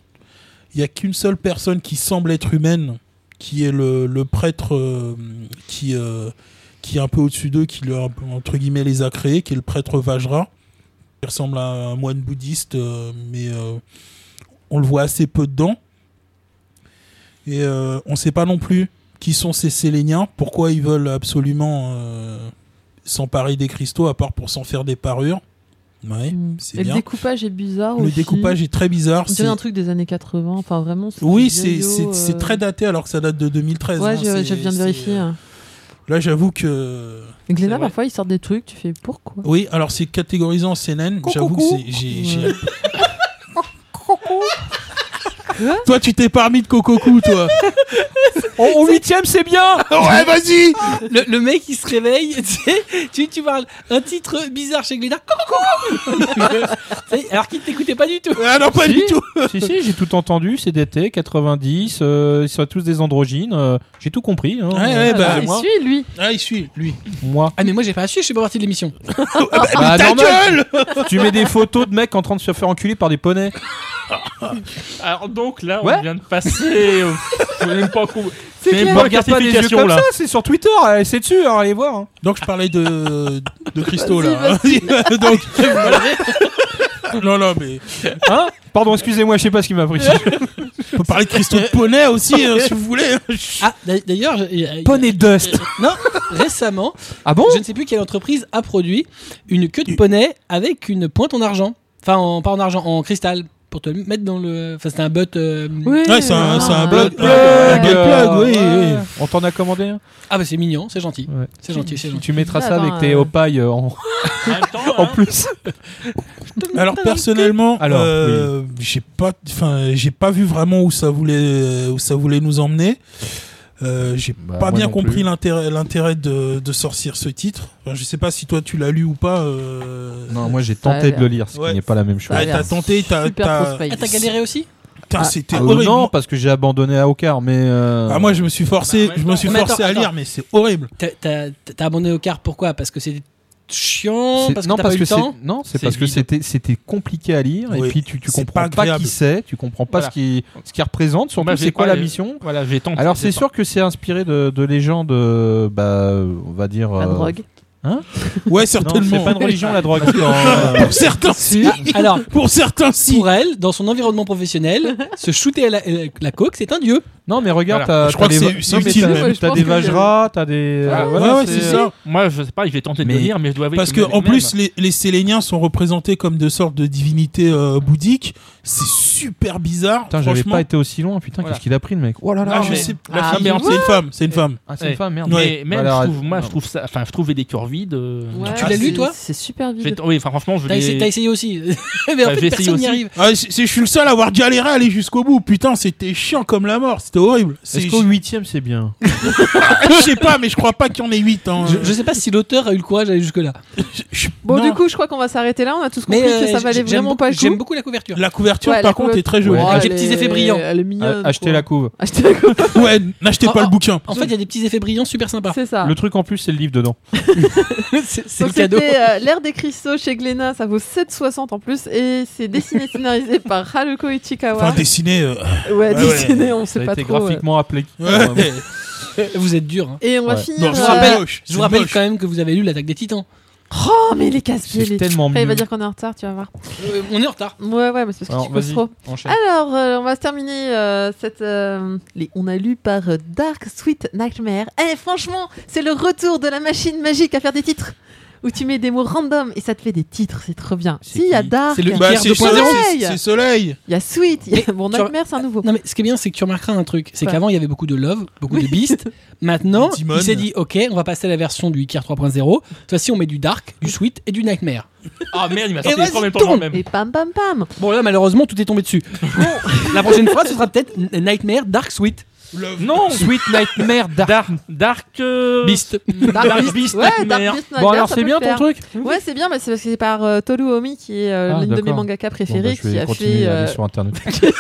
Speaker 5: il y a qu'une seule personne qui semble être humaine, qui est le, le prêtre euh, qui, euh, qui est un peu au-dessus d'eux, qui leur entre guillemets les a créés, qui est le prêtre Vajra. Il ressemble à un moine bouddhiste, euh, mais euh, on le voit assez peu dedans. Et euh, on ne sait pas non plus qui sont ces Séléniens, pourquoi ils veulent absolument euh, s'emparer des cristaux, à part pour s'en faire des parures. Ouais,
Speaker 1: Mm.
Speaker 5: c'est
Speaker 1: Et le
Speaker 5: bien.
Speaker 1: découpage est bizarre
Speaker 5: Le
Speaker 1: aussi.
Speaker 5: découpage est très bizarre.
Speaker 1: On
Speaker 5: c'est-
Speaker 1: dirait un truc des années 80. Enfin, vraiment.
Speaker 5: Oui, c'est
Speaker 1: vieillot,
Speaker 5: c'est-
Speaker 1: euh,
Speaker 5: c'est très daté alors que ça date de 2013.
Speaker 1: Ouais,
Speaker 5: hein,
Speaker 1: je,
Speaker 5: c'est-
Speaker 1: je viens de
Speaker 5: c'est- euh,
Speaker 1: vérifier. hein.
Speaker 5: Là, j'avoue que.
Speaker 1: Glénat,
Speaker 3: vrai.
Speaker 1: parfois, il sort des trucs, tu fais pourquoi
Speaker 5: Oui, alors c'est catégorisé en CNN.
Speaker 1: Coucou,
Speaker 5: J'avoue que
Speaker 1: coucou.
Speaker 5: c'est- j'ai. j'ai-
Speaker 1: Ouais.
Speaker 5: Toi, tu t'es pas remis de cococou, toi.
Speaker 2: Oh, Au huitième, c'est bien
Speaker 5: Ouais, vas-y
Speaker 4: Le, le mec, il se réveille, tu sais, tu, tu parles un titre bizarre chez Glénat, coucou, coucou Tu sais, Alors qu'il ne t'écoutait pas du tout.
Speaker 5: Ah non, pas
Speaker 2: Si.
Speaker 5: du tout
Speaker 2: Si, si, j'ai tout entendu, CDT, 90, euh, ils sont tous des androgynes, euh, j'ai tout compris.
Speaker 1: Oh,
Speaker 2: hein.
Speaker 5: Ouais, ouais, bah,
Speaker 2: Ah,
Speaker 1: il
Speaker 2: moi,
Speaker 1: suit, lui.
Speaker 5: Ah, il suit, lui.
Speaker 2: moi.
Speaker 4: Ah mais moi j'ai pas su, je suis pas parti de l'émission.
Speaker 2: Bah,
Speaker 5: Ta
Speaker 2: normal,
Speaker 5: gueule
Speaker 2: tu mets des photos de mecs en train de se faire enculer par des poneys.
Speaker 3: Alors donc là,
Speaker 2: Ouais.
Speaker 3: on vient de passer. euh, je sais même pas qu'on-
Speaker 2: C'est
Speaker 3: clair.
Speaker 2: me regarde pas les yeux
Speaker 3: Certification,
Speaker 2: comme
Speaker 3: là.
Speaker 2: ça, c'est sur Twitter, euh, c'est dessus, alors allez voir. hein.
Speaker 5: Donc, je parlais de, de Christo,
Speaker 1: Vas-y,
Speaker 5: là. Donc, non, non, mais.
Speaker 2: Hein Pardon, excusez-moi, je sais pas ce qui m'a pris.
Speaker 5: On peut parler de Christo de Poney aussi, hein, si vous voulez.
Speaker 4: Ah d'a- d'ailleurs, j'ai- j'ai-
Speaker 2: Poney Dust.
Speaker 4: Euh, non, récemment,
Speaker 2: Ah bon
Speaker 4: je ne sais plus quelle entreprise a produit une queue de poney avec une pointe en argent. Enfin, en, pas en argent, en cristal. Pour te le mettre dans le. Enfin, c'était un bot. euh,
Speaker 5: Ouais, c'est
Speaker 1: Ah,
Speaker 5: un- c'est un Blood
Speaker 2: Blood plug,
Speaker 5: plug, plug, oui,
Speaker 2: ouais.
Speaker 5: oui.
Speaker 2: On t'en a commandé un
Speaker 4: Ah, bah c'est mignon, c'est gentil.
Speaker 2: Ouais.
Speaker 4: C'est gentil, c'est gentil.
Speaker 2: Tu mettras ça
Speaker 1: Attends,
Speaker 2: avec tes
Speaker 1: euh,
Speaker 2: opailles euh, en,
Speaker 3: En même temps,
Speaker 2: en
Speaker 3: hein,
Speaker 2: plus.
Speaker 5: Alors personnellement,
Speaker 2: Alors,
Speaker 5: euh, j'ai pas, enfin, j'ai pas vu vraiment où ça voulait, où ça voulait nous emmener. Euh, j'ai
Speaker 2: Bah,
Speaker 5: pas
Speaker 2: moi
Speaker 5: bien
Speaker 2: non
Speaker 5: compris
Speaker 2: plus.
Speaker 5: l'intérêt, l'intérêt de, de sortir ce titre. Enfin, je sais pas si toi tu l'as lu ou pas. euh,
Speaker 2: Non, moi j'ai
Speaker 1: Ça a
Speaker 2: tenté de
Speaker 1: l'air.
Speaker 2: le lire, ce
Speaker 5: Ouais.
Speaker 2: qui n'est pas la même chose.
Speaker 1: Ça a
Speaker 5: ouais,
Speaker 1: l'air
Speaker 5: t'as tenté, t'as,
Speaker 1: super
Speaker 5: t'as-
Speaker 1: prospect.
Speaker 4: Ah, t'as galéré aussi
Speaker 5: Putain,
Speaker 1: Ah,
Speaker 5: c'était
Speaker 2: Euh,
Speaker 5: horrible.
Speaker 2: non, parce que j'ai abandonné à Ocar, mais. euh,
Speaker 5: Ah, moi je me suis forcé,
Speaker 3: Bah, en même
Speaker 5: je me suis
Speaker 4: temps. Mais
Speaker 5: forcé
Speaker 4: attends,
Speaker 5: à lire,
Speaker 4: attends.
Speaker 5: mais c'est horrible.
Speaker 4: T'as- T'as t'as abandonné au quart, pourquoi Parce que c'était chiant,
Speaker 2: c'est-
Speaker 4: parce que
Speaker 2: non,
Speaker 4: t'as pas
Speaker 2: parce
Speaker 4: eu
Speaker 2: que
Speaker 4: le temps.
Speaker 2: c'est non, c'est
Speaker 3: C'est
Speaker 2: parce que
Speaker 3: vide.
Speaker 2: c'était c'était compliqué à lire et
Speaker 5: Oui.
Speaker 2: puis tu, tu
Speaker 5: C'est
Speaker 2: comprends
Speaker 5: pas
Speaker 2: pas,
Speaker 5: agréable.
Speaker 2: qui c'est, tu comprends pas
Speaker 3: Voilà.
Speaker 2: ce qui ce qui représente, surtout
Speaker 3: Moi, j'ai
Speaker 2: c'est quoi
Speaker 3: pas
Speaker 2: la
Speaker 3: les-
Speaker 2: mission.
Speaker 3: Voilà, j'ai tenté.
Speaker 2: Alors
Speaker 3: j'ai
Speaker 2: c'est
Speaker 3: tenté.
Speaker 2: sûr que c'est inspiré de, de légendes, euh, bah, euh, on va dire.
Speaker 1: La
Speaker 2: euh,
Speaker 1: drogue.
Speaker 5: Ouais,
Speaker 2: Non,
Speaker 5: certainement.
Speaker 2: c'est pas une religion la drogue. Euh,
Speaker 5: Pour certains, si.
Speaker 4: Ah, alors,
Speaker 5: Pour certains, si.
Speaker 4: pour elle, dans son environnement professionnel, se shooter à la, la- la coke, c'est un dieu.
Speaker 2: non mais regarde,
Speaker 3: Voilà.
Speaker 2: t'as-
Speaker 5: Je crois
Speaker 2: t'as
Speaker 5: que
Speaker 2: des-
Speaker 5: c'est- c'est
Speaker 2: non, mais
Speaker 5: utile.
Speaker 2: t'as-
Speaker 1: Ouais, je
Speaker 2: T'as
Speaker 1: pense
Speaker 2: des
Speaker 1: que-
Speaker 2: vageras, t'as des.
Speaker 3: Ah,
Speaker 2: euh,
Speaker 5: Ouais,
Speaker 2: voilà,
Speaker 5: ouais, c'est ça.
Speaker 3: Moi, je sais pas, je vais tenter de
Speaker 2: Mais-
Speaker 3: le lire, mais je dois avouer
Speaker 5: Parce que en
Speaker 3: même-
Speaker 5: plus, les, les Séléniens sont représentés comme de sortes de divinités euh, bouddhiques. C'est super bizarre.
Speaker 2: Putain, j'avais
Speaker 5: franchement.
Speaker 2: pas été aussi loin. Putain,
Speaker 3: Voilà.
Speaker 2: qu'est-ce qu'il a pris le mec Oh là là.
Speaker 5: Ah,
Speaker 3: Non,
Speaker 5: je
Speaker 3: mais-
Speaker 5: sais-
Speaker 3: Ah,
Speaker 5: la fille,
Speaker 3: mais en
Speaker 5: c'est une femme, c'est une femme.
Speaker 2: Ah, c'est une
Speaker 3: Ouais.
Speaker 2: femme, merde.
Speaker 3: Mais
Speaker 5: Ouais.
Speaker 3: même,
Speaker 2: Bah, alors,
Speaker 3: je trouve, moi,
Speaker 2: non.
Speaker 3: je trouve ça. Enfin, je trouve VDCure vide. euh,
Speaker 1: Ouais,
Speaker 4: Tu l'as lu,
Speaker 1: c'est-
Speaker 4: toi
Speaker 1: C'est super
Speaker 3: j'ai-
Speaker 1: vide.
Speaker 3: Oui, enfin, franchement, je
Speaker 4: T'as essayé, t'as
Speaker 3: l'ai.
Speaker 4: essayé aussi. Mais en
Speaker 3: Bah, j'ai
Speaker 4: fait,
Speaker 3: essayé
Speaker 4: personne n'y
Speaker 3: aussi.
Speaker 4: arrive.
Speaker 5: Ah, c'est- c'est- je suis le seul à avoir galéré à aller jusqu'au bout. Putain, c'était chiant comme la mort. C'était horrible. C'est- Ah,
Speaker 2: Est-ce qu'au huitième c'est bien
Speaker 5: Je sais pas, mais je crois pas qu'il y en ait 8. Hein.
Speaker 4: Je, je sais pas si l'auteur a eu le courage d'aller jusque-là.
Speaker 5: Je-
Speaker 1: Bon,
Speaker 5: non.
Speaker 1: du coup, je crois qu'on va s'arrêter là. On a tous compris
Speaker 4: Mais euh,
Speaker 1: que ça valait
Speaker 4: j'aime
Speaker 1: vraiment
Speaker 4: beaucoup-
Speaker 1: pas le coup.
Speaker 4: J'aime beaucoup la couverture.
Speaker 5: la couverture,
Speaker 1: Ouais, la
Speaker 5: par contre,
Speaker 1: couverture.
Speaker 5: est très jolie.
Speaker 1: Oh,
Speaker 4: Avec des
Speaker 1: elle
Speaker 4: petits
Speaker 1: est-
Speaker 4: effets brillants.
Speaker 1: Elle est mignonne.
Speaker 2: Acheter
Speaker 1: quoi.
Speaker 2: la couve.
Speaker 1: Acheter la coupe.
Speaker 5: Ouais, n'achetez
Speaker 4: Oh,
Speaker 5: pas
Speaker 4: oh,
Speaker 5: le bouquin.
Speaker 4: En fait, il y a des petits effets brillants super sympas.
Speaker 1: C'est ça.
Speaker 2: Le truc en plus, c'est le livre dedans.
Speaker 4: C'est c'est
Speaker 1: Donc
Speaker 4: le cadeau.
Speaker 1: c'était euh, L'ère des cristaux chez Glénat, ça vaut 7,60 en plus et c'est dessiné et scénarisé par Haruko Ichikawa.
Speaker 5: Enfin, dessiné. euh,
Speaker 1: ouais,
Speaker 5: ouais.
Speaker 1: dessiné, on
Speaker 2: Ça
Speaker 1: sait
Speaker 2: a
Speaker 1: pas
Speaker 2: été
Speaker 1: trop. ouais.
Speaker 2: graphiquement appelé. bah,
Speaker 5: ouais.
Speaker 1: euh,
Speaker 4: Vous êtes dur. hein.
Speaker 1: Et on va
Speaker 2: Ouais.
Speaker 1: finir.
Speaker 5: Non, je
Speaker 1: euh,
Speaker 5: vous rappelle-
Speaker 4: Je
Speaker 5: C'est
Speaker 4: vous rappelle
Speaker 5: moche.
Speaker 4: quand même que vous avez lu l'attaque des titans.
Speaker 1: Oh, mais les casse
Speaker 2: C'est tellement
Speaker 1: Il va
Speaker 2: mieux.
Speaker 1: dire qu'on est en retard, tu vas voir.
Speaker 4: Euh, on est en retard.
Speaker 1: Ouais, ouais, mais c'est parce que
Speaker 2: Alors,
Speaker 1: tu causes
Speaker 2: vas-y.
Speaker 1: trop.
Speaker 2: Enchaîne.
Speaker 1: Alors, euh, on va se terminer euh, cette. euh, les, on a lu par euh, Dark Sweet Nightmare. Eh, franchement, c'est le retour de la machine magique à faire des titres. Où tu mets des mots random et ça te fait des titres, c'est trop bien.
Speaker 2: C'est
Speaker 1: Si, il y a
Speaker 2: qui
Speaker 1: Dark,
Speaker 4: C'est le-
Speaker 1: il
Speaker 5: Bah,
Speaker 4: Pierre
Speaker 5: c'est
Speaker 4: 2.0.
Speaker 5: soleil.
Speaker 1: Soleil.
Speaker 5: c'est- C'est soleil.
Speaker 1: y a Sweet, il y a...
Speaker 4: Mais
Speaker 1: bon,
Speaker 4: tu-
Speaker 1: Nightmare, c'est un nouveau.
Speaker 4: Non mais ce qui est bien, c'est que tu remarqueras un truc. C'est
Speaker 1: Ouais.
Speaker 4: qu'avant, il y avait beaucoup de love, beaucoup
Speaker 1: Oui.
Speaker 4: de beast. Maintenant,
Speaker 5: Timon.
Speaker 4: il s'est dit, ok, on va passer à la version du Ikir 3.0. Cette fois-ci, on met du dark, du sweet et du nightmare.
Speaker 3: Ah merde, il
Speaker 1: eh,
Speaker 3: m'a
Speaker 4: Et
Speaker 3: sorti les
Speaker 4: vas-y,
Speaker 3: trois en même temps.
Speaker 4: tourne.
Speaker 3: même.
Speaker 1: Et pam pam pam
Speaker 4: Bon là, malheureusement, tout est tombé dessus. la prochaine fois, ce sera peut-être n- nightmare, dark, sweet,
Speaker 3: Non
Speaker 2: Sweet Nightmare Dark.
Speaker 3: Dark. Dark. euh,
Speaker 4: beast.
Speaker 3: Dark Beast.
Speaker 1: Ouais, Dark
Speaker 3: Nightmare.
Speaker 1: Beast
Speaker 2: Bon
Speaker 1: Nightmare,
Speaker 2: alors
Speaker 1: ça
Speaker 2: c'est
Speaker 1: peut
Speaker 2: bien
Speaker 1: le faire.
Speaker 2: ton truc
Speaker 1: Ouais, c'est bien, mais c'est parce que c'est par euh, Toru Omi qui est euh,
Speaker 2: Ah,
Speaker 1: l'une de mes
Speaker 2: d'accord.
Speaker 1: mangaka
Speaker 2: Bon, bah,
Speaker 1: préférées
Speaker 2: je vais
Speaker 1: qui a
Speaker 2: continuer
Speaker 1: fait
Speaker 2: à aller
Speaker 1: euh,
Speaker 2: sur internet.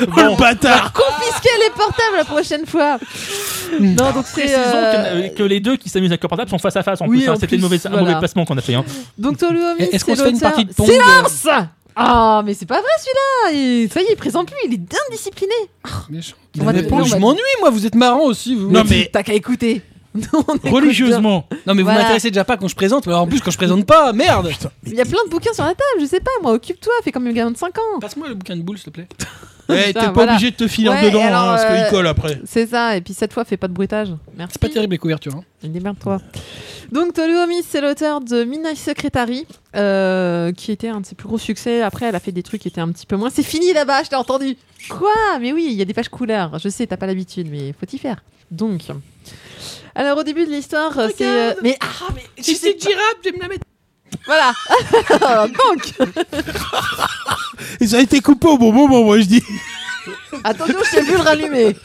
Speaker 5: Oh, le bâtard.
Speaker 1: confisquer les portables la prochaine fois.
Speaker 2: Ah.
Speaker 1: non, donc c'est
Speaker 3: Précisons
Speaker 1: euh,
Speaker 3: que, que les deux qui s'amusent avec leur portable sont face à face en
Speaker 1: Oui,
Speaker 3: plus. hein.
Speaker 1: en
Speaker 3: C'était
Speaker 1: plus,
Speaker 3: une mauvaise- un
Speaker 1: voilà.
Speaker 3: mauvais placement qu'on a fait. hein.
Speaker 1: donc Toru Omi. c'est
Speaker 4: Est-ce qu'on se fait une
Speaker 1: l'auteur-
Speaker 4: partie de pong
Speaker 1: C'est
Speaker 4: euh,
Speaker 1: ça Ah, mais c'est pas vrai celui-là Il- Ça y est, il présente plus, il est indiscipliné
Speaker 4: Il
Speaker 1: On va
Speaker 4: avait
Speaker 1: te-
Speaker 4: pas-
Speaker 1: on
Speaker 4: Je
Speaker 1: va-
Speaker 4: m'ennuie, moi, vous êtes marrant aussi. vous.
Speaker 5: Non, mais-
Speaker 1: T'as qu'à écouter Nous, on écoute bien.
Speaker 5: Religieusement.
Speaker 4: Non, mais
Speaker 1: Voilà.
Speaker 4: vous m'intéressez déjà pas quand je présente, mais alors en plus quand je présente pas, merde
Speaker 1: Il y a plein de bouquins sur la table, je sais pas, moi, occupe-toi, fais comme un gamin de 5 ans
Speaker 4: Passe-moi le bouquin de boule, s'il te plaît.
Speaker 5: Eh, T'es
Speaker 1: Putain,
Speaker 5: pas
Speaker 1: voilà.
Speaker 5: obligé de te filer
Speaker 1: Ouais,
Speaker 5: dedans,
Speaker 1: et alors,
Speaker 5: hein, parce
Speaker 1: euh,
Speaker 5: qu'il colle après.
Speaker 1: C'est ça, et puis cette fois, fais pas de bruitage. Merci.
Speaker 4: C'est pas terrible les couvertures. hein.
Speaker 1: Démerde-toi. Donc, Tolu Omi, c'est l'auteur de Midnight Secretary, euh, qui était un de ses plus gros succès. Après, elle a fait des trucs qui étaient un petit peu moins. C'est fini là-bas, je t'ai entendu. Quoi Mais oui, il y a des pages couleurs. Je sais, t'as pas l'habitude, mais faut y faire. Donc. Alors, au début de l'histoire, c'est. euh, mais. Ah, mais. je sais-
Speaker 4: girafe, je vais me la mettre.
Speaker 1: Voilà Oh, Donc
Speaker 5: Et ça a été coupé au bon moment, moi je dis.
Speaker 1: Attention, je t'ai vu le rallumer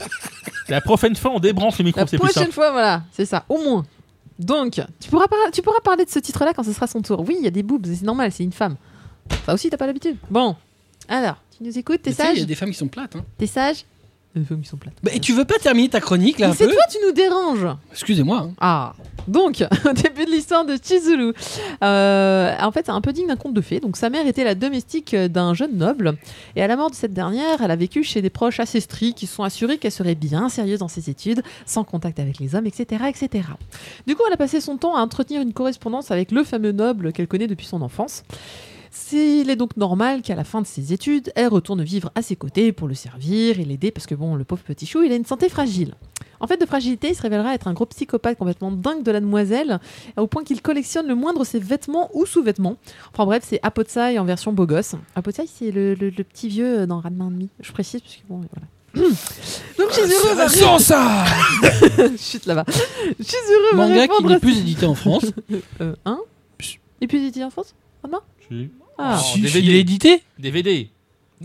Speaker 3: La prochaine fois, on débranche le micro,
Speaker 1: La
Speaker 3: c'est plus
Speaker 1: prochaine
Speaker 3: simple.
Speaker 1: fois, voilà, c'est ça, au moins. Donc, tu pourras, par- tu pourras parler de ce titre-là quand ce sera son tour. Oui, il y a des boobs, et c'est normal, c'est une femme. Ça aussi, t'as pas l'habitude. Bon, alors, tu nous écoutes, t'es
Speaker 4: Mais tu sais, Il
Speaker 1: sage
Speaker 4: y a des femmes qui sont plates. hein.
Speaker 1: T'es sage Les femmes, ils sont plates.
Speaker 4: Bah, et tu veux pas terminer ta chronique là
Speaker 1: Mais
Speaker 4: un
Speaker 1: c'est
Speaker 4: peu
Speaker 1: toi, tu nous déranges
Speaker 4: Excusez-moi. hein.
Speaker 1: Ah Donc, au début de l'histoire de Chizuru. Euh, en fait, c'est un peu digne d'un conte de fées. Donc, sa mère était la domestique d'un jeune noble. Et à la mort de cette dernière, elle a vécu chez des proches assez stricts qui se sont assurés qu'elle serait bien sérieuse dans ses études, sans contact avec les hommes, etc., etc. Du coup, elle a passé son temps à entretenir une correspondance avec le fameux noble qu'elle connaît depuis son enfance. C'est- Il est donc normal qu'à la fin de ses études, elle retourne vivre à ses côtés pour le servir et l'aider parce que bon, le pauvre petit chou, il a une santé fragile. En fait, de fragilité, il se révélera être un gros psychopathe complètement dingue de la demoiselle, au point qu'il collectionne le moindre de ses vêtements ou sous-vêtements. Enfin bref, c'est Apotsai en version beau gosse. Apotsai, c'est le, le- le petit vieux dans Rademain demi. Je précise, parce que bon, voilà. Donc, Shizuru va
Speaker 2: Sans ça
Speaker 1: Chut là-bas. Shizuru va
Speaker 4: Manga qui
Speaker 1: répondre.
Speaker 4: n'est plus édité en France.
Speaker 1: Euh, hein Et puis, il était en France Ah.
Speaker 3: En
Speaker 5: Si,
Speaker 3: DVD.
Speaker 4: Il est édité
Speaker 3: DVD.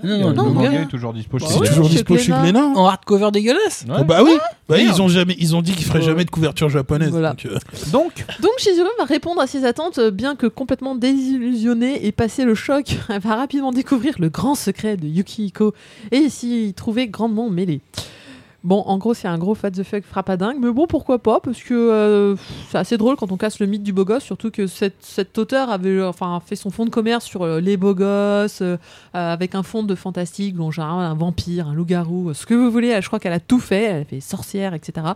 Speaker 4: Non,
Speaker 2: Le
Speaker 4: non, non,
Speaker 2: manga
Speaker 4: manga.
Speaker 2: est toujours dispo.
Speaker 5: C'est
Speaker 2: chez Glénat.
Speaker 5: toujours
Speaker 1: chez
Speaker 5: dispo chez
Speaker 1: Glénat.
Speaker 5: Glénat.
Speaker 4: En hardcover dégueulasse
Speaker 2: Bah Ouais.
Speaker 5: Oh, bah oui, Bah,
Speaker 4: Merde.
Speaker 5: ils ont jamais, ils ont dit qu'ils feraient
Speaker 1: Ouais.
Speaker 5: jamais de couverture japonaise.
Speaker 1: Voilà.
Speaker 5: donc, euh,
Speaker 2: Donc,
Speaker 1: Donc Shizuru va répondre à ses attentes, euh, bien que complètement désillusionnée et passé le choc, elle va rapidement découvrir le grand secret de Yukihiko et s'y trouver grandement mêlée. Bon, en gros, c'est un gros fat the fuck frappadingue, mais bon, pourquoi pas, parce que euh, pff, c'est assez drôle quand on casse le mythe du beau gosse, surtout que cette, cet auteur avait euh, enfin, fait son fond de commerce sur euh, les beaux gosses, euh, euh, avec un fond de fantastique, dont genre un vampire, un loup-garou, euh, ce que vous voulez, elle, je crois qu'elle a tout fait, elle a fait sorcière, etc.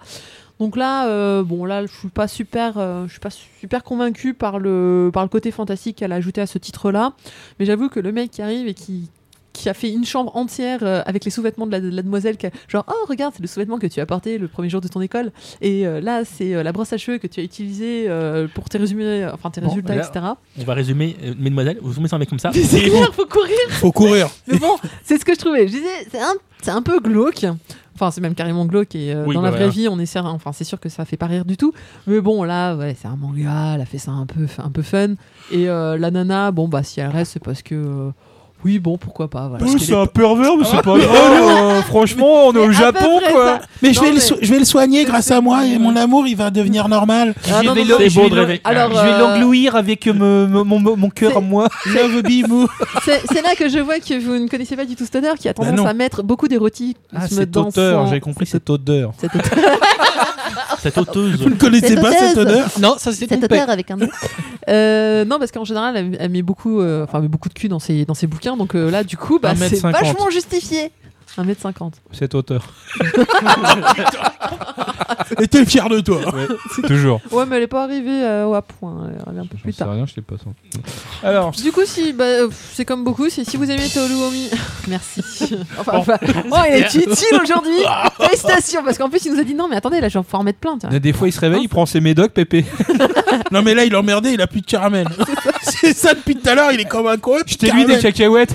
Speaker 1: Donc là, euh, bon là, je suis pas super, euh, je suis pas super convaincu par le par le côté fantastique qu'elle a ajouté à ce titre-là. Mais j'avoue que le mec qui arrive et qui qui a fait une chambre entière euh, avec les sous-vêtements de la, de la demoiselle, qui a- genre oh regarde c'est le sous-vêtement que tu as porté le premier jour de ton école et euh, là c'est euh, la brosse à cheveux que tu as utilisée euh, pour tes résumés, enfin tes
Speaker 3: Bon,
Speaker 1: résultats,
Speaker 3: là-
Speaker 1: etc.
Speaker 3: On va résumer, euh, mesdemoiselles, vous mettez un mec comme ça.
Speaker 1: Mais c'est clair, faut courir.
Speaker 5: faut courir.
Speaker 1: Mais bon, c'est ce que je trouvais. Je disais, c'est un, c'est un peu glauque. Enfin, c'est même carrément glauque. Et euh,
Speaker 3: Oui,
Speaker 1: dans
Speaker 3: bah
Speaker 1: la vraie
Speaker 3: voilà.
Speaker 1: vie, on est sûr, enfin, c'est sûr que ça fait pas rire du tout. Mais bon, là, ouais, c'est un manga. Elle a fait ça un peu, un peu fun. Et euh, la nana, bon, bah, si elle reste, c'est parce que. euh, oui, bon, pourquoi pas. Voilà.
Speaker 5: Parce
Speaker 2: oui,
Speaker 5: qu'elle
Speaker 2: c'est
Speaker 5: est-
Speaker 2: un pervers, oh, mais c'est pas grave. euh, Franchement, on est
Speaker 1: Mais à
Speaker 2: au
Speaker 1: peu
Speaker 2: Japon,
Speaker 1: près
Speaker 2: quoi.
Speaker 1: ça.
Speaker 5: Mais,
Speaker 1: Non,
Speaker 5: je vais,
Speaker 1: mais-
Speaker 5: Le so- je vais le soigner grâce à moi et mon amour, il va devenir normal.
Speaker 1: Ah, non, non, non,
Speaker 3: C'est
Speaker 1: je
Speaker 3: beau
Speaker 1: vais
Speaker 3: de
Speaker 1: le-
Speaker 3: rêver.
Speaker 1: Alors,
Speaker 3: Je
Speaker 1: euh,
Speaker 2: avec mon cœur
Speaker 1: à
Speaker 2: moi.
Speaker 5: Love Bimou.
Speaker 1: c'est c'est là que je vois que vous ne connaissez pas du tout Stoner qui a
Speaker 5: Bah
Speaker 1: tendance
Speaker 5: non.
Speaker 1: à mettre beaucoup d'érotisme
Speaker 2: Ah, cet
Speaker 1: dans
Speaker 2: auteur,
Speaker 1: son-
Speaker 2: j'ai compris, cet odeur.
Speaker 1: cet auteur.
Speaker 3: Cette auteuse.
Speaker 5: Vous ne connaissez
Speaker 1: Cette
Speaker 5: pas
Speaker 1: hôtesse.
Speaker 5: cette odeur
Speaker 4: Non, ça c'était
Speaker 1: Cet
Speaker 4: ton père.
Speaker 1: auteur avec un nom. Euh, non, parce qu'en général, elle, elle met beaucoup, euh, enfin, elle met beaucoup de cul dans ses, dans ses bouquins, donc euh, là, du coup, bah, c'est
Speaker 2: 1m50.
Speaker 1: vachement justifié. 1m50.
Speaker 2: Cet auteur.
Speaker 5: Et t'es fier de toi.
Speaker 2: Toujours.
Speaker 1: Ouais, mais elle est pas arrivée euh, au à point, elle arrive un peu
Speaker 2: J'en
Speaker 1: plus
Speaker 2: sais
Speaker 1: tard.
Speaker 2: rien, je t'ai pas senti. Alors,
Speaker 1: Du coup, si, bah, euh, pff, c'est comme beaucoup, c'est si vous aimez Toluomi. Merci. Enfin, enfin, oh, il est utile aujourd'hui. Félicitations, parce qu'en plus, il nous a dit non, mais attendez, là, je vais en mettre plein. tu vois.
Speaker 2: des fois, il se réveille, il prend ses médocs, pépé.
Speaker 5: Non mais là il est emmerdé, il a plus de caramel. C'est ça depuis tout à l'heure, il est comme un con.
Speaker 2: Je t'ai mis des cacahuètes.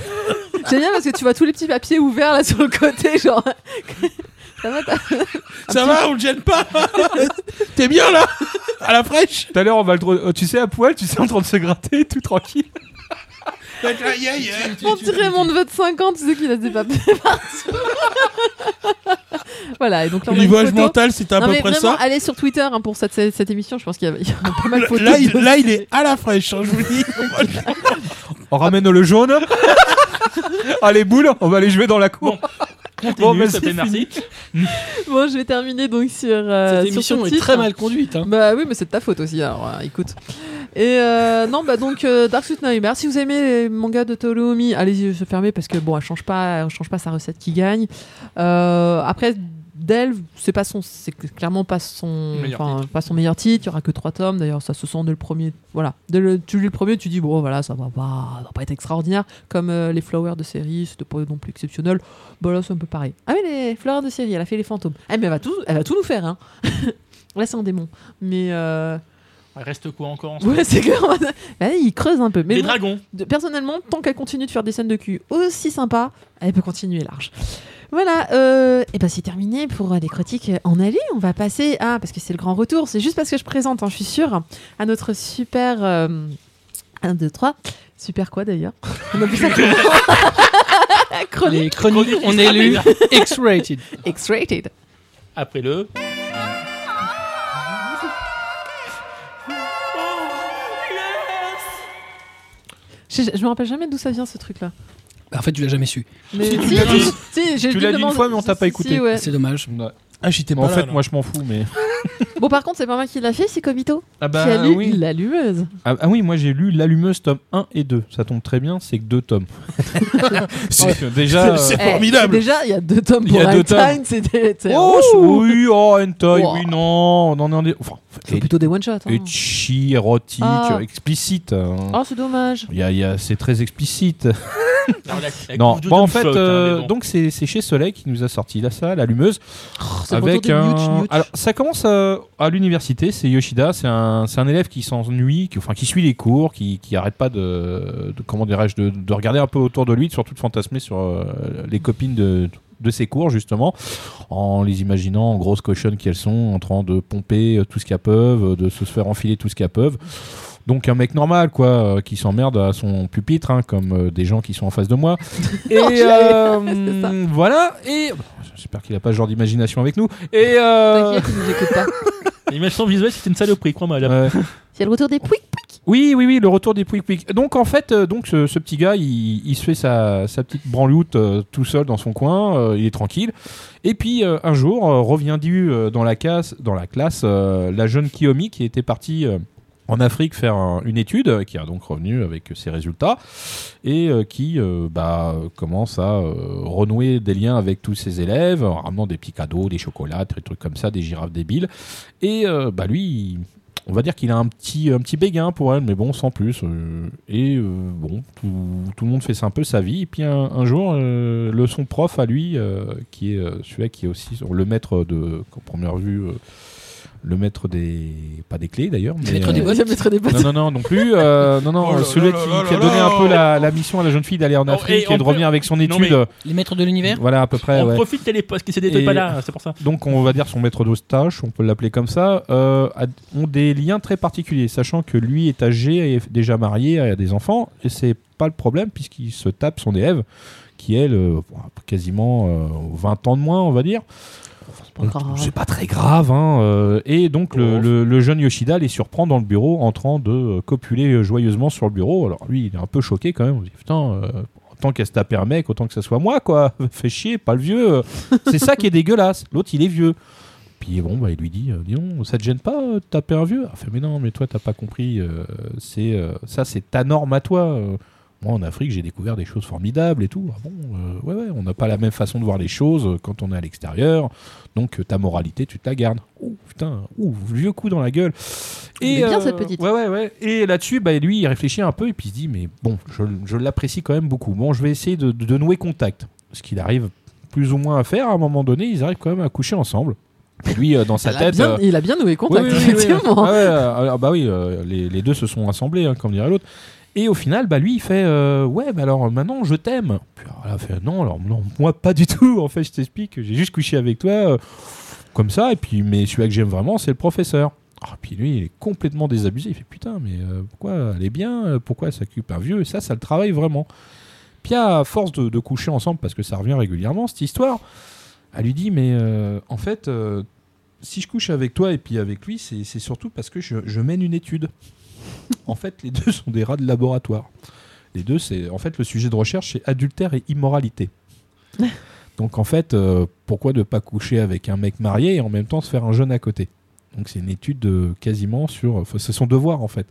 Speaker 1: J'aime bien parce que tu vois tous les petits papiers ouverts là sur le côté, genre. Ça va, t'as-
Speaker 5: Ça va, on le gêne pas T'es bien là À la fraîche
Speaker 2: Tout à l'heure, on va le. dro- euh, Tu sais, à poil, tu sais, en train de se gratter, tout tranquille.
Speaker 5: Avec la yeye, hein.
Speaker 1: On dirait mon neveu de 5 ans, tu sais qu'il a des papiers partout. voilà, et donc là, on a une
Speaker 5: L'image
Speaker 1: photo.
Speaker 5: mentale, c'est à
Speaker 1: Non,
Speaker 5: peu
Speaker 1: mais
Speaker 5: près
Speaker 1: vraiment,
Speaker 5: ça.
Speaker 1: allez sur Twitter hein, pour cette, cette, cette émission, je pense qu'il y a, il y a pas mal de photos.
Speaker 5: Là il,
Speaker 1: de-
Speaker 5: là, il est à la fraîche, hein, je vous le dis.
Speaker 2: On ramène le jaune. Ah, les boules, on va les jouer dans la cour. Bon,
Speaker 1: bah,
Speaker 3: Continue,
Speaker 2: mais
Speaker 3: s'il te
Speaker 2: c'est
Speaker 3: plaît, merci.
Speaker 1: Bon, je vais terminer donc sur, euh,
Speaker 4: Cette
Speaker 1: sur ce
Speaker 4: émission est
Speaker 1: titre.
Speaker 4: très mal conduite. hein.
Speaker 1: Bah oui, mais c'est de ta faute aussi, alors euh, écoute. Et euh, non, bah donc euh, Dark Suit Nightmare, si vous aimez les mangas de Tolomi, allez-y, se fermer parce que bon, elle change pas, elle change pas sa recette qui gagne. Euh, après, Delve, c'est pas son, c'est clairement pas son,
Speaker 3: Meilleur
Speaker 1: enfin, pas son meilleur titre. Il y aura que trois tomes, d'ailleurs, ça se sent dès le premier. Voilà, dès le, tu lis le premier, tu dis bon, voilà, ça va pas, ça va pas être extraordinaire. Comme euh, les flowers de série, c'était pas non plus exceptionnel. Bah là, c'est un peu pareil. Ah mais les flowers de série, elle a fait les fantômes. Eh, mais elle va tout, elle va tout nous faire, hein. là, c'est un démon, mais. euh,
Speaker 3: Il Ah, Reste quoi encore en ce moment
Speaker 1: Ouais, c'est clair. Bah, il creuse un peu. Mais
Speaker 3: Les
Speaker 1: bon,
Speaker 3: dragons.
Speaker 1: de- personnellement, tant qu'elle continue de faire des scènes de cul aussi sympas, elle peut continuer large. Voilà, euh, et ben c'est terminé pour euh, les critiques euh, en allée. On va passer à, parce que c'est le grand retour, c'est juste parce que je présente, hein, je suis sûre, à notre super. euh, 1, 2, 3. Super quoi d'ailleurs On a plus ça comment Chronique
Speaker 4: Les chroniques, on est élu X-rated.
Speaker 1: X-rated.
Speaker 3: après le.
Speaker 1: Je, je me rappelle jamais d'où ça vient ce truc-là.
Speaker 4: Bah, en fait, tu l'as jamais su.
Speaker 1: Mais
Speaker 2: tu l'as dit.
Speaker 1: si, j'ai
Speaker 2: Tu
Speaker 1: dû
Speaker 2: l'as dit une
Speaker 1: demander-
Speaker 2: fois, mais on t'a pas
Speaker 1: si,
Speaker 2: écouté.
Speaker 1: si, ouais.
Speaker 4: C'est dommage.
Speaker 2: Ouais.
Speaker 5: Ah, j'étais
Speaker 2: Mais
Speaker 5: pas
Speaker 2: en
Speaker 5: là,
Speaker 2: fait,
Speaker 5: là.
Speaker 2: moi je m'en fous, mais.
Speaker 1: Bon, par contre, c'est pas moi qui l'a fait, c'est Kobito
Speaker 2: Ah
Speaker 1: qui a lu
Speaker 2: oui.
Speaker 1: l'allumeuse.
Speaker 2: Ah, ah oui, moi j'ai lu L'allumeuse tome 1 et 2. Ça tombe très bien, c'est que deux tomes. Donc, euh, déjà. euh,
Speaker 5: C'est
Speaker 1: Eh,
Speaker 5: formidable.
Speaker 1: Déjà, il y a deux tomes
Speaker 2: Il y
Speaker 1: pour
Speaker 2: a deux
Speaker 1: Einstein, c'était. c'était-
Speaker 2: Oh,
Speaker 1: Ouh.
Speaker 2: oui, oh, hentai,
Speaker 1: Wow.
Speaker 2: oui, non, on en est. on est- Enfin,
Speaker 1: C'est plutôt des one-shots. hein.
Speaker 2: et chi, érotique,
Speaker 1: Ah.
Speaker 2: euh, explicite. hein.
Speaker 1: Oh, c'est dommage.
Speaker 2: Il y a- il y a- c'est très explicite.
Speaker 3: Alors, la- la
Speaker 2: non,
Speaker 3: couve de
Speaker 2: bon, en
Speaker 3: Dom
Speaker 2: fait,
Speaker 3: Shot, hein,
Speaker 2: euh,
Speaker 3: mais bon.
Speaker 2: donc c'est c'est chez Soleil qui nous a sorti là, ça, l'allumeuse.
Speaker 1: c'est le retour
Speaker 2: avec
Speaker 1: de
Speaker 2: un.
Speaker 1: Newt, Newt.
Speaker 2: Alors, ça commence à, à l'université, c'est Yoshida, c'est un, c'est un élève qui s'ennuie, qui, enfin, qui suit les cours, qui, qui arrête pas de, de- comment dirais-je, de, de regarder un peu autour de lui, de surtout de fantasmer sur euh, les copines de, de ses cours, justement, en les imaginant en grosses cochonnes qu'elles sont, en train de pomper euh, tout ce qu'elles peuvent, euh, de se faire enfiler tout ce qu'elles peuvent. Donc un mec normal quoi, euh, qui s'emmerde à son pupitre, hein, comme euh, des gens qui sont en face de moi. Et
Speaker 1: Non, j'y allais.
Speaker 2: euh,
Speaker 1: C'est ça.
Speaker 2: voilà. Et j'espère qu'il a pas ce genre d'imagination avec nous. Et euh,
Speaker 1: T'inquiète, il nous écoute pas.
Speaker 3: L'animation visuelle, c'est une saloperie, crois-moi. là.
Speaker 2: ouais.
Speaker 1: C'est le retour des pouic.
Speaker 2: euh, Oui, oui, oui, le retour des Pouic Pouic. Donc en fait, euh, donc ce, ce petit gars, il, il se fait sa, sa petite branloute euh, tout seul dans son coin, euh, il est tranquille. Et puis euh, un jour, euh, revient du euh, dans la classe, dans la classe, euh, la jeune Kiyomi qui était partie euh, en Afrique faire un- une étude, euh, qui a donc revenu avec ses résultats et euh, qui euh, bah, euh, commence à euh, renouer des liens avec tous ses élèves, en ramenant des petits cadeaux, des chocolats, des trucs comme ça, des girafes débiles. Et euh, bah lui, il- on va dire qu'il a un petit, un petit béguin pour elle, mais bon, sans plus. euh, et euh, bon, tout, tout le monde fait ça un peu sa vie. Et puis un, un jour, euh, le son prof à lui, euh, qui est euh, celui-là qui est aussi sur- le maître de, en première vue, euh, le maître des. pas des clés d'ailleurs. mais,
Speaker 4: maître
Speaker 2: euh,
Speaker 4: des bottes.
Speaker 1: Je mettrai des bottes.
Speaker 2: non, non, non, non plus. euh, non, non,
Speaker 5: Oh là
Speaker 2: celui
Speaker 5: là
Speaker 2: qui,
Speaker 5: là
Speaker 2: qui a
Speaker 5: là
Speaker 2: donné
Speaker 5: là.
Speaker 2: un peu la, la mission à la jeune fille d'aller en
Speaker 3: Oh, et
Speaker 2: Afrique et,
Speaker 3: on
Speaker 2: de
Speaker 3: peut-
Speaker 2: revenir avec son
Speaker 3: Non,
Speaker 2: étude.
Speaker 4: Les maîtres de l'univers
Speaker 2: Voilà, à peu près.
Speaker 3: on
Speaker 2: ouais.
Speaker 3: profite des postes qui s'étaient
Speaker 2: Et-
Speaker 3: pas là, c'est pour ça.
Speaker 2: Donc, on va dire son maître de stage, on peut l'appeler comme ça, euh, a- ont des liens très particuliers, sachant que lui est âgé et est déjà marié, a des enfants, et c'est pas le problème puisqu'il se tape son élève, qui elle, euh, quasiment euh, 20 ans de moins, on va dire. Euh,
Speaker 1: pas grave. Oh.
Speaker 2: C'est pas très grave, hein, euh, et donc le, le- le jeune Yoshida les surprend dans le bureau en train de euh, copuler joyeusement sur le bureau. Alors lui, il est un peu choqué quand même. On se dit putain, euh, tant qu'à se taper un mec, autant que ça soit moi, quoi. Fais chier, pas le vieux. C'est ça qui est dégueulasse. L'autre, il est vieux. Puis bon, bah, il lui dit, euh, dis donc, ça te gêne pas euh, de taper un vieux Elle fait, mais non, mais toi, t'as pas compris. euh, c'est euh, ça, c'est ta norme à toi. Euh, moi, en Afrique, j'ai découvert des choses formidables et tout. Ah bon, euh, ouais, ouais, on n'a pas la même façon de voir les choses euh, quand on est à l'extérieur. Donc, euh, ta moralité, tu te la gardes. Ouh, putain, ouh, vieux coup dans la gueule. euh,
Speaker 1: Elle est bien, cette petite.
Speaker 2: Ouais, ouais, ouais. Et là-dessus, bah, lui, il réfléchit un peu et puis il se dit, mais bon, je, je l'apprécie quand même beaucoup. Bon, je vais essayer de, de nouer contact. Ce qu'il arrive plus ou moins à faire, à un moment donné, ils arrivent quand même à coucher ensemble. Et lui, euh, dans sa
Speaker 1: Il a
Speaker 2: tête.
Speaker 1: bien-
Speaker 2: euh,
Speaker 1: Il a bien noué
Speaker 2: oui,
Speaker 1: contact,
Speaker 2: oui, oui, oui.
Speaker 1: effectivement.
Speaker 2: Ah ouais, euh, alors, bah oui, euh, les, les deux se sont assemblés, hein, comme dirait l'autre. Et au final, bah lui, il fait euh, ouais, bah alors maintenant je t'aime. Puis alors, elle a fait non, alors non, moi pas du tout. En fait, je t'explique, j'ai juste couché avec toi euh, comme ça. Et puis, mais celui que j'aime vraiment, c'est le professeur. Ah, puis lui, il est complètement désabusé. Il fait putain, mais euh, pourquoi elle est bien euh, Pourquoi elle s'occupe un vieux Et ça, ça le travaille vraiment. Puis à force de, de coucher ensemble, parce que ça revient régulièrement cette histoire, elle lui dit mais euh, en fait, euh, si je couche avec toi et puis avec lui, c'est c'est surtout parce que je, je mène une étude. en fait, les deux sont des rats de laboratoire. Les deux, c'est en fait le sujet de recherche, c'est adultère et immoralité. Donc en fait, euh, pourquoi ne pas coucher avec un mec marié et en même temps se faire un jeune à côté Donc c'est une étude euh, quasiment sur, enfin, c'est son devoir en fait.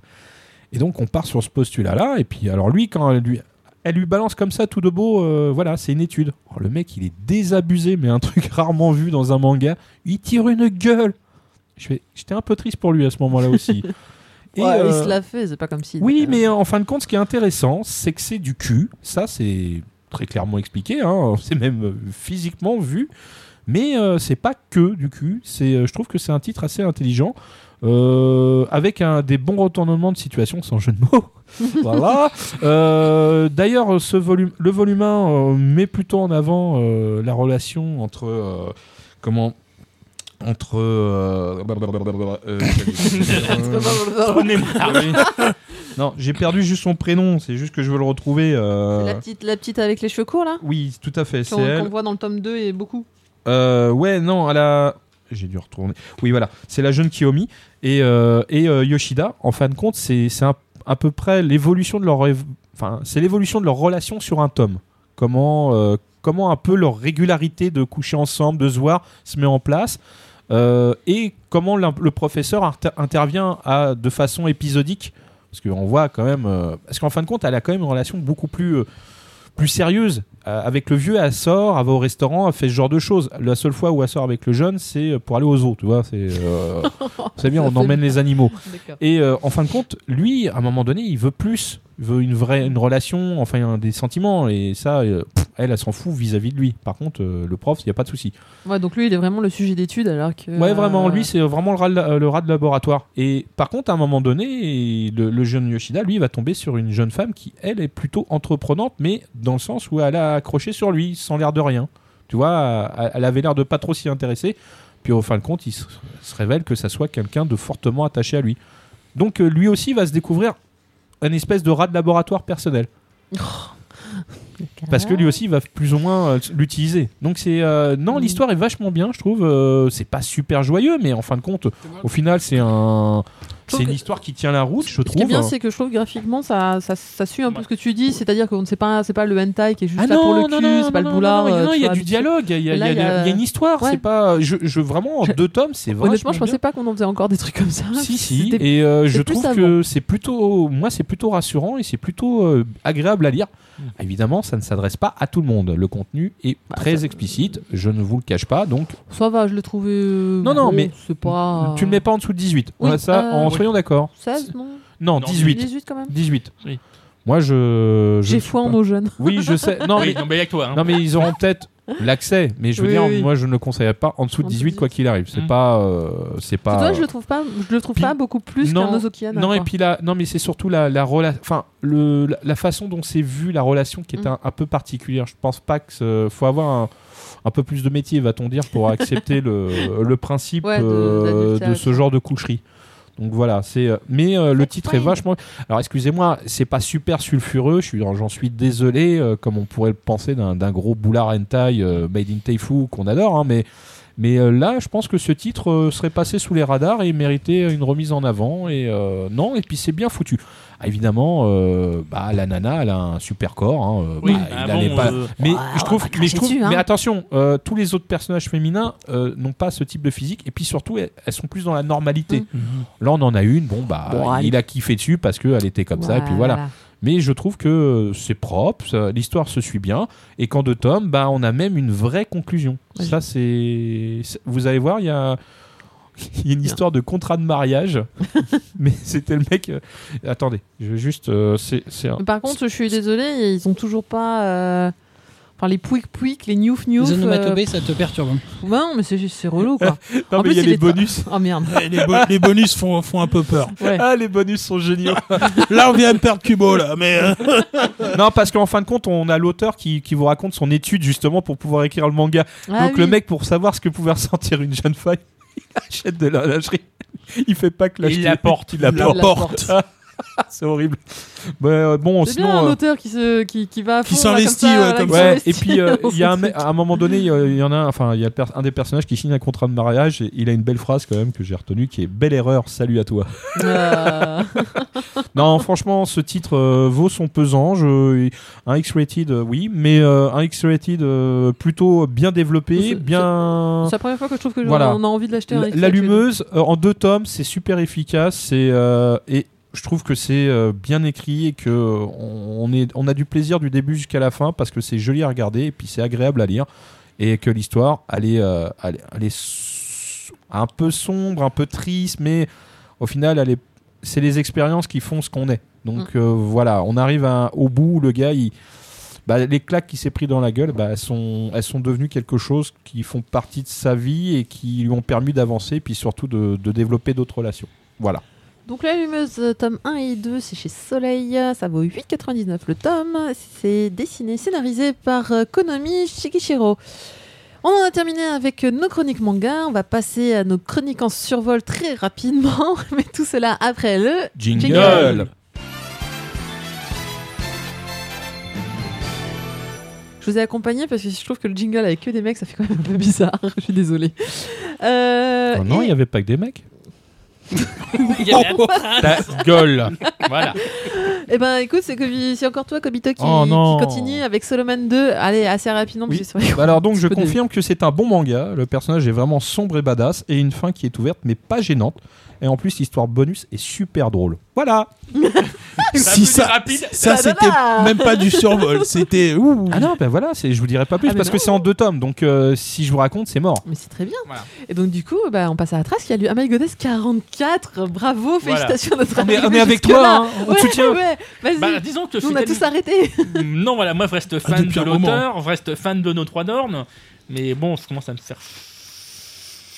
Speaker 2: Et donc on part sur ce postulat-là. Et puis alors lui, quand elle lui, elle lui balance comme ça tout de beau, euh, voilà, c'est une étude. Alors, le mec, il est désabusé, mais un truc rarement vu dans un manga il tire une gueule. Je fais- J'étais un peu triste pour lui à ce moment-là aussi. Et,
Speaker 1: Ouais, Il
Speaker 2: euh,
Speaker 1: se l'a fait, c'est pas comme si.
Speaker 2: oui, mais en fin de compte, ce qui est intéressant, c'est que c'est du cul. Ça, c'est très clairement expliqué. hein. C'est même euh, physiquement vu. Mais euh, c'est pas que du cul. C'est, euh, je trouve que c'est un titre assez intelligent. euh, avec un, des bons retournements de situation sans jeu de mots. voilà. Euh, D'ailleurs, ce volume, le volume 1 euh, met plutôt en avant euh, la relation entre. euh, comment Entre. euh, blablabla, euh, oui. Non, j'ai perdu juste son prénom, c'est juste que je veux le retrouver. euh,
Speaker 1: La petite, la petite avec les cheveux courts là
Speaker 2: Oui, tout à fait, c'est
Speaker 1: qu'on qu'on
Speaker 2: elle.
Speaker 1: voit dans le tome 2 et beaucoup.
Speaker 2: Euh, ouais, non, elle a. j'ai dû retourner. Oui, voilà, c'est la jeune Kiyomi et, euh, et euh, Yoshida. En fin de compte, c'est c'est un- à peu près l'évolution de leur, év- enfin, c'est l'évolution de leur relation sur un tome. Comment, euh, comment un peu leur régularité de coucher ensemble, de se voir, se met en place. Euh, et comment l'im- le professeur inter- intervient à- de façon épisodique parce qu'on voit quand même euh, parce qu'en fin de compte elle a quand même une relation beaucoup plus euh, plus sérieuse Euh, avec le vieux elle sort elle va au restaurant elle fait ce genre de choses la seule fois où elle sort avec le jeune c'est pour aller aux zoo tu vois c'est euh, c'est bien
Speaker 1: Ça
Speaker 2: on
Speaker 1: fait
Speaker 2: emmène
Speaker 1: bien.
Speaker 2: les animaux
Speaker 1: D'accord.
Speaker 2: et euh, en fin de compte, lui, à un moment donné, il veut plus. Il veut une vraie une relation, enfin un- des sentiments. Et ça, euh, pff, elle, elle s'en fout vis-à-vis de lui. Par contre, euh, le prof, il n'y a pas de souci.
Speaker 1: Ouais, donc lui, il est vraiment le sujet d'étude alors que.
Speaker 2: Ouais, vraiment,
Speaker 1: euh,
Speaker 2: lui, c'est vraiment le rat, de, la- euh, le rat de laboratoire. Et par contre, à un moment donné, le, le jeune Yoshida, lui, va tomber sur une jeune femme qui, elle, est plutôt entreprenante, mais dans le sens où elle a accroché sur lui, sans l'air de rien. Tu vois, elle- elle avait l'air de pas trop s'y intéresser. Puis au fin de compte, il se, se révèle que ça soit quelqu'un de fortement attaché à lui. Donc euh, lui aussi va se découvrir un espèce de rat de laboratoire personnel.
Speaker 1: euh,
Speaker 2: Parce que
Speaker 1: Ah.
Speaker 2: lui aussi va plus ou moins euh, l'utiliser. Donc c'est euh, non,
Speaker 1: Mm.
Speaker 2: l'histoire est vachement bien, je trouve. Euh, c'est pas super joyeux, mais en fin de compte, au final, c'est un,
Speaker 1: trouve
Speaker 2: c'est une
Speaker 1: que-
Speaker 2: histoire qui tient la route, je
Speaker 1: Ce qui est
Speaker 2: trouve. hein.
Speaker 1: bien, c'est que je trouve que graphiquement, ça, ça, ça suit un peu
Speaker 3: Ouais.
Speaker 1: ce que tu dis, c'est-à-dire qu'on ne sait pas, c'est pas le hentai qui est juste
Speaker 2: ah
Speaker 1: là
Speaker 2: non,
Speaker 1: pour le
Speaker 2: non,
Speaker 1: cul,
Speaker 2: non,
Speaker 1: c'est pas
Speaker 2: non,
Speaker 1: le
Speaker 2: non,
Speaker 1: boulard.
Speaker 2: non, non,
Speaker 1: euh,
Speaker 2: non,
Speaker 1: tu
Speaker 2: il y a
Speaker 1: vois,
Speaker 2: du
Speaker 1: habitué.
Speaker 2: dialogue, il y a, il y a-
Speaker 1: Et là,
Speaker 2: il y a- il y a une histoire.
Speaker 1: Ouais.
Speaker 2: C'est pas, je, je- vraiment en
Speaker 1: Je-
Speaker 2: deux tomes, c'est vraiment.
Speaker 1: Honnêtement, je pensais pas qu'on en faisait encore des trucs comme ça.
Speaker 2: Si si
Speaker 1: C'était-
Speaker 2: et euh, je
Speaker 1: c'était plus
Speaker 2: trouve que c'est plutôt moi c'est plutôt rassurant et c'est plutôt euh, agréable à lire.
Speaker 3: Mm.
Speaker 2: Évidemment, ça ne s'adresse pas à tout le monde. Le contenu est
Speaker 1: Bah,
Speaker 2: très
Speaker 1: ça-
Speaker 2: explicite, je ne vous le cache pas donc
Speaker 1: Ça va, je l'ai trouvé. euh,
Speaker 2: Non, non,
Speaker 1: bon,
Speaker 2: mais
Speaker 1: C'est pas. euh,
Speaker 2: Tu ne mets pas en dessous de 18.
Speaker 1: Oui,
Speaker 2: Ouais, ça,
Speaker 1: euh,
Speaker 2: en
Speaker 1: oui.
Speaker 2: soyons d'accord.
Speaker 1: 16, non
Speaker 2: Non,
Speaker 3: Non,
Speaker 2: 18.
Speaker 1: 18 quand même.
Speaker 2: 18.
Speaker 3: Oui.
Speaker 2: Moi, je. je
Speaker 1: J'ai
Speaker 2: ne suis
Speaker 1: foi en
Speaker 2: pas-
Speaker 1: nos jeunes.
Speaker 2: Ah Oui, je sais. Non,
Speaker 3: Oui,
Speaker 2: mais,
Speaker 3: non, mais avec toi. hein.
Speaker 2: non, mais ils auront peut-être l'accès. Mais je veux
Speaker 1: Oui,
Speaker 2: dire,
Speaker 1: oui.
Speaker 2: moi, je ne le conseillerais pas en dessous de
Speaker 1: En dessous
Speaker 2: 18, quoi
Speaker 1: de
Speaker 2: qu'il arrive. C'est
Speaker 3: Mm.
Speaker 2: pas. euh, c'est
Speaker 1: C'est
Speaker 2: pas.
Speaker 1: toi, je le trouve pas, je le trouve
Speaker 2: Puis-
Speaker 1: pas beaucoup plus
Speaker 2: Non,
Speaker 1: qu'un Ozokiana.
Speaker 2: Non, et
Speaker 1: quoi.
Speaker 2: puis là, non, mais c'est surtout la, la relation, enfin, le, la, la façon dont c'est vu, la relation qui est
Speaker 1: Mm.
Speaker 2: un, un peu particulière. Je pense pas que ce- faut avoir un, un peu plus de métier, va-t-on dire, pour accepter le, le principe
Speaker 1: Ouais, de-
Speaker 2: euh, de,
Speaker 1: d'adultère,
Speaker 2: ce genre de coucherie. Donc voilà, c'est. euh, Mais euh, le
Speaker 1: That's
Speaker 2: titre est
Speaker 1: fine.
Speaker 2: vachement. Alors excusez-moi, c'est pas super sulfureux. Je suis, j'en suis désolé, euh, comme on pourrait le penser d'un d'un gros boulard hentai euh, made in Taifu qu'on adore, hein, mais mais euh, là, je pense que ce titre euh, serait passé sous les radars et méritait une remise en avant. Et euh, non, et puis c'est bien foutu. Ah, évidemment, euh, bah, la nana, elle a un super corps. hein, euh,
Speaker 3: Oui,
Speaker 2: bah,
Speaker 3: bah
Speaker 2: il
Speaker 3: bon,
Speaker 2: allait pas.
Speaker 3: euh,
Speaker 2: Mais
Speaker 1: Ouais,
Speaker 2: je
Speaker 1: on
Speaker 2: trouve,
Speaker 1: va pas
Speaker 2: mais je
Speaker 1: cracher
Speaker 2: trouve,
Speaker 1: dessus, hein.
Speaker 2: mais attention, euh, tous les autres personnages féminins euh, n'ont pas ce type de physique. Et puis surtout, elles, elles sont plus dans la normalité. Là, on en a une. Bon, bah,
Speaker 1: Mm. Bon, allez.
Speaker 2: il a kiffé dessus parce qu'elle était comme ça. Et puis voilà. Mais je trouve que euh, c'est propre, ça- l'histoire se suit bien, et qu'en deux tomes, bah, on a même une vraie conclusion.
Speaker 1: Ouais.
Speaker 2: Ça, c'est. c'est- Vous allez voir, il y a. il y a une histoire de contrat de mariage, mais c'était le mec. euh, Attendez, je vais juste. euh, c'est, c'est un-
Speaker 1: Mais Par contre, je suis désolé, ils ont toujours pas. euh, Enfin, les pouic pouic, les niouf niouf.
Speaker 4: Les
Speaker 1: euh,
Speaker 4: onomatopées, ça te perturbe.
Speaker 1: pff, ouais, non, mais c'est c'est relou quoi.
Speaker 2: Non,
Speaker 1: en
Speaker 2: mais
Speaker 1: plus,
Speaker 2: il y a
Speaker 1: il
Speaker 2: les
Speaker 1: est-
Speaker 2: bonus.
Speaker 1: oh merde.
Speaker 5: Et les, bo- les bonus font, font un peu peur.
Speaker 1: Ouais.
Speaker 2: Ah, les bonus sont géniaux.
Speaker 5: Là, on vient de perdre Cubo, là, mais. euh,
Speaker 2: non, parce qu'en fin de compte, on a l'auteur qui, qui vous raconte son étude justement pour pouvoir écrire le manga.
Speaker 1: Ah
Speaker 2: Donc le
Speaker 1: oui.
Speaker 2: mec, pour savoir ce que pouvait ressentir une jeune femme, il achète de la lingerie. Il fait pas
Speaker 3: Et
Speaker 2: que l'acheter.
Speaker 3: il l'apporte.
Speaker 2: Il
Speaker 1: Il la
Speaker 2: l'apporte.
Speaker 1: porte.
Speaker 2: C'est horrible. Bah, euh, bon,
Speaker 1: C'est bien un
Speaker 2: sinon. euh,
Speaker 1: auteur qui, se, qui, qui va à
Speaker 5: Qui
Speaker 1: fond, là,
Speaker 5: s'investit,
Speaker 1: comme ça, voilà,
Speaker 5: ouais, comme
Speaker 1: qui
Speaker 5: ça.
Speaker 2: Ouais,
Speaker 1: s'investit
Speaker 2: et puis euh,
Speaker 1: dans
Speaker 2: il y a
Speaker 1: son
Speaker 2: un, mec-
Speaker 1: truc.
Speaker 2: à un moment donné, euh, il y en a, un- enfin, il y a le pers- un des personnages qui signe un contrat de mariage et il a une belle phrase quand même que j'ai retenue qui est belle erreur, salut à toi.
Speaker 1: Euh,
Speaker 2: non, franchement, ce titre euh, vaut son pesant. Je- un X-rated, euh, oui, mais euh, un X-rated euh, plutôt bien
Speaker 1: C'est-
Speaker 2: développé,
Speaker 1: c'est-
Speaker 2: bien.
Speaker 1: C'est la première fois que je trouve que j'en-
Speaker 2: Voilà.
Speaker 1: on a envie de l'acheter. un
Speaker 2: La-
Speaker 1: extrait,
Speaker 2: L'allumeuse euh, en deux tomes, c'est super efficace, c'est euh, et je trouve que c'est euh, bien écrit et que euh, on, on est, on a du plaisir du début jusqu'à la fin parce que c'est joli à regarder et puis c'est agréable à lire et que l'histoire elle est, euh, elle, est- elle est so- un peu sombre, un peu triste, mais au final elle est, c'est les expériences qui font ce qu'on est. Donc euh, voilà, on arrive à- au bout où le gars il bah, les claques qu'il s'est pris dans la gueule, bah, elles, sont, elles sont devenues quelque chose qui font partie de sa vie et qui lui ont permis d'avancer, puis surtout de, de développer d'autres relations. Voilà.
Speaker 1: Donc l'allumeuse euh, tome 1 et 2, c'est chez Soleil, ça vaut 8,99 le tome, c'est dessiné, scénarisé par euh, Konami Shikishiro. On en a terminé avec euh, nos chroniques manga, on va passer à nos chroniques en survol très rapidement, mais tout cela après le...
Speaker 5: Euh,
Speaker 1: Jingle.
Speaker 4: Je
Speaker 1: Je vous ai accompagné parce que je trouve que le jingle avec que des mecs, ça fait quand même un peu bizarre. Je suis désolée. Euh,
Speaker 2: Oh non, il
Speaker 1: et-
Speaker 2: n'y avait pas que des mecs.
Speaker 3: Il y avait un
Speaker 2: Ta gueule
Speaker 3: Voilà.
Speaker 1: Eh ben écoute, c'est Kobi- c'est encore toi, Kobito, qui,
Speaker 2: Oh non.
Speaker 1: qui continue avec Solomon 2. Allez, assez rapidement,
Speaker 2: Oui.
Speaker 1: parce que c'est vrai qu'on-
Speaker 2: Bah alors donc je
Speaker 1: c'est pas
Speaker 2: confirme que c'est un bon manga, le personnage est vraiment sombre et badass et une fin qui est ouverte mais pas gênante et en plus l'histoire bonus est super drôle. Voilà.
Speaker 5: Si ça,
Speaker 3: Ça ah, a voulu rapide.
Speaker 5: ça
Speaker 1: Bah, voilà.
Speaker 5: c'était même pas du survol, c'était ouh.
Speaker 2: Ah non, ben voilà, c'est je vous dirai pas plus
Speaker 1: Ah, mais
Speaker 2: parce que
Speaker 1: non.
Speaker 2: c'est en deux tomes donc euh, si je vous raconte, c'est mort.
Speaker 1: Mais c'est très bien.
Speaker 3: Voilà.
Speaker 1: Et donc du coup, bah, on passe à la trace. Il y a lu Amal Godes 44. Bravo,
Speaker 3: Voilà.
Speaker 1: félicitations à notre
Speaker 2: On est,
Speaker 1: arrivée
Speaker 2: on est avec
Speaker 1: jusque-là.
Speaker 2: toi, hein, on te
Speaker 1: Ouais,
Speaker 2: soutient.
Speaker 1: ouais, vas-y.
Speaker 3: Bah, disons que je
Speaker 1: Nous,
Speaker 3: suis
Speaker 1: on a
Speaker 3: tellement-
Speaker 1: tous arrêté.
Speaker 3: Non, voilà, moi je reste
Speaker 5: Ah,
Speaker 3: fan
Speaker 5: depuis
Speaker 3: de
Speaker 5: un moment.
Speaker 3: l'auteur, je reste fan de nos trois nornes, mais bon, ça commence à me faire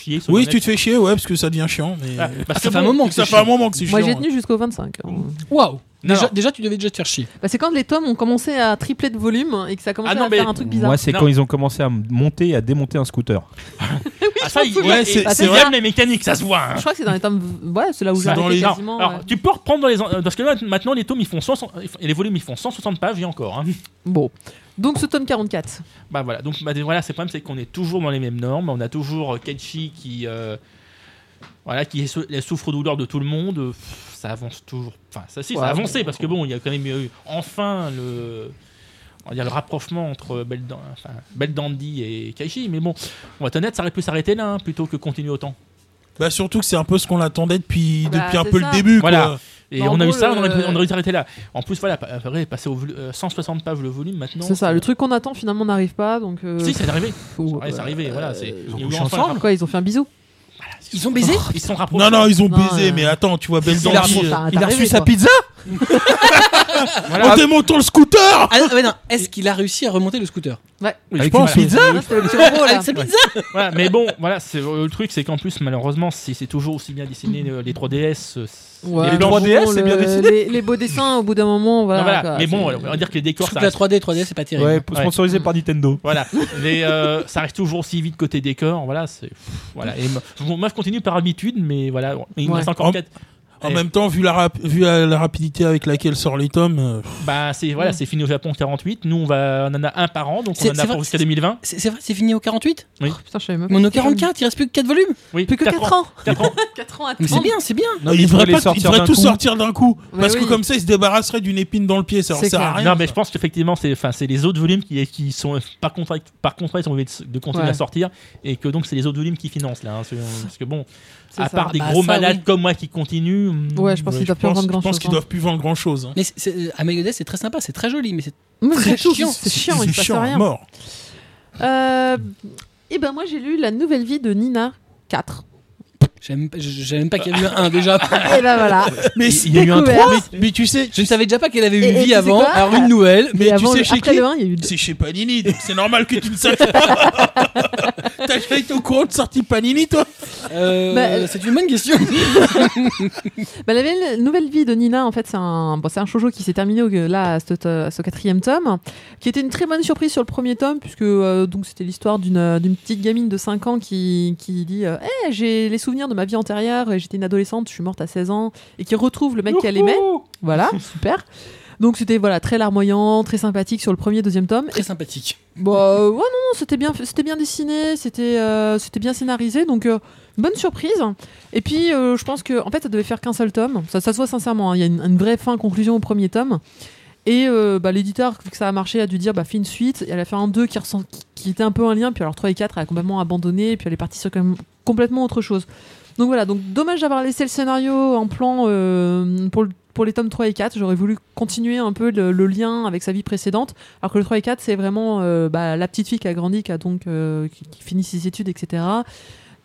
Speaker 3: chier. Ah, bah,
Speaker 5: Oui, tu te fais chier, ouais, parce que ça devient chiant. Mais...
Speaker 4: ça fait un moment que
Speaker 5: ça
Speaker 4: c'est
Speaker 5: fait un moment que c'est
Speaker 1: Moi,
Speaker 5: chiant.
Speaker 1: j'ai
Speaker 5: ouais.
Speaker 1: tenu jusqu'au 25. hein.
Speaker 3: Mmh.
Speaker 4: Waouh
Speaker 3: Non.
Speaker 4: déjà, déjà, tu devais déjà te faire chier.
Speaker 1: Bah, c'est quand les tomes ont commencé à tripler de volume hein, et que ça commence
Speaker 3: Ah non,
Speaker 1: à
Speaker 3: mais-
Speaker 1: faire un truc bizarre.
Speaker 2: Moi, c'est
Speaker 3: Non.
Speaker 2: quand ils ont commencé à monter et à démonter un scooter.
Speaker 3: Ah, ça, il
Speaker 1: Ouais,
Speaker 3: ouais,
Speaker 5: c'est-
Speaker 3: et-
Speaker 1: c'est
Speaker 3: il
Speaker 1: vrai.
Speaker 3: aime les mécaniques, ça se voit. hein.
Speaker 1: Je crois que c'est dans les tomes. Ouais, c'est là où
Speaker 5: C'est
Speaker 1: j'ai
Speaker 5: dans
Speaker 1: arrêté
Speaker 5: les-
Speaker 1: quasiment.
Speaker 3: Alors,
Speaker 1: ouais.
Speaker 3: tu peux reprendre dans les. en- euh, Parce que là, maintenant, les tomes, ils font 100 et les volumes, ils font 160 pages et encore. hein.
Speaker 1: Bon. Donc, ce tome 44.
Speaker 3: Bah voilà, donc bah, voilà, c'est le problème, c'est qu'on est toujours dans les mêmes normes. On a toujours euh, Kenshi qui. euh, voilà, qui est sou- la souffre-douleur de tout le monde. Euh, pff, Ça avance toujours. Enfin, ça si, ça
Speaker 1: Ouais,
Speaker 3: a avancé, parce que bon, il y a quand même eu enfin le. On va dire le rapprochement entre Belle, Dan- enfin, Belle Dandy et Kaishi, mais bon, on va être honnête, ça aurait pu s'arrêter là hein, plutôt que continuer autant.
Speaker 5: Bah, surtout que c'est un peu ce qu'on l'attendait depuis,
Speaker 1: Bah,
Speaker 5: depuis un
Speaker 1: c'est
Speaker 5: peu
Speaker 1: ça.
Speaker 5: le début.
Speaker 3: Voilà.
Speaker 5: quoi.
Speaker 3: Et
Speaker 1: Bah,
Speaker 3: on
Speaker 1: en
Speaker 3: a eu
Speaker 1: gros,
Speaker 3: ça, on aurait pu-
Speaker 1: le- euh,
Speaker 3: on aurait dû s'arrêter là. En plus, voilà, pa- après, passer au volu- euh, 160 pages le volume maintenant.
Speaker 1: c'est ça, le truc qu'on attend finalement n'arrive pas. Donc, euh,
Speaker 3: Si, c'est arrivé.
Speaker 1: faut-
Speaker 3: Ouais, c'est arrivé, voilà. c'est-
Speaker 1: euh,
Speaker 3: il y a eu
Speaker 2: couché
Speaker 3: enfin le
Speaker 2: ensemble,
Speaker 3: rapport.
Speaker 1: Quoi, ils ont fait un bisou.
Speaker 4: Ils ont baisé
Speaker 3: Ils se sont rapprochés.
Speaker 5: Non, non, ils ont
Speaker 1: Non,
Speaker 5: baisé,
Speaker 1: euh,
Speaker 5: mais attends, tu vois, Belle
Speaker 1: Il a
Speaker 5: Dandy,
Speaker 1: reçu-
Speaker 5: euh,
Speaker 1: Ah,
Speaker 2: il
Speaker 1: t'as
Speaker 2: a reçu
Speaker 1: rêvé,
Speaker 2: sa
Speaker 1: toi.
Speaker 2: pizza
Speaker 3: Voilà.
Speaker 5: On démonte le scooter
Speaker 4: Ah non, mais non, est-ce qu'il a réussi à remonter le scooter
Speaker 3: Oui,
Speaker 2: avec
Speaker 3: voilà.
Speaker 2: une pizza.
Speaker 1: Ah, c'était le turbo, là.
Speaker 4: Avec sa pizza
Speaker 3: Voilà, mais bon, voilà, c'est euh, le truc, c'est qu'en plus, malheureusement, si c'est toujours aussi bien dessiné euh, les 3DS. euh, c'est-
Speaker 1: Ouais,
Speaker 3: les
Speaker 1: mais
Speaker 3: plans-
Speaker 1: bon,
Speaker 2: 3DS, c'est bien
Speaker 1: le-
Speaker 2: dessiné.
Speaker 1: Les, les beaux dessins, au bout d'un moment, voilà.
Speaker 3: Non, voilà,
Speaker 1: quoi,
Speaker 3: mais
Speaker 1: c'est-
Speaker 3: bon, on va dire que les décors,
Speaker 4: Surtout
Speaker 3: ça
Speaker 4: que la
Speaker 3: reste,
Speaker 4: 3D, 3D, c'est pas terrible.
Speaker 2: Ouais, sponsorisé par Nintendo.
Speaker 3: voilà, les, euh, ça reste toujours aussi vite côté décor. Voilà, c'est pff, voilà. Et mo- bon, moi, je continue par habitude, mais voilà, bon, il me
Speaker 1: Ouais.
Speaker 3: reste encore
Speaker 5: En-
Speaker 3: quatre.
Speaker 5: En
Speaker 3: Eh,
Speaker 5: même temps, vu la, rap- vu la, la rapidité avec laquelle sort les tomes, euh,
Speaker 3: bah, c'est voilà, c'est fini au Japon 48. Nous, on va, on en a un par an, donc on
Speaker 4: C'est-
Speaker 3: en
Speaker 4: c'est
Speaker 3: a pour
Speaker 4: vrai-
Speaker 3: jusqu'à 2020.
Speaker 4: C'est c'est vrai, c'est fini au 48
Speaker 1: Oh, putain, je savais même
Speaker 4: Mais on est
Speaker 1: pas.
Speaker 4: au 44, il reste plus que 4 volumes.
Speaker 3: Oui,
Speaker 1: Plus que 4, ans.
Speaker 3: Quatre ans.
Speaker 1: 4 ans à
Speaker 4: Mais c'est
Speaker 1: attendre.
Speaker 4: bien, c'est bien.
Speaker 2: Non,
Speaker 5: ils
Speaker 2: mais il
Speaker 5: devraient,
Speaker 2: faudrait les
Speaker 5: pas- ils
Speaker 2: sortir
Speaker 5: devraient
Speaker 2: d'un
Speaker 5: tout
Speaker 2: coup.
Speaker 5: sortir d'un coup.
Speaker 1: Mais
Speaker 5: parce
Speaker 1: oui.
Speaker 5: que comme ça, ils se débarrasseraient d'une épine dans le pied, ça leur
Speaker 1: C'est
Speaker 5: sert à
Speaker 1: clair.
Speaker 5: rien.
Speaker 3: Non, mais je pense qu'effectivement, c'est, enfin, c'est les autres volumes qui, qui sont par contrat, par contrat, ils sont obligés de, de continuer
Speaker 1: Ouais.
Speaker 3: à sortir, et que donc c'est les autres volumes qui financent là. hein, c'est- parce que bon,
Speaker 1: C'est
Speaker 3: à
Speaker 1: ça.
Speaker 3: part des
Speaker 4: Bah,
Speaker 3: gros
Speaker 4: ça,
Speaker 3: malades
Speaker 4: oui.
Speaker 3: comme moi qui continuent. hmm,
Speaker 1: Ouais, je pense
Speaker 5: Ouais,
Speaker 1: qu'ils doivent plus en
Speaker 5: pense-
Speaker 1: vendre hein.
Speaker 5: je
Speaker 1: grand chose.
Speaker 5: pense qu'ils doivent plus vendre hein. grand chose.
Speaker 4: Mais c'est- c'est- Amégodès, c'est très sympa, c'est très joli, mais c'est
Speaker 1: C'est
Speaker 4: très chiant.
Speaker 1: chiant, c'est chiant, il se passe
Speaker 5: chiant, à
Speaker 1: rien.
Speaker 5: mort.
Speaker 1: Euh, et ben moi j'ai lu La Nouvelle Vie de Nina 4.
Speaker 4: j'aime pas, je- je savais même pas qu'il y avait eu un déjà.
Speaker 1: et ben voilà.
Speaker 5: Mais,
Speaker 2: Il y a eu un
Speaker 1: Découverte.
Speaker 2: 3
Speaker 5: mais- mais tu sais,
Speaker 4: Je ne savais déjà pas qu'elle avait eu
Speaker 1: Et- et
Speaker 4: une
Speaker 1: tu sais
Speaker 4: vie avant,
Speaker 1: quoi
Speaker 4: alors une nouvelle.
Speaker 5: mais
Speaker 1: Et
Speaker 5: tu
Speaker 1: avant
Speaker 5: sais
Speaker 1: le-
Speaker 5: chez
Speaker 1: après
Speaker 5: qui
Speaker 1: le 1, il y a eu deux.
Speaker 5: c'est chez Panini, donc c'est normal que tu ne saches pas. T'as jamais été au courant de sortie Panini, toi
Speaker 4: Euh,
Speaker 1: Bah, euh,
Speaker 4: C'est une bonne question.
Speaker 1: Bah, la nouvelle, nouvelle vie de Nina, en fait, c'est un, bon, c'est un shoujo qui s'est terminé au- là, à, ce- à ce quatrième tome, qui était une très bonne surprise sur le premier tome, puisque euh, donc c'était l'histoire d'une euh, d'une petite gamine de 5 ans qui, qui dit euh, Eh, J'ai les souvenirs de ma vie antérieure, et j'étais une adolescente, je suis morte à 16 ans, et qui retrouve le mec qu'elle aimait. Voilà, super. Donc c'était voilà très larmoyant, très sympathique sur le premier, deuxième tome.
Speaker 4: Très sympathique.
Speaker 1: Bah euh, ouais non, non, c'était bien c'était bien dessiné, c'était euh, c'était bien scénarisé donc euh, bonne surprise. Et puis euh, je pense que en fait ça devait faire qu'un seul tome. Ça ça se voit sincèrement, hein, il y a une, une vraie fin conclusion au premier tome. Et euh, bah, l'éditeur, vu que ça a marché, a dû dire bah, fais une suite. Et elle a fait un 2 qui, ressent, qui, qui était un peu un lien. Puis alors 3 et 4, elle a complètement abandonné. Et puis elle est partie sur quand même complètement autre chose. Donc voilà, donc dommage d'avoir laissé le scénario en plan euh, pour, le- pour les tomes 3 et 4. J'aurais voulu continuer un peu le- le lien avec sa vie précédente. Alors que le 3 et 4, c'est vraiment euh, bah, la petite fille qui a grandi, qui, a donc, euh, qui, qui finit ses études, etc.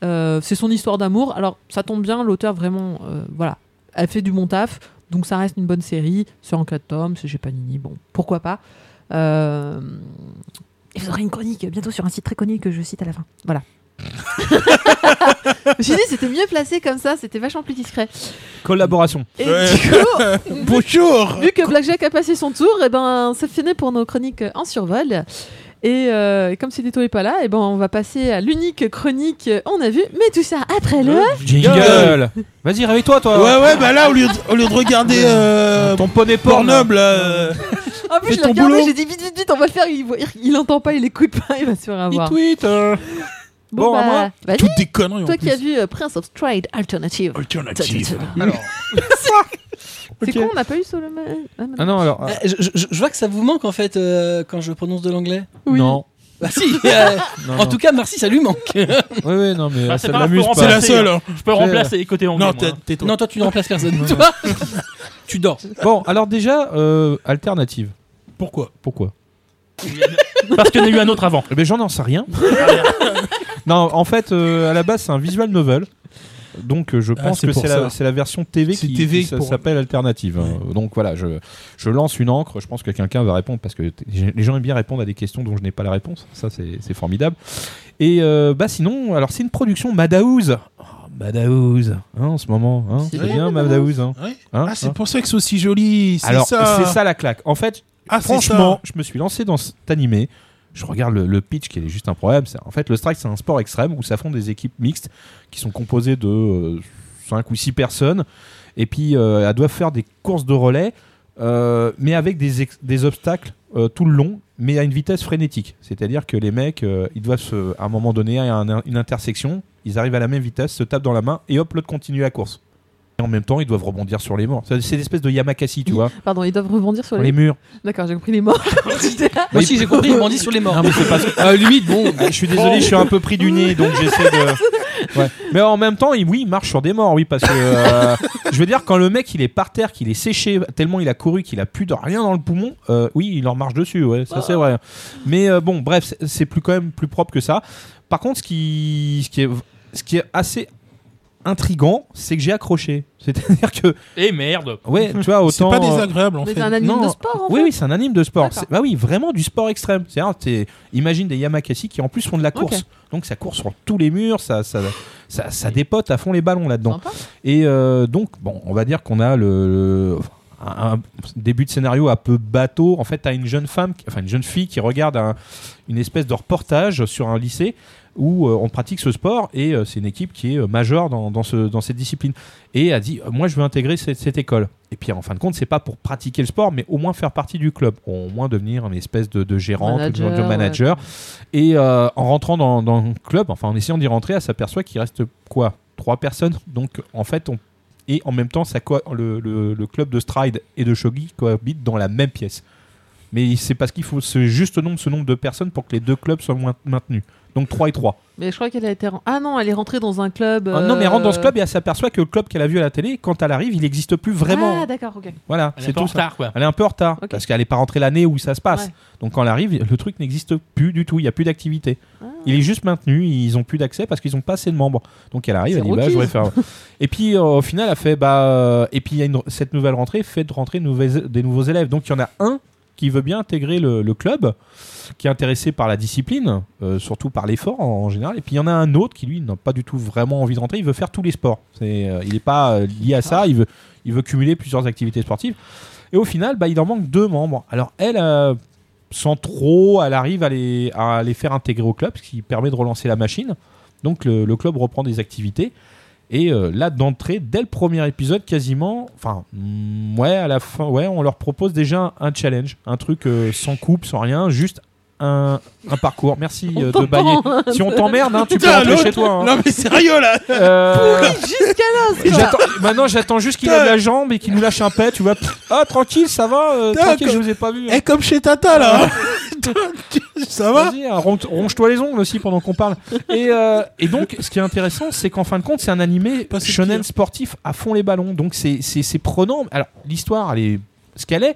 Speaker 1: Euh, c'est son histoire d'amour. Alors, ça tombe bien, l'auteur vraiment, euh, voilà, elle fait du bon taf. Donc, ça reste une bonne série. C'est en 4 tomes, c'est chez Panini. Bon, pourquoi pas. Euh, Et vous aurez une chronique bientôt sur un site très connu que je cite à la fin. Voilà. je me suis dit, c'était mieux placé comme ça, c'était vachement plus discret.
Speaker 2: Collaboration.
Speaker 1: Et
Speaker 5: Ouais.
Speaker 1: du coup,
Speaker 5: Bonjour
Speaker 1: Vu que Blackjack a passé son tour, et ben c'est fini pour nos chroniques en survol. Et euh, comme Cédito n'est pas là, et ben on va passer à l'unique chronique euh, on a vu, mais tout ça après le.
Speaker 2: Jingle. Vas-y, réveille-toi,
Speaker 5: Ouais,
Speaker 2: toi.
Speaker 5: ouais, bah là, au lieu de, au lieu de regarder euh,
Speaker 2: Ton poney porno.
Speaker 5: Pornhub, là, euh,
Speaker 1: En plus,
Speaker 5: Fais
Speaker 1: je l'ai
Speaker 5: ton
Speaker 1: regardé,
Speaker 5: boulot.
Speaker 1: j'ai dit vite, vite, vite, on va le faire. Il, voit- il entend pas, il écoute pas, il va se faire avoir. bah,
Speaker 5: tweet euh,
Speaker 2: Bon, à moi.
Speaker 1: vas-y,
Speaker 5: Toutes des conneries en
Speaker 1: toi qui as
Speaker 5: plus.
Speaker 1: vu euh, Prince of Stride Alternative.
Speaker 5: Alternative.
Speaker 3: Alors,
Speaker 1: C'est
Speaker 2: Ok.
Speaker 1: con, on n'a pas eu Solomon. Ah, non.
Speaker 2: Ah non, alors.
Speaker 4: Euh, je, je- je vois que ça vous manque en fait euh, quand je prononce de l'anglais.
Speaker 1: Oui.
Speaker 2: Non.
Speaker 4: Bah si, euh,
Speaker 2: non,
Speaker 4: en
Speaker 2: non.
Speaker 4: tout cas, merci, ça lui manque.
Speaker 2: Ouais, ouais, non, mais
Speaker 3: Ah,
Speaker 2: euh,
Speaker 3: c'est
Speaker 2: ça
Speaker 3: pas grave,
Speaker 2: ne l'amuse
Speaker 3: Florent,
Speaker 5: Oh, C'est
Speaker 2: pas.
Speaker 5: la seule. hein.
Speaker 3: je peux remplacer les côtés anglais.
Speaker 5: Non,
Speaker 3: moi,
Speaker 5: t'es
Speaker 3: hein.
Speaker 5: t'es toi.
Speaker 4: non, toi, tu ne remplaces personne. toi, tu dors.
Speaker 2: Bon, alors déjà, euh, alternative.
Speaker 5: Pourquoi
Speaker 2: Pourquoi
Speaker 3: Parce qu'il y en a eu un autre avant.
Speaker 2: Eh ben, j'en en sais rien. non, en fait, euh, à la base, c'est un visual novel. Donc, euh, je
Speaker 5: Ah,
Speaker 2: pense
Speaker 5: c'est
Speaker 2: que
Speaker 5: pour
Speaker 2: c'est
Speaker 5: ça.
Speaker 2: la, c'est la version TV
Speaker 5: C'est
Speaker 2: qui,
Speaker 5: TV
Speaker 2: qui s-
Speaker 5: pour-
Speaker 2: s'appelle Alternative. hein. Donc, voilà, je, je lance une encre. Je pense que quelqu'un va répondre parce que t- j'ai- les gens aiment bien répondre à des questions dont je n'ai pas la réponse. Ça, c'est c'est formidable. Et euh, bah, sinon, alors, c'est une production Madhouse. Oh, Madhouse, hein, en ce moment. hein.
Speaker 1: C'est
Speaker 2: c'est
Speaker 1: bien,
Speaker 2: bien,
Speaker 1: Madhouse.
Speaker 2: Madhouse. hein.
Speaker 5: Ouais.
Speaker 2: Hein,
Speaker 5: Ah, c'est
Speaker 2: hein.
Speaker 5: pour ça que c'est aussi joli. C'est
Speaker 2: Alors,
Speaker 5: ça.
Speaker 2: c'est ça la claque. En fait,
Speaker 5: Ah, c'est
Speaker 2: Franchement,
Speaker 5: ça.
Speaker 2: je me suis lancé dans cet animé. Je regarde le, le pitch qui est juste un problème. C'est- En fait, le strike, c'est un sport extrême où s'affrontent des équipes mixtes qui sont composées de 5 ou 6 personnes. Et puis, euh, elles doivent faire des courses de relais, euh, mais avec des, ex- des obstacles euh, tout le long, mais à une vitesse frénétique. C'est-à-dire que les mecs, euh, ils doivent se- à un moment donné, à un- une intersection, ils arrivent à la même vitesse, se tapent dans la main, et hop, l'autre continue la course. Et en même temps, ils doivent rebondir sur les morts. C'est c'est l'espèce de Yamakasi, tu vois,
Speaker 1: Pardon, ils doivent rebondir sur
Speaker 2: sur
Speaker 1: les.
Speaker 2: les murs.
Speaker 1: D'accord, j'ai compris les morts. J'étais là.
Speaker 4: Moi aussi, j'ai compris, il bandit sur les morts. Euh, limite, bon.
Speaker 2: Ah, je suis désolé, je suis un peu pris du nez, donc j'essaie de. Ouais. Mais en même temps, il- oui, il marche sur des morts, oui, parce que euh, je veux dire, quand le mec il est par terre, qu'il est séché, tellement il a couru qu'il a plus de rien dans le poumon, euh, oui, il en marche dessus, ouais, ça c'est vrai. Mais euh, bon, bref, c'est- c'est plus quand même plus propre que ça. Par contre, ce qui, ce qui, est, ce qui est assez intrigant, c'est que j'ai accroché. C'est-à-dire que,
Speaker 3: Et Eh, merde.
Speaker 2: ouais, tu vois,
Speaker 5: C'est
Speaker 2: autant.
Speaker 5: pas
Speaker 2: euh,
Speaker 5: désagréable en
Speaker 1: Mais
Speaker 5: fait.
Speaker 1: c'est un anime
Speaker 2: non.
Speaker 1: de sport en
Speaker 2: oui,
Speaker 1: fait.
Speaker 2: oui, c'est un anime de sport.
Speaker 1: D'accord.
Speaker 2: C'est- Bah oui, vraiment du sport extrême. C'est-à-dire, t'es- imagine des Yamakasi qui en plus font de la course.
Speaker 1: Ok.
Speaker 2: Donc ça court sur tous les murs, ça, ça, ça, ça dépote à fond les ballons là-dedans.
Speaker 1: Sympa.
Speaker 2: Et euh, donc, bon, on va dire qu'on a le, le- un, un début de scénario un peu bateau. En fait, t'as une jeune femme, qui- enfin une jeune fille qui regarde un- une espèce de reportage sur un lycée où euh, on pratique ce sport et euh, c'est une équipe qui est euh, majeure dans, dans ce- dans cette discipline. Et a dit, euh, moi je veux intégrer cette, cette école. Et puis en fin de compte, c'est pas pour pratiquer le sport, mais au moins faire partie du club, au moins devenir une espèce de, de gérante,
Speaker 1: Manager,
Speaker 2: de manager. Et euh, en rentrant dans, dans le club, enfin en essayant d'y rentrer, elle s'aperçoit qu'il reste quoi Trois personnes. Donc en fait, on... et en même temps, ça co- le, le- le club de Stride et de Shogi cohabitent dans la même pièce. Mais c'est parce qu'il faut ce juste nombre, ce nombre de personnes pour que les deux clubs soient moins- maintenus. Donc 3 et 3.
Speaker 1: Mais je crois qu'elle a été. ren- Ah non, elle est rentrée dans un club.
Speaker 2: Ah non, mais elle rentre dans ce
Speaker 1: euh,
Speaker 2: club et elle s'aperçoit que le club qu'elle a vu à la télé, quand elle arrive, il n'existe plus vraiment.
Speaker 1: Ah d'accord, ok.
Speaker 2: voilà,
Speaker 3: Elle est
Speaker 2: c'est
Speaker 3: un peu en
Speaker 2: tout. ça.
Speaker 3: retard, quoi.
Speaker 2: Elle est un peu en retard
Speaker 1: Ok.
Speaker 2: parce qu'elle n'est pas rentrée l'année où ça se passe.
Speaker 1: Ouais.
Speaker 2: Donc quand elle arrive, le truc n'existe plus du tout. Il n'y a plus d'activité.
Speaker 1: Ah
Speaker 2: Il est juste maintenu. Ils ont plus d'accès parce qu'ils n'ont pas assez de membres. Donc elle arrive,
Speaker 1: C'est
Speaker 2: elle dit bah,
Speaker 1: rookies.
Speaker 2: je vais faire. et puis euh, au final, elle fait bah euh, et puis il y a une- cette nouvelle rentrée fait de rentrer de nouvelles- des nouveaux élèves. Donc il y en a un qui veut bien intégrer le, le club, qui est intéressé par la discipline, euh, surtout par l'effort en, en général. Et puis il y en a un autre qui lui n'a pas du tout vraiment envie de rentrer. Il veut faire tous les sports. C'est, euh, il n'est pas euh, lié à
Speaker 1: Ah.
Speaker 2: ça. Il veut il veut cumuler plusieurs activités sportives. Et au final, bah, il en manque deux membres. Alors elle, euh, sans trop, elle arrive à les, à les faire intégrer au club, ce qui permet de relancer la machine. Donc le, le club reprend des activités. Et euh, là, d'entrée, dès le premier épisode, quasiment, enfin, mm, ouais, à la fin, ouais, on leur propose déjà un, un challenge, un truc euh, sans coupe, sans rien, juste un, un parcours. Merci
Speaker 1: On
Speaker 2: euh, de bailler.
Speaker 1: t'entend, hein.
Speaker 2: Si on t'emmerde, hein, tu peux
Speaker 5: Putain,
Speaker 2: rentrer
Speaker 5: l'autre-
Speaker 2: chez toi. hein.
Speaker 5: Non mais sérieux là
Speaker 2: Euh,
Speaker 1: Jusqu'à là, c'est quoi
Speaker 2: J'attends- maintenant, j'attends juste qu'il lève la jambe et qu'il nous lâche un pet, tu vois. Pff, Ah, tranquille, ça va, euh,
Speaker 5: Putain,
Speaker 2: tranquille,
Speaker 5: comme-
Speaker 2: je vous ai pas vu. hein.
Speaker 5: Eh comme chez Tata là Ça va
Speaker 2: Vas-y, hein, ron- ronge-toi les ongles aussi pendant qu'on parle. Et, euh, et donc, ce qui est intéressant, c'est qu'en fin de compte, c'est un animé
Speaker 5: Pas si
Speaker 2: shonen
Speaker 5: pire.
Speaker 2: sportif à fond les ballons. Donc, c'est- c'est c'est prenant. Alors, l'histoire, elle est ce qu'elle est.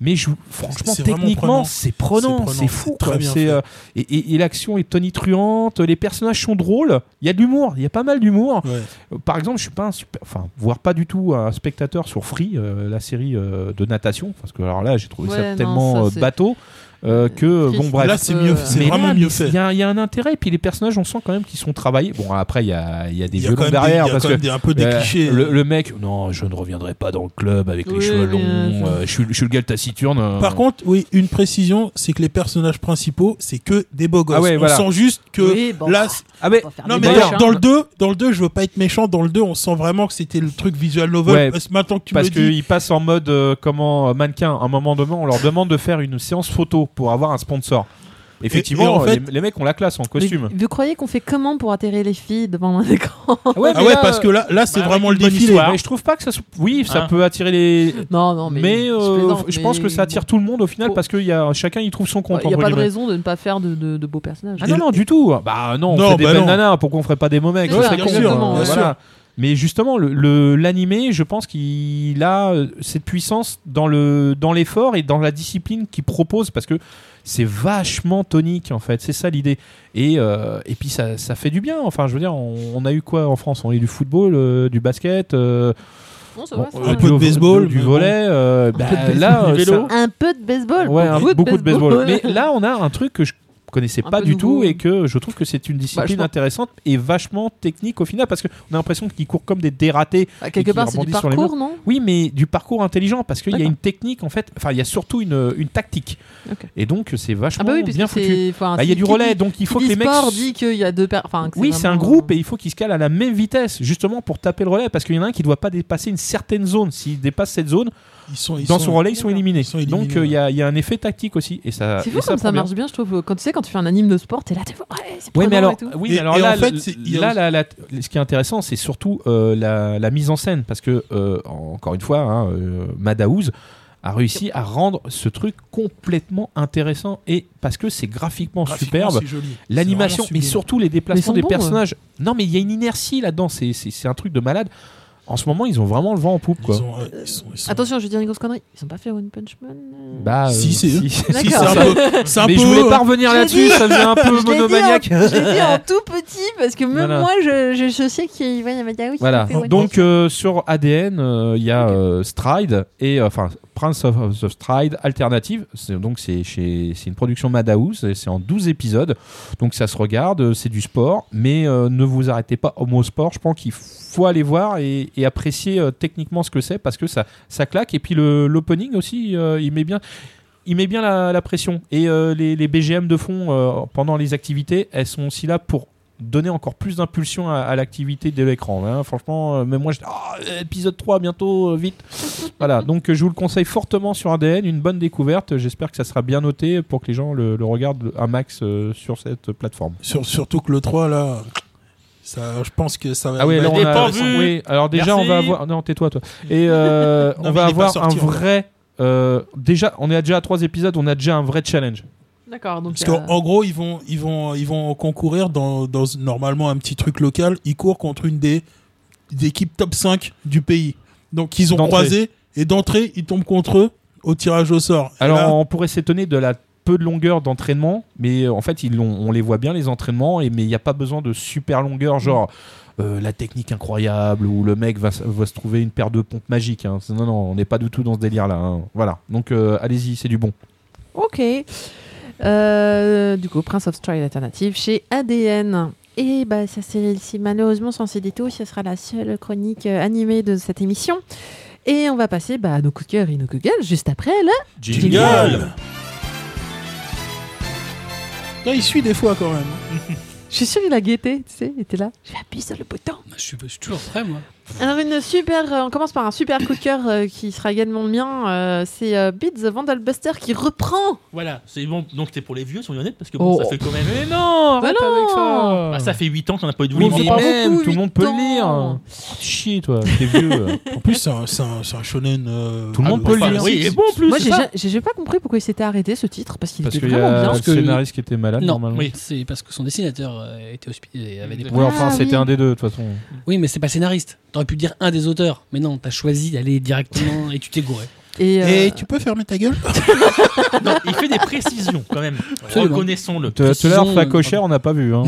Speaker 2: Mais je, franchement,
Speaker 5: C'est vraiment
Speaker 2: techniquement,
Speaker 5: prenant.
Speaker 2: c'est
Speaker 5: C'est
Speaker 2: prenant,
Speaker 5: prenant,
Speaker 2: c'est fou.
Speaker 5: c'est très
Speaker 2: quoi.
Speaker 5: bien
Speaker 2: C'est,
Speaker 5: fait.
Speaker 2: euh, et et- et l'action est tonitruante, les personnages sont drôles, il y a de l'humour, il y a pas mal d'humour.
Speaker 5: Ouais.
Speaker 2: Par exemple, je suis pas un super, enfin, voire pas du tout un spectateur sur Free, euh, la série euh, de natation, parce que alors là, j'ai trouvé
Speaker 1: Ouais,
Speaker 2: ça
Speaker 1: non,
Speaker 2: tellement
Speaker 1: ça,
Speaker 2: euh,
Speaker 1: c'est-
Speaker 2: bateau. euh, que
Speaker 1: Triste.
Speaker 2: bon bref.
Speaker 5: Là, c'est
Speaker 1: Euh,
Speaker 5: mieux, c'est
Speaker 2: Mais
Speaker 5: vraiment
Speaker 2: là,
Speaker 5: mieux
Speaker 2: Il
Speaker 5: fait.
Speaker 2: y, a- il y a un intérêt, et puis les personnages, on sent quand même qu'ils sont travaillés. Bon, après, il y a, il y a des
Speaker 5: Il y a quand
Speaker 2: violons
Speaker 5: même des-
Speaker 2: derrière.
Speaker 5: il y a
Speaker 2: parce
Speaker 5: quand
Speaker 2: que
Speaker 5: même des- un peu des
Speaker 2: euh,
Speaker 5: clichés.
Speaker 2: Le, le mec, non, je ne reviendrai pas dans le club avec les
Speaker 1: Oui,
Speaker 2: cheveux longs,
Speaker 1: mais, euh,
Speaker 2: euh, je, suis, je suis le gars taciturne. euh.
Speaker 5: Par contre, oui, une précision, c'est que les personnages principaux, c'est que des beaux gosses.
Speaker 2: Ah ouais,
Speaker 5: on
Speaker 2: voilà.
Speaker 5: sent juste que
Speaker 1: Oui, bon,
Speaker 5: là,
Speaker 1: bah,
Speaker 2: ah, mais
Speaker 1: on va faire
Speaker 5: non
Speaker 1: des
Speaker 5: mais
Speaker 1: bâches,
Speaker 2: d'ailleurs,
Speaker 5: dans,
Speaker 1: hein.
Speaker 5: dans le 2, dans le 2, je veux pas être méchant, dans le 2, on sent vraiment que c'était le truc visual novel
Speaker 2: Ouais,
Speaker 5: parce que maintenant que tu
Speaker 2: parce
Speaker 5: me le dis,
Speaker 2: qu'ils passent en mode euh, comment euh, mannequin. À un moment donné, on leur demande de faire une séance photo pour avoir un sponsor. Effectivement,
Speaker 5: en fait-
Speaker 2: les, les mecs ont la classe en
Speaker 1: Mais
Speaker 2: costume.
Speaker 1: Vous croyez qu'on fait comment pour atterrir les filles devant un écran
Speaker 2: ouais,
Speaker 5: ah ouais, parce que là là c'est
Speaker 3: bah,
Speaker 5: vraiment le
Speaker 3: avec une bonne
Speaker 5: défilé.
Speaker 3: histoire.
Speaker 2: Mais je trouve pas que ça. se- Oui, ça
Speaker 3: Hein.
Speaker 2: peut attirer les.
Speaker 1: Non, non, mais.
Speaker 2: Mais, euh,
Speaker 1: je plaisante,
Speaker 2: je
Speaker 1: mais
Speaker 2: pense que ça attire tout le monde au final
Speaker 1: Faut-
Speaker 2: parce que y a, chacun y trouve son
Speaker 1: Il n'y
Speaker 2: compte.
Speaker 1: a
Speaker 2: entre
Speaker 1: pas de
Speaker 2: guillemets.
Speaker 1: raison de ne pas faire de, de- de beaux personnages.
Speaker 2: Ah non, non, du tout. Bah non, on
Speaker 5: Non,
Speaker 2: fait des
Speaker 5: bah
Speaker 2: belles
Speaker 5: non.
Speaker 2: nanas, pourquoi on ferait pas des mauvais mecs
Speaker 1: Voilà,
Speaker 2: Ce serait con.
Speaker 1: exactement,
Speaker 2: Euh,
Speaker 1: bien
Speaker 2: voilà. Mais justement, l'animé, le, l'animé, je pense qu'il a euh, cette puissance dans le dans l'effort et dans la discipline qu'il propose parce que c'est vachement tonique en fait, c'est ça l'idée. Et, euh, et puis ça, ça fait du bien, enfin je veux dire, on, on a eu quoi en France On a eu du football, euh, du basket, euh,
Speaker 1: Non, ça
Speaker 2: bon,
Speaker 1: va, ça
Speaker 2: euh,
Speaker 1: va.
Speaker 5: Un peu de
Speaker 2: vo-
Speaker 5: baseball,
Speaker 2: du
Speaker 5: mais
Speaker 2: volet, euh, bah, là,
Speaker 3: du
Speaker 2: euh,
Speaker 3: vélo.
Speaker 2: ça-
Speaker 1: Un peu de baseball.
Speaker 2: Ouais, un-
Speaker 1: beaucoup,
Speaker 2: beaucoup de baseball. Mais là, on a un truc que je connaissais
Speaker 1: Un
Speaker 2: pas
Speaker 1: peu
Speaker 2: du
Speaker 1: nouveau,
Speaker 2: tout
Speaker 1: ouais.
Speaker 2: et que je trouve que c'est une discipline
Speaker 1: Vachement.
Speaker 2: intéressante et vachement technique au final parce qu'on a l'impression qu'ils courent comme des dératés.
Speaker 1: Bah,
Speaker 2: Et
Speaker 1: quelque
Speaker 2: qui
Speaker 1: part, c'est du
Speaker 2: rebondit sur les
Speaker 1: parcours, non
Speaker 2: Oui, mais du parcours intelligent parce qu'il y a
Speaker 1: D'accord.
Speaker 2: une technique en fait, enfin il y a surtout une, une tactique.
Speaker 1: Ok.
Speaker 2: Et donc c'est vachement
Speaker 1: Ah, bah oui, parce
Speaker 2: bien
Speaker 1: que
Speaker 2: foutu.
Speaker 1: c'est. enfin,
Speaker 2: Bah, Il y a
Speaker 1: qui-
Speaker 2: du
Speaker 1: qui-
Speaker 2: relais donc il faut que les mecs.
Speaker 1: sport dit qu'il y a deux per- enfin, que
Speaker 2: Oui, c'est un
Speaker 1: vraiment-
Speaker 2: groupe et il faut qu'ils se calent à la même vitesse justement pour taper le relais parce qu'il y en a un qui ne doit pas dépasser une certaine zone. S'il dépasse cette zone,
Speaker 5: Ils sont ils
Speaker 2: dans
Speaker 5: sont-
Speaker 2: son relais, ils sont éliminés.
Speaker 5: Ils sont éliminés,
Speaker 2: donc euh, il y a- il y, a un effet tactique aussi. Et ça,
Speaker 1: C'est
Speaker 2: et
Speaker 1: fou comme ça
Speaker 2: prend bien.
Speaker 1: marche bien, je trouve. Quand tu sais, quand tu fais un anime de sport, t'es là, t'es ouais, c'est
Speaker 2: Oui, mais
Speaker 1: prenant
Speaker 2: alors, euh,
Speaker 1: et tout.
Speaker 2: oui,
Speaker 5: Et-
Speaker 2: mais alors
Speaker 5: et en
Speaker 2: là,
Speaker 5: fait,
Speaker 2: le-
Speaker 5: c'est- il y a
Speaker 2: là,
Speaker 5: aussi-
Speaker 2: la- la- ce qui est intéressant, c'est surtout euh, la, la mise en scène, parce que euh, encore une fois, hein, euh, Madhouse a réussi à rendre ce truc complètement intéressant et parce que c'est graphiquement,
Speaker 5: Graphiquement,
Speaker 2: superbe,
Speaker 5: c'est joli. C'est
Speaker 2: l'animation,
Speaker 5: vraiment
Speaker 2: mais
Speaker 5: sublime.
Speaker 2: surtout
Speaker 1: Mais ils
Speaker 2: les
Speaker 1: sont
Speaker 2: déplacements des
Speaker 1: bons,
Speaker 2: personnages. Non, mais il y a une inertie là-dedans, c'est- c'est c'est un truc de malade. En ce moment, ils ont vraiment le vent en poupe,
Speaker 5: Ils
Speaker 2: quoi.
Speaker 5: ont- ouais, ils sont- ils sont-
Speaker 1: Attention, je vais dire une grosse connerie. Ils ont pas fait One Punch Man euh,
Speaker 2: Bah,
Speaker 5: Si, c'est eux.
Speaker 1: D'accord.
Speaker 5: Si, c'est un peu- c'est un
Speaker 2: mais
Speaker 5: peu,
Speaker 2: je voulais
Speaker 5: euh,
Speaker 2: pas revenir
Speaker 1: Je l'ai
Speaker 2: là-dessus,
Speaker 1: dit.
Speaker 2: ça faisait un peu
Speaker 1: Je l'ai dit hein. en-
Speaker 2: Ah, monomaniaque.
Speaker 1: Je l'ai dit en tout petit parce que même
Speaker 2: Voilà.
Speaker 1: moi, je, je, je sais qu'il ouais, il y avait ah oui, ils ont
Speaker 2: Voilà.
Speaker 1: fait One
Speaker 2: Donc
Speaker 1: Punch Man.
Speaker 2: euh, sur ADN, euh, il y a euh, Stride et euh, enfin Prince of, of the Stride Alternative. C'est- Donc c'est chez c'est une production Madhouse. et C'est en 12 épisodes. Donc ça se regarde. euh, C'est du sport, mais euh, ne vous arrêtez pas au mot sport. Je pense qu'il faut aller voir et, et apprécier euh, techniquement ce que c'est parce que ça ça claque. Et puis le- l'opening aussi, euh, il met bien. Il met bien la, la pression et euh, les, les BGM de fond euh, pendant les activités, elles sont aussi là pour donner encore plus d'impulsion à, à l'activité de l'écran. hein. Franchement, euh, même moi, j'étais, Ah, euh, épisode 3, bientôt, euh, vite. voilà, donc euh, je vous le conseille fortement sur ADN, une bonne découverte. J'espère que ça sera bien noté pour que les gens le, le regardent un max euh, sur cette plateforme.
Speaker 5: Sur- surtout que le 3 là ça je pense que ça va
Speaker 2: Ah ouais,
Speaker 5: il va
Speaker 2: alors
Speaker 5: être
Speaker 2: on a-
Speaker 5: intéressant.
Speaker 3: vu.
Speaker 2: oui, alors déjà
Speaker 3: Merci.
Speaker 2: on va avoir non tais-toi toi et euh,
Speaker 5: Non,
Speaker 2: on
Speaker 5: mais il
Speaker 2: va
Speaker 5: est pas
Speaker 2: avoir
Speaker 5: sorti
Speaker 2: un
Speaker 5: encore.
Speaker 2: vrai euh, déjà on est à déjà à trois épisodes, on a déjà un vrai challenge.
Speaker 1: D'accord. Donc,
Speaker 5: Parce
Speaker 1: euh,
Speaker 5: qu'en en gros, ils vont, ils vont, ils vont concourir dans, dans normalement un petit truc local. Ils courent contre une des, des équipes top 5 du pays. Donc ils ont
Speaker 2: D'entrée.
Speaker 5: croisé et d'entrée, ils tombent contre eux au tirage au sort. Et
Speaker 2: Alors
Speaker 5: là,
Speaker 2: on pourrait s'étonner de la peu de longueur d'entraînement, mais euh, en fait ils l'ont- on les voit bien les entraînements, et, mais il n'y a pas besoin de super longueur, genre euh, la technique incroyable ou le mec va, s- va se trouver une paire de pompes magiques. hein. C'est- Non, non, on n'est pas du tout dans ce délire là. Voilà, donc euh, allez-y, c'est du bon.
Speaker 1: Ok. Euh, du coup, Prince of Stride Alternative chez ADN. Et bah, ça, c'est c'est malheureusement sans ces détours, ce sera la seule chronique euh, animée de cette émission. Et on va passer bah, à nos coups de cœur et nos coups de gueule juste après là.
Speaker 5: jingle
Speaker 1: Jingle
Speaker 5: Putain, Il suit des fois quand même.
Speaker 1: Je suis sûre qu'il a guetté, tu sais, il était là. Je vais appuyer sur le bouton.
Speaker 4: Je suis, je suis toujours prêt, moi.
Speaker 1: Alors une super, euh, on commence par un super coup de cœur euh, qui sera également le mien. euh, c'est euh, Beat the Vandal Buster qui reprend.
Speaker 3: Voilà, c'est bon. Donc c'est pour les vieux, soyons honnêtes, parce que bon,
Speaker 1: Oh.
Speaker 3: ça fait quand même.
Speaker 2: Mais non,
Speaker 1: arrête
Speaker 2: non
Speaker 1: avec ça.
Speaker 3: Ah, ça fait 8 ans qu'on n'a pas eu de
Speaker 2: Oui,
Speaker 3: Willy
Speaker 1: c'est
Speaker 2: mais
Speaker 1: pas
Speaker 3: Mandy.
Speaker 2: même,
Speaker 1: beaucoup,
Speaker 2: tout le monde peut le
Speaker 1: huit
Speaker 2: lire.
Speaker 1: ans.
Speaker 2: Chier toi, t'es vieux.
Speaker 5: En plus, c'est un, c'est un- c'est un shonen. euh,
Speaker 2: Tout le monde
Speaker 5: ah,
Speaker 2: peut le
Speaker 5: enfin,
Speaker 2: lire.
Speaker 5: c'est-
Speaker 3: Oui, il est bon en plus.
Speaker 1: Moi
Speaker 3: c'est
Speaker 1: j'ai
Speaker 3: ça.
Speaker 1: ja- j'ai j'ai pas compris pourquoi il s'était arrêté ce titre parce qu'il
Speaker 2: Parce euh,
Speaker 1: était
Speaker 2: qu'il y
Speaker 1: vraiment
Speaker 2: a
Speaker 1: bien.
Speaker 2: le
Speaker 4: parce que-
Speaker 2: scénariste qui était malade
Speaker 4: Non,
Speaker 2: normalement.
Speaker 3: Oui.
Speaker 4: C'est parce que son dessinateur euh, était hospitalisé. Avait des
Speaker 2: Ouais,
Speaker 4: problèmes.
Speaker 2: enfin
Speaker 1: Ah,
Speaker 2: c'était
Speaker 1: oui.
Speaker 2: un des deux de toute façon.
Speaker 4: Oui, mais c'est pas le scénariste. T'aurais pu dire un des auteurs. Mais non, t'as choisi d'aller directement et tu t'es gouré.
Speaker 1: Et, euh,
Speaker 5: Eh, tu peux fermer ta gueule
Speaker 3: Non, il fait des précisions quand même.
Speaker 4: Absolument.
Speaker 3: Reconnaissons-le.
Speaker 2: Tout à l'heure,
Speaker 4: Précisons,
Speaker 2: sa
Speaker 4: euh,
Speaker 2: cochère, on n'a pas vu. hein.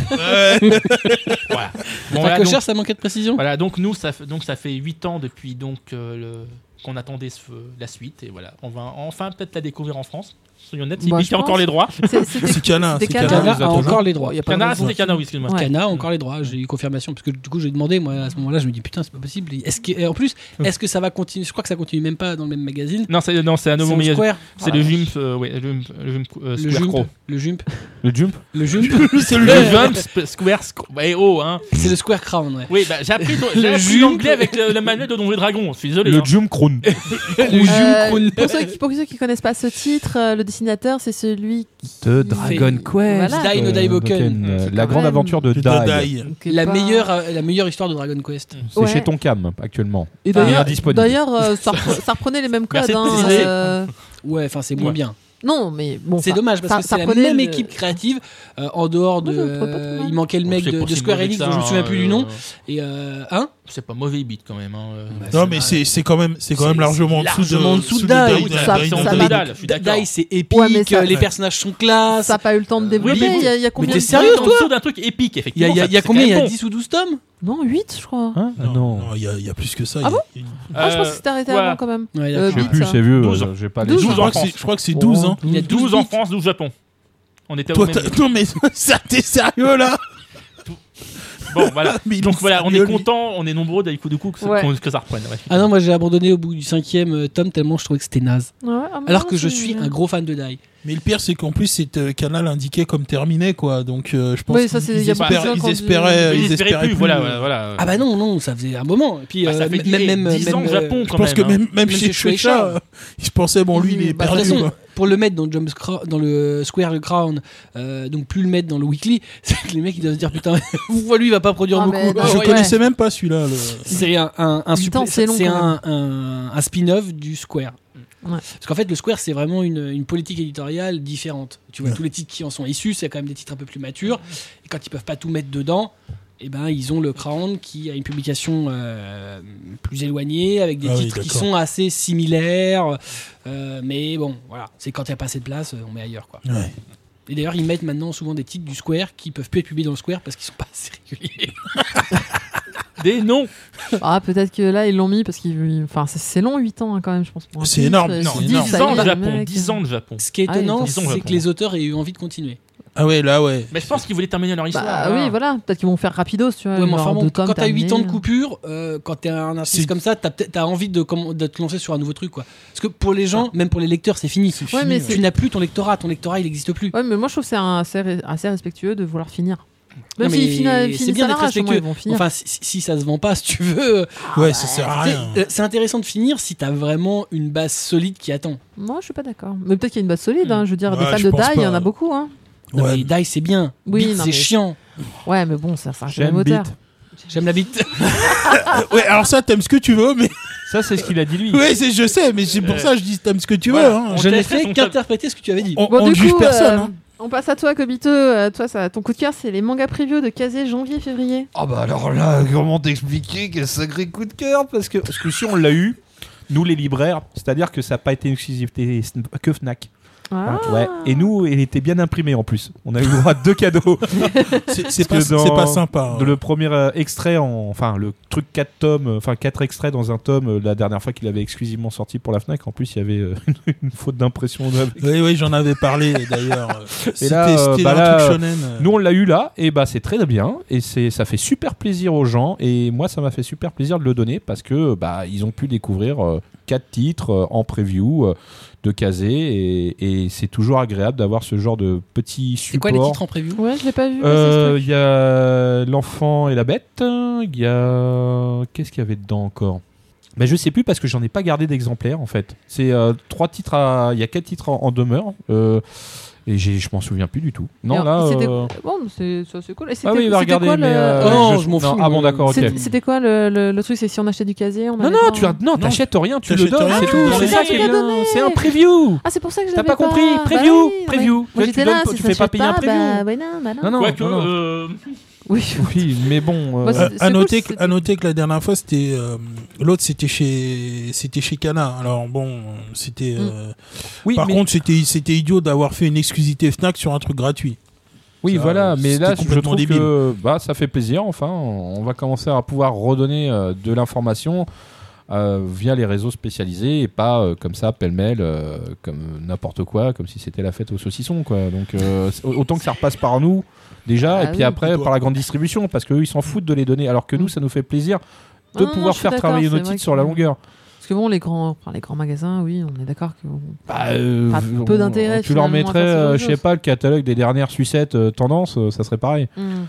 Speaker 3: Voilà. Bon,
Speaker 4: Bon,
Speaker 3: voilà, donc-
Speaker 4: cochère, ça manquait de précision
Speaker 3: Voilà, donc nous, ça fait, donc ça fait 8 ans depuis donc euh, le- qu'on attendait ce- la suite, et voilà, on va enfin peut-être la découvrir en France. Yonette, s'il
Speaker 1: Bah,
Speaker 3: pique
Speaker 1: je pense.
Speaker 3: encore les droits.
Speaker 1: C'est- c'était-
Speaker 5: C'est Cana,
Speaker 1: c'était
Speaker 5: c'est
Speaker 1: Cana.
Speaker 5: Cana.
Speaker 4: Cana
Speaker 5: nous
Speaker 4: a
Speaker 5: a
Speaker 4: encore
Speaker 5: toujours-
Speaker 4: les droits. Il y a pas
Speaker 3: Cana,
Speaker 4: raison.
Speaker 3: c'était Cana, oui, excuse-moi.
Speaker 1: Ouais.
Speaker 4: Cana a encore les droits. J'ai eu confirmation parce que du coup j'ai demandé moi à ce moment-là, je me dis putain c'est pas possible. Est-ce que et en plus est-ce que ça va continuer Je crois que ça continue même pas dans le même magazine.
Speaker 3: Non, c'est non, c'est un nouveau
Speaker 4: au
Speaker 3: magazine.
Speaker 4: Square.
Speaker 3: C'est
Speaker 4: Ah,
Speaker 3: le Jump, euh, ouais, le Jump, le Jump, euh,
Speaker 4: le
Speaker 3: Square Crow.
Speaker 4: Jump, le Jump,
Speaker 2: Le jump
Speaker 4: le Jump,
Speaker 3: C'est le Jump Sp- Square Crow. Bah, eh oh, hein.
Speaker 4: c'est le Square Crown. Ouais.
Speaker 3: Oui, bah, j'ai appris,
Speaker 4: Le
Speaker 3: j'ai appris
Speaker 4: Jump.
Speaker 3: l'anglais avec le, le manuel de Donjons et Dragons. Je suis désolé. hein.
Speaker 2: Le jump croon.
Speaker 4: Le
Speaker 1: Euh,
Speaker 4: Jump Crown.
Speaker 1: pour, ceux qui, pour ceux qui connaissent pas ce titre, euh, le dessinateur, c'est celui
Speaker 2: De
Speaker 4: Dragon
Speaker 2: Quest.
Speaker 1: Voilà.
Speaker 4: Dai no Daiboken.
Speaker 2: Euh, La
Speaker 1: quand
Speaker 2: grande
Speaker 1: même-
Speaker 2: aventure de
Speaker 5: De
Speaker 2: Dai.
Speaker 5: Dai.
Speaker 1: que
Speaker 4: La
Speaker 1: pas-
Speaker 4: meilleure, euh, la meilleure histoire de Dragon Quest.
Speaker 2: C'est
Speaker 1: Ouais.
Speaker 2: chez Tonkam actuellement.
Speaker 1: Et
Speaker 2: Il est
Speaker 1: D'ailleurs,
Speaker 2: indisponible.
Speaker 1: d'ailleurs, euh, ça, repre- ça reprenait les mêmes codes.
Speaker 3: Merci de
Speaker 1: hein,
Speaker 3: préciser.
Speaker 1: euh,
Speaker 4: Ouais, enfin c'est moins
Speaker 3: Mm. Ouais.
Speaker 4: bien.
Speaker 1: non, mais bon.
Speaker 4: c'est
Speaker 1: ça-
Speaker 4: dommage parce
Speaker 1: ça-
Speaker 4: que
Speaker 1: ça
Speaker 4: c'est la
Speaker 1: reprenait
Speaker 4: même
Speaker 1: le-
Speaker 4: équipe créative euh, en dehors de.
Speaker 1: Moi, je le trouve pas trop mal.
Speaker 4: il manquait le mec
Speaker 3: Oh, C'est
Speaker 4: de,
Speaker 3: pas
Speaker 4: de
Speaker 3: si
Speaker 4: Square
Speaker 3: mauvais
Speaker 4: Enix
Speaker 3: que
Speaker 4: dont je me
Speaker 3: ça,
Speaker 4: souviens plus
Speaker 3: hein,
Speaker 4: du nom.
Speaker 3: euh,
Speaker 4: Et euh, hein
Speaker 3: C'est pas mauvais beat quand même. hein, euh.
Speaker 4: Bah,
Speaker 5: Non, mais c'est c'est quand même, c'est quand même
Speaker 4: C'est-
Speaker 5: largement en dessous de.
Speaker 4: largement en dessous de
Speaker 5: sous
Speaker 4: Dai.
Speaker 5: Dai,
Speaker 1: Oui,
Speaker 5: Dai,
Speaker 1: ça-
Speaker 5: Dai,
Speaker 1: ça va.
Speaker 5: Dai, Dai.
Speaker 3: Dai, je suis d'accord.
Speaker 4: Dai, c'est épique,
Speaker 1: Ouais, mais ça-
Speaker 4: euh, les
Speaker 5: ouais.
Speaker 4: personnages sont classes.
Speaker 1: Ça n'a pas eu le temps de
Speaker 4: Euh,
Speaker 3: mais
Speaker 1: développer.
Speaker 3: bon.
Speaker 1: Il y a- il y a combien
Speaker 4: t'es
Speaker 1: de-
Speaker 4: sérieux,
Speaker 3: en
Speaker 4: toi
Speaker 3: dessous d'un truc épique,
Speaker 4: Il y a,
Speaker 3: effectivement.
Speaker 4: il y a- il y a
Speaker 3: ça, c'est
Speaker 4: combien Il y
Speaker 3: quand
Speaker 4: a
Speaker 3: même
Speaker 4: 10 ou 12 tomes
Speaker 1: Non, 8, je crois.
Speaker 2: Hein Ah, Non.
Speaker 5: Non, il y, a- il y a plus que ça.
Speaker 1: Ah
Speaker 5: il y a-
Speaker 3: bon.
Speaker 1: Ah, je pense
Speaker 3: Euh,
Speaker 1: que c'était arrêté
Speaker 3: ouais.
Speaker 1: avant quand même.
Speaker 4: Ouais, il y a-
Speaker 1: Euh,
Speaker 2: Je sais
Speaker 1: Vite,
Speaker 2: plus,
Speaker 1: hein.
Speaker 2: c'est vieux.
Speaker 3: 12.
Speaker 2: euh, J'ai pas les
Speaker 1: 12.
Speaker 5: je,
Speaker 2: chiffres.
Speaker 5: crois que c'est- je crois que c'est 12. Hein.
Speaker 4: il y a
Speaker 3: 12 en
Speaker 4: bits.
Speaker 3: France, 12 au Japon. On était au
Speaker 5: Toi,
Speaker 3: même-
Speaker 5: t'as- non, mais ça, t'es sérieux là
Speaker 3: Bon, voilà.
Speaker 5: Mais il
Speaker 3: Donc
Speaker 5: est
Speaker 3: voilà, on
Speaker 5: sérieux,
Speaker 3: est
Speaker 5: lui.
Speaker 3: content, on est nombreux d'aller coup de coup que, ça-
Speaker 1: Ouais.
Speaker 3: qu'on- que ça reprenne. ouais.
Speaker 4: Ah non, moi j'ai abandonné au bout du cinquième euh, tome tellement je trouvais que c'était naze.
Speaker 1: Ouais, ah, mais
Speaker 4: Alors
Speaker 1: non,
Speaker 4: que je
Speaker 1: c'est-
Speaker 4: suis un gros fan de Dai.
Speaker 3: Euh.
Speaker 5: Mais le pire, c'est qu'en plus, c'est euh, Canal indiqué comme terminé, quoi. Donc, euh, je pense
Speaker 1: Oui, ça, c'est-
Speaker 5: qu'ils
Speaker 1: y a beaucoup de
Speaker 5: espéraient-
Speaker 1: gens qui ont
Speaker 5: ils
Speaker 1: dit-
Speaker 5: espéraient.
Speaker 3: Ils
Speaker 5: Ils
Speaker 3: espéraient
Speaker 5: espéraient
Speaker 3: plus,
Speaker 5: plus. euh,
Speaker 3: voilà, voilà, voilà.
Speaker 4: Ah bah non, non, ça faisait un moment. Et puis
Speaker 3: Bah, ça
Speaker 4: euh,
Speaker 3: fait
Speaker 4: même, même,
Speaker 3: 10 ans
Speaker 4: même,
Speaker 3: au
Speaker 4: euh,
Speaker 3: Japon,
Speaker 5: Je
Speaker 3: quand
Speaker 5: pense que
Speaker 3: même, hein.
Speaker 5: même, même
Speaker 4: Même
Speaker 5: chez
Speaker 4: chez
Speaker 5: Shueisha,
Speaker 4: Shueisha,
Speaker 5: euh, ils pensaient, bon, lui,
Speaker 1: Ils
Speaker 5: il est
Speaker 1: disent, bah,
Speaker 4: De toute
Speaker 5: perdu.
Speaker 4: façon,
Speaker 5: quoi.
Speaker 4: pour le mettre dans le, Jump Scra- dans le Square le Crown, euh, donc plus le mettre dans le Weekly, c'est que les mecs ils doivent se dire putain, pourquoi lui il va pas produire
Speaker 1: Ah,
Speaker 4: beaucoup
Speaker 1: mais non,
Speaker 5: Je
Speaker 1: ouais.
Speaker 5: connaissais même pas celui-là. le-
Speaker 4: C'est un, un, un,
Speaker 1: Huit
Speaker 4: supplé-
Speaker 1: ans, c'est long,
Speaker 4: c'est
Speaker 1: quand
Speaker 4: un, un- un spin-off du Square.
Speaker 1: Ouais.
Speaker 4: Parce qu'en fait, le Square, c'est vraiment une, une politique éditoriale différente. Tu vois, tous les titres qui en sont issus, c'est quand même des titres un peu plus matures. Et quand ils peuvent pas tout mettre dedans, eh ben, ils ont le Crown qui a une publication euh, plus éloignée, avec des
Speaker 5: Ah oui,
Speaker 4: titres qui
Speaker 5: d'accord.
Speaker 4: sont assez similaires. Euh, mais bon, voilà, c'est quand il n'y a pas assez de place, euh, on met ailleurs. Quoi.
Speaker 5: Ouais.
Speaker 4: Et d'ailleurs, ils mettent maintenant souvent des titres du Square qui peuvent plus être publiés dans le Square parce qu'ils sont pas assez réguliers.
Speaker 3: Des noms.
Speaker 1: Ah, peut-être que là, ils l'ont mis parce qu'ils. Enfin, c'est- c'est long, 8 ans hein, quand même, je pense. pour un
Speaker 5: C'est
Speaker 1: titre,
Speaker 5: énorme,
Speaker 1: euh,
Speaker 5: non,
Speaker 1: c'est
Speaker 5: c'est
Speaker 1: 10
Speaker 5: énorme.
Speaker 3: 10
Speaker 1: ça y
Speaker 3: ans
Speaker 1: est,
Speaker 3: de
Speaker 1: le
Speaker 3: Japon.
Speaker 1: mec,
Speaker 3: 10 ans de Japon.
Speaker 4: Ce qui est
Speaker 1: Ah, ils
Speaker 4: étonnant,
Speaker 1: ont-
Speaker 3: ils ont
Speaker 4: c'est que
Speaker 3: répondu.
Speaker 4: les auteurs aient eu envie de continuer.
Speaker 5: Ah ouais, là, ouais.
Speaker 3: Mais je pense qu'ils voulaient terminer leur histoire.
Speaker 1: Bah oui, voilà. Peut-être qu'ils vont faire rapidos, tu vois.
Speaker 4: Ouais, mais
Speaker 1: genre
Speaker 4: enfin bon,
Speaker 1: deux tomes
Speaker 4: quand t'as 8 ans de
Speaker 1: terminés.
Speaker 4: coupure, euh, quand t'es un artiste
Speaker 5: C'est-
Speaker 4: comme ça, t'as peut-être- t'as envie de, comm- de te lancer sur un nouveau truc. quoi. Parce que pour les gens, même pour les lecteurs, c'est fini.
Speaker 5: C'est
Speaker 1: Ouais,
Speaker 5: fini,
Speaker 1: mais
Speaker 5: ouais.
Speaker 1: c'est-
Speaker 4: Tu n'as plus ton lectorat, ton lectorat il n'existe plus.
Speaker 1: Ouais, mais moi je trouve que c'est un- assez, ré- assez respectueux de vouloir finir. Même
Speaker 4: Non,
Speaker 1: s'ils
Speaker 4: mais
Speaker 1: fina-
Speaker 4: c'est
Speaker 1: finissent
Speaker 4: bien
Speaker 1: à
Speaker 4: d'être
Speaker 1: l'arrache, au moins,
Speaker 4: respectueux.
Speaker 1: ils vont finir.
Speaker 4: Enfin, si, si- si ça se vend pas, si tu veux, euh,
Speaker 5: Ouais, ça sert à
Speaker 4: c'est-
Speaker 5: Ah, rien.
Speaker 4: euh, c'est intéressant de finir si t'as vraiment une base solide qui attend.
Speaker 1: Moi je suis pas d'accord. Mais peut-être qu'il y a une base solide, hein. je veux dire, des
Speaker 5: Ouais,
Speaker 1: fans
Speaker 5: je
Speaker 1: de
Speaker 5: pense
Speaker 1: Dai, il y
Speaker 5: pas.
Speaker 1: en a beaucoup. Hein.
Speaker 4: Non,
Speaker 5: Ouais.
Speaker 4: mais Die, c'est bien.
Speaker 1: Oui,
Speaker 4: Beat,
Speaker 1: non,
Speaker 4: c'est
Speaker 1: mais-
Speaker 4: chiant.
Speaker 1: Ouais, mais bon, ça, c'est un
Speaker 2: J'aime
Speaker 1: même auteur.
Speaker 2: Beat.
Speaker 4: J'aime la bite.
Speaker 5: euh, Ouais, alors ça, t'aimes ce que tu veux, mais.
Speaker 2: Ça, c'est ce qu'il a dit lui.
Speaker 5: Ouais, c'est- je sais, mais c'est pour ça que je dis t'aimes ce que tu veux.
Speaker 3: Voilà.
Speaker 5: hein.
Speaker 3: On
Speaker 4: Je n'ai
Speaker 3: teste
Speaker 4: fait
Speaker 3: ton
Speaker 4: qu'interpréter ce que tu avais dit.
Speaker 5: On
Speaker 1: Bon,
Speaker 5: on ne
Speaker 1: du
Speaker 5: juge
Speaker 1: coup,
Speaker 5: personne.
Speaker 1: euh,
Speaker 5: hein.
Speaker 1: on passe à toi, Kobito. Euh, toi, ça, ton coup de cœur, c'est les mangas preview de Kazé janvier-février.
Speaker 2: Ah bah alors là, comment t'expliquer quel sacré coup de cœur parce que parce que si on l'a eu, nous les libraires, c'est-à-dire que ça n'a pas été une exclusivité Sn- que Fnac.
Speaker 1: Ah.
Speaker 2: Ouais. Et nous, il était bien imprimé en plus. On a eu le droit à deux cadeaux.
Speaker 5: C'est c'est pas,
Speaker 2: Parce que dans-
Speaker 5: c'est pas sympa. hein.
Speaker 2: De Le premier euh, extrait, en, enfin le truc 4 tomes, euh, enfin 4 extraits dans un tome, euh, la dernière fois qu'il avait exclusivement sorti pour la Fnac. En plus, il y avait euh, une, faute d'impression. On avait-
Speaker 5: Oui, oui, j'en avais parlé d'ailleurs. C'était
Speaker 2: là, euh,
Speaker 5: c'était
Speaker 2: bah
Speaker 5: un
Speaker 2: là,
Speaker 5: truc shonen.
Speaker 2: Nous, on l'a eu là, et bah c'est très bien, et c'est ça fait super plaisir aux gens, et moi, ça m'a fait super plaisir de le donner parce que bah ils ont pu découvrir euh, quatre titres euh, en preview euh, de Kazé, et, et c'est toujours agréable d'avoir ce genre de petit support.
Speaker 4: C'est quoi les titres en preview
Speaker 1: Ah. Ouais, je l'ai pas vu.
Speaker 2: Euh, Il y a l'enfant et la bête. Il y a qu'est-ce qu'il y avait dedans encore ben, je sais plus parce que j'en ai pas gardé d'exemplaires en fait. C'est euh, trois titres à, il y a quatre titres en, en demeure euh, et j'ai, je m'en souviens plus du tout. Non là. euh,
Speaker 1: Bon, c'est ça, c'est cool. Et
Speaker 2: Ah oui,
Speaker 1: c'était-
Speaker 2: il va
Speaker 1: c'était
Speaker 2: regarder.
Speaker 1: quoi
Speaker 2: mais,
Speaker 1: le-
Speaker 2: euh,
Speaker 4: Oh, je m'en
Speaker 2: non,
Speaker 4: fous,
Speaker 2: Ah
Speaker 4: moi.
Speaker 2: bon d'accord. ok.
Speaker 1: c'était- C'était quoi le, le- le truc C'est si on achetait du Kazé on
Speaker 2: Non
Speaker 1: avait
Speaker 2: non
Speaker 1: pas-
Speaker 2: tu as, non t'achètes rien, tu le
Speaker 5: t'achètes
Speaker 2: donnes.
Speaker 5: rien.
Speaker 2: C'est,
Speaker 5: Ah,
Speaker 2: tout.
Speaker 1: c'est ça
Speaker 2: qui est
Speaker 1: qu'il a
Speaker 2: bien.
Speaker 1: donné.
Speaker 2: C'est un preview.
Speaker 1: Ah, c'est pour ça que je
Speaker 2: T'as
Speaker 1: l'avais
Speaker 2: pas compris
Speaker 1: Bah
Speaker 2: Preview,
Speaker 1: oui, non,
Speaker 2: preview.
Speaker 1: mais-
Speaker 2: Tu
Speaker 1: Moi
Speaker 2: vois,
Speaker 1: j'étais
Speaker 2: tu donnes
Speaker 1: là,
Speaker 2: pas-
Speaker 1: si
Speaker 2: tu
Speaker 1: ça
Speaker 2: fais pas
Speaker 1: s'achète
Speaker 2: payer un preview.
Speaker 1: bah, ouais, non, bah
Speaker 2: Non, non.
Speaker 3: Quoique,
Speaker 2: non.
Speaker 3: euh,
Speaker 1: Oui.
Speaker 2: Oui mais bon.
Speaker 1: Moi,
Speaker 2: euh,
Speaker 5: Euh,
Speaker 1: c'est
Speaker 5: à,
Speaker 1: cool,
Speaker 5: noter que,
Speaker 1: c'était-
Speaker 5: à noter que la dernière fois, c'était euh, l'autre, c'était chez, c'était chez Cana. Alors bon, c'était. euh,
Speaker 1: Mm.
Speaker 2: oui
Speaker 5: par
Speaker 2: mais-
Speaker 5: contre, c'était, c'était idiot d'avoir fait une exclusivité Fnac sur un truc gratuit.
Speaker 2: Oui,
Speaker 5: Ça,
Speaker 2: voilà, mais
Speaker 5: c'était
Speaker 2: là, je
Speaker 5: complètement
Speaker 2: trouve
Speaker 5: débile.
Speaker 2: que bah, ça fait plaisir, enfin, on on va commencer à pouvoir redonner euh, de l'information euh, via les réseaux spécialisés et pas euh, comme ça pêle-mêle, euh, comme n'importe quoi, comme si c'était la fête aux saucissons. Quoi. Donc euh, c'est- autant que ça repasse par nous déjà,
Speaker 1: Ah
Speaker 2: et puis
Speaker 1: oui.
Speaker 2: après par la grande distribution, parce qu'eux ils s'en foutent de les donner, alors que nous ça nous fait plaisir
Speaker 1: Ah
Speaker 2: de
Speaker 1: non, non,
Speaker 2: pouvoir
Speaker 1: je suis
Speaker 2: faire
Speaker 1: d'accord,
Speaker 2: travailler
Speaker 1: c'est
Speaker 2: nos
Speaker 1: vrai
Speaker 2: titres
Speaker 1: que-
Speaker 2: sur la longueur.
Speaker 1: Parce que bon, les grands, enfin, les grands magasins, oui, on est d'accord que
Speaker 2: Bah, euh,
Speaker 1: Pas
Speaker 2: on-
Speaker 1: peu d'intérêt,
Speaker 2: Tu leur
Speaker 1: finalement, à
Speaker 2: mettrais,
Speaker 1: faire ce genre de
Speaker 2: euh, je sais
Speaker 1: choses.
Speaker 2: pas, le catalogue des dernières sucettes euh, tendances, euh, ça serait pareil.
Speaker 1: Hmm.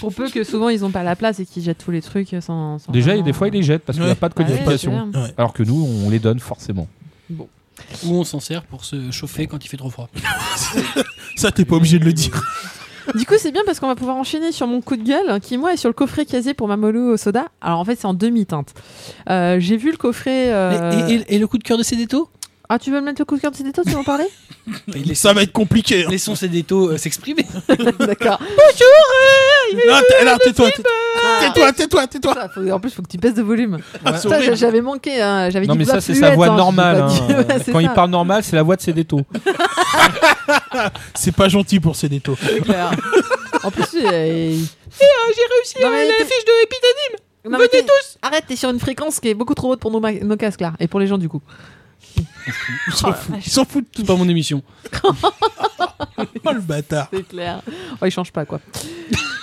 Speaker 1: Pour peu que souvent ils ont pas la place et qu'ils jettent tous les trucs sans. sans
Speaker 2: Déjà,
Speaker 1: vraiment-
Speaker 2: et des fois, ils les jettent parce qu'il
Speaker 5: Ouais.
Speaker 2: n'y a pas de
Speaker 1: Bah oui,
Speaker 2: codification.
Speaker 1: c'est clair.
Speaker 5: Ouais.
Speaker 2: alors que nous, on les donne forcément.
Speaker 4: Ou on s'en sert pour se chauffer quand il fait trop froid.
Speaker 5: Ça, t'es pas obligé de
Speaker 1: Euh,
Speaker 5: le dire.
Speaker 1: Du coup, c'est bien parce qu'on va pouvoir enchaîner sur mon coup de gueule, hein, qui moi est sur le coffret casier pour Mamolou au soda. Alors en fait, c'est en demi-teinte. Euh, J'ai vu le coffret. euh,
Speaker 4: Et, et- et le coup de cœur de Cédéto
Speaker 1: Ah, tu veux me mettre le coup de cœur de Cédéto, tu veux en parler
Speaker 5: Ça va être compliqué. hein.
Speaker 4: Laissons Cédéto euh, s'exprimer.
Speaker 1: D'accord.
Speaker 5: Là, Ah, t'es- là, tais-toi, tais- tais-toi, tais-toi, tais-toi.
Speaker 1: Ah, faut- En plus, faut que tu baisses de volume.
Speaker 5: Ah, c'est
Speaker 1: Putain,
Speaker 5: horrible.
Speaker 1: J'avais manqué, hein, j'avais dit
Speaker 2: Non, mais
Speaker 1: voix
Speaker 2: ça, c'est sa
Speaker 1: fluette,
Speaker 2: voix
Speaker 1: hein, j'ai
Speaker 2: normale.
Speaker 1: pas dit-
Speaker 2: hein.
Speaker 1: Ouais, c'est
Speaker 2: Quand il
Speaker 1: ça,
Speaker 2: parle normal, c'est la voix de Cédéto.
Speaker 5: C'est pas gentil pour ces détos.
Speaker 1: c'est clair. En plus, euh, il-
Speaker 4: J'ai réussi
Speaker 1: Non, mais t'es-
Speaker 4: fiche de Epidemic.
Speaker 1: Non, mais t'es- Arrête, t'es sur une fréquence qui est beaucoup trop haute pour nos, ma- nos casques là, et pour les gens du coup.
Speaker 5: Ils s'en foutent. Ils s'en foutent.
Speaker 4: C'est pas mon émission.
Speaker 5: Oh le bâtard.
Speaker 1: C'est clair. Oh, il change pas quoi.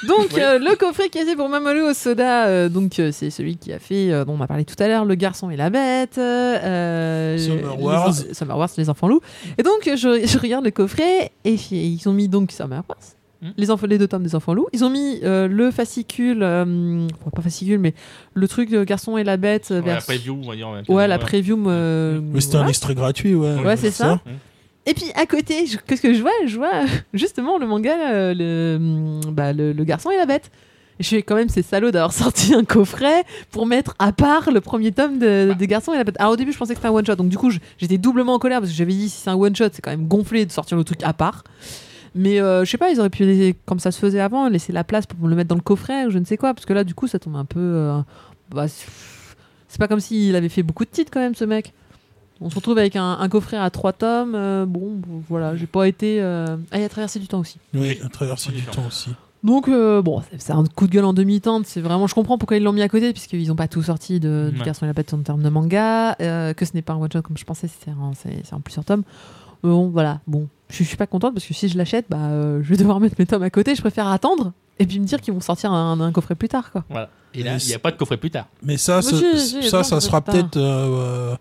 Speaker 1: Donc euh, le coffret casier pour Mamalou au soda, euh, donc euh, c'est celui qui a fait, euh, dont on a parlé tout à l'heure, Le Garçon et la Bête, euh,
Speaker 5: Summer
Speaker 1: les-
Speaker 5: Wars.
Speaker 1: Summer Wars, les enfants loups. Et donc euh, je, je regarde le coffret et fi- ils ont mis donc Summer Wars,
Speaker 3: Hmm.
Speaker 1: les, enfants, les deux tomes des enfants loups. Ils ont mis euh, le fascicule, euh, enfin, pas fascicule, mais le truc de Garçon et la Bête euh,
Speaker 3: Ouais, la
Speaker 1: vers-
Speaker 3: preview, on va dire. ouais,
Speaker 1: Ouais, la
Speaker 3: quasiment,
Speaker 1: preview. euh,
Speaker 5: Mais c'était un
Speaker 1: voilà.
Speaker 5: extrait gratuit, ouais.
Speaker 1: Ouais, c'est ça. Et puis à côté, je- qu'est-ce que je vois Je vois euh, justement le manga, euh, le, hum, bah, le, le garçon et la bête. Et Je suis quand même, c'est salaud d'avoir sorti un coffret pour mettre à part le premier tome de, des garçons et la bête. Alors au début, je pensais que c'était un one shot, donc du coup, je- j'étais doublement en colère parce que j'avais dit si c'est un one shot, c'est quand même gonflé de sortir le truc à part. Mais euh, je sais pas, ils auraient pu, laisser- comme ça se faisait avant, laisser la place pour le mettre dans le coffret ou je ne sais quoi, parce que là, du coup, ça tombe un peu. euh, bah, c'est- c'est pas comme s'il avait fait beaucoup de titres quand même, ce mec. On se retrouve avec un, un coffret à trois tomes. euh, bon, bon, voilà, j'ai pas été. euh, Ah, il y a traversé du temps aussi.
Speaker 5: Oui, à traverser du temps aussi.
Speaker 1: Donc, euh, bon, c'est- c'est un coup de gueule en demi-teinte. C'est vraiment. Je comprends pourquoi ils l'ont mis à côté, puisqu'ils ont pas tout sorti de, du
Speaker 3: Ouais.
Speaker 1: Garçon et la Bête en termes de manga. euh, que ce n'est pas un one-shot comme je pensais, c'est en, c'est- c'est en plusieurs tomes. Euh, Bon, voilà, bon. Je, je suis pas contente parce que si je l'achète, bah, euh, je vais devoir mettre mes tomes à côté. Je préfère attendre et puis me dire qu'ils vont sortir un, un coffret plus tard, quoi.
Speaker 3: Voilà. Et là, il n'y a pas de coffret plus tard.
Speaker 5: Mais ça,
Speaker 1: Mais
Speaker 5: ce-
Speaker 1: si, si,
Speaker 5: ça,
Speaker 1: attends,
Speaker 5: ça
Speaker 1: c'est
Speaker 5: sera
Speaker 1: pas-
Speaker 5: peut-être. euh, euh,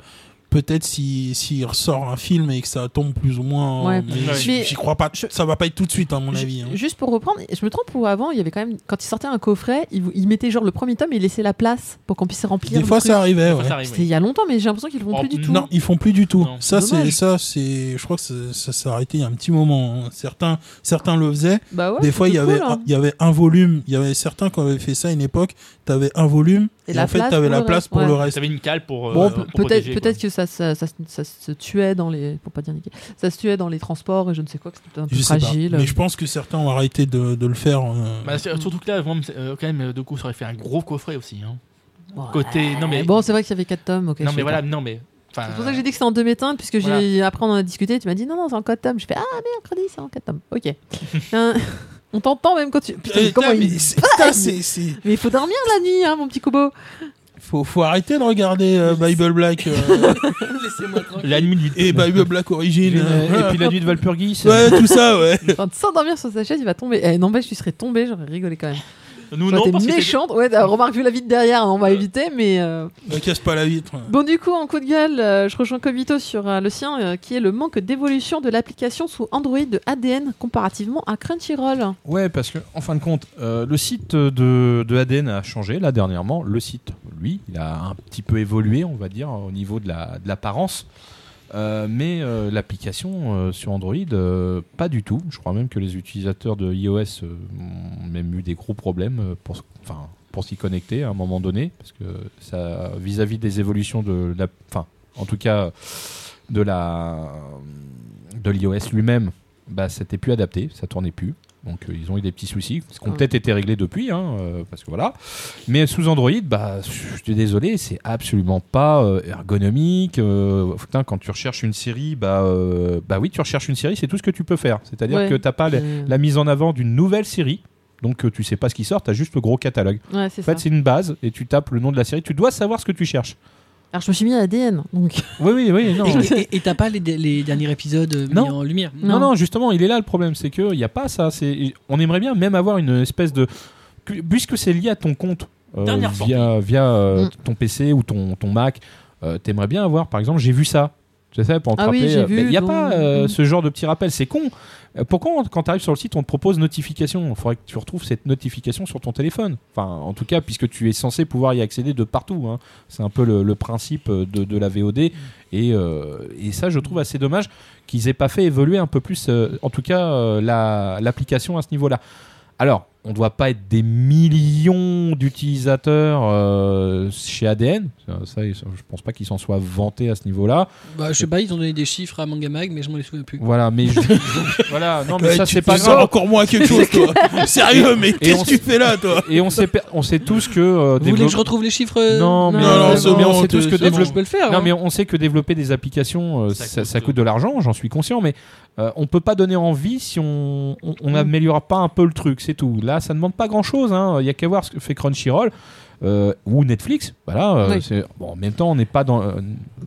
Speaker 5: Peut-être si s'il ressort un film et que ça tombe plus ou moins.
Speaker 1: Ouais.
Speaker 5: mais
Speaker 3: Ouais.
Speaker 5: j'y- J'y crois pas. Ça va pas être tout de suite, à mon
Speaker 1: Ju-
Speaker 5: avis. hein.
Speaker 1: Juste pour reprendre, je me trompe ou avant, il y avait quand même quand ils sortaient un coffret, ils, vou- ils mettaient genre le premier tome et ils laissaient la place pour qu'on puisse remplir.
Speaker 5: Des
Speaker 1: le
Speaker 5: fois,
Speaker 1: truc.
Speaker 5: ça arrivait.
Speaker 3: Enfin,
Speaker 5: ouais.
Speaker 3: ça arrive,
Speaker 1: C'était
Speaker 3: oui.
Speaker 1: il y a longtemps, mais j'ai l'impression qu'ils le font
Speaker 3: Oh,
Speaker 1: plus du tout.
Speaker 5: Non, ils font plus du tout.
Speaker 3: Non.
Speaker 5: Ça, c'est
Speaker 1: Dommage.
Speaker 5: ça, c'est. Je crois que ça, ça s'est arrêté il y a un petit moment. hein. Certains, certains le faisaient.
Speaker 1: Bah ouais,
Speaker 5: Des fois, il y
Speaker 1: c'était
Speaker 5: avait,
Speaker 1: cool, hein.
Speaker 5: il y avait un volume. Il y avait certains qui avaient fait ça à une époque. T'avais un volume
Speaker 1: Et
Speaker 5: et,
Speaker 1: la
Speaker 5: en fait,
Speaker 1: place
Speaker 5: t'avais
Speaker 1: pour
Speaker 5: la
Speaker 1: le
Speaker 5: place
Speaker 1: reste,
Speaker 5: pour
Speaker 1: ouais.
Speaker 5: le reste.
Speaker 3: T'avais une cale pour. euh,
Speaker 1: Bon,
Speaker 3: pour
Speaker 1: pe- peut-être
Speaker 3: protéger, quoi.
Speaker 1: peut-être que ça, ça, ça, se- ça se tuait dans les pour pas dire niquer, ça se tuait dans les transports et je ne sais quoi, que c'était un peu
Speaker 5: Je sais pas.
Speaker 1: fragile.
Speaker 5: Mais je pense que certains ont arrêté de, de le faire. euh,
Speaker 3: Bah, c'est- surtout que là, vraiment, c'est- euh, quand même, euh, de coup, ça aurait fait un gros coffret aussi. hein.
Speaker 1: Ouais.
Speaker 3: Côté. Non, mais.
Speaker 1: Bon, c'est vrai qu'il y avait 4 tomes. ok, je
Speaker 3: non,
Speaker 1: sais
Speaker 3: mais
Speaker 1: pas.
Speaker 3: voilà, non, mais. enfin,
Speaker 1: C'est pour ça
Speaker 5: euh,
Speaker 1: que j'ai dit que c'était en deux métins, puisque j'ai après on en a discuté, tu m'as dit non, non, c'est en 4 tomes. Je fais ah, mercredi, c'est en 4 tomes. Ok. Hein, on t'entend même quand tu. Putain, mais
Speaker 5: eh,
Speaker 1: comment
Speaker 5: tiens,
Speaker 1: il-
Speaker 5: mais c'est- putain, c'est- c'est-
Speaker 1: Mais il faut dormir la nuit, hein, mon petit Kobo.
Speaker 5: faut, faut arrêter de regarder euh, Bible Black euh,
Speaker 4: Laissez-moi tranquille.
Speaker 3: La nuit du.
Speaker 5: et Bible Black Origin.
Speaker 2: Et
Speaker 5: euh,
Speaker 2: puis la nuit de Valpurgis.
Speaker 5: ouais, tout ça, ouais.
Speaker 2: Mm.
Speaker 1: Enfin, de s'endormir sur sa chaise, il va tomber. Eh, N'empêche, tu serais tombé, j'aurais rigolé quand même.
Speaker 3: Nous,
Speaker 1: J'aurais
Speaker 3: non,
Speaker 1: été
Speaker 3: parce que c'est-
Speaker 1: méchante. Ouais, t'as- remarque, vu la vitre derrière, on va éviter, mais. euh,
Speaker 5: Ne casse pas la vitre.
Speaker 1: Bon, du coup, en coup de gueule, euh, je rejoins Kobito sur euh, le sien, euh, qui est le manque d'évolution de l'application sous Android de ADN comparativement à Crunchyroll.
Speaker 2: Ouais, parce que en fin de compte, euh, le site de, de ADN a changé là dernièrement. Le site, lui, il a un petit peu évolué, on va dire, au niveau de la- de l'apparence. Euh, mais euh, l'application euh, sur Android, euh, pas du tout. Je crois même que les utilisateurs de iOS euh, ont même eu des gros problèmes euh, pour, s- enfin, pour s'y connecter à un moment donné, parce que ça, vis-à-vis des évolutions de la, enfin, en tout cas, de la, de l'iOS lui-même, bah, c'était plus adapté, ça tournait plus. Donc euh, ils ont eu des petits soucis, ce qui ont
Speaker 1: Ah.
Speaker 2: peut-être été réglés depuis, hein, euh, parce que voilà. Mais sous Android, bah, je suis désolé, c'est absolument pas euh, ergonomique. euh, putain, quand tu recherches une série, bah, euh, bah oui, tu recherches une série, c'est tout ce que tu peux faire. C'est-à-dire
Speaker 1: Ouais.
Speaker 2: que t'as pas la, la mise en avant d'une nouvelle série. donc euh, tu sais pas ce qui sort, t'as juste le gros catalogue.
Speaker 1: Ouais, c'est
Speaker 2: En
Speaker 1: ça.
Speaker 2: fait, c'est une base et tu tapes le nom de la série. Tu dois savoir ce que tu cherches.
Speaker 1: Alors, je me suis mis à ADN. Donc...
Speaker 2: Oui, oui, oui. Non,
Speaker 4: Et- Et et t'as pas les, les derniers épisodes euh, mis
Speaker 2: Non.
Speaker 4: en lumière
Speaker 1: Non.
Speaker 2: non, non, justement, il est là le problème, c'est que il n'y a pas ça. C'est, on aimerait bien même avoir une espèce de, que- puisque c'est lié à ton compte euh,
Speaker 3: Dernière
Speaker 2: via via euh,
Speaker 1: Mm.
Speaker 2: ton PC ou ton ton Mac, euh, t'aimerais bien avoir, par exemple, j'ai vu ça. Tu sais, pour te
Speaker 1: Ah oui,
Speaker 2: rappeler,
Speaker 1: j'ai
Speaker 2: euh,
Speaker 1: vu,
Speaker 2: mais Il n'y a
Speaker 1: donc-
Speaker 2: pas euh,
Speaker 1: Mm.
Speaker 2: ce genre de petit rappel, c'est con. Euh, Pourquoi, on- quand tu arrives sur le site, on te propose notification Il faudrait que tu retrouves cette notification sur ton téléphone. Enfin, en tout cas, puisque tu es censé pouvoir y accéder de partout. hein. C'est un peu le, le principe euh, de, de la VOD. Et,
Speaker 1: Mm.
Speaker 2: euh, et ça, je trouve assez dommage qu'ils aient pas fait évoluer un peu plus, euh, en tout cas, euh, la- l'application à ce niveau-là. Alors, on ne doit pas être des millions d'utilisateurs euh, chez ADN. Ça, ça, ils- je pense pas qu'ils s'en soient vantés à ce niveau-là.
Speaker 4: Bah, je sais pas, ils ont donné des chiffres à Mangamag, mais je m'en les souviens plus.
Speaker 2: Voilà, mais je- voilà, non, mais
Speaker 5: Ouais,
Speaker 2: ça
Speaker 5: tu
Speaker 2: c'est pas
Speaker 5: te sors
Speaker 2: grave.
Speaker 5: encore moins quelque chose, toi. Sérieux, mais qu'est-ce
Speaker 2: on
Speaker 5: que tu fais là, toi
Speaker 2: Et on sait, per- on sait tous que euh,
Speaker 4: Vous voulez
Speaker 2: dévelop-
Speaker 4: que je retrouve les chiffres euh,
Speaker 2: non, mais,
Speaker 1: Non, non,
Speaker 2: mais
Speaker 1: c'est
Speaker 2: on
Speaker 5: bon,
Speaker 2: sait
Speaker 5: t'es-
Speaker 2: tous que
Speaker 5: c'est
Speaker 4: Je
Speaker 2: dévelop-
Speaker 4: peux le faire.
Speaker 2: Non,
Speaker 4: hein.
Speaker 2: mais on sait que développer des applications, euh, Ah ça,
Speaker 3: Ça
Speaker 2: ça coûte,
Speaker 3: coûte.
Speaker 2: de l'argent, j'en suis conscient, mais euh, on peut pas donner envie si on on- on n'améliore pas un peu le truc, c'est tout. Là, ça demande pas grand-chose, hein. il y a qu'à voir ce que fait Crunchyroll euh, ou Netflix. Voilà, euh,
Speaker 1: Oui.
Speaker 2: c'est- bon, en même temps, on n'est pas dans. euh,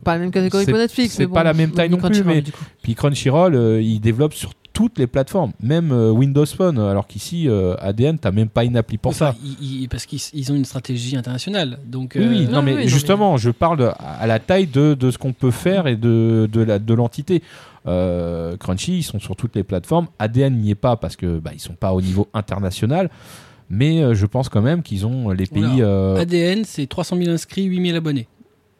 Speaker 1: Pas la même catégorie
Speaker 2: C'est-
Speaker 1: que Netflix.
Speaker 2: c'est
Speaker 1: mais bon,
Speaker 2: pas la même
Speaker 1: on
Speaker 2: taille
Speaker 1: dit
Speaker 2: non plus,
Speaker 1: Crunchyroll,
Speaker 2: mais-
Speaker 1: hein, du coup.
Speaker 2: puis Crunchyroll, euh, il développe sur toutes les plateformes, même euh, Windows Phone, alors qu'ici, euh, ADN, t'as même pas une appli pour ça.
Speaker 4: Enfin, ils- ils- parce qu'ils ils ont une stratégie internationale. Donc,
Speaker 2: Oui, oui,
Speaker 4: euh,
Speaker 2: non,
Speaker 1: oui,
Speaker 2: mais
Speaker 1: oui, non,
Speaker 2: justement, je parle à- à la taille de, de ce qu'on peut faire et de, de, la, de l'entité. Euh, Crunchy, ils sont sur toutes les plateformes. ADN n'y est pas parce que bah, ils sont pas au niveau international. Mais euh, je pense quand même qu'ils ont les
Speaker 4: Oula.
Speaker 2: pays. euh,
Speaker 4: ADN, c'est 300 000 inscrits, 8 000 abonnés.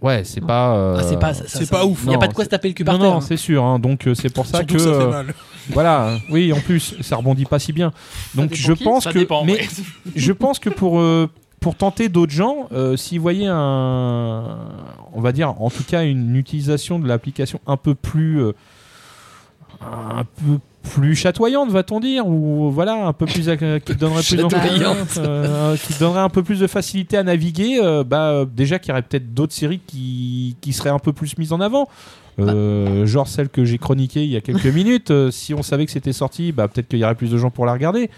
Speaker 2: ouais, c'est pas. euh,
Speaker 4: Ah, c'est pas, ça,
Speaker 5: c'est pas ouf.
Speaker 4: Il n'y a
Speaker 2: Non,
Speaker 4: pas de quoi
Speaker 2: c'est-
Speaker 4: se taper le cul
Speaker 2: Non,
Speaker 4: par terre.
Speaker 2: non,
Speaker 4: hein.
Speaker 2: c'est sûr. hein. donc euh, c'est pour ça
Speaker 5: Surtout
Speaker 2: que.
Speaker 5: ça fait
Speaker 2: euh,
Speaker 5: mal.
Speaker 2: voilà. Oui, en plus, ça rebondit pas si bien. Donc
Speaker 1: dépend
Speaker 2: je
Speaker 1: qui,
Speaker 2: pense
Speaker 3: Ça
Speaker 2: que.
Speaker 3: dépend.
Speaker 2: mais
Speaker 3: ouais.
Speaker 2: je pense que pour, euh, pour tenter d'autres gens, euh, s'ils voyaient un, on va dire, en tout cas, une utilisation de l'application un peu plus, euh, un peu plus chatoyante, va-t-on dire, ou voilà, un peu plus, agré- qui donnerait plus
Speaker 4: Bah,
Speaker 2: d'envie,
Speaker 4: Chatoyante.
Speaker 2: euh, qui donnerait un peu plus de facilité à naviguer, euh, bah euh, déjà qu'il y aurait peut-être d'autres séries qui, qui seraient un peu plus mises en avant. Euh, genre celle que j'ai chroniquée il y a quelques minutes, euh, si on savait que c'était sorti, bah, peut-être qu'il y aurait plus de gens pour la regarder.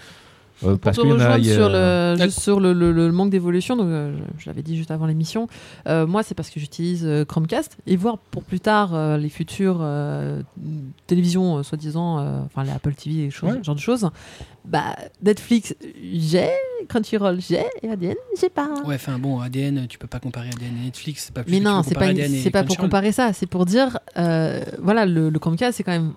Speaker 2: Euh,
Speaker 1: Pour te
Speaker 2: qu'il y en a-
Speaker 1: rejoindre
Speaker 2: il y a-
Speaker 1: sur, le,
Speaker 4: D'accord.
Speaker 1: juste sur le, le- le manque d'évolution, donc euh, je, je l'avais dit juste avant l'émission, euh, moi c'est parce que j'utilise euh, Chromecast et voir pour plus tard euh, les futures euh, télévisions, euh, soi-disant, euh, enfin les Apple TV et choses,
Speaker 2: Ouais.
Speaker 1: ce genre de choses, bah, Netflix j'ai, Crunchyroll j'ai et ADN j'ai pas.
Speaker 4: Ouais, enfin bon, ADN, tu peux pas comparer ADN et Netflix. C'est pas plus
Speaker 1: Mais
Speaker 4: que
Speaker 1: non,
Speaker 4: tu peux
Speaker 1: c'est pas,
Speaker 4: comparer
Speaker 1: une-
Speaker 4: ADN et
Speaker 1: c'est pas pour
Speaker 4: Crunchyroll.
Speaker 1: comparer ça, c'est pour dire, euh, voilà, le, le Chromecast c'est quand même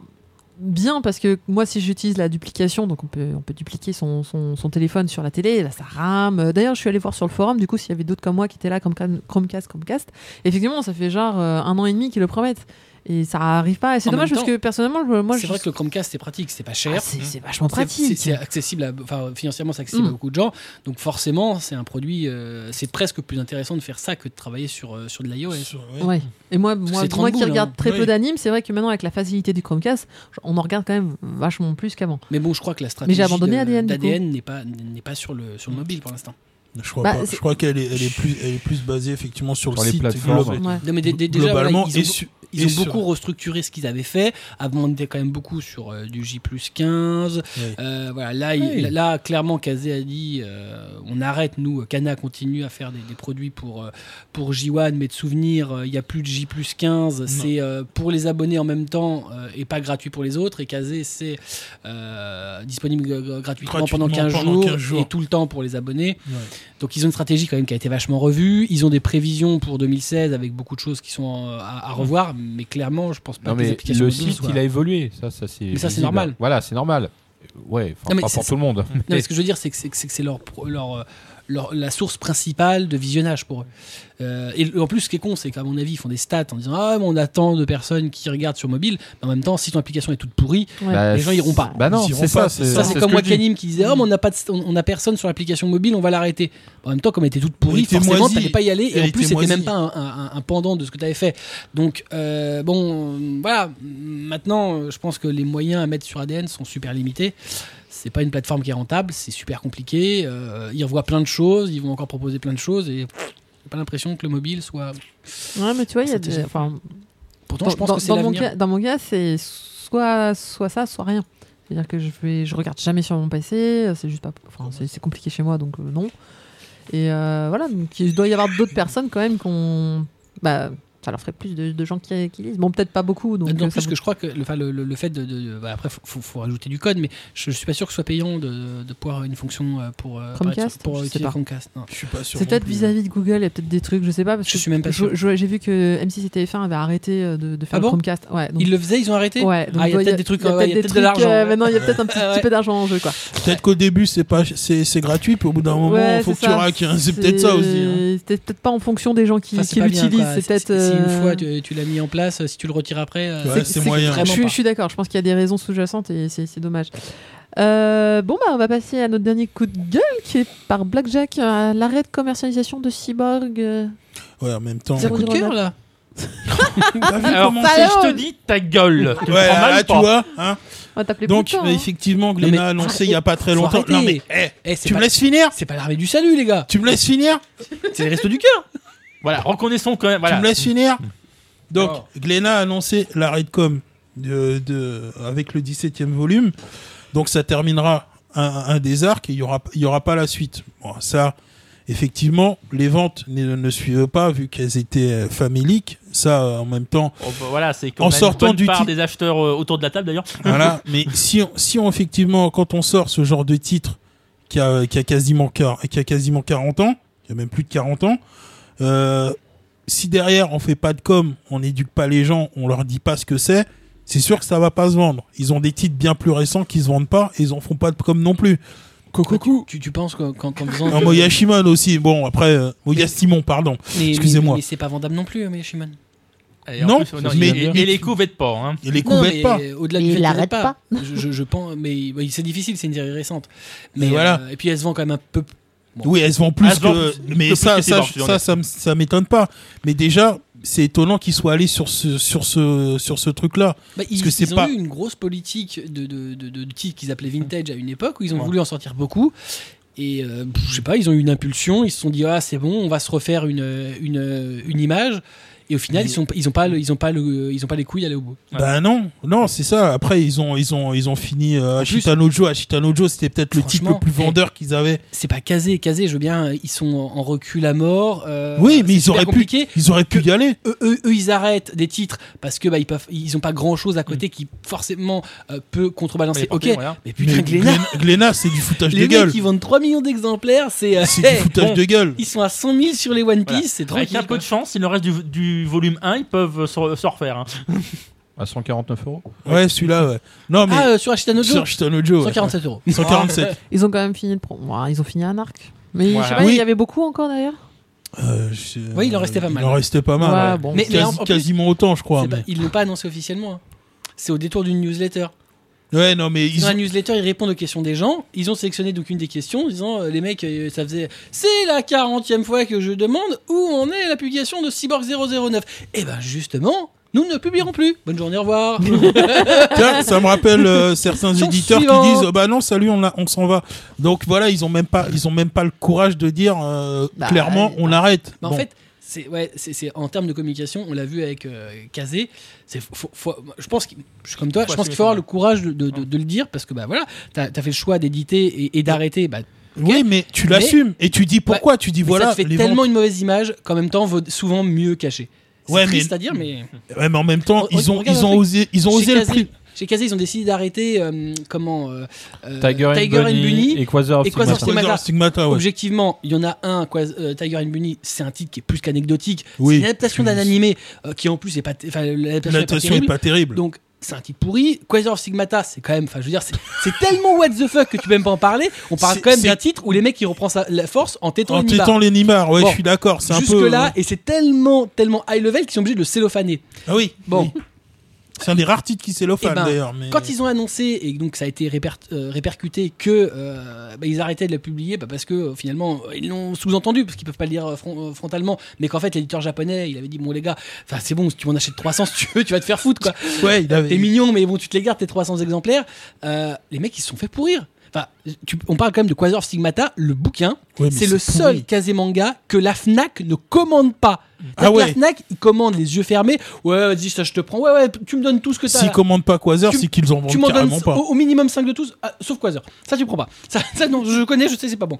Speaker 1: bien parce que moi si j'utilise la duplication, donc on peut, on peut dupliquer son, son- son téléphone sur la télé, là ça rame. Euh, D'ailleurs je suis allée voir sur le forum, du coup s'il y avait d'autres comme moi qui étaient là, comme Chrome- Chromecast, Chromecast, effectivement ça fait genre euh, un an et demi qu'ils le promettent et ça arrive pas. Et C'est
Speaker 4: En
Speaker 1: dommage
Speaker 4: même
Speaker 1: parce que personnellement, je- moi
Speaker 4: c'est
Speaker 1: je-
Speaker 4: vrai que le Chromecast, c'est pratique, c'est pas cher. hein,
Speaker 1: Ah, c'est c'est vachement
Speaker 4: C'est- c'est-
Speaker 1: pratique.
Speaker 4: C'est accessible, à- enfin financièrement, c'est accessible
Speaker 1: Mm.
Speaker 4: à beaucoup de gens. Donc forcément, c'est un produit, euh, c'est presque plus intéressant de faire ça que de travailler sur, euh, sur de l'iOS.
Speaker 5: Ouais.
Speaker 1: Ouais. Et moi, moi,
Speaker 4: c'est 30
Speaker 1: moi qui
Speaker 4: boules, hein.
Speaker 1: regarde très peu
Speaker 5: Oui.
Speaker 1: d'animes, c'est vrai que maintenant avec la facilité du Chromecast, on en regarde quand même vachement plus qu'avant.
Speaker 4: Mais bon, je crois que la stratégie
Speaker 1: abandonné
Speaker 4: de-
Speaker 1: ADN, du Mm.
Speaker 4: d'ADN n'est pas, n'est pas sur, le, sur le mobile pour l'instant.
Speaker 5: Je crois,
Speaker 1: Bah,
Speaker 5: pas.
Speaker 1: c'est-
Speaker 5: Je crois qu'elle est, elle est plus, elle est plus basée effectivement sur,
Speaker 2: Sur
Speaker 5: le
Speaker 2: les
Speaker 5: site.
Speaker 2: plateformes.
Speaker 5: global.
Speaker 1: Ouais.
Speaker 4: Non, mais dé- dé- déjà, voilà,
Speaker 5: globalement,
Speaker 4: ils ont,
Speaker 5: et su-
Speaker 4: ils ont
Speaker 5: et sur-
Speaker 4: beaucoup restructuré ce qu'ils avaient fait, abondé quand même beaucoup sur euh, du J plus 15.
Speaker 5: Oui.
Speaker 4: Euh, voilà, là, il-
Speaker 2: Oui.
Speaker 4: là, là, clairement, Kazé a dit euh, on arrête, nous, Kana continue à faire des, des produits pour, euh, pour J1, mais de souvenir, euh, il n'y a plus de J plus 15. C'est euh, pour les abonnés en même temps euh, et pas gratuit pour les autres. Et Kazé, c'est euh, disponible euh, gratuitement,
Speaker 5: Gratuitement
Speaker 4: pendant, 15,
Speaker 5: pendant
Speaker 4: jours
Speaker 5: 15 jours.
Speaker 4: et tout le temps pour les abonnés.
Speaker 5: Ouais.
Speaker 4: Donc ils ont une stratégie quand même qui a été vachement revue. Ils ont des prévisions pour 2016 avec beaucoup de choses qui sont euh, à, à
Speaker 5: Mmh.
Speaker 4: revoir, mais clairement, je pense pas
Speaker 2: Non
Speaker 4: que les
Speaker 2: mais
Speaker 4: applications
Speaker 2: le
Speaker 4: mobiles
Speaker 2: site
Speaker 4: soient-
Speaker 2: il a évolué, ça, ça c'est.
Speaker 4: Mais ça, c'est
Speaker 2: visible.
Speaker 4: normal.
Speaker 2: Voilà, c'est normal. Euh, Ouais, enfin,
Speaker 4: Non, mais
Speaker 2: pas
Speaker 4: c'est-
Speaker 2: pour
Speaker 4: c'est-
Speaker 2: tout le monde.
Speaker 4: Non, mais ce que je veux dire, c'est que c'est que c'est que c'est leur, pro- leur, euh, leur- la source principale de visionnage pour eux. Euh, et en plus, ce qui est con, c'est qu'à mon avis, ils font des stats en disant ah, mais on a tant de personnes qui regardent sur mobile. Mais en même temps, si ton application est toute pourrie,
Speaker 1: Ouais.
Speaker 2: Bah,
Speaker 4: les gens iront pas.
Speaker 2: Bah non,
Speaker 5: Ils iront
Speaker 2: c'est ça.
Speaker 5: pas,
Speaker 2: C'est
Speaker 5: c'est ça,
Speaker 4: Ça, c'est
Speaker 2: ce
Speaker 4: comme
Speaker 2: que je dis.
Speaker 4: Wakanim qui disait Ah, mais on n'a pas de st- on on a personne sur l'application mobile, on va l'arrêter. En même temps, comme elle était toute pourrie,
Speaker 5: Elle était
Speaker 4: forcément,
Speaker 5: moisie.
Speaker 4: t'allais pas y aller. Et
Speaker 5: Elle
Speaker 4: en plus,
Speaker 5: était
Speaker 4: c'était
Speaker 5: moisie.
Speaker 4: même pas un, un- un pendant de ce que t'avais fait. Donc, euh, bon, euh, voilà. Maintenant, euh, je pense que les moyens à mettre sur ADN sont super limités. C'est pas une plateforme qui est rentable, c'est super compliqué. euh, ils revoient plein de choses, ils vont encore proposer plein de choses et pff, j'ai pas l'impression que le mobile soit.
Speaker 1: Ouais, mais tu vois, il y a
Speaker 4: C'était
Speaker 1: des-
Speaker 4: génial.
Speaker 1: enfin,
Speaker 4: Pourtant,
Speaker 1: dans,
Speaker 4: je pense
Speaker 1: dans-
Speaker 4: que c'est
Speaker 1: dans mon
Speaker 4: l'avenir.
Speaker 1: cas, dans mon cas, c'est soit, soit ça, soit rien. C'est-à-dire que je vais, je regarde jamais sur mon PC. euh, C'est juste pas, enfin, c'est c'est compliqué chez moi, donc euh, non. Et euh, voilà, donc il doit y avoir d'autres personnes quand même qu'on, bah, ça leur ferait plus de, de gens qui, qui lisent. Bon, peut-être pas beaucoup, donc.
Speaker 4: en
Speaker 1: euh, ça
Speaker 4: plus
Speaker 1: vous-
Speaker 4: que je crois que le, enfin, le, le- le fait de, de- de- bah, après faut, faut, faut rajouter du code mais je, je suis pas sûr que ce soit payant de, de pouvoir une fonction euh, pour euh,
Speaker 1: Chromecast
Speaker 4: apparaître sur- pour
Speaker 1: Je sais
Speaker 4: utiliser
Speaker 1: pas.
Speaker 4: Chromecast. non.
Speaker 5: Je suis pas sûr.
Speaker 1: C'est
Speaker 5: non
Speaker 1: peut-être
Speaker 5: plus.
Speaker 1: vis-à-vis de Google, il y a peut-être des trucs, je sais pas. Parce
Speaker 4: Je
Speaker 1: que
Speaker 4: suis même pas sûr.
Speaker 1: je- je- J'ai vu que M6 et TF1 avaient arrêté euh, de, de faire
Speaker 4: Ah
Speaker 1: le
Speaker 4: bon
Speaker 1: Chromecast. Ouais, donc-
Speaker 4: Ils le faisaient, ils ont arrêté.
Speaker 1: Ouais, donc
Speaker 4: Ah, il y a
Speaker 1: doit-
Speaker 4: peut-être des trucs,
Speaker 1: il y a
Speaker 4: ouais, il y a
Speaker 1: peut-être
Speaker 4: peut-être de
Speaker 1: des trucs, euh,
Speaker 4: l'argent, ouais.
Speaker 1: Maintenant, il y a peut-être un petit,
Speaker 4: Ah ouais.
Speaker 1: petit peu d'argent en jeu, quoi.
Speaker 5: Peut-être qu'au début c'est pas c'est c'est gratuit, puis au bout d'un moment
Speaker 1: Ouais,
Speaker 5: faut
Speaker 1: c'est
Speaker 5: que tu
Speaker 1: ça.
Speaker 5: raques. hein. C'est peut-être ça aussi. hein.
Speaker 1: C'est peut-être pas en fonction des gens qui,
Speaker 4: Enfin, c'est
Speaker 1: qui
Speaker 4: pas bien,
Speaker 1: l'utilisent.
Speaker 4: quoi.
Speaker 1: C'est peut-être.
Speaker 4: Si- Si
Speaker 1: euh,
Speaker 4: une fois tu, tu l'as mis en place, euh, si tu le retires après, euh,
Speaker 5: Ouais, c'est
Speaker 1: Je,
Speaker 5: moyen. hein.
Speaker 4: vraiment
Speaker 1: suis-
Speaker 4: pas.
Speaker 1: je suis d'accord, je pense qu'il y a des raisons sous-jacentes et c'est c'est dommage. Euh, bon, bah, on va passer à notre dernier coup de gueule qui est par Blackjack, euh, l'arrêt de commercialisation de Cyborg. euh.
Speaker 5: Ouais, en même temps.
Speaker 4: C'est un coup de cœur là.
Speaker 5: T'as vu
Speaker 3: Ah, Alors,
Speaker 5: comment-
Speaker 3: si je
Speaker 1: salaud
Speaker 3: te dis ta gueule, tu le
Speaker 5: Ouais,
Speaker 3: prends mal
Speaker 5: là,
Speaker 3: ou
Speaker 5: tu
Speaker 3: pas
Speaker 5: vois. hein.
Speaker 1: On va t'appeler
Speaker 5: Donc
Speaker 1: plus tard, hein.
Speaker 5: effectivement,
Speaker 4: mais-
Speaker 5: Glénat a annoncé il y a pas très
Speaker 4: Faut
Speaker 5: longtemps.
Speaker 4: arrêter.
Speaker 5: Non mais eh,
Speaker 4: Eh, c'est
Speaker 5: tu me
Speaker 4: pas-
Speaker 5: laisses finir.
Speaker 4: C'est pas l'armée du salut les gars.
Speaker 5: Tu me laisses finir.
Speaker 4: C'est les restos du cœur.
Speaker 3: Voilà, reconnaissons quand même. Voilà.
Speaker 5: Tu me laisses finir
Speaker 4: Mm.
Speaker 5: Donc,
Speaker 4: Oh.
Speaker 5: Glénat a annoncé l'arrêt de com de, de- avec le 17e volume. Donc, ça terminera un, un des arcs et il n'y aura, il y aura pas la suite. Bon, ça, effectivement, les ventes ne, ne suivent pas vu qu'elles étaient euh, faméliques. Ça, euh, en même temps,
Speaker 3: Oh, bah, voilà, c'est
Speaker 5: En
Speaker 3: comme
Speaker 5: sortant
Speaker 3: sortant
Speaker 5: du
Speaker 3: du part
Speaker 5: titre-
Speaker 3: des acheteurs euh, autour de la table d'ailleurs.
Speaker 5: voilà. Mais si, on- si on, effectivement, quand on sort ce genre de titre qui a, qui a, quasiment, quar- qui a quasiment 40 ans, qui a même plus de 40 ans, euh, si derrière on fait pas de com, on n'éduque pas les gens, on leur dit pas ce que c'est, c'est sûr que ça va pas se vendre. Ils ont des titres bien plus récents qui se vendent pas et ils en font pas de com non plus.
Speaker 4: Coucou. Tu, tu penses qu'en qu'en- qu'en faisant.
Speaker 5: Un Moyashimon aussi, bon après, euh, Moyastimon, pardon.
Speaker 4: Mais- mais-
Speaker 5: excusez-moi.
Speaker 4: Mais c'est pas vendable non plus, euh, mais Shimon.
Speaker 3: Et en
Speaker 5: Non,
Speaker 3: plus,
Speaker 5: mais-
Speaker 3: et, et les coups vêtent pas. Hein.
Speaker 5: Et les
Speaker 4: Non,
Speaker 5: coups
Speaker 4: mais,
Speaker 5: bêtes pas.
Speaker 4: euh, Au-delà
Speaker 1: Mais
Speaker 4: du fait
Speaker 1: il
Speaker 4: qu'elle
Speaker 1: arrête
Speaker 4: arrête pas. Je, je- je pense, mais oui, c'est difficile, c'est une série récente. Mais,
Speaker 5: Mais voilà.
Speaker 4: euh, et puis elle se vend quand même un peu. bon.
Speaker 5: Oui, elles se vendent plus
Speaker 3: Elles se vendent
Speaker 5: que.
Speaker 3: plus-
Speaker 5: mais
Speaker 3: que
Speaker 5: ça,
Speaker 3: plus que
Speaker 5: ça,
Speaker 3: Cyborg, je suis
Speaker 5: ça,
Speaker 3: honnête.
Speaker 5: ça, me- ça m'étonne pas. Mais déjà, c'est étonnant qu'ils soient allés sur ce, sur ce, sur ce truc-là.
Speaker 4: Bah,
Speaker 5: Parce
Speaker 4: ils,
Speaker 5: que c'est
Speaker 4: ils ont
Speaker 5: pas-
Speaker 4: eu une grosse politique de, de, de, de- de titres qu'ils appelaient vintage à une époque où ils ont
Speaker 3: Ouais.
Speaker 4: voulu en sortir beaucoup. Et euh, pff, je sais pas, ils ont eu une impulsion, ils se sont dit ah c'est bon, on va se refaire une, euh, une, euh, une image. Et au final,
Speaker 5: Mais-
Speaker 4: ils sont ils ont pas le- ils ont pas le, ils ont pas les couilles d'aller au bout.
Speaker 3: Ouais.
Speaker 5: Ben non, non, c'est ça. Après, ils ont, ils ont, ils ont fini euh,
Speaker 4: En plus-
Speaker 5: Ashita no Joe. Ashita no Joe, c'était peut-être le titre
Speaker 4: Franchement,
Speaker 5: le plus
Speaker 4: eh,
Speaker 5: vendeur qu'ils avaient.
Speaker 4: C'est pas casé, casé. Je veux bien, ils sont en en recul à mort. euh,
Speaker 5: oui, mais
Speaker 4: c'est
Speaker 5: ils
Speaker 4: super
Speaker 5: auraient
Speaker 4: compliqué.
Speaker 5: pu, ils auraient pu
Speaker 4: que-
Speaker 5: y aller.
Speaker 4: eux, eux- eux, ils arrêtent des titres parce que bah, ils peuvent, ils ont pas grand chose à
Speaker 5: Mm.
Speaker 4: côté qui forcément euh, peut contrebalancer.
Speaker 3: Mais
Speaker 4: Ok,
Speaker 3: portez, voilà.
Speaker 4: mais putain,
Speaker 5: Mais
Speaker 4: Glénat,
Speaker 5: Glen- Glénat, c'est du foutage de
Speaker 4: les
Speaker 5: gueule.
Speaker 4: mecs qui vendent 3 millions d'exemplaires, c'est euh,
Speaker 5: C'est du
Speaker 4: hey,
Speaker 5: foutage
Speaker 3: bon.
Speaker 5: de gueule.
Speaker 4: ils sont à 100 000 sur les One Piece,
Speaker 3: Voilà.
Speaker 4: c'est tranquille.
Speaker 3: Avec un peu
Speaker 4: quoi.
Speaker 3: de chance, si le reste du, du volume 1, ils peuvent euh, se, se refaire. hein.
Speaker 2: À 149 euros.
Speaker 5: Ouais, celui-là, ouais. Non, mais
Speaker 4: Ah, euh, sur Ashita Nojo,
Speaker 5: sur Ashita no Joe, ouais.
Speaker 4: 147 euros.
Speaker 5: 147.
Speaker 1: Ils ont quand même fini le pro- Ouah, ils ont fini un arc. Mais je sais
Speaker 3: Voilà.
Speaker 1: pas,
Speaker 5: Oui.
Speaker 1: il y avait beaucoup encore d'ailleurs.
Speaker 5: Euh, je-
Speaker 4: Oui, il en restait pas mal.
Speaker 5: Il en restait pas mal.
Speaker 1: Ouais,
Speaker 5: ouais.
Speaker 1: bon.
Speaker 4: Mais-
Speaker 5: Quasi-
Speaker 4: en- en plus-
Speaker 5: quasiment autant, je crois.
Speaker 4: C'est pas-
Speaker 5: mais-
Speaker 4: ils l'ont pas annoncé officiellement. hein. C'est au détour d'une newsletter.
Speaker 5: Ouais, non, mais ils
Speaker 4: Dans
Speaker 5: ont-
Speaker 4: la newsletter, ils répondent aux questions des gens. Ils ont sélectionné donc une des questions en disant euh, les mecs, euh, ça faisait c'est la 40e fois que je demande où on est à la publication de Cyborg 009. Et ben justement, nous ne publierons plus. Bonne journée, au revoir.
Speaker 5: Tiens, ça me rappelle euh, certains
Speaker 4: Question
Speaker 5: éditeurs qui
Speaker 4: suivante.
Speaker 5: disent bah non salut on, a- on s'en va donc voilà ils ont même pas ils ont même pas le courage de dire euh,
Speaker 1: Bah,
Speaker 5: clairement
Speaker 1: ouais,
Speaker 5: on arrête
Speaker 4: Bah, En
Speaker 5: Bon.
Speaker 4: fait, c'est ouais, c'est c'est- en termes de communication, on l'a vu avec euh, Kazé. C'est faut- faut- je pense, qu'il- je suis comme toi,
Speaker 3: Faut
Speaker 4: je pense qu'il
Speaker 3: assumer
Speaker 4: faut
Speaker 3: son
Speaker 4: avoir
Speaker 3: mal.
Speaker 4: le courage de, de-
Speaker 5: Hein.
Speaker 4: de- de le dire parce que bah voilà, t'as as fait le choix d'éditer et, et d'arrêter. Bah,
Speaker 5: oui mais tu l'assumes et tu dis pourquoi tu dis
Speaker 4: mais
Speaker 5: voilà
Speaker 4: ça te fait
Speaker 5: les
Speaker 4: tellement
Speaker 5: ventes-
Speaker 4: une mauvaise image qu'en même temps vaut souvent mieux cacher. C'est
Speaker 5: Ouais,
Speaker 4: triste
Speaker 5: mais-
Speaker 4: à dire, mais
Speaker 5: Ouais, mais en même temps
Speaker 4: Re-
Speaker 5: ils ont
Speaker 4: regarde
Speaker 5: ils
Speaker 4: un
Speaker 5: ont
Speaker 4: truc.
Speaker 5: osé ils ont
Speaker 4: Chez
Speaker 5: osé le
Speaker 4: Kazé-
Speaker 5: prix
Speaker 4: Chez Kazé, ils ont décidé d'arrêter euh, comment euh, euh,
Speaker 2: Tiger, and Bunny, et Quasar of
Speaker 4: et
Speaker 2: Stigmata.
Speaker 4: Quasar Stigmata.
Speaker 5: Stigmata, Stigmata, ouais.
Speaker 4: Objectivement, il y en a un, quoi, euh, Tiger and Bunny, c'est un titre qui est plus qu'anecdotique.
Speaker 5: Oui.
Speaker 4: c'est une adaptation d'un
Speaker 5: Puis-
Speaker 4: animé euh, qui en plus est pas, t- enfin, l'adaptation est pas
Speaker 5: l'attention est
Speaker 4: terrible.
Speaker 5: pas terrible
Speaker 4: Donc c'est un titre pourri. Quasar of Sigmata, c'est quand même, enfin je veux dire, c'est c'est tellement what the fuck que tu peux même pas en parler. On parle
Speaker 5: C'est-
Speaker 4: quand même
Speaker 5: c'est-
Speaker 4: d'un titre où les mecs ils reprennent sa- la force en tétant
Speaker 5: en
Speaker 4: une barre.
Speaker 5: tétant les nibards ouais
Speaker 4: Bon.
Speaker 5: je suis d'accord c'est un
Speaker 4: Jusque
Speaker 5: peu
Speaker 4: là,
Speaker 5: euh,
Speaker 4: et c'est tellement, tellement high level qu'ils sont obligés de le cellophaner.
Speaker 5: ah oui
Speaker 4: Bon,
Speaker 5: oui. c'est un des rares titres qui
Speaker 4: Eh
Speaker 5: cellophane
Speaker 4: ben,
Speaker 5: d'ailleurs mais
Speaker 4: Quand ils ont annoncé, et donc ça a été réper- euh, répercuté, que euh, bah, ils arrêtaient de la publier bah, parce que euh, finalement euh, ils l'ont sous-entendu, parce qu'ils peuvent pas le dire euh, fron- euh, frontalement, mais qu'en fait l'éditeur japonais il avait dit Bon les gars, enfin, c'est bon, si tu m'en achètes 300 si tu veux, tu vas te faire foutre quoi.
Speaker 5: ouais il avait
Speaker 4: T'es mignon, mais bon, tu te les gardes tes 300 exemplaires. Euh, les mecs ils se sont fait pourrir. Enfin, tu- on parle quand même de Quasar Stigmata, le bouquin.
Speaker 5: Ouais, mais
Speaker 4: c'est le
Speaker 5: pourri.
Speaker 4: seul casé manga que la Fnac ne commande pas.
Speaker 5: Ah ouais.
Speaker 4: La Fnac, ils commandent les yeux fermés. Ouais, vas-y, ça je te prends. Ouais, ouais, tu me donnes tout ce que t'as.
Speaker 5: S'ils commandent pas Quasar,
Speaker 4: Tu-
Speaker 5: c'est qu'ils en vendent
Speaker 4: tu m'en donnes
Speaker 5: carrément pas.
Speaker 4: au, au minimum 5 de tous, ah, sauf Quasar. Ça, tu prends pas. Ça, ça, non, je connais, je sais, c'est pas bon.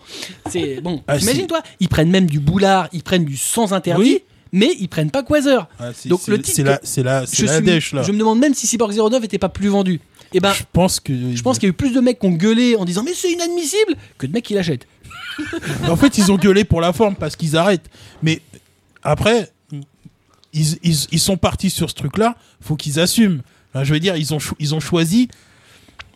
Speaker 4: C'est bon.
Speaker 5: Ah, si.
Speaker 4: Imagine-toi, ils prennent même du boulard, ils prennent du sans interdit,
Speaker 5: Oui.
Speaker 4: mais ils prennent pas Quasar.
Speaker 5: Ah, c'est-
Speaker 4: Donc,
Speaker 5: c'est
Speaker 4: le titre
Speaker 5: c'est la, c'est la, c'est
Speaker 4: Je,
Speaker 5: la
Speaker 4: suis-
Speaker 5: dèche là.
Speaker 4: je me demande même si Cyborg 09 était pas plus vendu. Et ben,
Speaker 5: je pense que.
Speaker 4: je pense qu'il y a eu plus de mecs qui ont gueulé en disant mais c'est inadmissible que de mecs qui l'achètent.
Speaker 5: En fait, ils ont gueulé pour la forme parce qu'ils arrêtent. Mais après, ils, ils- ils sont partis sur ce truc-là. Faut qu'ils assument. Enfin, je veux dire, ils ont, cho- ils ont choisi.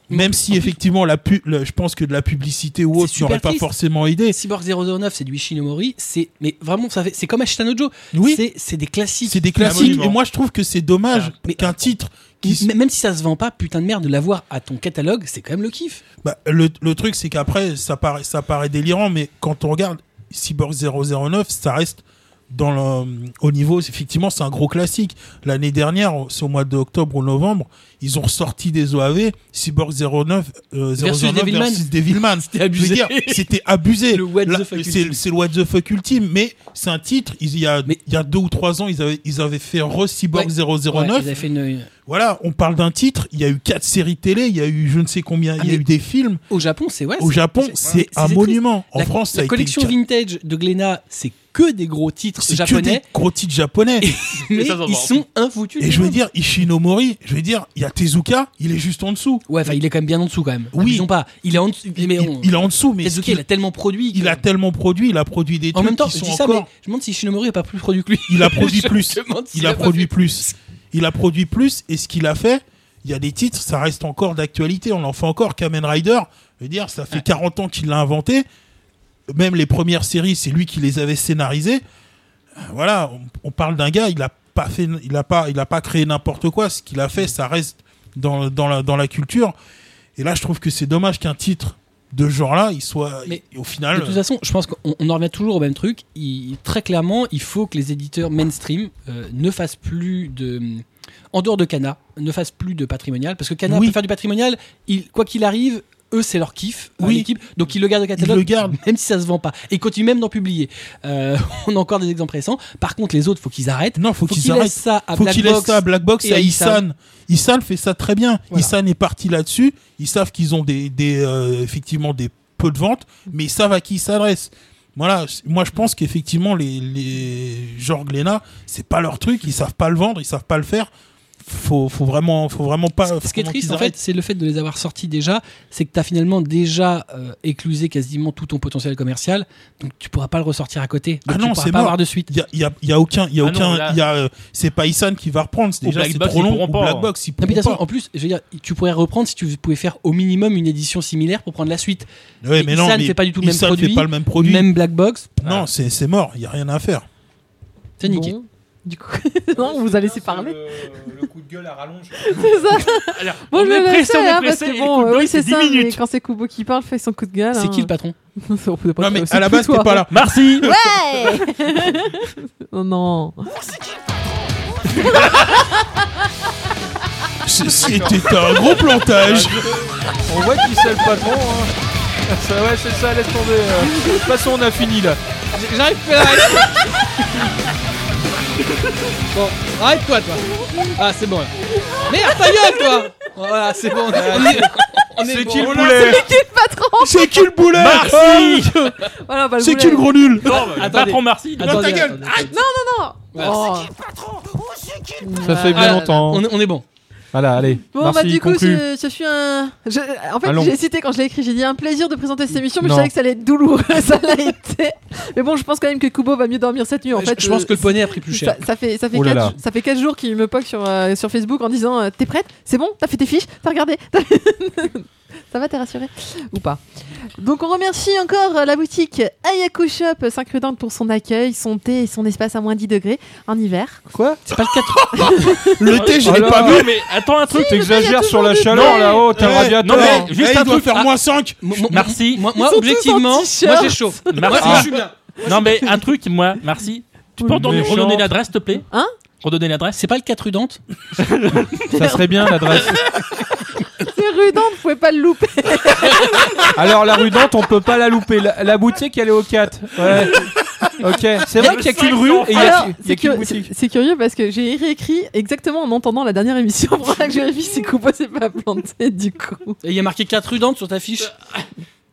Speaker 5: Même si effectivement, la pu- le- je pense que de la publicité ou
Speaker 4: C'est
Speaker 5: autre, tu n'aurais
Speaker 4: super
Speaker 5: pas
Speaker 4: triste.
Speaker 5: forcément idée.
Speaker 4: Cyborg 009, c'est du Ishinomori, c'est mais vraiment ça fait c'est comme Ashitanojo,
Speaker 5: Oui,
Speaker 4: c'est c'est des classiques.
Speaker 5: c'est des classiques.
Speaker 3: monument.
Speaker 5: Et moi, je trouve que c'est dommage
Speaker 4: Mais-
Speaker 5: qu'un titre qui. s-
Speaker 4: M- Même si ça se vend pas, putain de merde, de l'avoir à ton catalogue, c'est quand même le kiff.
Speaker 5: Bah, le, le truc, c'est qu'après, ça paraît, ça paraît délirant, mais quand on regarde Cyborg 009, ça reste dans le, au niveau, c'est- effectivement, c'est un gros classique. L'année dernière, c'est au mois d'octobre ou novembre, ils ont ressorti des OAV, Cyborg 09, euh,
Speaker 4: Versus
Speaker 5: 009
Speaker 4: Devilman.
Speaker 5: versus Devilman.
Speaker 4: C'était abusé.
Speaker 5: Je veux dire, c'était abusé.
Speaker 4: Le what the
Speaker 5: Là,
Speaker 4: fuck
Speaker 5: c'est-
Speaker 4: ultime.
Speaker 5: C'est le what the fuck ultime, mais c'est un titre, il y a,
Speaker 4: Mais-
Speaker 5: il y a deux ou trois ans, ils avaient, ils avaient fait re-Cyborg
Speaker 4: Ouais. Ouais,
Speaker 5: 009
Speaker 4: ils avaient fait une-
Speaker 5: voilà, on parle d'un titre, il y a eu quatre séries télé, il y a eu je ne sais combien,
Speaker 4: Ah,
Speaker 5: il y a
Speaker 4: mais-
Speaker 5: eu des films.
Speaker 4: Au Japon, c'est ouais.
Speaker 5: Au
Speaker 4: Ah, c'est-
Speaker 5: Japon,
Speaker 4: c'est-
Speaker 5: c'est un
Speaker 4: triste.
Speaker 5: monument. En
Speaker 4: la,
Speaker 5: France, ça a
Speaker 4: la
Speaker 5: été
Speaker 4: collection
Speaker 5: le cas.
Speaker 4: vintage de Glénat, c'est que des gros titres
Speaker 5: C'est que des
Speaker 4: japonais,
Speaker 5: gros titres japonais.
Speaker 4: mais
Speaker 3: ça se vend.
Speaker 4: ils sont infoutus.
Speaker 5: Et
Speaker 4: du
Speaker 5: je veux
Speaker 4: monde.
Speaker 5: dire, Ishinomori, je veux dire, il y a Tezuka, il est juste en dessous.
Speaker 4: ouais, enfin, il est quand même bien en dessous quand même.
Speaker 5: Oui.
Speaker 4: Abusons pas. Il est en dessous. Mais
Speaker 5: Il,
Speaker 4: on-
Speaker 5: il est en dessous, mais
Speaker 4: Tezuka,
Speaker 5: ce qu'il-
Speaker 4: il a tellement produit. que-
Speaker 5: il a tellement produit, il a produit des
Speaker 4: en
Speaker 5: trucs
Speaker 4: même temps,
Speaker 5: qui
Speaker 4: je
Speaker 5: sont
Speaker 4: dis ça,
Speaker 5: encore.
Speaker 4: mais je me demande si Ishinomori a pas plus produit que lui.
Speaker 5: Il a produit plus.
Speaker 4: Je me demande s'il
Speaker 5: Il a
Speaker 4: pas
Speaker 5: produit
Speaker 4: fait-
Speaker 5: plus. Il a produit plus. Et ce qu'il a fait, il y a des titres, ça reste encore d'actualité. On en fait encore. Kamen Rider, je veux dire, ça fait 40 ans qu'il l'a inventé. Même les premières séries, c'est lui qui les avait scénarisées. Euh, Voilà, on, on parle d'un gars, il a pas fait, il a pas, il a pas créé n'importe quoi. Ce qu'il a fait, ça reste dans, dans la, dans la culture. Et là, je trouve que c'est dommage qu'un titre de ce genre-là, il soit,
Speaker 4: Mais
Speaker 5: au final,
Speaker 4: De toute façon, je pense qu'on on en revient toujours au même truc. Il- très clairement, il faut que les éditeurs mainstream euh, ne fassent plus de. euh, En dehors de Cana, ne fassent plus de patrimonial. Parce que Cana
Speaker 5: Oui.
Speaker 4: peut faire du patrimonial, il, quoi qu'il arrive, eux, c'est leur kiff, euh,
Speaker 5: Oui.
Speaker 4: l'équipe. Donc ils le gardent au catalogue,
Speaker 5: le gardent.
Speaker 4: même si ça se vend pas. Et ils continuent même d'en publier. Euh, on a encore des exemples récents. Par contre, les autres, faut qu'ils arrêtent.
Speaker 5: non, faut,
Speaker 4: Faut
Speaker 5: qu'ils
Speaker 4: qu'ils
Speaker 5: arrêtent.
Speaker 4: laissent ça à
Speaker 5: faut
Speaker 4: Black
Speaker 5: qu'il laisse
Speaker 4: Box.
Speaker 5: ça à Black Box
Speaker 4: et
Speaker 5: et à
Speaker 4: à
Speaker 5: Issan. Issan fait ça très bien.
Speaker 4: Voilà.
Speaker 5: Issan est parti là-dessus. Ils savent qu'ils ont des, des euh, effectivement des peu de ventes, mais ils savent à qui ils s'adressent. Voilà, c- moi je pense qu'effectivement les, les genre Glénat, c'est pas leur truc, ils savent pas le vendre, ils savent pas le faire. Faut, faut vraiment faut vraiment pas faut
Speaker 4: Ce qui est
Speaker 5: vraiment
Speaker 4: triste,
Speaker 5: qu'ils
Speaker 4: en fait,
Speaker 5: arrêtent.
Speaker 4: c'est le fait de les avoir sortis déjà. C'est que tu as finalement déjà euh, éclusé quasiment tout ton potentiel commercial. Donc tu pourras pas le ressortir à côté.
Speaker 5: Ah
Speaker 4: Donc,
Speaker 5: non,
Speaker 4: tu pourras
Speaker 5: c'est
Speaker 4: pas
Speaker 5: mort.
Speaker 4: avoir de suite.
Speaker 5: il y a, il y a- il y a aucun il y a
Speaker 3: Ah non,
Speaker 5: aucun
Speaker 3: là-
Speaker 5: il y a, euh, c'est pas Issan qui va reprendre, c'est
Speaker 3: Au
Speaker 5: déjà
Speaker 3: Black
Speaker 5: c'est
Speaker 3: Box,
Speaker 5: trop
Speaker 3: ils
Speaker 5: long.
Speaker 3: pourront
Speaker 5: Au
Speaker 3: pas. hein.
Speaker 5: Black Box, ils
Speaker 4: Non, mais de
Speaker 5: pourront
Speaker 4: toute façon,
Speaker 5: pas.
Speaker 4: en plus, je veux dire, tu pourrais reprendre si tu pouvais faire au minimum une édition similaire pour prendre la suite.
Speaker 5: Ouais,
Speaker 4: mais Issan fait pas du tout le même
Speaker 5: Issan fait
Speaker 4: produit,
Speaker 5: pas le même produit.
Speaker 4: Même Black Box,
Speaker 5: Non, c'est c'est mort, il y a rien à faire.
Speaker 4: c'est niqué.
Speaker 1: Bon, Du coup, non, on vous a laissé parler.
Speaker 2: Le, coup de gueule à rallonge.
Speaker 1: C'est ça.
Speaker 3: Alors,
Speaker 1: Bon,
Speaker 3: on
Speaker 1: je vais
Speaker 3: est pressé,
Speaker 1: laisser,
Speaker 3: on est
Speaker 1: hein, parce
Speaker 3: pressé,
Speaker 1: que
Speaker 3: et
Speaker 1: bon,
Speaker 3: coup de
Speaker 1: euh,
Speaker 3: gueule,
Speaker 1: oui, c'est
Speaker 3: c'est
Speaker 1: ça,
Speaker 3: 10
Speaker 1: mais
Speaker 3: minutes.
Speaker 1: quand c'est Kubo qui parle, fait son coup de gueule.
Speaker 4: C'est
Speaker 1: hein.
Speaker 4: qui le patron
Speaker 1: On peut pas
Speaker 5: Non, mais
Speaker 1: trouver-
Speaker 5: à la
Speaker 1: c'est plus
Speaker 5: base, t'es
Speaker 1: toi.
Speaker 5: pas là.
Speaker 3: Merci.
Speaker 1: Ouais Oh non.
Speaker 5: C'était un gros plantage.
Speaker 2: On voit qu'il sait le patron. hein. Ça, ouais, c'est ça, laisse tomber. euh. De toute façon, on a fini là.
Speaker 4: J'arrive pas Bon, arrête-toi, toi. Ah, c'est bon, là. Merde, ta gueule, toi Voilà, c'est bon. On est,
Speaker 2: C'est qui le boulet
Speaker 5: C'est qui le boulet
Speaker 3: Merci.
Speaker 1: Voilà, bah,
Speaker 5: C'est
Speaker 1: vous
Speaker 5: qui le
Speaker 1: l'avez.
Speaker 5: gros nul
Speaker 3: Non,
Speaker 4: Attendez.
Speaker 3: patron merci.
Speaker 5: Non, ta gueule.
Speaker 1: Non.
Speaker 4: Voilà.
Speaker 1: Oh. Mmh.
Speaker 2: Ça fait bien
Speaker 4: Ah,
Speaker 2: longtemps.
Speaker 4: On est, on est bon.
Speaker 2: Voilà, allez.
Speaker 1: Bon,
Speaker 2: Merci,
Speaker 1: bah, du coup,
Speaker 2: conclu.
Speaker 1: ce, ce fut un. je- En fait,
Speaker 2: Allons.
Speaker 1: j'ai hésité quand je l'ai écrit. J'ai dit un plaisir de présenter cette émission, mais
Speaker 2: Non.
Speaker 1: je savais que ça allait être douloureux. ça l'a été. Mais bon, je pense quand même que Kubo va mieux dormir cette nuit. En
Speaker 4: Je-
Speaker 1: fait,
Speaker 4: je, pense
Speaker 1: Euh,
Speaker 4: que le poney a pris plus cher.
Speaker 1: ça, ça fait ça fait
Speaker 2: Oh là
Speaker 1: quatre,
Speaker 2: là.
Speaker 1: ça fait quatre jours qu'il me poque sur euh, sur Facebook en disant euh, t'es prête c'est bon t'as fait tes fiches t'as regardé T'as- ça va t'es rassuré ou pas donc on remercie encore euh, la boutique Ayaku Shop euh, Saint-Crudente pour son accueil son thé et son espace à moins 10 degrés en hiver
Speaker 2: Quoi
Speaker 4: C'est pas le 4
Speaker 5: Le Eh, thé,
Speaker 3: Oh
Speaker 5: je l'ai
Speaker 2: Alors,
Speaker 5: pas vu.
Speaker 2: vu.
Speaker 3: mais attends un truc.
Speaker 1: il y a
Speaker 2: T'exagères sur la
Speaker 1: toujours
Speaker 2: chaleur
Speaker 1: des-
Speaker 2: là-haut, t'as
Speaker 5: Ouais.
Speaker 2: un
Speaker 3: Non,
Speaker 2: radiateur.
Speaker 3: mais-
Speaker 5: Eh,
Speaker 3: juste
Speaker 5: eh,
Speaker 3: un
Speaker 5: il doit
Speaker 3: truc.
Speaker 5: faire moins 5.
Speaker 3: Merci.
Speaker 4: Moi,
Speaker 1: Ils
Speaker 4: moi
Speaker 1: sont tous en
Speaker 4: objectivement,
Speaker 1: t-shirt.
Speaker 4: moi j'ai chaud. Moi,
Speaker 3: Merci.
Speaker 4: moi, je suis bien.
Speaker 3: Non mais un truc moi, merci. Tu peux redonner,
Speaker 2: Méchante.
Speaker 3: redonner l'adresse s'il te plaît
Speaker 1: Hein
Speaker 3: Redonner l'adresse
Speaker 4: C'est pas le 4 rudente
Speaker 2: Ça serait bien l'adresse.
Speaker 1: c'est rudent vous pouvez pas le louper
Speaker 2: Alors la rue Dante, on peut pas la louper. La, la boutique, elle est au 4. Ouais. Ok. C'est vrai qu'il y a qu'une rue et il y a,
Speaker 1: Alors,
Speaker 2: il y a
Speaker 1: c'est
Speaker 2: qu'une
Speaker 1: curieux,
Speaker 2: boutique.
Speaker 1: c'est- c'est curieux parce que j'ai réécrit exactement en entendant la dernière émission pour ça que je vérifie si Coupeau s'est pas planté du coup.
Speaker 4: Il y a marqué 4 rues Dante sur ta fiche.
Speaker 5: Euh,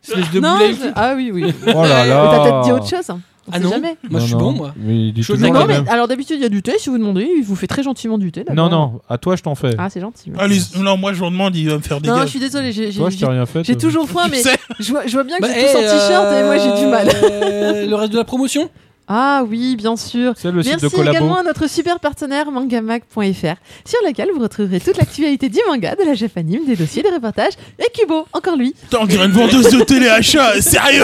Speaker 4: Espèce de
Speaker 1: non,
Speaker 4: boulet.
Speaker 1: je- ah oui, oui.
Speaker 2: Oh là là.
Speaker 1: Mais T'as peut-être dit autre chose. hein. On
Speaker 4: Ah
Speaker 1: sait
Speaker 4: non.
Speaker 1: jamais.
Speaker 4: Moi, je suis
Speaker 2: Non,
Speaker 4: bon,
Speaker 2: non.
Speaker 4: moi.
Speaker 2: Mais il dit
Speaker 4: Je-
Speaker 2: toujours
Speaker 1: D'accord, mais
Speaker 2: la même.
Speaker 1: alors d'habitude il y a du thé, si vous demandez, il vous fait très gentiment du thé.
Speaker 2: Non,
Speaker 1: d'abord.
Speaker 2: non, à toi je t'en fais.
Speaker 1: Ah, c'est gentil.
Speaker 5: Allez, non, moi je vous demande, il va me faire des
Speaker 1: Non,
Speaker 5: gars.
Speaker 1: je suis désolée, j'ai j'ai-
Speaker 2: toi, je t'ai
Speaker 1: j'ai-
Speaker 2: rien fait.
Speaker 1: j'ai
Speaker 2: toi.
Speaker 1: toujours froid, mais
Speaker 5: Tu sais,
Speaker 1: je vois, je vois bien que
Speaker 4: Bah,
Speaker 1: c'est
Speaker 4: eh,
Speaker 1: tous en t-shirt et moi j'ai du mal.
Speaker 4: euh, le reste de la promotion
Speaker 1: Ah oui, bien sûr.
Speaker 2: C'est le site
Speaker 1: Merci
Speaker 2: de Collabo.
Speaker 1: également à notre super partenaire mangamag.fr, sur lequel vous retrouverez toute l'actualité du manga, de la japanime, des dossiers, des reportages, et Kubo, encore lui.
Speaker 5: Putain, on dirait une vendeuse de téléachat, sérieux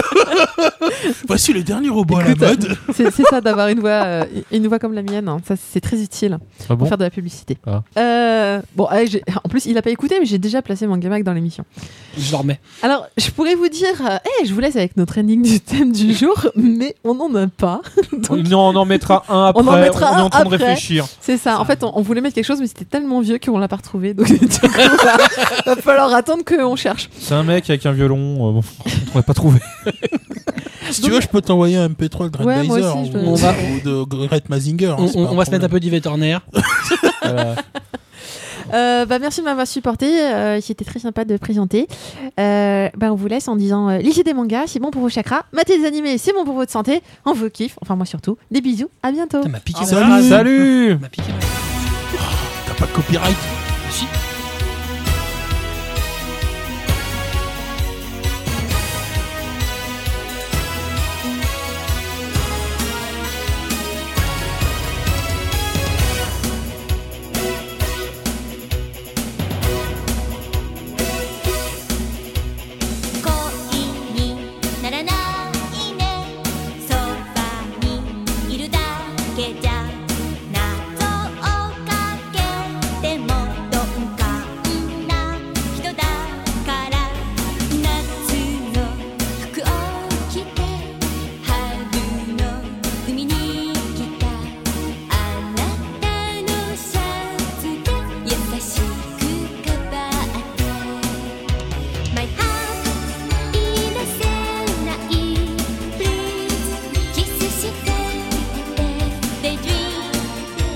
Speaker 5: Voici le dernier robot à la
Speaker 1: Écoute, euh,
Speaker 5: mode.
Speaker 1: C'est c'est ça d'avoir une voix, euh, une voix comme la mienne, hein. ça c'est très utile
Speaker 2: Ah
Speaker 1: pour
Speaker 2: bon
Speaker 1: faire de la publicité.
Speaker 2: Ah.
Speaker 1: Euh, bon, allez, j'ai- en plus il a pas écouté, mais j'ai déjà placé Mangamag dans l'émission.
Speaker 4: Je le remets.
Speaker 1: Alors, je pourrais vous dire, euh, Eh, je vous laisse avec notre ending du thème du jour, mais on n'en a pas. Donc,
Speaker 2: Non, on en mettra un après.
Speaker 1: On en mettra
Speaker 2: est
Speaker 1: un
Speaker 2: en train de
Speaker 1: après.
Speaker 2: réfléchir.
Speaker 1: c'est ça. En fait, on, on voulait mettre quelque chose, mais c'était tellement vieux qu'on l'a pas retrouvé. Donc, du coup, va, va falloir attendre qu'on cherche.
Speaker 2: C'est un mec avec un violon. euh, bon, on pourrait pas trouver.
Speaker 5: Si
Speaker 1: Donc-
Speaker 5: tu veux, je peux t'envoyer un MP3 de Grand
Speaker 1: Ouais, moi
Speaker 5: Geyser
Speaker 1: aussi, je
Speaker 5: ou,
Speaker 1: peux-
Speaker 4: On va-
Speaker 5: ou de Grete Mazinger. hein,
Speaker 4: On,
Speaker 5: c'est
Speaker 4: on-
Speaker 5: pas
Speaker 4: on va se mettre un
Speaker 5: problème.
Speaker 4: peu d'Yvette Horner.
Speaker 2: Voilà.
Speaker 1: Euh, bah, merci de m'avoir supporté. Euh, C'était très sympa de présenter. Euh, bah, on vous laisse en disant euh, lisez des mangas, c'est bon pour vos chakras. Matez des animés, c'est bon pour votre santé. On vous kiffe. Enfin, moi surtout. Des bisous. À bientôt.
Speaker 4: Putain, m'a piqué ma
Speaker 5: Salut.
Speaker 2: Mm.
Speaker 4: phrase.
Speaker 2: Ah, Salut
Speaker 4: M'a piqué ma
Speaker 5: T'as pas de copyright
Speaker 4: Si.
Speaker 7: 「恋にならないね」「そばにいるだけじゃ」「謎をかけても鈍感な人だから」「夏の服を着て春の海に来た」「あなたのシャツが優しくかばって」My heart いらせない Please キスしてて Daydream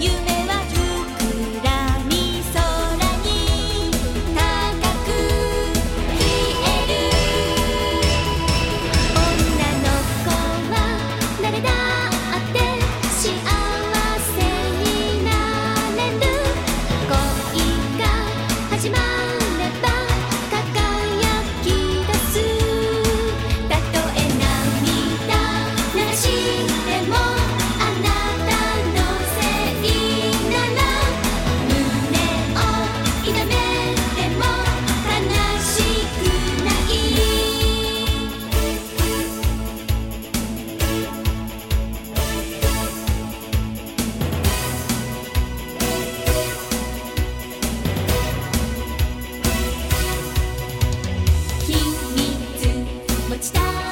Speaker 7: 夢は膨らみ空に高く消える「女の子は誰だって幸せになれる」「恋が始まれば輝き出す」「たとえ涙流してもあなたのせいなら」「胸を痛めても悲しくない」「秘密持ちたい